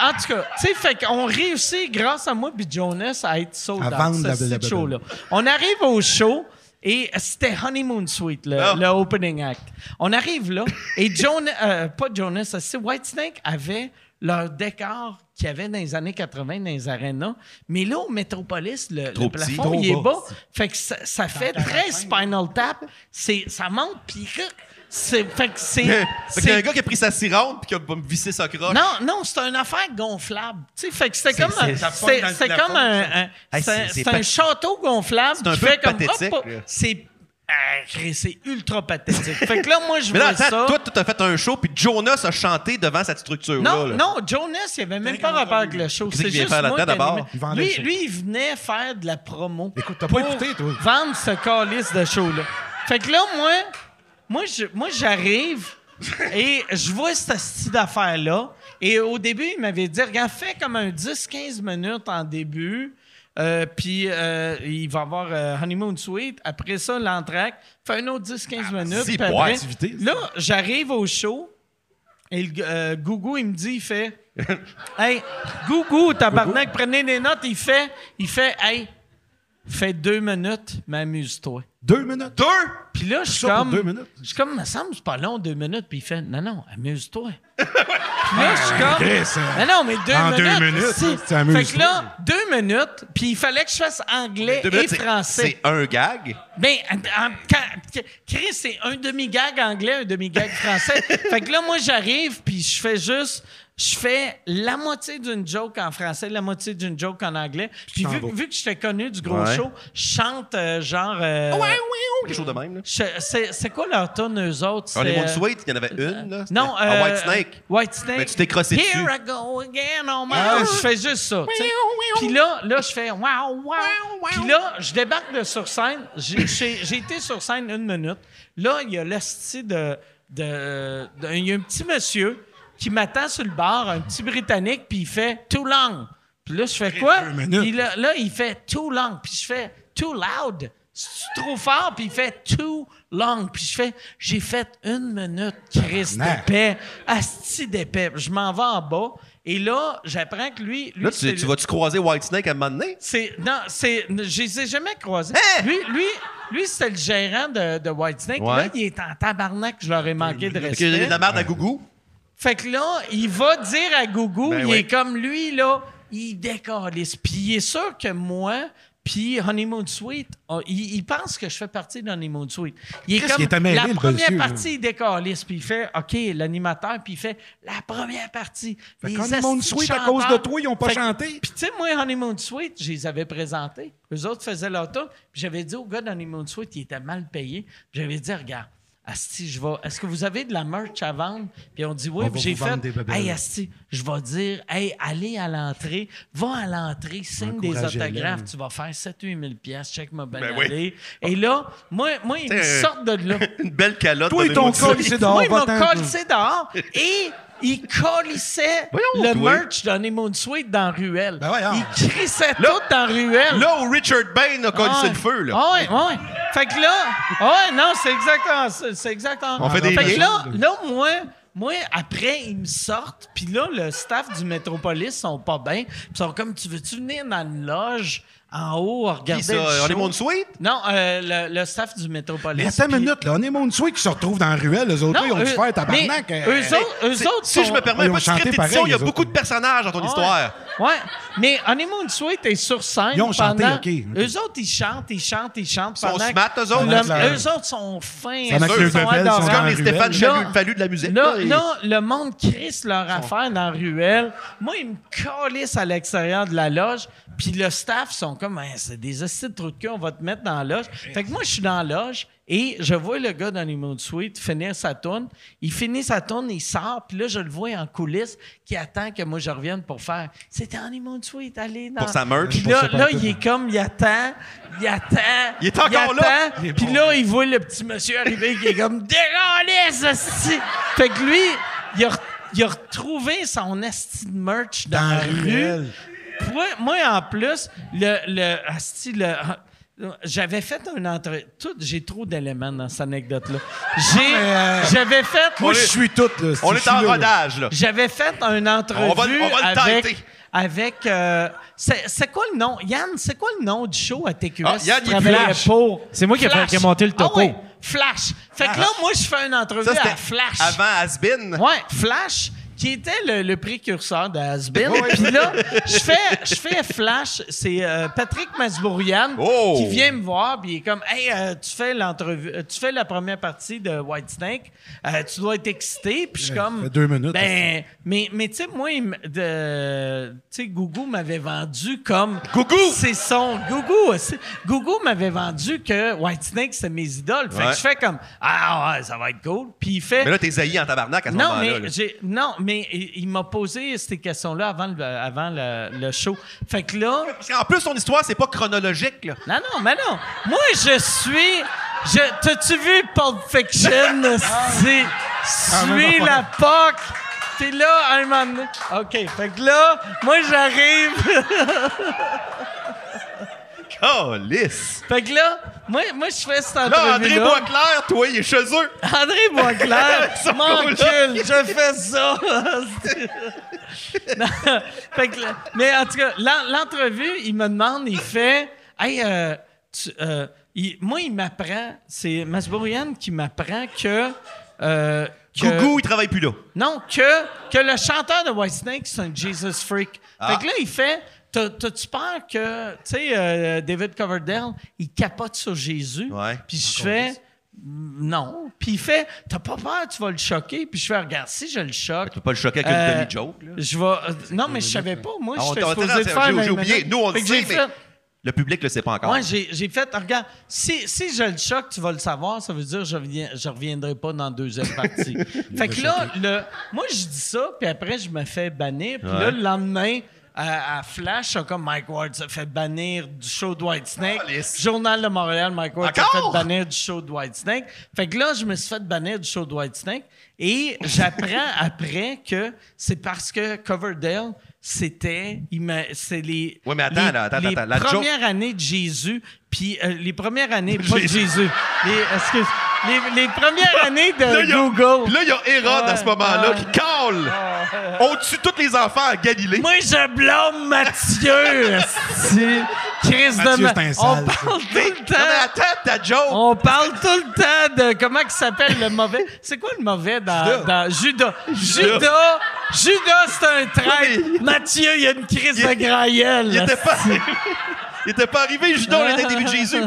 Speaker 1: En tout cas, tu sais, fait qu'on réussit grâce à moi puis Jonas à être sold
Speaker 3: À
Speaker 1: out,
Speaker 3: vendre
Speaker 1: ce
Speaker 3: la-
Speaker 1: petit
Speaker 3: la- la-
Speaker 1: show-là. On arrive au show Et c'était Honeymoon Suite, le,
Speaker 4: Ah.
Speaker 1: le opening act. On arrive là, et Jonas, euh, pas Jonas, c'est Whitesnake avait leur décor qu'il y avait dans les années 80 dans les arénas. Mais là, au Metropolis, le, le plafond,
Speaker 3: trop
Speaker 1: il est
Speaker 3: bas.
Speaker 1: bas. Fait que ça, ça fait très Spinal Tap. C'est, ça monte, puis c'est, fait que c'est...
Speaker 4: Fait qu'il y a un
Speaker 1: c'est
Speaker 4: gars qui a pris sa sirante puis qui a vissé sa croche.
Speaker 1: non, non, c'est une affaire gonflable. Tu sais, fait que c'était comme, un-
Speaker 4: ça
Speaker 1: c'est-
Speaker 4: pogne dans le
Speaker 1: c'est
Speaker 4: plafond,
Speaker 1: comme un,
Speaker 4: ça.
Speaker 1: un-
Speaker 4: Hey,
Speaker 1: c'est un-
Speaker 4: c'est- c'est
Speaker 1: c'est un
Speaker 4: pat-
Speaker 1: château gonflable.
Speaker 4: C'est un
Speaker 1: qui
Speaker 4: peu
Speaker 1: fait comme,
Speaker 4: pathétique,
Speaker 1: hop,
Speaker 4: là.
Speaker 1: C'est ah, Chris, c'est ultra pathétique. fait que là, moi, je
Speaker 4: Mais
Speaker 1: vois
Speaker 4: là,
Speaker 1: ça.
Speaker 4: attends, toi, tu as fait un show, puis Jonas a chanté devant cette structure-là.
Speaker 1: Non,
Speaker 4: là.
Speaker 1: non, Jonas, il avait même pas rapport avec le show.
Speaker 4: Qu'est-ce
Speaker 1: C'est
Speaker 4: qu'il vient
Speaker 1: juste
Speaker 4: faire
Speaker 1: moi
Speaker 4: là-dedans,
Speaker 1: qui animais.
Speaker 4: d'abord?
Speaker 3: Il vendait le
Speaker 1: Lui,
Speaker 3: show.
Speaker 1: lui, il venait faire de la promo.
Speaker 3: Écoute, t'as pas écouté, toi.
Speaker 1: Vendre ce calice de show-là. Fait que là, moi, moi, je- moi, j'arrive et je vois cette style d'affaire-là. Et au début, il m'avait dit, regarde, fais comme un 10-15 minutes en début. euh, puis euh, il va y avoir euh, Honeymoon Suite. Après ça, l'entraque. Fais un autre 10-15 minutes.
Speaker 4: si,
Speaker 1: puis
Speaker 4: pour
Speaker 1: après-
Speaker 3: activité, ça.
Speaker 1: là, j'arrive au show. Et le, euh, Gougou, il me dit, il fait Hey, Gougou, tabarnak, prenez des notes. Il fait, il fait Hey, fais deux minutes, m'amuse-toi.
Speaker 3: Deux minutes.
Speaker 4: Deux?
Speaker 1: Puis là, je suis
Speaker 3: Ça pour
Speaker 1: comme.
Speaker 3: deux minutes?
Speaker 1: Je suis comme, me semble, c'est pas long, deux minutes. Puis il fait Non, non, amuse-toi. Puis là, je suis comme.
Speaker 3: Chris, euh,
Speaker 1: Mais non, mais deux
Speaker 3: en deux
Speaker 1: minutes.
Speaker 3: minutes,
Speaker 1: si.
Speaker 3: tu t'amuses
Speaker 1: Fait que là, deux minutes, puis il fallait que je fasse anglais
Speaker 4: Deux minutes,
Speaker 1: et
Speaker 4: c'est-
Speaker 1: français.
Speaker 4: C'est un gag.
Speaker 1: Ben, en- en- quand- Chris, c'est un demi-gag anglais, un demi-gag français. fait que là, moi, j'arrive, puis je fais juste... Je fais la moitié d'une joke en français, la moitié d'une joke en anglais. Puis vu, vu que j'étais connu du gros
Speaker 4: Ouais.
Speaker 1: show, je chante euh, genre... euh,
Speaker 4: Quelque chose de même. Là.
Speaker 1: je- c'est, c'est quoi leur tonne, eux autres? C'est,
Speaker 4: Honeymoon
Speaker 1: euh,
Speaker 4: Suite, il y en avait une. Là, c'était-
Speaker 1: non,
Speaker 4: Ah,
Speaker 1: euh,
Speaker 4: White Snake.
Speaker 1: White Snake.
Speaker 4: Mais tu t'es crossé
Speaker 1: Here
Speaker 4: dessus.
Speaker 1: I go again on my own. Ah, Je fais juste ça. tu sais. Puis là, là, je fais wow, wow. Puis là, je débarque de sur scène. J'ai- J'ai j'ai été sur scène une minute. Là, il y a l'hostie de, de, de- Il y a un petit monsieur qui m'attend sur le bar, un petit Britannique, puis il fait too long. Puis là, je fais quoi?
Speaker 3: deux minutes.
Speaker 1: Puis là, là, il fait too long. Puis je fais too loud. C'est trop fort. Puis il fait too long. Puis je fais, j'ai fait une minute, Christ
Speaker 3: Tabarnak.
Speaker 1: d'épais. Asti d'épais. Je m'en vais en bas. Et là, j'apprends que lui. lui
Speaker 4: Là,
Speaker 1: c'est
Speaker 4: tu, tu
Speaker 1: le-
Speaker 4: vas-tu croiser White Snake à un moment donné?
Speaker 1: c'est- non, c'est. Je les ai jamais croisés.
Speaker 4: Hein?
Speaker 1: Lui, lui, lui c'était le gérant de, de Whitesnake.
Speaker 4: Ouais.
Speaker 1: Là, il est en tabarnak. Je leur ai manqué de
Speaker 4: Parce qu'il y a
Speaker 1: respect.
Speaker 4: de la merde à Gougou.
Speaker 1: Fait que là, il va dire à Gougou,
Speaker 4: Ben
Speaker 1: il
Speaker 4: oui.
Speaker 1: est comme lui, là, il décalisse. Puis il est sûr que moi, puis Honeymoon Suite, oh, il, il pense que je fais partie de Honeymoon Suite. Il est
Speaker 3: Qu'est-ce
Speaker 1: comme,
Speaker 3: qu'il était mêlé,
Speaker 1: la
Speaker 3: le
Speaker 1: première
Speaker 3: monsieur, là?
Speaker 1: partie, il décalisse. Puis il fait, OK, l'animateur, puis il fait, la première partie.
Speaker 3: Fait
Speaker 1: Les
Speaker 3: que Honeymoon
Speaker 1: astis de
Speaker 3: Suite, à cause de
Speaker 1: chanteurs.
Speaker 3: toi, ils ont pas
Speaker 1: Fait que-
Speaker 3: chanté.
Speaker 1: Puis tu sais, moi, Honeymoon Suite, je les avais présentés. Eux autres faisaient leur tour. Puis j'avais dit au gars d'Honeymoon Suite, il était mal payé. Puis j'avais dit, regarde, Asti, je vais. Est-ce que vous avez de la merch à vendre? Puis on dit oui.
Speaker 3: On
Speaker 1: Puis
Speaker 3: va
Speaker 1: j'ai
Speaker 3: vous vendre
Speaker 1: fait.
Speaker 3: des babelles.
Speaker 1: Hey, Asti, je vais dire, hey, allez à l'entrée, va à l'entrée, signe des
Speaker 3: Encouragez-les.
Speaker 1: autographes, tu vas faire 7-8 000 piastres, check ma bonne
Speaker 4: Ben oui.
Speaker 1: année. Et là, moi, moi ils me
Speaker 4: T'sais, euh,
Speaker 1: sortent de là.
Speaker 4: Une belle calotte.
Speaker 3: Toi et
Speaker 4: de
Speaker 3: ton
Speaker 4: Honeymoon
Speaker 3: col,
Speaker 4: Suite.
Speaker 3: c'est dehors.
Speaker 1: Moi, ils m'ont
Speaker 3: va-t'en, toi.
Speaker 1: collé dehors et ils collissaient
Speaker 4: Voyons,
Speaker 1: le
Speaker 4: toi. hein.
Speaker 1: merch de Honeymoon Suite dans la ruelle.
Speaker 3: Ben voyons.
Speaker 1: ils crissaient tout dans la ruelle.
Speaker 4: Là où Richard Bain a collé
Speaker 1: Ah ouais.
Speaker 4: sur le feu, là.
Speaker 1: Ah ouais, ah ouais. Fait que là, ah ouais, non, c'est exactement ça, C'est exactement
Speaker 4: On fait des
Speaker 1: que
Speaker 4: liens.
Speaker 1: là, là, moi, moi, après, ils me sortent, puis là, le staff du Métropolis sont pas bien. Puis ils sont comme, tu veux-tu venir dans une loge en haut, regarder
Speaker 4: Qui ça?
Speaker 1: le show?
Speaker 4: Honeymoon Suite?
Speaker 1: Non, euh, le, le staff du Métropolis.
Speaker 3: Mais attends
Speaker 1: Puis-
Speaker 3: une minute, là. Honeymoon Suite qui se retrouve dans la ruelle, eux autres,
Speaker 1: Non,
Speaker 3: ils ont dû
Speaker 1: eux-
Speaker 3: faire tabarnak.
Speaker 1: mais
Speaker 3: euh,
Speaker 1: eux autres, eux
Speaker 4: C'est-
Speaker 1: autres
Speaker 4: si
Speaker 1: sont- Ah,
Speaker 4: je me permets,
Speaker 3: Ils ont
Speaker 4: pas de
Speaker 3: chanté
Speaker 4: script édition,
Speaker 3: pareil,
Speaker 4: il y a
Speaker 3: les
Speaker 4: beaucoup
Speaker 3: autres.
Speaker 4: de personnages dans ton
Speaker 1: Ouais.
Speaker 4: histoire.
Speaker 1: Ouais. Mais Honeymoon Suite est sur scène.
Speaker 3: Ils ont chanté,
Speaker 1: pendant-
Speaker 3: OK, OK.
Speaker 1: Eux autres, ils chantent, ils chantent, ils chantent.
Speaker 4: Ils sont
Speaker 1: pendant que-
Speaker 4: smart, eux autres.
Speaker 1: Le-
Speaker 3: Pendant que-
Speaker 1: eux autres sont fins.
Speaker 3: Pendant que
Speaker 1: eux
Speaker 3: le
Speaker 1: sont
Speaker 3: bebel,
Speaker 1: adorables.
Speaker 3: ils sont
Speaker 4: C'est
Speaker 3: Dans
Speaker 4: comme
Speaker 3: la
Speaker 4: les Stéphane
Speaker 3: ruelle.
Speaker 4: Chalut,
Speaker 1: Là-
Speaker 4: le fallu de la musique.
Speaker 1: Là,
Speaker 4: et-
Speaker 1: là, le monde crisse leur affaire dans la ruelle. Moi, ils me calissent à l'extérieur de la loge. Puis le staff sont comme, Hein, c'est des hosties de trous de cul, on va te mettre dans la loge. Fait que moi, je suis dans la loge et je vois le gars dans les mots de suite finir sa tourne. Il finit sa tourne, il sort. Puis là, je le vois en coulisses qui attend que moi, je revienne pour faire. C'était en Imo de suite, allez dans.
Speaker 4: Pour sa merch.
Speaker 1: Puis là, là, il est comme, il attend, il attend.
Speaker 4: Il est encore là.
Speaker 1: attend. Puis là, il voit le petit monsieur arriver qui est comme Déralez, esti! Fait que lui, il a, re- il a retrouvé son esti de merch dans,
Speaker 3: Dans
Speaker 1: la
Speaker 3: la
Speaker 1: rue.
Speaker 3: ruelle.
Speaker 1: Moi, moi, en plus, le, le, asti, le- J'avais fait un entre... tout- J'ai trop d'éléments dans cette anecdote-là. J'ai- J'avais fait...
Speaker 3: Moi, je suis tout, là.
Speaker 4: On
Speaker 3: je
Speaker 4: est
Speaker 3: suis
Speaker 4: en
Speaker 3: là, là.
Speaker 4: rodage, là.
Speaker 1: J'avais fait un entrevue
Speaker 4: On va- on va le tenter.
Speaker 1: avec... avec euh, c'est c'est quoi le nom? Yann, c'est quoi le nom du show à TQS?
Speaker 4: Ah, Yann,
Speaker 1: qui
Speaker 4: il
Speaker 1: travaillait
Speaker 2: Flash.
Speaker 1: pour-
Speaker 2: C'est moi qui ai
Speaker 1: Flash.
Speaker 2: fait remonter le topo.
Speaker 1: Ah oui, Flash. Fait que là, moi, je fais une entrevue
Speaker 4: Ah. Ça,
Speaker 1: à
Speaker 4: c'était
Speaker 1: Flash.
Speaker 4: Avant Asbin.
Speaker 1: Ouais, Flash, qui était le, le précurseur de Hasbin. Puis là, je fais, je fais Flash, c'est euh, Patrick Masbourian
Speaker 4: Oh!
Speaker 1: qui vient me voir, puis il est comme Hey, euh, tu fais l'entrevue, euh, tu fais la première partie de White Snake, euh, tu dois être excité, puis je suis comme.
Speaker 3: fait deux minutes,
Speaker 1: Ben, mais mais tu sais, moi, il me- de- tu sais, Gougou m'avait vendu comme.
Speaker 4: Gougou!
Speaker 1: C'est son. Gougou, aussi. Gougou m'avait vendu que White Snake, c'est mes idoles. Fait
Speaker 4: Ouais.
Speaker 1: que je fais comme Ah ouais, ça va être cool. Puis il fait.
Speaker 4: Mais là, t'es zaï en tabarnak à ce
Speaker 1: Non,
Speaker 4: moment-là.
Speaker 1: mais
Speaker 4: là.
Speaker 1: j'ai- non, mais il, il m'a posé ces questions-là avant, le, avant le, le show. Fait que là,
Speaker 4: Parce qu'en plus, son histoire, c'est pas chronologique, là.
Speaker 1: non, non, mais non. Moi, je suis. Je, t'as-tu vu Pulp Fiction?
Speaker 4: Ah.
Speaker 1: C'est. Suis la POC! T'es là, un moment donné. OK. Fait que là, moi, j'arrive.
Speaker 4: Oh, lisse!
Speaker 1: Fait que là, moi, moi je fais cette
Speaker 4: Là, André
Speaker 1: entrevue-là.
Speaker 4: Boisclair, toi, il est chez eux.
Speaker 1: André Boisclair m'encule, je fais ça. Non, fait que là- mais en tout cas, l'en- l'entrevue, il me demande, il fait Hey, euh, tu- euh, il- moi, il m'apprend, c'est Masbourian qui m'apprend que. euh, que-
Speaker 4: Gougou, il travaille plus là.
Speaker 1: non, que, que le chanteur de Whitesnake, c'est un Jesus freak.
Speaker 4: Ah.
Speaker 1: Fait que là, il fait T'as- T'as-tu peur que, tu sais, euh, David Coverdale, il capote sur Jésus?
Speaker 4: Ouais.
Speaker 1: Puis je fais mm, Non. Puis il fait T'as pas peur, tu vas le choquer? Puis je fais Regarde, si je le choque.
Speaker 4: Tu peux pas le choquer avec
Speaker 1: euh,
Speaker 4: une demi-joke, là.
Speaker 1: Je vais. euh, non, mais je savais pas. Moi,
Speaker 4: Ah, on
Speaker 1: je suis
Speaker 4: t'a-
Speaker 1: supposé
Speaker 4: attends,
Speaker 1: le faire.
Speaker 4: j'ai-
Speaker 1: mais-
Speaker 4: j'ai oublié.
Speaker 1: mais-
Speaker 4: Nous, on le
Speaker 1: Fait que j'ai
Speaker 4: sait, mais-
Speaker 1: fait-
Speaker 4: Le public le sait pas encore.
Speaker 1: Ouais, j'ai j'ai fait, regarde, si, si je le choque, tu vas le savoir, ça veut dire que je reviens- je reviendrai pas dans la deuxième partie. fait que là, le, moi, je dis ça, puis après, je me fais bannir. Puis là, le lendemain, à, à Flash, comme Mike Ward se fait bannir du show de White Snake.
Speaker 4: Calisse.
Speaker 1: Journal de Montréal, Mike Ward s'est
Speaker 4: Ah, Encore?
Speaker 1: fait bannir du show de White Snake. Fait que là, je me suis fait bannir du show de White Snake. Et j'apprends après que c'est parce que Coverdale, c'était. il m'a- C'est les.
Speaker 4: Ouais, mais attends,
Speaker 1: les-
Speaker 4: là, attends,
Speaker 1: les
Speaker 4: attends, la joke-
Speaker 1: premières première année de Jésus, puis euh, les premières années, pas de
Speaker 4: Jésus.
Speaker 1: Jésus, les, excuse, les, les
Speaker 3: Ah,
Speaker 1: premières années de
Speaker 4: Là, il y a-
Speaker 1: Google.
Speaker 4: Là, il y a Hérode
Speaker 1: Ouais,
Speaker 4: à ce moment-là
Speaker 1: ouais.
Speaker 4: qui cale. On tue tous les enfants à Galilée.
Speaker 1: Moi, je blâme Mathieu, esti. Chris
Speaker 3: Mathieu,
Speaker 1: de Ma-
Speaker 3: c'est un
Speaker 1: On
Speaker 3: sale,
Speaker 1: parle tout le
Speaker 4: Non, mais
Speaker 1: temps.
Speaker 4: attends, ta joke.
Speaker 1: On parle tout le temps de comment il s'appelle le mauvais. C'est quoi le mauvais dans dans Judas? Judas, Judas, c'est un traître. Mathieu, il y a une crise
Speaker 4: Il-
Speaker 1: de grand gueule,
Speaker 4: Il était
Speaker 1: esti.
Speaker 4: pas, il était pas arrivé, Judas, on était début de Jésus.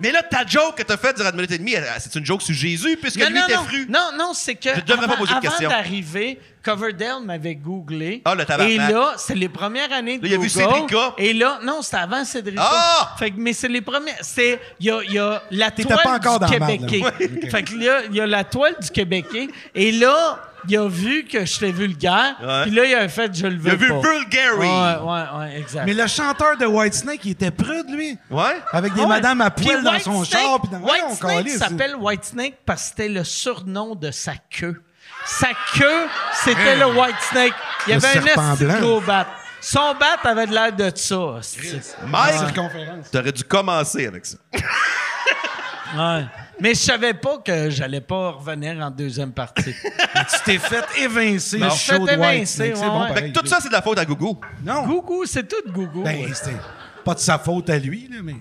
Speaker 4: Mais là, ta joke que t'as faite durant une minute et demie, elle- c'est une joke sur Jésus, puisque lui
Speaker 1: non,
Speaker 4: était
Speaker 1: non,
Speaker 4: fru.
Speaker 1: Non, non, c'est que
Speaker 4: Je devrais pas
Speaker 1: avant,
Speaker 4: poser de
Speaker 1: avant
Speaker 4: questions.
Speaker 1: d'arriver, Coverdale m'avait googlé.
Speaker 4: Ah, le tabarnak.
Speaker 1: Et là, c'est les premières années de
Speaker 4: Là, il a vu
Speaker 1: Google.
Speaker 4: Cédrica.
Speaker 1: Et là, non, c'était avant Cédrica.
Speaker 4: Ah!
Speaker 1: Fait que, mais c'est les premières. C'est, il y a, il y a la toile
Speaker 3: pas encore
Speaker 1: du
Speaker 3: dans la merde,
Speaker 1: Québécois.
Speaker 3: là.
Speaker 1: Fait que là, il y a la toile du Québécois. Et là, il a vu que j'étais vulgaire.
Speaker 4: Ouais.
Speaker 1: Puis là, il a fait, je le
Speaker 4: Il
Speaker 1: veux
Speaker 4: a vu
Speaker 1: pas.
Speaker 4: Bulgari.
Speaker 1: Ouais, ouais, ouais, exact.
Speaker 3: Mais le chanteur de Whitesnake, il était prude, lui.
Speaker 4: Ouais?
Speaker 3: Avec des
Speaker 1: Ah Ouais.
Speaker 3: madames à
Speaker 1: Puis
Speaker 3: poil dans
Speaker 1: White
Speaker 3: son
Speaker 1: Snake-
Speaker 3: char. Puis dans...
Speaker 1: White
Speaker 3: Voyons,
Speaker 1: Snake
Speaker 3: câlisse.
Speaker 1: s'appelle White Snake parce que c'était le surnom de sa queue. Sa queue, c'était le White Snake. Il y
Speaker 3: Hein? Le
Speaker 1: avait
Speaker 3: serpent
Speaker 1: un esti de
Speaker 3: blanc.
Speaker 1: gros bat. Son bat avait de l'air de ça. esti.
Speaker 4: Mike,
Speaker 3: Ah, Circonférence.
Speaker 4: t'aurais dû commencer avec ça.
Speaker 1: Ouais. Mais je savais pas que j'allais pas revenir en deuxième partie.
Speaker 3: Tu t'es fait évincer
Speaker 1: Non.
Speaker 3: le
Speaker 1: Je t'ai
Speaker 3: show de
Speaker 1: évincé,
Speaker 3: Whitesnake. C'est
Speaker 1: ouais,
Speaker 3: bon,
Speaker 1: ouais.
Speaker 4: Fait
Speaker 3: pareil.
Speaker 4: que tout ça, c'est de la faute à Gougou.
Speaker 3: Non.
Speaker 1: Gougou, c'est tout Gougou.
Speaker 3: Ben, c'était pas de sa faute à lui, là, mais...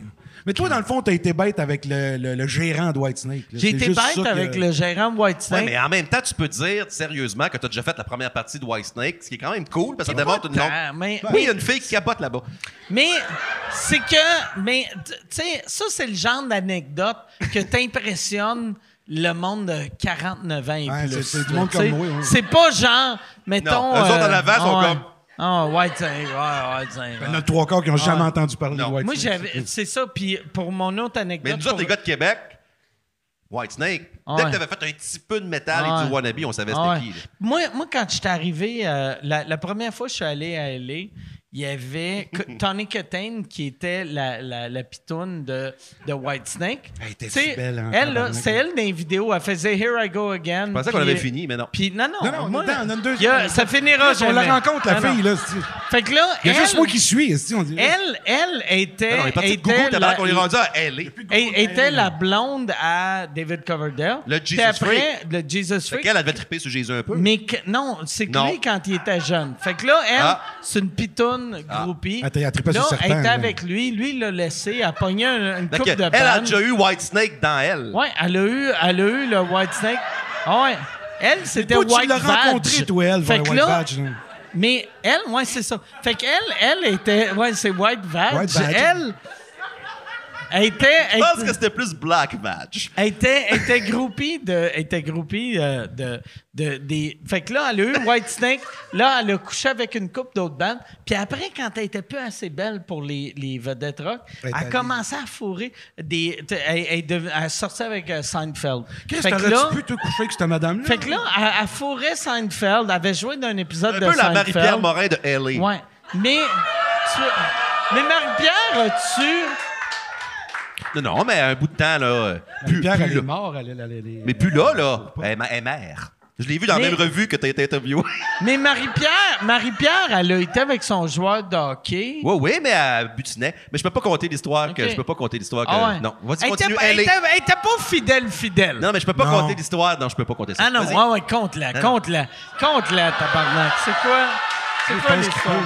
Speaker 3: Mais toi, dans le fond, t'as été bête avec le, le- le gérant de Whitesnake.
Speaker 1: J'ai
Speaker 3: là. C'est
Speaker 1: été
Speaker 3: juste ça
Speaker 1: bête
Speaker 3: que-
Speaker 1: avec le gérant de White
Speaker 4: Ouais,
Speaker 1: Snake.
Speaker 4: mais en même temps, tu peux dire sérieusement que t'as déjà fait la première partie de White Snake, ce qui est quand même cool parce que ça démontre une longue.
Speaker 1: Ah, mais-
Speaker 3: Ben,
Speaker 4: Oui, il y a une fille qui capote là-bas.
Speaker 1: Mais c'est que, mais tu tu sais, ça c'est le genre d'anecdote que t'impressionnes le monde de 49 ans et
Speaker 3: Ouais,
Speaker 1: plus.
Speaker 3: c'est- c'est du
Speaker 1: là,
Speaker 3: monde
Speaker 1: tu sais.
Speaker 3: comme moi, ouais.
Speaker 1: C'est pas genre, mettons.
Speaker 4: Non, eux autres en avant sont
Speaker 1: ouais.
Speaker 4: comme- Ben,
Speaker 1: Ah ouais, tu sais, ouais, ouais, tu sais, ouais.
Speaker 3: Il y en a Ben, trois quarts qui n'ont
Speaker 4: Ah.
Speaker 3: jamais entendu parler de Whitesnake.
Speaker 1: Moi j'avais, c'est ça. Puis pour mon autre
Speaker 4: Mais
Speaker 1: anecdote,
Speaker 4: nous autres,
Speaker 1: pour-
Speaker 4: les gars de Québec, White Snake, dès
Speaker 1: Ouais.
Speaker 4: que t'avais fait un petit peu de métal
Speaker 1: Ouais.
Speaker 4: et du wannabe, on savait
Speaker 1: Ah
Speaker 4: c'était
Speaker 1: ouais.
Speaker 4: qui. là.
Speaker 1: Moi, moi, quand j'étais arrivé, euh, la, la première fois que je suis allé à LA, il y avait Co- Tony Cotane qui était la, la, la pitoune de, de White Snake.
Speaker 3: Elle était
Speaker 1: Tu sais,
Speaker 3: si belle, hein,
Speaker 1: Elle, là,
Speaker 3: tabarnak.
Speaker 1: c'est elle dans les vidéos. Elle faisait Here I Go Again. euh,
Speaker 4: Je pensais qu'on avait fini, mais non.
Speaker 1: Puis non, non.
Speaker 3: Non, non, on
Speaker 1: moi,
Speaker 3: est dedans, on a une deuxième.
Speaker 1: il y a- ça finira
Speaker 3: On
Speaker 1: jamais.
Speaker 3: la rencontre, la
Speaker 1: Non, non.
Speaker 3: fille, là. c'est-
Speaker 1: Fait que là,
Speaker 3: Il y a
Speaker 1: elle,
Speaker 3: juste moi qui suis, est-ce que on dirait.
Speaker 1: elle, elle était,
Speaker 4: Non, on est parti de
Speaker 1: était
Speaker 4: Google,
Speaker 1: la,
Speaker 4: tabarnak, on est rendu à LA.
Speaker 1: é- était la blonde à David Coverdale.
Speaker 4: Le
Speaker 1: Puis
Speaker 4: Jesus
Speaker 1: après, le Jesus
Speaker 4: Fait
Speaker 1: Freak.
Speaker 4: qu'elle, elle devait triper sur Jésus un peu.
Speaker 1: Mais que- non, c'est que
Speaker 4: Non.
Speaker 1: lui, quand il était jeune. Fait que là, elle,
Speaker 4: Ah.
Speaker 1: c'est une pitoune groupie.
Speaker 3: Attends, elle trippait
Speaker 1: là,
Speaker 3: sur le serpent,
Speaker 1: elle était
Speaker 3: là.
Speaker 1: avec lui. Lui, il l'a laissé. Elle a pogné un- une,
Speaker 4: Fait
Speaker 1: coupe
Speaker 4: que
Speaker 1: de
Speaker 4: elle a
Speaker 1: bandes.
Speaker 4: déjà eu White Snake dans elle.
Speaker 1: Ouais, elle a eu, elle a eu le White Snake. Ah ouais. Elle, c'était
Speaker 3: Toi, tu
Speaker 1: White
Speaker 3: l'as
Speaker 1: Badge.
Speaker 3: rencontré, toi, elle,
Speaker 1: Fait
Speaker 3: ouais,
Speaker 1: que
Speaker 3: White
Speaker 1: là,
Speaker 3: Badge, là.
Speaker 1: Mais elle, ouais, c'est ça. Fait qu'elle, elle était. Ouais, c'est White Badge.
Speaker 3: White Badge.
Speaker 1: Elle. Elle était.
Speaker 4: Je
Speaker 1: Elle,
Speaker 4: pense que c'était plus Black Badge.
Speaker 1: elle était, elle était groupie de. Elle était groupie euh, de, de, des. Fait que là, elle a eu White Snake. Là, elle a couché avec une coupe d'autres bandes. Puis après, quand elle était plus assez belle pour les, les vedettes rock, elle,
Speaker 3: est allée.
Speaker 1: commençait à fourrer des. t- Elle, elle, dev- elle sortait avec euh, Seinfeld.
Speaker 3: Chris,
Speaker 1: Fait que là-
Speaker 3: t'aurais-tu pu te coucher avec cette madame-là?
Speaker 1: fait que là, elle, elle fourrait Seinfeld. Elle avait joué dans un épisode de
Speaker 4: Un peu la
Speaker 1: Seinfeld.
Speaker 4: Marie-Pierre Morin de LA.
Speaker 1: Ouais. Mais. tu- Mais Marie-Pierre, tu.
Speaker 4: Non, non, mais un bout de temps, là. euh, Plus,
Speaker 3: Pierre,
Speaker 4: plus
Speaker 3: elle est
Speaker 4: là.
Speaker 3: morte, elle, elle, elle, elle est-
Speaker 4: Mais plus là, là. Elle, est ma- elle est mère. Je l'ai vu dans la
Speaker 1: Mais-
Speaker 4: même revue que t'as été interviewé.
Speaker 1: Mais Marie-Pierre, Marie-Pierre, elle a été avec son joueur de hockey.
Speaker 4: Oui, oui, mais elle butinait. Mais je peux pas compter l'histoire que.
Speaker 1: Ok.
Speaker 4: Je peux pas compter l'histoire que.
Speaker 1: Ah ouais.
Speaker 4: Non, vas-y,
Speaker 1: Elle était
Speaker 4: continue.
Speaker 1: pas-
Speaker 4: Elle
Speaker 1: Elle
Speaker 4: est-
Speaker 1: était elle était pas fidèle, fidèle.
Speaker 4: Non, mais je peux pas
Speaker 3: Non.
Speaker 4: compter l'histoire. Non, je peux pas compter ça.
Speaker 1: ah non,
Speaker 4: Vas-y.
Speaker 1: ouais, ouais, compte-la,
Speaker 4: non.
Speaker 1: compte-la. Compte-la, tabarnak. C'est quoi? C'est quoi
Speaker 3: pense qu'il
Speaker 1: l'histoire?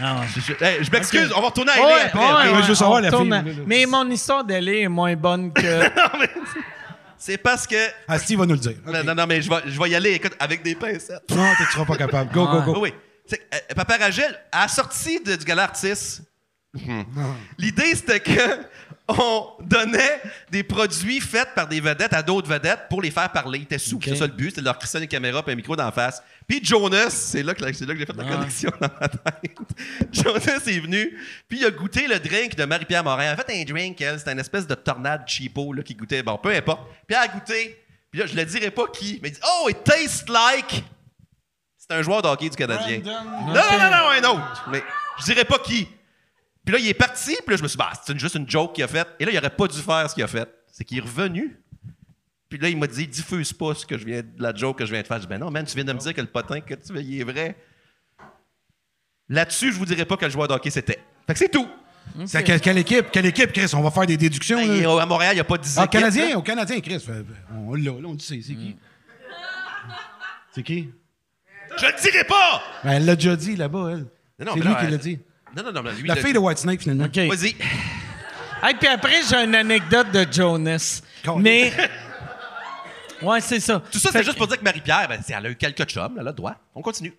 Speaker 1: Non.
Speaker 4: Je, je- hey, je m'excuse, on va retourner à
Speaker 1: Ouais,
Speaker 4: LA
Speaker 1: ouais, ouais,
Speaker 4: après.
Speaker 3: veut juste
Speaker 1: on
Speaker 3: savoir la
Speaker 1: retourne
Speaker 3: fille,
Speaker 1: à-
Speaker 3: là, là.
Speaker 1: Mais mon histoire d'aller est moins bonne que.
Speaker 4: C'est parce que.
Speaker 3: Ah, Steve va nous le dire. Ok.
Speaker 4: Non, non, mais je vais, je vais y aller, écoute, avec des pincettes.
Speaker 3: Non, tu seras pas capable. Go, go,
Speaker 4: Oui,
Speaker 3: go.
Speaker 4: oui. Tu sais, euh, Papa Rachel, à la sortie de- du gala artiste, l'idée, c'était que on donnait des produits faits par des vedettes à d'autres vedettes pour les faire parler. Ils étaient sous. C'est ça le but, c'était de leur crisser une caméra et un micro d'en face. Puis Jonas, c'est là que, la- c'est là que j'ai fait la connexion dans ma tête. Jonas est venu, puis il a goûté le drink de Marie-Pierre Morin. En fait, un drink, elle, c'était une espèce de tornade cheapo là, qui goûtait. Bon, peu importe. Puis elle a goûté. Puis là, je le dirai pas qui, mais il dit Oh, it tastes like. C'est un joueur de hockey du Canadien. Non, non, non, non, un autre. Mais je dirais pas qui. Puis là, il est parti. Puis là, je me suis dit, bah, c'est une- juste une joke qu'il a faite. Et là, il aurait pas dû faire ce qu'il a fait. C'est qu'il est revenu. Puis là, il m'a dit, diffuse pas ce que je viens, la joke que je viens de faire. Je dis, ben non, man, tu viens de me dire que le potin que tu veux, il est vrai. Là-dessus, je vous dirais pas que le joueur de hockey c'était. Fait que c'est tout.
Speaker 3: C'est à quelle, quelle équipe? Quelle équipe, Chris? On va faire des déductions.
Speaker 4: Ben, il est-
Speaker 3: là.
Speaker 4: à Montréal, il n'y a pas 10
Speaker 3: Ah,
Speaker 4: équipes,
Speaker 3: Canadien,
Speaker 4: là. Hmm.
Speaker 3: au Canadien, Chris. Fait- ben, On l'a, là, on dit c'est c'est qui? C'est qui?
Speaker 4: Je le dirai pas!
Speaker 3: Ben, elle l'a déjà dit là-bas, elle.
Speaker 4: Non, non,
Speaker 3: C'est
Speaker 4: mais
Speaker 3: lui
Speaker 4: là,
Speaker 3: qui
Speaker 4: elle-
Speaker 3: l'a dit.
Speaker 4: Non, non, non, mais lui,
Speaker 3: La
Speaker 4: il a-
Speaker 3: fille de White Snake, finalement.
Speaker 1: OK.
Speaker 4: Vas-y.
Speaker 1: Hey, puis après, j'ai une anecdote de Jonas.
Speaker 3: Con-
Speaker 1: Mais. Ouais, c'est ça.
Speaker 4: Tout ça,
Speaker 1: Fait
Speaker 4: c'est
Speaker 1: que-
Speaker 4: juste pour dire que Marie-Pierre, ben, c'est- elle a eu quelques chums, elle a le droit. On continue.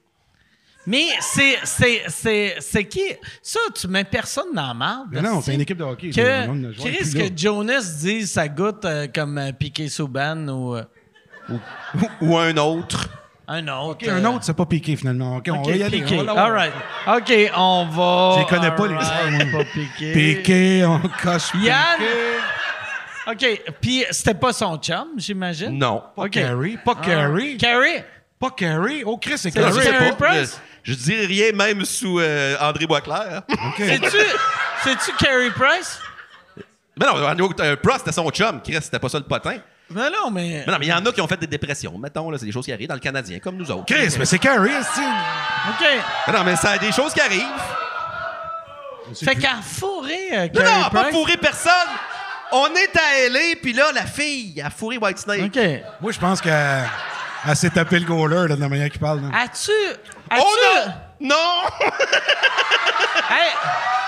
Speaker 1: Mais c'est, c'est, c'est, c'est qui? Ça, tu mets personne dans la marde.
Speaker 3: Mais non,
Speaker 1: si.
Speaker 3: c'est une équipe de hockey.
Speaker 1: Que,
Speaker 3: Le monde ne joue
Speaker 1: Chris,
Speaker 3: plus là.
Speaker 1: que Jonas dise ça goûte euh, comme euh, Piqué Souban ou euh,
Speaker 4: Ou un autre.
Speaker 1: un autre.
Speaker 3: Ok, Un autre, c'est pas piqué, finalement. OK, on va y aller. on va
Speaker 1: euh,
Speaker 3: l'avoir.
Speaker 1: All right. OK, on va.
Speaker 3: Je les connais pas, les histoires,
Speaker 1: right.
Speaker 3: moi.
Speaker 1: pas Piqué.
Speaker 3: Piqué, on coche.
Speaker 1: Yann. OK, puis c'était pas son chum, j'imagine?
Speaker 4: Non.
Speaker 3: Pas
Speaker 1: OK. Ah.
Speaker 3: Carey, pas Carey.
Speaker 1: Carrie?
Speaker 3: Pas Carey. Oh, Chris, c'est
Speaker 4: Non, je
Speaker 3: Carey.
Speaker 4: sais
Speaker 1: Carey
Speaker 4: pas.
Speaker 1: Price?
Speaker 4: Je, je dirais rien même sous euh, André Boisclair.
Speaker 1: C'est-tu, c'est-tu Carrie Price?
Speaker 4: mais non, André euh, Prost, c'était son chum. Chris, c'était pas ça le potin.
Speaker 1: Non, non, mais.
Speaker 4: Mais non, mais il y en a qui ont fait des dépressions. Mettons, là, c'est des choses qui arrivent dans le Canadien, comme nous autres.
Speaker 3: Chris, mais c'est Carey, est-ce
Speaker 1: OK.
Speaker 4: Mais non, mais ça, des choses qui arrivent.
Speaker 1: Fait qu'à fourrer euh,
Speaker 4: Non,
Speaker 1: Carey
Speaker 4: non, pas
Speaker 1: Price.
Speaker 4: fourrer personne. On est à LA, puis là, la fille a fourré White Snake.
Speaker 1: OK.
Speaker 3: Moi, je pense qu'elle elle s'est tapé le goaler là, de la manière qu'il parle. là.
Speaker 1: As-tu. As-tu.
Speaker 4: Oh non! Non!
Speaker 1: Hey!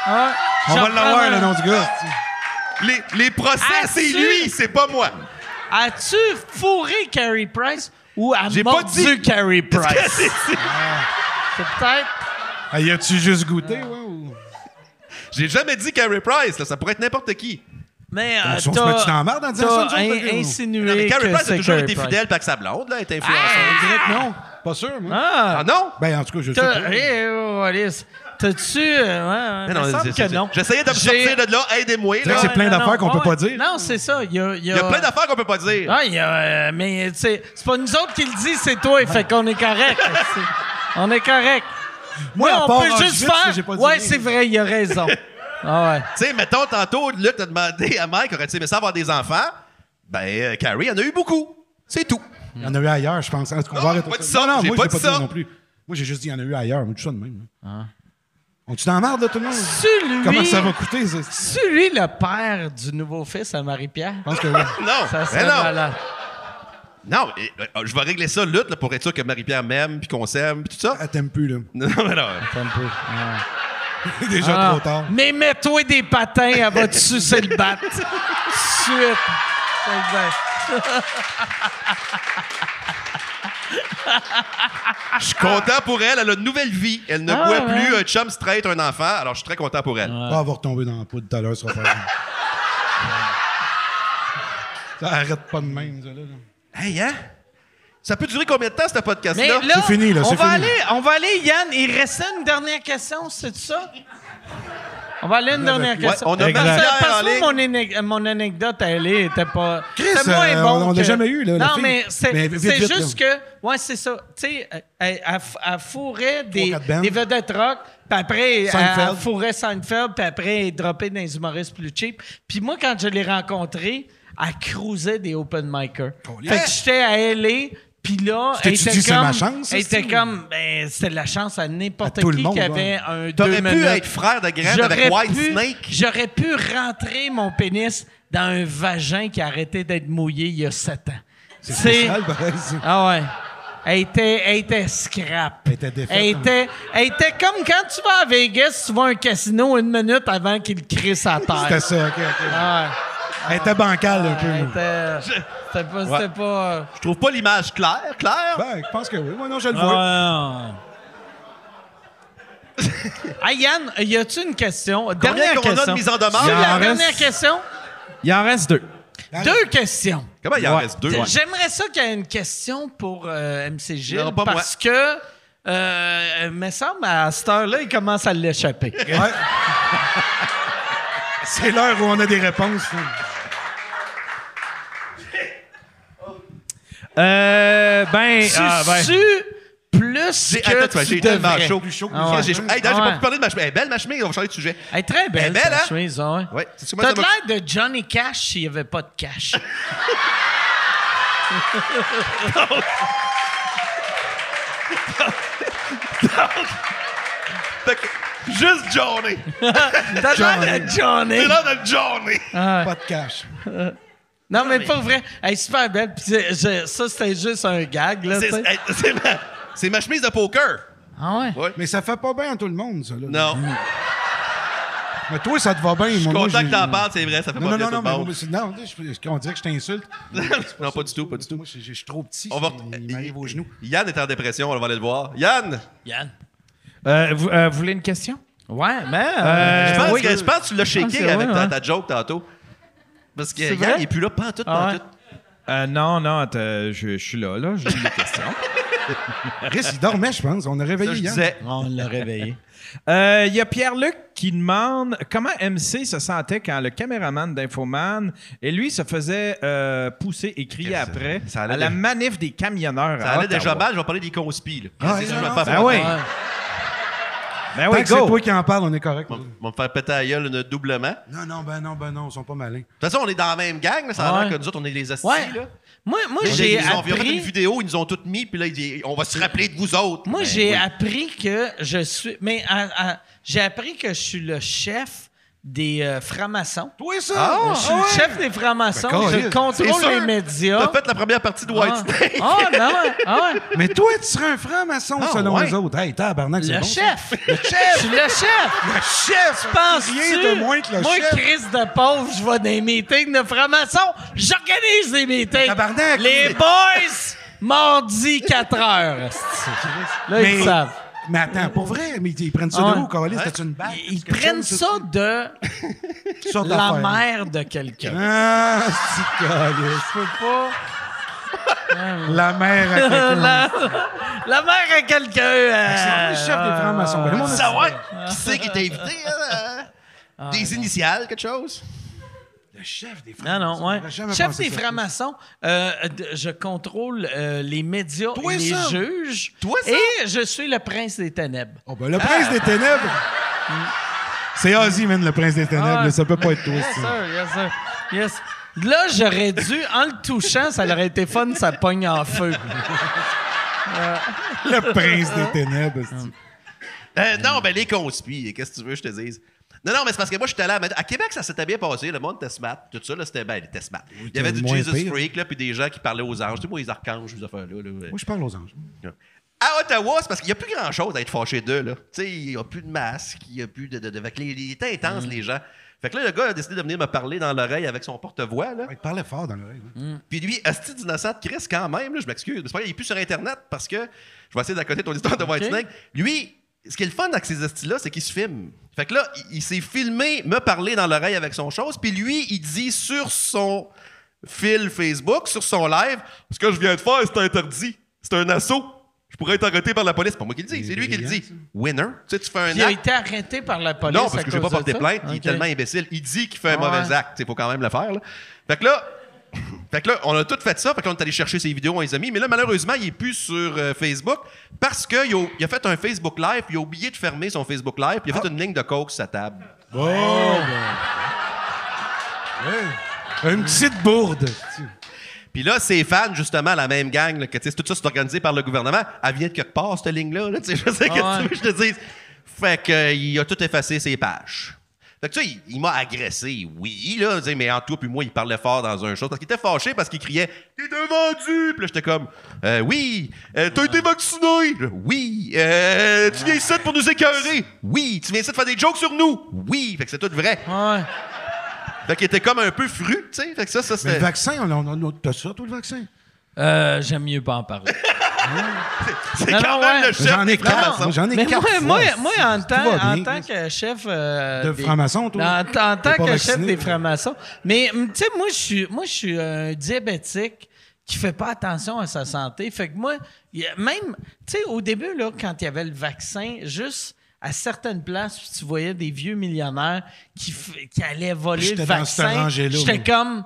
Speaker 1: Ah,
Speaker 3: On
Speaker 1: j'en
Speaker 3: va l'avoir,
Speaker 1: prends
Speaker 3: le
Speaker 1: un.
Speaker 3: nom du gars. est-ce que?
Speaker 4: Les, les procès,
Speaker 1: Ah,
Speaker 4: c'est
Speaker 1: tu-
Speaker 4: lui, c'est pas moi.
Speaker 1: As-tu fourré Carrie Price ou a
Speaker 4: J'ai pas
Speaker 1: mordu
Speaker 4: dit-
Speaker 1: Carrie Price? C'est peut-être.
Speaker 3: Ah, y a-tu juste goûté, ouais, ou...
Speaker 4: J'ai jamais dit Carey Price, là, ça pourrait être n'importe qui.
Speaker 1: Mais.
Speaker 3: On
Speaker 1: euh,
Speaker 3: se met-tu
Speaker 1: t'as-
Speaker 3: dans la merde en disant ça, nous
Speaker 1: T'as
Speaker 3: autres,
Speaker 1: in-
Speaker 3: le gars, ou-
Speaker 1: insinué.
Speaker 4: Non, mais Carey
Speaker 1: que
Speaker 4: Price a
Speaker 1: c'est
Speaker 4: toujours
Speaker 1: Carey
Speaker 4: été
Speaker 1: Price.
Speaker 4: fidèle avec sa blonde, là, elle est
Speaker 3: On
Speaker 4: influenceuse.
Speaker 3: dirait que non. Pas sûr, moi.
Speaker 4: Ah
Speaker 1: Ah!
Speaker 4: non?
Speaker 3: Ben, en tout cas, je sais
Speaker 1: T'as-
Speaker 3: pas.
Speaker 1: Eh, oh, Alice. T'as-tu. euh, Ouais,
Speaker 4: Mais
Speaker 1: ouais,
Speaker 4: non,
Speaker 1: il me semble
Speaker 4: c'est-
Speaker 1: que
Speaker 4: c'est-
Speaker 1: non.
Speaker 4: J'essayais de me
Speaker 1: J'ai-
Speaker 4: sortir de là, aidez-moi.
Speaker 3: C'est
Speaker 4: là.
Speaker 3: vrai que c'est plein
Speaker 1: Non, non,
Speaker 3: d'affaires qu'on
Speaker 1: ouais,
Speaker 3: peut pas
Speaker 1: ouais.
Speaker 3: dire.
Speaker 1: Non, c'est ça. Il y a, il y a-
Speaker 4: Il y a plein d'affaires qu'on peut pas dire.
Speaker 1: Ah, il y a, euh, mais tu sais, c'est pas nous autres qui le dit, c'est toi. Fait qu'on est correct. C'est- on est correct.
Speaker 3: Moi,
Speaker 1: Là,
Speaker 3: à
Speaker 1: on
Speaker 3: part
Speaker 1: peut
Speaker 3: Auschwitz,
Speaker 1: juste
Speaker 3: que j'ai
Speaker 1: faire.
Speaker 3: pas dit
Speaker 1: Ouais,
Speaker 3: rien.
Speaker 1: c'est vrai, il a raison. Ah ouais.
Speaker 4: Tu sais, mettons, tantôt, Luc t'a demandé à Mike, aurait-tu aimé ça avoir des enfants? Ben, euh, Carrie en a eu beaucoup. C'est tout.
Speaker 3: Il y en a eu ailleurs, je pense. En tout cas, on va
Speaker 4: Non,
Speaker 3: arrêter
Speaker 4: Ah, pas
Speaker 3: ça.
Speaker 4: dit ça,
Speaker 3: Non, non,
Speaker 4: j'ai
Speaker 3: moi,
Speaker 4: pas
Speaker 3: j'ai
Speaker 4: dit ça.
Speaker 3: non plus. Moi, j'ai juste dit, il y en a eu ailleurs, mais tout ça de même. là. On tu t'en marre, là, tout le monde?
Speaker 1: Ah. Celui,
Speaker 3: Comment ça va coûter, ça?
Speaker 1: celui le père du nouveau fils à Marie-Pierre.
Speaker 3: Je pense que oui.
Speaker 4: Non,
Speaker 1: Ça
Speaker 4: mais
Speaker 1: serait
Speaker 4: non.
Speaker 1: malade.
Speaker 4: Non, et, euh, je vais régler ça, lutte, là, pour être sûr que Marie-Pierre m'aime, puis qu'on s'aime, puis tout ça.
Speaker 3: Elle t'aime plus, là.
Speaker 4: Non, mais non.
Speaker 3: C'est déjà
Speaker 1: Ah.
Speaker 3: trop tard.
Speaker 1: Mais mets-toi des patins, elle va te sucer le bat. Suite. C'est bien.
Speaker 4: Je suis content pour elle, elle a une nouvelle vie. Elle ne
Speaker 1: Ah,
Speaker 4: boit
Speaker 1: ouais.
Speaker 4: plus un chum straight, un enfant, alors je suis très content pour elle.
Speaker 3: Ah, elle va retomber dans la poudre tout à l'heure, ça va faire. Ça arrête pas de même, ça, là.
Speaker 4: Hey, hein? Ça peut durer combien de temps, ce
Speaker 1: Mais
Speaker 4: podcast-là?
Speaker 1: là,
Speaker 3: c'est fini, là,
Speaker 1: on,
Speaker 3: c'est
Speaker 1: va
Speaker 3: fini.
Speaker 1: Aller, on va aller, Yann. Il restait une dernière question, c'est ça? On va aller à une dernière
Speaker 4: ouais,
Speaker 1: question.
Speaker 4: on a
Speaker 1: Parce-
Speaker 4: Marie-Pierre
Speaker 1: parce
Speaker 4: en
Speaker 1: que
Speaker 4: ligne.
Speaker 1: mon, éne- mon anecdote, elle est- était pas.
Speaker 3: Chris,
Speaker 1: c'était moins
Speaker 3: euh,
Speaker 1: bon
Speaker 3: on- on
Speaker 1: que-
Speaker 3: l'a jamais eu, là, la
Speaker 1: Non,
Speaker 3: fille.
Speaker 1: mais c'est
Speaker 3: Mais vite,
Speaker 1: c'est
Speaker 3: vite,
Speaker 1: juste que. Ouais, c'est ça. Tu sais, elle, elle, elle fourrait des,
Speaker 3: quatre bandes.
Speaker 1: des vedettes rock, puis après, elle,
Speaker 3: Seinfeld.
Speaker 1: elle fourrait Seinfeld, puis après, elle droppait dans les humoristes plus cheap. Puis moi, quand je l'ai rencontrée, elle cruisait des open micers. Fait que j'étais à L.A., puis là,
Speaker 3: Tu t'es-tu
Speaker 1: était
Speaker 3: dit, c'est
Speaker 1: comme-
Speaker 3: ma chance,
Speaker 1: elle
Speaker 3: ça,
Speaker 1: était
Speaker 3: c'est-
Speaker 1: comme, ben, c'était de la chance à n'importe
Speaker 3: À tout le
Speaker 1: qui
Speaker 3: monde,
Speaker 1: qui avait
Speaker 3: ouais.
Speaker 1: un deux
Speaker 4: T'aurais
Speaker 1: minutes.
Speaker 4: pu être frère de graine avec
Speaker 1: J'aurais
Speaker 4: White
Speaker 1: pu-
Speaker 4: Snake.
Speaker 1: J'aurais pu rentrer mon pénis dans un vagin qui a arrêté d'être mouillé il y a sept ans. C'est...
Speaker 3: spécial, ben. pareil, ça.
Speaker 1: Ah ouais. Elle était, elle était scrap.
Speaker 3: Elle était défaite,
Speaker 1: Elle
Speaker 3: hein.
Speaker 1: était, elle était comme quand tu vas à Vegas, tu vas à un casino une minute avant qu'il crée sa
Speaker 3: C'était
Speaker 1: terre.
Speaker 3: ça, OK, OK.
Speaker 1: Ah
Speaker 3: Elle était bancale, un peu.
Speaker 1: ouais. Elle
Speaker 3: là.
Speaker 1: était... C'était pas... C'était pas... euh,
Speaker 4: Je trouve pas l'image claire, claire.
Speaker 3: Ben, je pense que oui. Moi, non, je le vois.
Speaker 7: Ah,
Speaker 1: Hey Yann, y a-tu une question? Dernière
Speaker 4: qu'on a de
Speaker 1: question.
Speaker 4: mise en demeure?
Speaker 1: C'est
Speaker 4: Il
Speaker 1: Ah, la
Speaker 2: en
Speaker 1: dernière
Speaker 2: reste-
Speaker 1: question?
Speaker 2: Il en reste deux.
Speaker 1: Deux questions.
Speaker 4: Comment il en
Speaker 2: Ouais.
Speaker 4: reste deux?
Speaker 1: J'aimerais ça qu'il y ait une question pour euh, MC Gilles
Speaker 4: Non, pas moi.
Speaker 1: parce que, euh, me semble, à cette heure-là, il commence à l'échapper.
Speaker 3: Ouais. C'est l'heure où on a des réponses. là.
Speaker 2: Euh, ben,
Speaker 1: Tu
Speaker 2: ah, ben.
Speaker 1: sues plus
Speaker 4: J'ai
Speaker 1: que
Speaker 4: attends, toi,
Speaker 1: tu
Speaker 4: j'ai tellement
Speaker 1: devrais.
Speaker 4: chaud.
Speaker 1: Ah ouais.
Speaker 4: J'ai- Hey, Dan, j'ai
Speaker 1: Ah
Speaker 4: pas
Speaker 1: ouais.
Speaker 4: pu parler de ma chemise. Elle est belle, ma chemise, on va changer de sujet.
Speaker 1: Elle est très belle,
Speaker 4: Elle est
Speaker 1: ta
Speaker 4: belle, hein?
Speaker 1: chemise, ah ouais.
Speaker 4: Ouais, c'est sûr, moi,
Speaker 1: T'as
Speaker 4: ça
Speaker 1: de
Speaker 4: m'a-
Speaker 1: l'air de Johnny Cash s'il n'y avait pas de cash.
Speaker 4: Fait que- Juste Johnny.
Speaker 1: T'as de l'air de Johnny.
Speaker 4: C'est là de Johnny.
Speaker 3: Pas de cash.
Speaker 1: Non, mais pas vrai. Elle est super belle. Puis c'est- je- ça, c'était juste un gag, là, tu
Speaker 4: C'est
Speaker 1: sais.
Speaker 4: hey, c'est ma... c'est ma chemise de poker.
Speaker 1: Ah ouais?
Speaker 3: Mais ça fait pas bien à tout le monde, ça. Là.
Speaker 4: Non.
Speaker 3: Mais toi, ça te va bien.
Speaker 4: Je suis
Speaker 3: moi,
Speaker 4: content
Speaker 3: j'ai-
Speaker 4: que t'en parles, c'est vrai, ça fait
Speaker 3: Non,
Speaker 4: pas
Speaker 3: non,
Speaker 4: bien
Speaker 3: non, non, mais
Speaker 4: tout le
Speaker 3: moi,
Speaker 4: monde.
Speaker 3: c'est- non, je- on dirait que je t'insulte.
Speaker 4: Non, pas du tout, pas du tout.
Speaker 3: Moi, je je suis trop petit.
Speaker 4: On va... Eh,
Speaker 3: Il m'arrive aux genoux.
Speaker 4: Yann est en dépression, on va aller le voir. Yann,
Speaker 1: Yann.
Speaker 2: Euh, vous, euh, vous voulez une question?
Speaker 1: Ouais, mais.
Speaker 2: Euh,
Speaker 4: je pense,
Speaker 2: oui.
Speaker 4: que, je pense que tu l'as shaké
Speaker 1: Ah, c'est
Speaker 4: avec
Speaker 1: vrai,
Speaker 4: ta,
Speaker 1: ouais.
Speaker 4: ta joke tantôt. Parce que
Speaker 1: C'est
Speaker 4: Yann,
Speaker 1: vrai?
Speaker 4: il est plus là, pantoute,
Speaker 1: Ah ouais.
Speaker 4: pantoute.
Speaker 2: Euh, non, non, attends, je, je suis là, là, j'ai des questions.
Speaker 3: Chris, il dormait, je pense. On a
Speaker 4: eh. Ça, je
Speaker 3: réveillé hein. Yann.
Speaker 4: disais.
Speaker 1: On l'a réveillé.
Speaker 2: Euh, Il y a Pierre-Luc qui demande comment MC se sentait quand le caméraman d'Infoman et lui se faisait euh, pousser et crier
Speaker 4: Qu'est-ce que
Speaker 2: après
Speaker 4: ça allait
Speaker 2: à la
Speaker 4: dé-
Speaker 2: manif des camionneurs.
Speaker 4: Ça
Speaker 2: à
Speaker 4: allait déjà
Speaker 2: Ottawa.
Speaker 4: mal, je vais parler des conspires. là.
Speaker 3: Ah,
Speaker 4: C'est ça, je vais
Speaker 3: non,
Speaker 4: me faire
Speaker 2: Ben oui, ben
Speaker 3: Tant
Speaker 2: oui,
Speaker 3: que c'est
Speaker 2: go.
Speaker 3: toi qui en parle, on est correct.
Speaker 4: Je vais- je vais me faire péter la gueule une- doublement. De
Speaker 3: Non, non, ben non, ben non, ils sont pas malins.
Speaker 4: toute façon, on est dans la même gang. là, Ça a
Speaker 1: Ouais.
Speaker 4: l'air que nous autres, on est les assis.
Speaker 1: Ouais.
Speaker 4: là.
Speaker 1: Moi, moi
Speaker 4: Ils
Speaker 1: j'ai
Speaker 4: nous ont- Ils ont fait une
Speaker 1: appris.
Speaker 4: vidéo, ils nous ont toutes mis, puis là, ils disent, on va se rappeler de vous autres.
Speaker 3: ben
Speaker 1: Moi, j'ai appris que je suis. Mais à- à- j'ai appris que je suis le chef des euh, francs-maçons.
Speaker 3: Toi, ça!
Speaker 4: Ah
Speaker 1: Je suis le chef des francs-maçons.
Speaker 3: Ben,
Speaker 1: je
Speaker 3: Colin,
Speaker 4: C'est
Speaker 1: contrôle
Speaker 4: sûr,
Speaker 1: les médias.
Speaker 4: T'as fait la première partie de White
Speaker 1: Ah,
Speaker 4: Snake.
Speaker 1: Ah, non, ouais, ah ouais.
Speaker 3: Mais toi, tu serais un franc-maçon,
Speaker 4: Ah,
Speaker 3: selon
Speaker 4: ouais.
Speaker 3: les autres. Hey, tabarnak, c'est
Speaker 1: Le
Speaker 3: bon.
Speaker 1: chef! Le chef! Je suis le chef!
Speaker 3: Le chef!
Speaker 1: Penses-tu?
Speaker 3: Rien de moins que le
Speaker 1: moi,
Speaker 3: chef.
Speaker 1: Chris de pauvre, je vais dans les meetings de francs-maçons. J'organise les meetings.
Speaker 3: Tabarnak.
Speaker 1: Les boys, mardi 4 heures. esti. Là, ils
Speaker 3: Mais-
Speaker 1: savent.
Speaker 3: Mais attends, pour vrai, mais ils prennent ça
Speaker 1: Ah,
Speaker 3: de
Speaker 1: ouais.
Speaker 3: où, Carolis? T'as-tu une bague?
Speaker 1: Ils
Speaker 3: Quelque
Speaker 1: prennent
Speaker 3: chose,
Speaker 1: ça de
Speaker 3: toutes sortes
Speaker 1: la
Speaker 3: d'affaires.
Speaker 1: mère de quelqu'un.
Speaker 3: Ah, c'est Carolis.
Speaker 1: Je peux pas.
Speaker 3: La mère à quelqu'un.
Speaker 1: la, la mère à quelqu'un. euh,
Speaker 3: C'est vraiment le chef des
Speaker 1: euh,
Speaker 3: francs-maçons. Ben, moi, on a-
Speaker 4: Savoir qui c'est qui t'a invité. hein,
Speaker 1: Ah,
Speaker 4: euh, Des initiales, quelque chose.
Speaker 3: Le chef des
Speaker 1: Non,
Speaker 3: francs-maçons.
Speaker 1: non, ouais.
Speaker 3: J'aurais jamais
Speaker 1: Chef
Speaker 3: pensé
Speaker 1: des
Speaker 3: ça.
Speaker 1: francs-maçons, euh, d- je contrôle euh, les médias
Speaker 3: Toi,
Speaker 1: et les
Speaker 3: ça.
Speaker 1: juges.
Speaker 3: Toi, ça.
Speaker 1: Et je suis le prince des ténèbres.
Speaker 3: Oh, ben, le prince des ténèbres. C'est Ozzy, man, le prince des ténèbres.
Speaker 1: Ah.
Speaker 3: Ça peut pas être toi,
Speaker 1: Yes,
Speaker 3: ça.
Speaker 1: sir, yes, sir. Yes. Là, j'aurais dû, en le touchant, ça aurait été fun, ça pogne en feu.
Speaker 3: Le prince des ténèbres.
Speaker 1: Ah.
Speaker 3: c'est-tu. Ah.
Speaker 4: Euh, non, ben les conspires, qu'est-ce que tu veux que je te dise? Non, non, mais c'est parce que moi, j'étais allé à... à Québec, ça s'était bien passé. Le monde était smart. Tout ça, là, c'était bien, était smart. Il y avait du
Speaker 3: moins
Speaker 4: Jesus
Speaker 3: pire.
Speaker 4: Freak, là, puis des gens qui parlaient aux anges. Tu sais, moi, les archanges, les affaires-là. Là, ouais.
Speaker 3: Moi, je parle aux anges.
Speaker 4: À Ottawa, c'est parce qu'il n'y a plus grand-chose à être fâché d'eux. là. Tu sais, il n'y a plus de masque, il n'y a plus de... de, de- fait que les- Il était intense,
Speaker 3: Mm.
Speaker 4: les gens. Fait que là, le gars a décidé de venir me parler dans l'oreille avec son porte-voix, là.
Speaker 3: Ouais, Il parlait fort dans l'oreille. hein.
Speaker 4: Puis lui, hostie d'innocent de Chris, quand même, là, je m'excuse. C'est pas grave, il est plus sur Internet parce que je vais essayer d'accoter ton histoire de White Snake. Lui, ce qui est le fun avec ces hosties-là, c'est qu'il se filme. Fait que là, il, il s'est filmé, me parler dans l'oreille avec son chose, puis lui, il dit sur son fil Facebook, sur son live, ce que je viens de faire, c'est interdit. C'est un assaut. Je pourrais être arrêté par la police. C'est pas moi qui le dis, c'est lui qui le dit. Winner. Tu sais, tu fais un
Speaker 1: Il a
Speaker 4: acte.
Speaker 1: été arrêté par la police.
Speaker 4: Non, parce que je vais pas porter
Speaker 1: porté
Speaker 4: plainte. Il est tellement imbécile. Il dit qu'il fait un
Speaker 1: Ah ouais.
Speaker 4: mauvais acte. Il faut quand même le faire. Là. Fait que là, fait que là, on a tout fait ça. Fait qu'on est allé chercher ses vidéos, on les a mis. Mais là, malheureusement, il est plus sur euh, Facebook parce qu'il a, il a fait un Facebook Live. puis Il a oublié de fermer son Facebook Live. puis Il a
Speaker 1: Ah.
Speaker 4: fait une ligne de coke sur sa table.
Speaker 1: Ah.
Speaker 3: Une petite bourde.
Speaker 4: Puis là, ses fans, justement, la même gang, là, que tu sais, tout ça, c'est organisé par le gouvernement, elle vient de quelque part, cette ligne-là. Là, tu sais, je sais que
Speaker 1: Ah ouais.
Speaker 4: tu veux que je te dise. Fait que, euh, il a tout effacé ses pages. Fait que, tu sais, il, il m'a agressé, oui, là, tu sais, mais en tout, puis moi, il parlait fort dans un show. Parce qu'il était fâché parce qu'il criait T'es un vendu! Puis là, j'étais comme Euh, Oui! Euh, T'as été vacciné! Je- Oui! Euh, tu viens ici pour nous écœurer! Oui! Tu viens ici de faire des jokes sur nous! Oui! Fait que c'est tout vrai.
Speaker 1: Ouais.
Speaker 4: Fait qu'il était comme un peu fru, tu sais. Fait que ça, ça,
Speaker 3: Mais le
Speaker 4: c'était.
Speaker 3: vaccin, on, on, on- t'as ça, tout le vaccin?
Speaker 1: Euh, J'aime mieux pas en parler.
Speaker 4: C'est
Speaker 1: Non,
Speaker 4: quand
Speaker 1: non,
Speaker 4: même
Speaker 1: ouais.
Speaker 4: le chef
Speaker 3: J'en ai
Speaker 4: des
Speaker 3: quatre.
Speaker 4: francs-maçons.
Speaker 3: Moi, J'en ai
Speaker 1: Mais moi,
Speaker 3: quatre.
Speaker 1: moi,
Speaker 3: fois.
Speaker 1: moi, en
Speaker 3: Tout
Speaker 1: tant,
Speaker 3: va bien.
Speaker 1: en tant que chef. euh,
Speaker 3: De
Speaker 1: des-
Speaker 3: franc-maçon,
Speaker 1: En,
Speaker 3: toi?
Speaker 1: en tant
Speaker 3: T'es pas
Speaker 1: que chef
Speaker 3: vacciné,
Speaker 1: des
Speaker 3: toi?
Speaker 1: francs-maçons. Mais, hum, tu sais, moi, je suis- moi, je suis un diabétique qui fait pas attention à sa santé. Fait que moi, il y a- même, tu sais, au début, là, quand il y avait le vaccin, juste à certaines places, tu voyais des vieux millionnaires qui, f- qui allaient voler
Speaker 3: J'étais
Speaker 1: le
Speaker 3: dans cette
Speaker 1: vaccin.
Speaker 3: rangée-là,
Speaker 1: J'étais
Speaker 3: moi.
Speaker 1: comme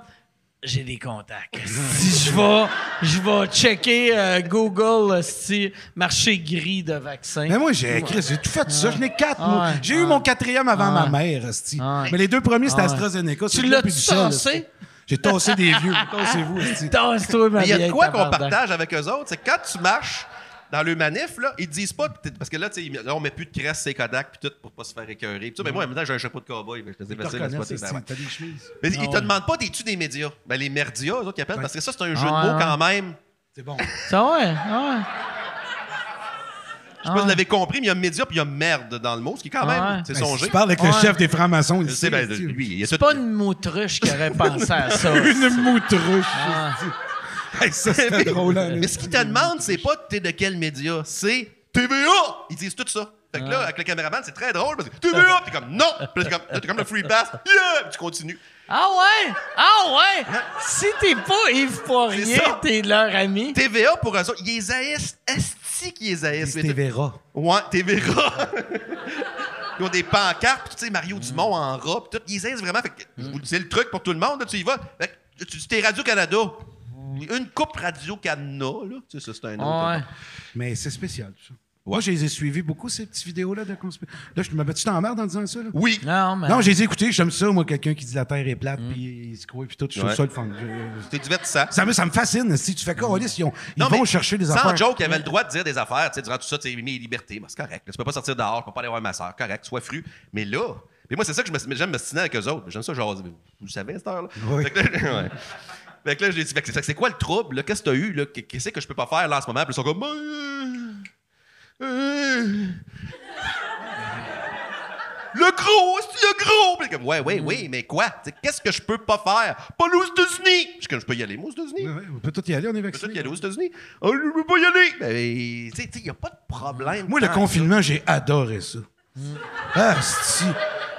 Speaker 1: j'ai des contacts. si je vais, je vais checker euh, Google euh, si marché gris de vaccins.
Speaker 3: Mais moi, j'ai Chris, j'ai tout fait ça. J'en ai quatre,
Speaker 1: Hein? Ah
Speaker 3: moi.
Speaker 1: ouais.
Speaker 3: J'ai eu mon quatrième avant
Speaker 1: Ah
Speaker 3: ma
Speaker 1: ouais.
Speaker 3: mère, hostie.
Speaker 1: Ah ouais.
Speaker 3: Mais les deux premiers, c'était
Speaker 1: Ah ouais.
Speaker 3: AstraZeneca.
Speaker 1: tu
Speaker 3: c'est
Speaker 1: l'as
Speaker 3: plus du sol, hostie.
Speaker 1: tassé?
Speaker 3: J'ai tassé des vieux. Tassez-vous, hostie.
Speaker 1: Tasse-toi, ma
Speaker 4: Mais il y a
Speaker 1: vieille
Speaker 4: de quoi qu'on
Speaker 1: tabarnak.
Speaker 4: partage avec eux autres, c'est que quand tu marches dans le manif, là, ils te disent pas, t'es- parce que là, tu sais, là, on met plus de crest, c'est Kodak, puis tout, pour pas se faire écœurer. Puis tout, Mais
Speaker 1: Mm.
Speaker 4: moi, en même temps, j'ai un chapeau de cowboy, mais je te dis,
Speaker 3: Ils te
Speaker 4: facile à
Speaker 3: reconnaissent,
Speaker 4: spotter.
Speaker 3: hostie. T'as des chemises.
Speaker 4: Mais ils te demandent pas, t'es-tu des médias? Ben, les merdias, eux autres, ils appellent, parce que ça, c'est un jeu de
Speaker 1: Ah ouais,
Speaker 4: mots quand même.
Speaker 3: C'est bon. Ben,
Speaker 1: Ça, ouais, ouais.
Speaker 4: Je sais pas si vous l'avez compris, mais il y a média, puis il y a merde dans le mot, ce qui est quand
Speaker 1: Ah ouais.
Speaker 4: même, c'est
Speaker 3: Ben, Si
Speaker 4: songé.
Speaker 3: tu parles avec le
Speaker 1: Ouais.
Speaker 3: chef des francs-maçons,
Speaker 4: Je
Speaker 3: il
Speaker 4: sais,
Speaker 3: sait.
Speaker 4: ben,
Speaker 3: hostie.
Speaker 4: lui, il y a tout.
Speaker 1: Pas une moutruche qui aurait pensé à ça.
Speaker 3: Une moutruche.
Speaker 1: Ah.
Speaker 3: hostie. Hey, Ça, c'était drôle. hein,
Speaker 4: Mais ce qu'ils te demandent, c'est pas t'es de quel média, c'est TVA! Ils disent tout ça. Fait que là, avec le caméraman, c'est très drôle parce que TVA! T'es comme non! Puis là, t'es comme, là, t'es comme le free pass, yeah! Puis tu continues.
Speaker 1: Ah ouais! Ah ouais! Si t'es pas Yves
Speaker 4: C'est
Speaker 1: Poirier,
Speaker 4: ça.
Speaker 1: t'es leur ami.
Speaker 4: TVA pour eux autres, ils les haïssent. Esti qu'ils les haïssent.
Speaker 3: C'était Vera.
Speaker 4: Ouais, TVA. Ils ont des pancartes, puis tu sais, Mario Dumont en rat, puis tout. Ils les haïssent vraiment. Fait que, je vous le dis, c'est le truc pour tout le monde, là, tu y vas. Fait que, tu dis, t'es Radio-Canada. Une coupe Radio-Canada, là. Tu sais, ça, c'est un autre.
Speaker 1: Ah ouais.
Speaker 3: Mais c'est spécial, tout ça. Moi, je les ai suivis beaucoup, ces petites vidéos-là de conspiration. Là, je me mets-tu en merde en disant ça, là?
Speaker 4: Oui.
Speaker 1: Non, mais.
Speaker 3: Non, je les ai écoutés. J'aime ça, moi, quelqu'un qui dit la Terre est plate,
Speaker 1: Mm.
Speaker 3: puis il se croit, puis tout. Je trouve
Speaker 4: Ouais.
Speaker 3: ça le fun. Je-
Speaker 4: T'es divertissant.
Speaker 3: Ça me, ça me fascine. Si tu fais quoi, ils, ont- ils
Speaker 4: Non,
Speaker 3: vont
Speaker 4: mais
Speaker 3: chercher des
Speaker 4: sans
Speaker 3: affaires.
Speaker 4: joke, il avait le droit de dire des affaires, tu sais, durant tout ça, tu sais, mes libertés, ben, c'est correct. là, tu peux pas sortir dehors, je peux pas aller voir ma soeur, correct, sois fru. Mais là, mais moi, c'est ça que je me- j'aime me stiner avec eux autres. J'aime ça, genre, vous vous savez, cette heure-là?
Speaker 3: Oui.
Speaker 4: Fait que là, ouais. Fait que là, j'ai dit, fait que c'est- fait que c'est quoi le trouble? là? Qu'est-ce que t'as eu? là? Qu'est-ce que je peux pas faire là en ce moment? Puis ils sont comme. Euh, euh, le gros, c'est le gros! Puis comme, ouais, ouais,
Speaker 3: Mm.
Speaker 4: oui, mais quoi? Tu sais, Qu'est-ce que je peux pas faire? Pas aller aux États-Unis! Je suis comme, je peux y aller, moi, aux États-Unis?
Speaker 3: Ouais, ouais, on peut tout y aller, on est
Speaker 4: C'est ça
Speaker 3: vaccinés.
Speaker 4: qu'il y a aux États-Unis. Ah, je veux pas y aller. Ben, tu sais, il n'y a pas de problème.
Speaker 3: Moi, le
Speaker 4: Tant-
Speaker 3: confinement, j'ai adoré ça. Ah, si.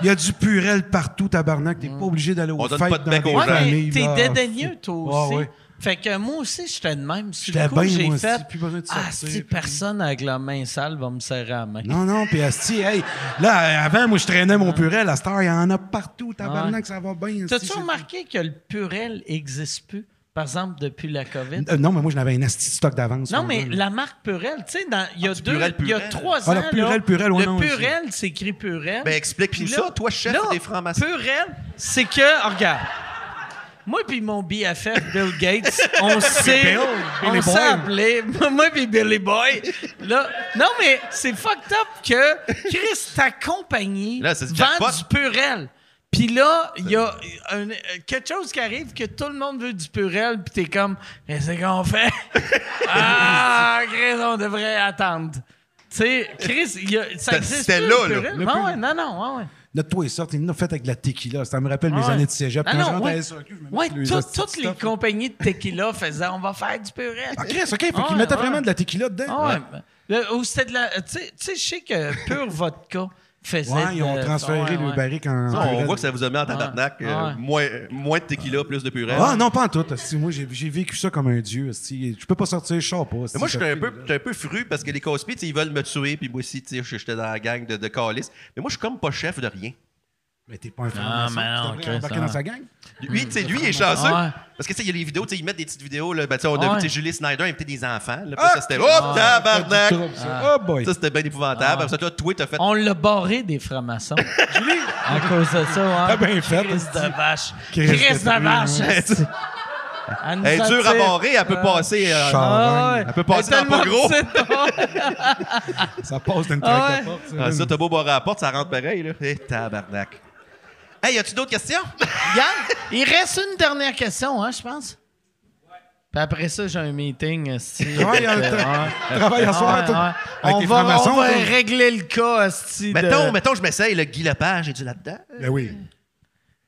Speaker 3: Il y a du purel partout, tabarnak. T'es pas obligé d'aller
Speaker 4: On
Speaker 3: aux
Speaker 4: donne
Speaker 3: fêtes
Speaker 4: pas de
Speaker 3: dans
Speaker 4: bec
Speaker 3: des
Speaker 4: aux
Speaker 1: Ouais,
Speaker 4: gens.
Speaker 1: mais
Speaker 3: familles,
Speaker 1: t'es
Speaker 3: là.
Speaker 1: dédaigneux, toi aussi.
Speaker 3: Ouais, ouais.
Speaker 1: Fait que moi aussi, j'étais de même. Sur
Speaker 3: J'étais
Speaker 1: le coup,
Speaker 3: bien,
Speaker 1: j'ai
Speaker 3: moi aussi,
Speaker 1: fait.
Speaker 3: plus besoin de
Speaker 1: ah,
Speaker 3: sortir,
Speaker 1: si
Speaker 3: puis-
Speaker 1: personne avec la main sale va me serrer la main.
Speaker 3: Non, non, puis Asti, hey, là, euh, avant, moi, je traînais mon purel. À Star, il y en a partout, tabarnak, ça va bien. asti,
Speaker 1: T'as-tu
Speaker 3: c'est-
Speaker 1: remarqué que le purel n'existe plus, par exemple, depuis la COVID?
Speaker 3: Euh, non, mais moi, je n'avais un asti de stock d'avance.
Speaker 1: Non,
Speaker 3: mon
Speaker 1: mais
Speaker 3: gars, là.
Speaker 1: la marque Purel, tu sais, dans- il y a
Speaker 4: du
Speaker 1: deux,
Speaker 4: Purel,
Speaker 1: il y a
Speaker 4: Purel.
Speaker 1: trois ans.
Speaker 3: Ah, le Purel,
Speaker 1: là,
Speaker 3: Purel, ouais,
Speaker 1: Le
Speaker 3: non, je-
Speaker 1: Purel, c'est écrit Purel.
Speaker 4: Ben, explique-nous
Speaker 1: Puis
Speaker 4: ça, toi, chef des francs-maçons.
Speaker 1: Purel, c'est que, regarde, oh, Moi puis mon BFF Bill Gates, on s'est
Speaker 2: Bill,
Speaker 1: on
Speaker 2: Billy
Speaker 1: s'est
Speaker 2: Boy.
Speaker 1: appelé moi puis Billy Boy. Là, non mais c'est fucked up que Chris ta compagnie
Speaker 4: Là, c'est du
Speaker 1: vend
Speaker 4: jackpot.
Speaker 1: du Purel. Puis là, il y a un- euh, quelque chose qui arrive que tout le monde veut du Purel, puis t'es comme, mais c'est qu'on fait? ah, Chris, on devrait attendre. Tu sais, Chris, il y a- ça
Speaker 4: C'était-
Speaker 1: existe
Speaker 4: c'était
Speaker 1: plus,
Speaker 4: là,
Speaker 1: le
Speaker 4: là.
Speaker 1: Purel? Ouais, ouais, non, non, ouais, ouais.
Speaker 3: Notre toit est sorti, il l'a fait avec de la tequila. Ça me rappelle mes
Speaker 1: Ouais.
Speaker 3: années de cégep.
Speaker 1: Ah
Speaker 3: quand
Speaker 1: non,
Speaker 3: je rentrais à
Speaker 1: ouais.
Speaker 3: SAQ, je me
Speaker 1: Ouais,
Speaker 3: mettais les
Speaker 1: tout-
Speaker 3: hosties de
Speaker 1: toutes les
Speaker 3: stuff.
Speaker 1: compagnies de tequila faisaient on va faire du purel.
Speaker 3: Ah, Chris, OK, fait
Speaker 1: Ah ouais,
Speaker 3: qu'il mettait
Speaker 1: ouais.
Speaker 3: vraiment de la tequila dedans.
Speaker 1: Ah ouais. Le- ou c'était de la. euh, Tu sais- tu sais, je sais que Pure Vodka faisait.
Speaker 3: Ouais, ils ont
Speaker 1: de-
Speaker 3: transféré
Speaker 1: euh, ouais,
Speaker 3: le
Speaker 1: ouais.
Speaker 3: barrique en.
Speaker 4: Ça,
Speaker 3: purée
Speaker 4: on
Speaker 3: de-
Speaker 4: voit que ça vous a mis en tabarnak.
Speaker 1: Ouais.
Speaker 4: euh,
Speaker 1: Ouais.
Speaker 4: moins, moins de tequila, plus de purée.
Speaker 3: Ah non, pas en tout. hostie. Moi, j'ai j'ai vécu ça comme un dieu. hostie. Je peux pas sortir, je sors pas. hostie.
Speaker 4: Mais Moi, je suis
Speaker 3: Ça
Speaker 4: un
Speaker 3: fait-
Speaker 4: peu, j'étais un peu fru parce que les Cosby, tu sais, ils veulent me tuer, puis moi aussi, tu sais, j'étais dans la gang de, de calices. Mais moi, je suis comme pas chef de rien.
Speaker 3: Mais t'es pas un
Speaker 1: Ah,
Speaker 3: franc-maçon.
Speaker 1: mais non,
Speaker 3: tu
Speaker 1: Chris,
Speaker 3: devrais embarquer
Speaker 1: ça
Speaker 3: dans
Speaker 1: va.
Speaker 3: sa gang.
Speaker 4: Lui, tu sais, lui, il est chanceux.
Speaker 1: Ouais.
Speaker 4: Parce que, tu sais, il y a les vidéos, tu sais, ils mettent des petites vidéos, là. Ben, tu sais, on
Speaker 1: Ouais.
Speaker 4: a vu, tu sais, Julie Snyder inviter des enfants, là. Puis ça, c'était, oh, tabarnak!
Speaker 3: Trouble,
Speaker 1: Ah.
Speaker 3: ça. Oh boy.
Speaker 4: Ça, c'était bien épouvantable. Après ça, toi, toi, t'as fait.
Speaker 1: On l'a barré des francs-maçons. à cause de ça, ouais.
Speaker 3: Ah, ben fait.
Speaker 1: Crise de vache.
Speaker 3: Crise de
Speaker 1: Crise de
Speaker 3: truie,
Speaker 1: vache.
Speaker 3: ouais.
Speaker 1: esti. Elle nous
Speaker 4: Elle est dure à
Speaker 1: attire.
Speaker 4: barrer, elle peut passer. euh,
Speaker 1: Ah,
Speaker 3: Charogne.
Speaker 4: Elle peut passer dans pas gros.
Speaker 3: Ça passe d'une
Speaker 1: Ah
Speaker 3: craque
Speaker 1: ouais.
Speaker 3: de porte. ça.
Speaker 4: Ah, ça, t'as beau boire à la porte, ça rentre pareil, là. Eh, tabarnak. Hey, y a-tu d'autres questions?
Speaker 1: Yann, il reste une dernière question, hein, je pense. Puis après ça, j'ai un meeting. esti.
Speaker 3: Travaille en-
Speaker 1: Ouais.
Speaker 3: Travaille à soir.
Speaker 1: Ah, Ouais,
Speaker 3: toi.
Speaker 1: ouais.
Speaker 3: Avec
Speaker 1: On
Speaker 3: tes
Speaker 1: va,
Speaker 3: francs-maçons,
Speaker 1: on va
Speaker 3: toi.
Speaker 1: régler le cas, esti, de-
Speaker 4: Mettons,
Speaker 3: euh,
Speaker 4: mettons, je m'essaye, le Guy Lepage, est-tu là-dedans?
Speaker 3: Ben oui.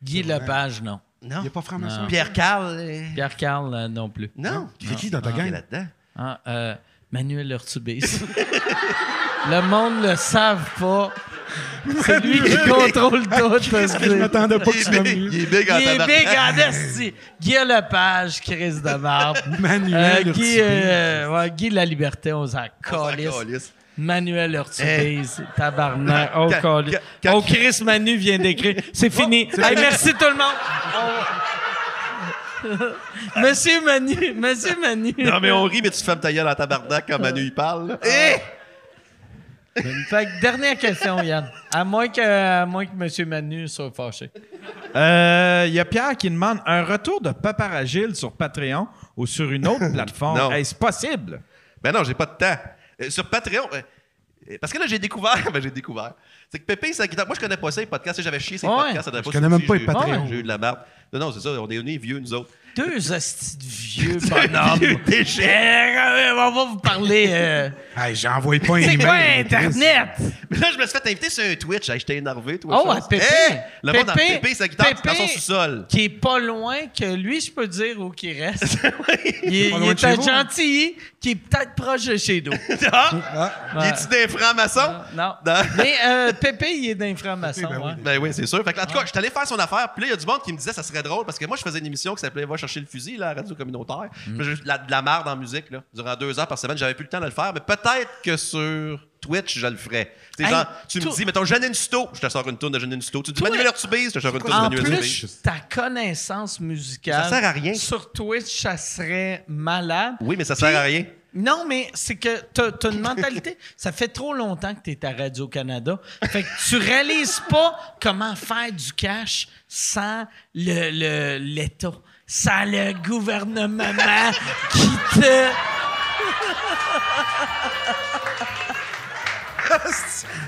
Speaker 1: Guy Lepage, non.
Speaker 4: Non.
Speaker 3: Il est pas
Speaker 1: Ah.
Speaker 3: franc-maçon.
Speaker 4: Pierre Carl. euh,
Speaker 1: Pierre Carl, non plus.
Speaker 4: Non.
Speaker 3: C'est qui dans ta
Speaker 4: Il est
Speaker 3: gang?
Speaker 4: là-dedans.
Speaker 1: Ah, euh, Manuel Urtubis. le monde le savent pas. C'est lui qui contrôle tout. esti.
Speaker 3: Je m'attendais pas que
Speaker 4: Il
Speaker 3: tu
Speaker 4: est
Speaker 3: nommes
Speaker 4: big,
Speaker 3: lui.
Speaker 4: il est big en
Speaker 1: Il est
Speaker 4: tabarnak.
Speaker 1: big en esti. Guy Lepage, Chris de marbre. Euh,
Speaker 3: Manuel.
Speaker 1: Guy,
Speaker 3: Urtubis.
Speaker 1: euh, ouais, Guy La Liberté, on s'en
Speaker 4: On s'en
Speaker 1: calisse.
Speaker 4: calisse.
Speaker 1: Manuel Urtubis, tabarnak. Oh,
Speaker 4: Quand-
Speaker 1: calisse.
Speaker 4: quand-
Speaker 1: Oh, Chris Manu vient d'écrire. C'est fini. Hey, merci tout le monde. On- Monsieur Manu, Monsieur Manu.
Speaker 4: Non, mais on rit, mais tu fermes ta gueule en tabarnak quand Manu, il parle.
Speaker 1: Ah.
Speaker 4: là. Eh!
Speaker 1: Fait que dernière question, Yann. À moins que, à moins que M. Manu soit fâché.
Speaker 2: Euh, Il y a Pierre qui demande un retour de Papa Agile sur Patreon ou sur une autre plateforme.
Speaker 4: Non.
Speaker 2: Est-ce possible?
Speaker 4: Ben non, j'ai pas de temps. Euh, sur Patreon, euh, euh, parce que là, j'ai découvert, ben j'ai découvert, c'est que Pépé, sa guitare, moi, je connais pas ça, les podcasts, Tu sais, j'avais chié ces
Speaker 1: Ouais.
Speaker 4: podcasts, ça devait
Speaker 3: Je
Speaker 4: pas
Speaker 3: connais même pas les
Speaker 4: sortir, j'ai-
Speaker 3: Patreons.
Speaker 4: J'ai eu de la merde. Non, non, c'est ça, on est, on est vieux, nous autres.
Speaker 1: Deux hosties de vieux
Speaker 4: Un vieux
Speaker 1: bonhommes.
Speaker 4: déchet.
Speaker 1: Euh, on va vous parler. euh,
Speaker 3: Hey, j'envoie pas un
Speaker 1: C'est
Speaker 3: email.
Speaker 1: quoi Internet?
Speaker 4: Mais là, je me suis fait inviter sur un Twitch, Hey, j'étais énervé, toi.
Speaker 1: Oh,
Speaker 4: chose.
Speaker 1: à Pépé.
Speaker 4: Hey! le monde dans
Speaker 1: Pépé-
Speaker 4: Pépé, sa guitare, c'est dans son
Speaker 1: Pépé-
Speaker 4: sous-sol.
Speaker 1: Qui est pas loin que lui, je peux dire où qu'il reste. Il est,
Speaker 3: Pas
Speaker 1: il
Speaker 3: loin
Speaker 1: est
Speaker 3: de chez
Speaker 1: à
Speaker 3: vous.
Speaker 1: Gentilly, qui est peut-être proche de chez nous.
Speaker 4: Ah! Il est-tu des francs-maçons?
Speaker 1: Ah, Non.
Speaker 4: Dans-
Speaker 1: Mais euh, Pépé, il est d'un franc-maçon. hein.
Speaker 3: Pépé, ben oui,
Speaker 1: ouais.
Speaker 4: Ben oui, c'est sûr. Fait que, en tout cas, je suis allé faire son affaire. Puis là, il y a du monde qui me disait ça serait drôle parce que moi, je faisais une émission qui s'appelait Va chercher le fusil là, à la radio communautaire. Puis j'ai eu de la, de la merde en musique là, durant deux heures par semaine. J'avais plus le temps de le faire, mais peut-être que sur Twitch, je le ferais. Tu
Speaker 1: Hey,
Speaker 4: sais, genre, tu me
Speaker 1: toi-
Speaker 4: dis, mettons, Janine Sto, je te sors une tourne de Janine Sto. Tu dis,
Speaker 1: Toi-
Speaker 4: Manuel Urtubis, je te sors une tourne de
Speaker 1: En
Speaker 4: Manuel Urtubis.
Speaker 1: plus, ta connaissance musicale
Speaker 4: Ça sert à rien.
Speaker 1: sur Twitch, ça serait malade.
Speaker 4: Oui, mais ça sert à
Speaker 1: Puis-
Speaker 4: rien.
Speaker 1: Non, mais c'est que t'as as une mentalité. Ça fait trop longtemps que t'es à Radio-Canada. Fait que tu réalises pas comment faire du cash sans l'État, le, l'État, sans le gouvernement qui te.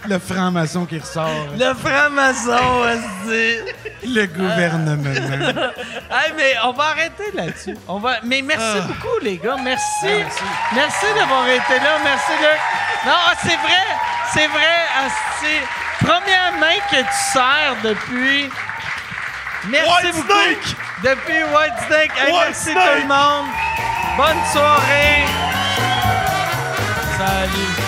Speaker 3: Le franc-maçon qui ressort.
Speaker 1: Le franc-maçon, aussi.
Speaker 3: Le gouvernement.
Speaker 1: Hey, mais on va arrêter là-dessus. On va... Mais merci
Speaker 4: Ah.
Speaker 1: beaucoup, les gars. Merci. Merci, d'avoir été là. Merci, Luc. Non, ah, c'est vrai. C'est vrai. asti. Première main que tu sers depuis. Merci
Speaker 4: White
Speaker 1: beaucoup.
Speaker 4: Snake.
Speaker 1: Depuis White Snake. Hey,
Speaker 4: White
Speaker 1: merci
Speaker 4: Snake.
Speaker 1: tout le monde. Bonne soirée. Salut.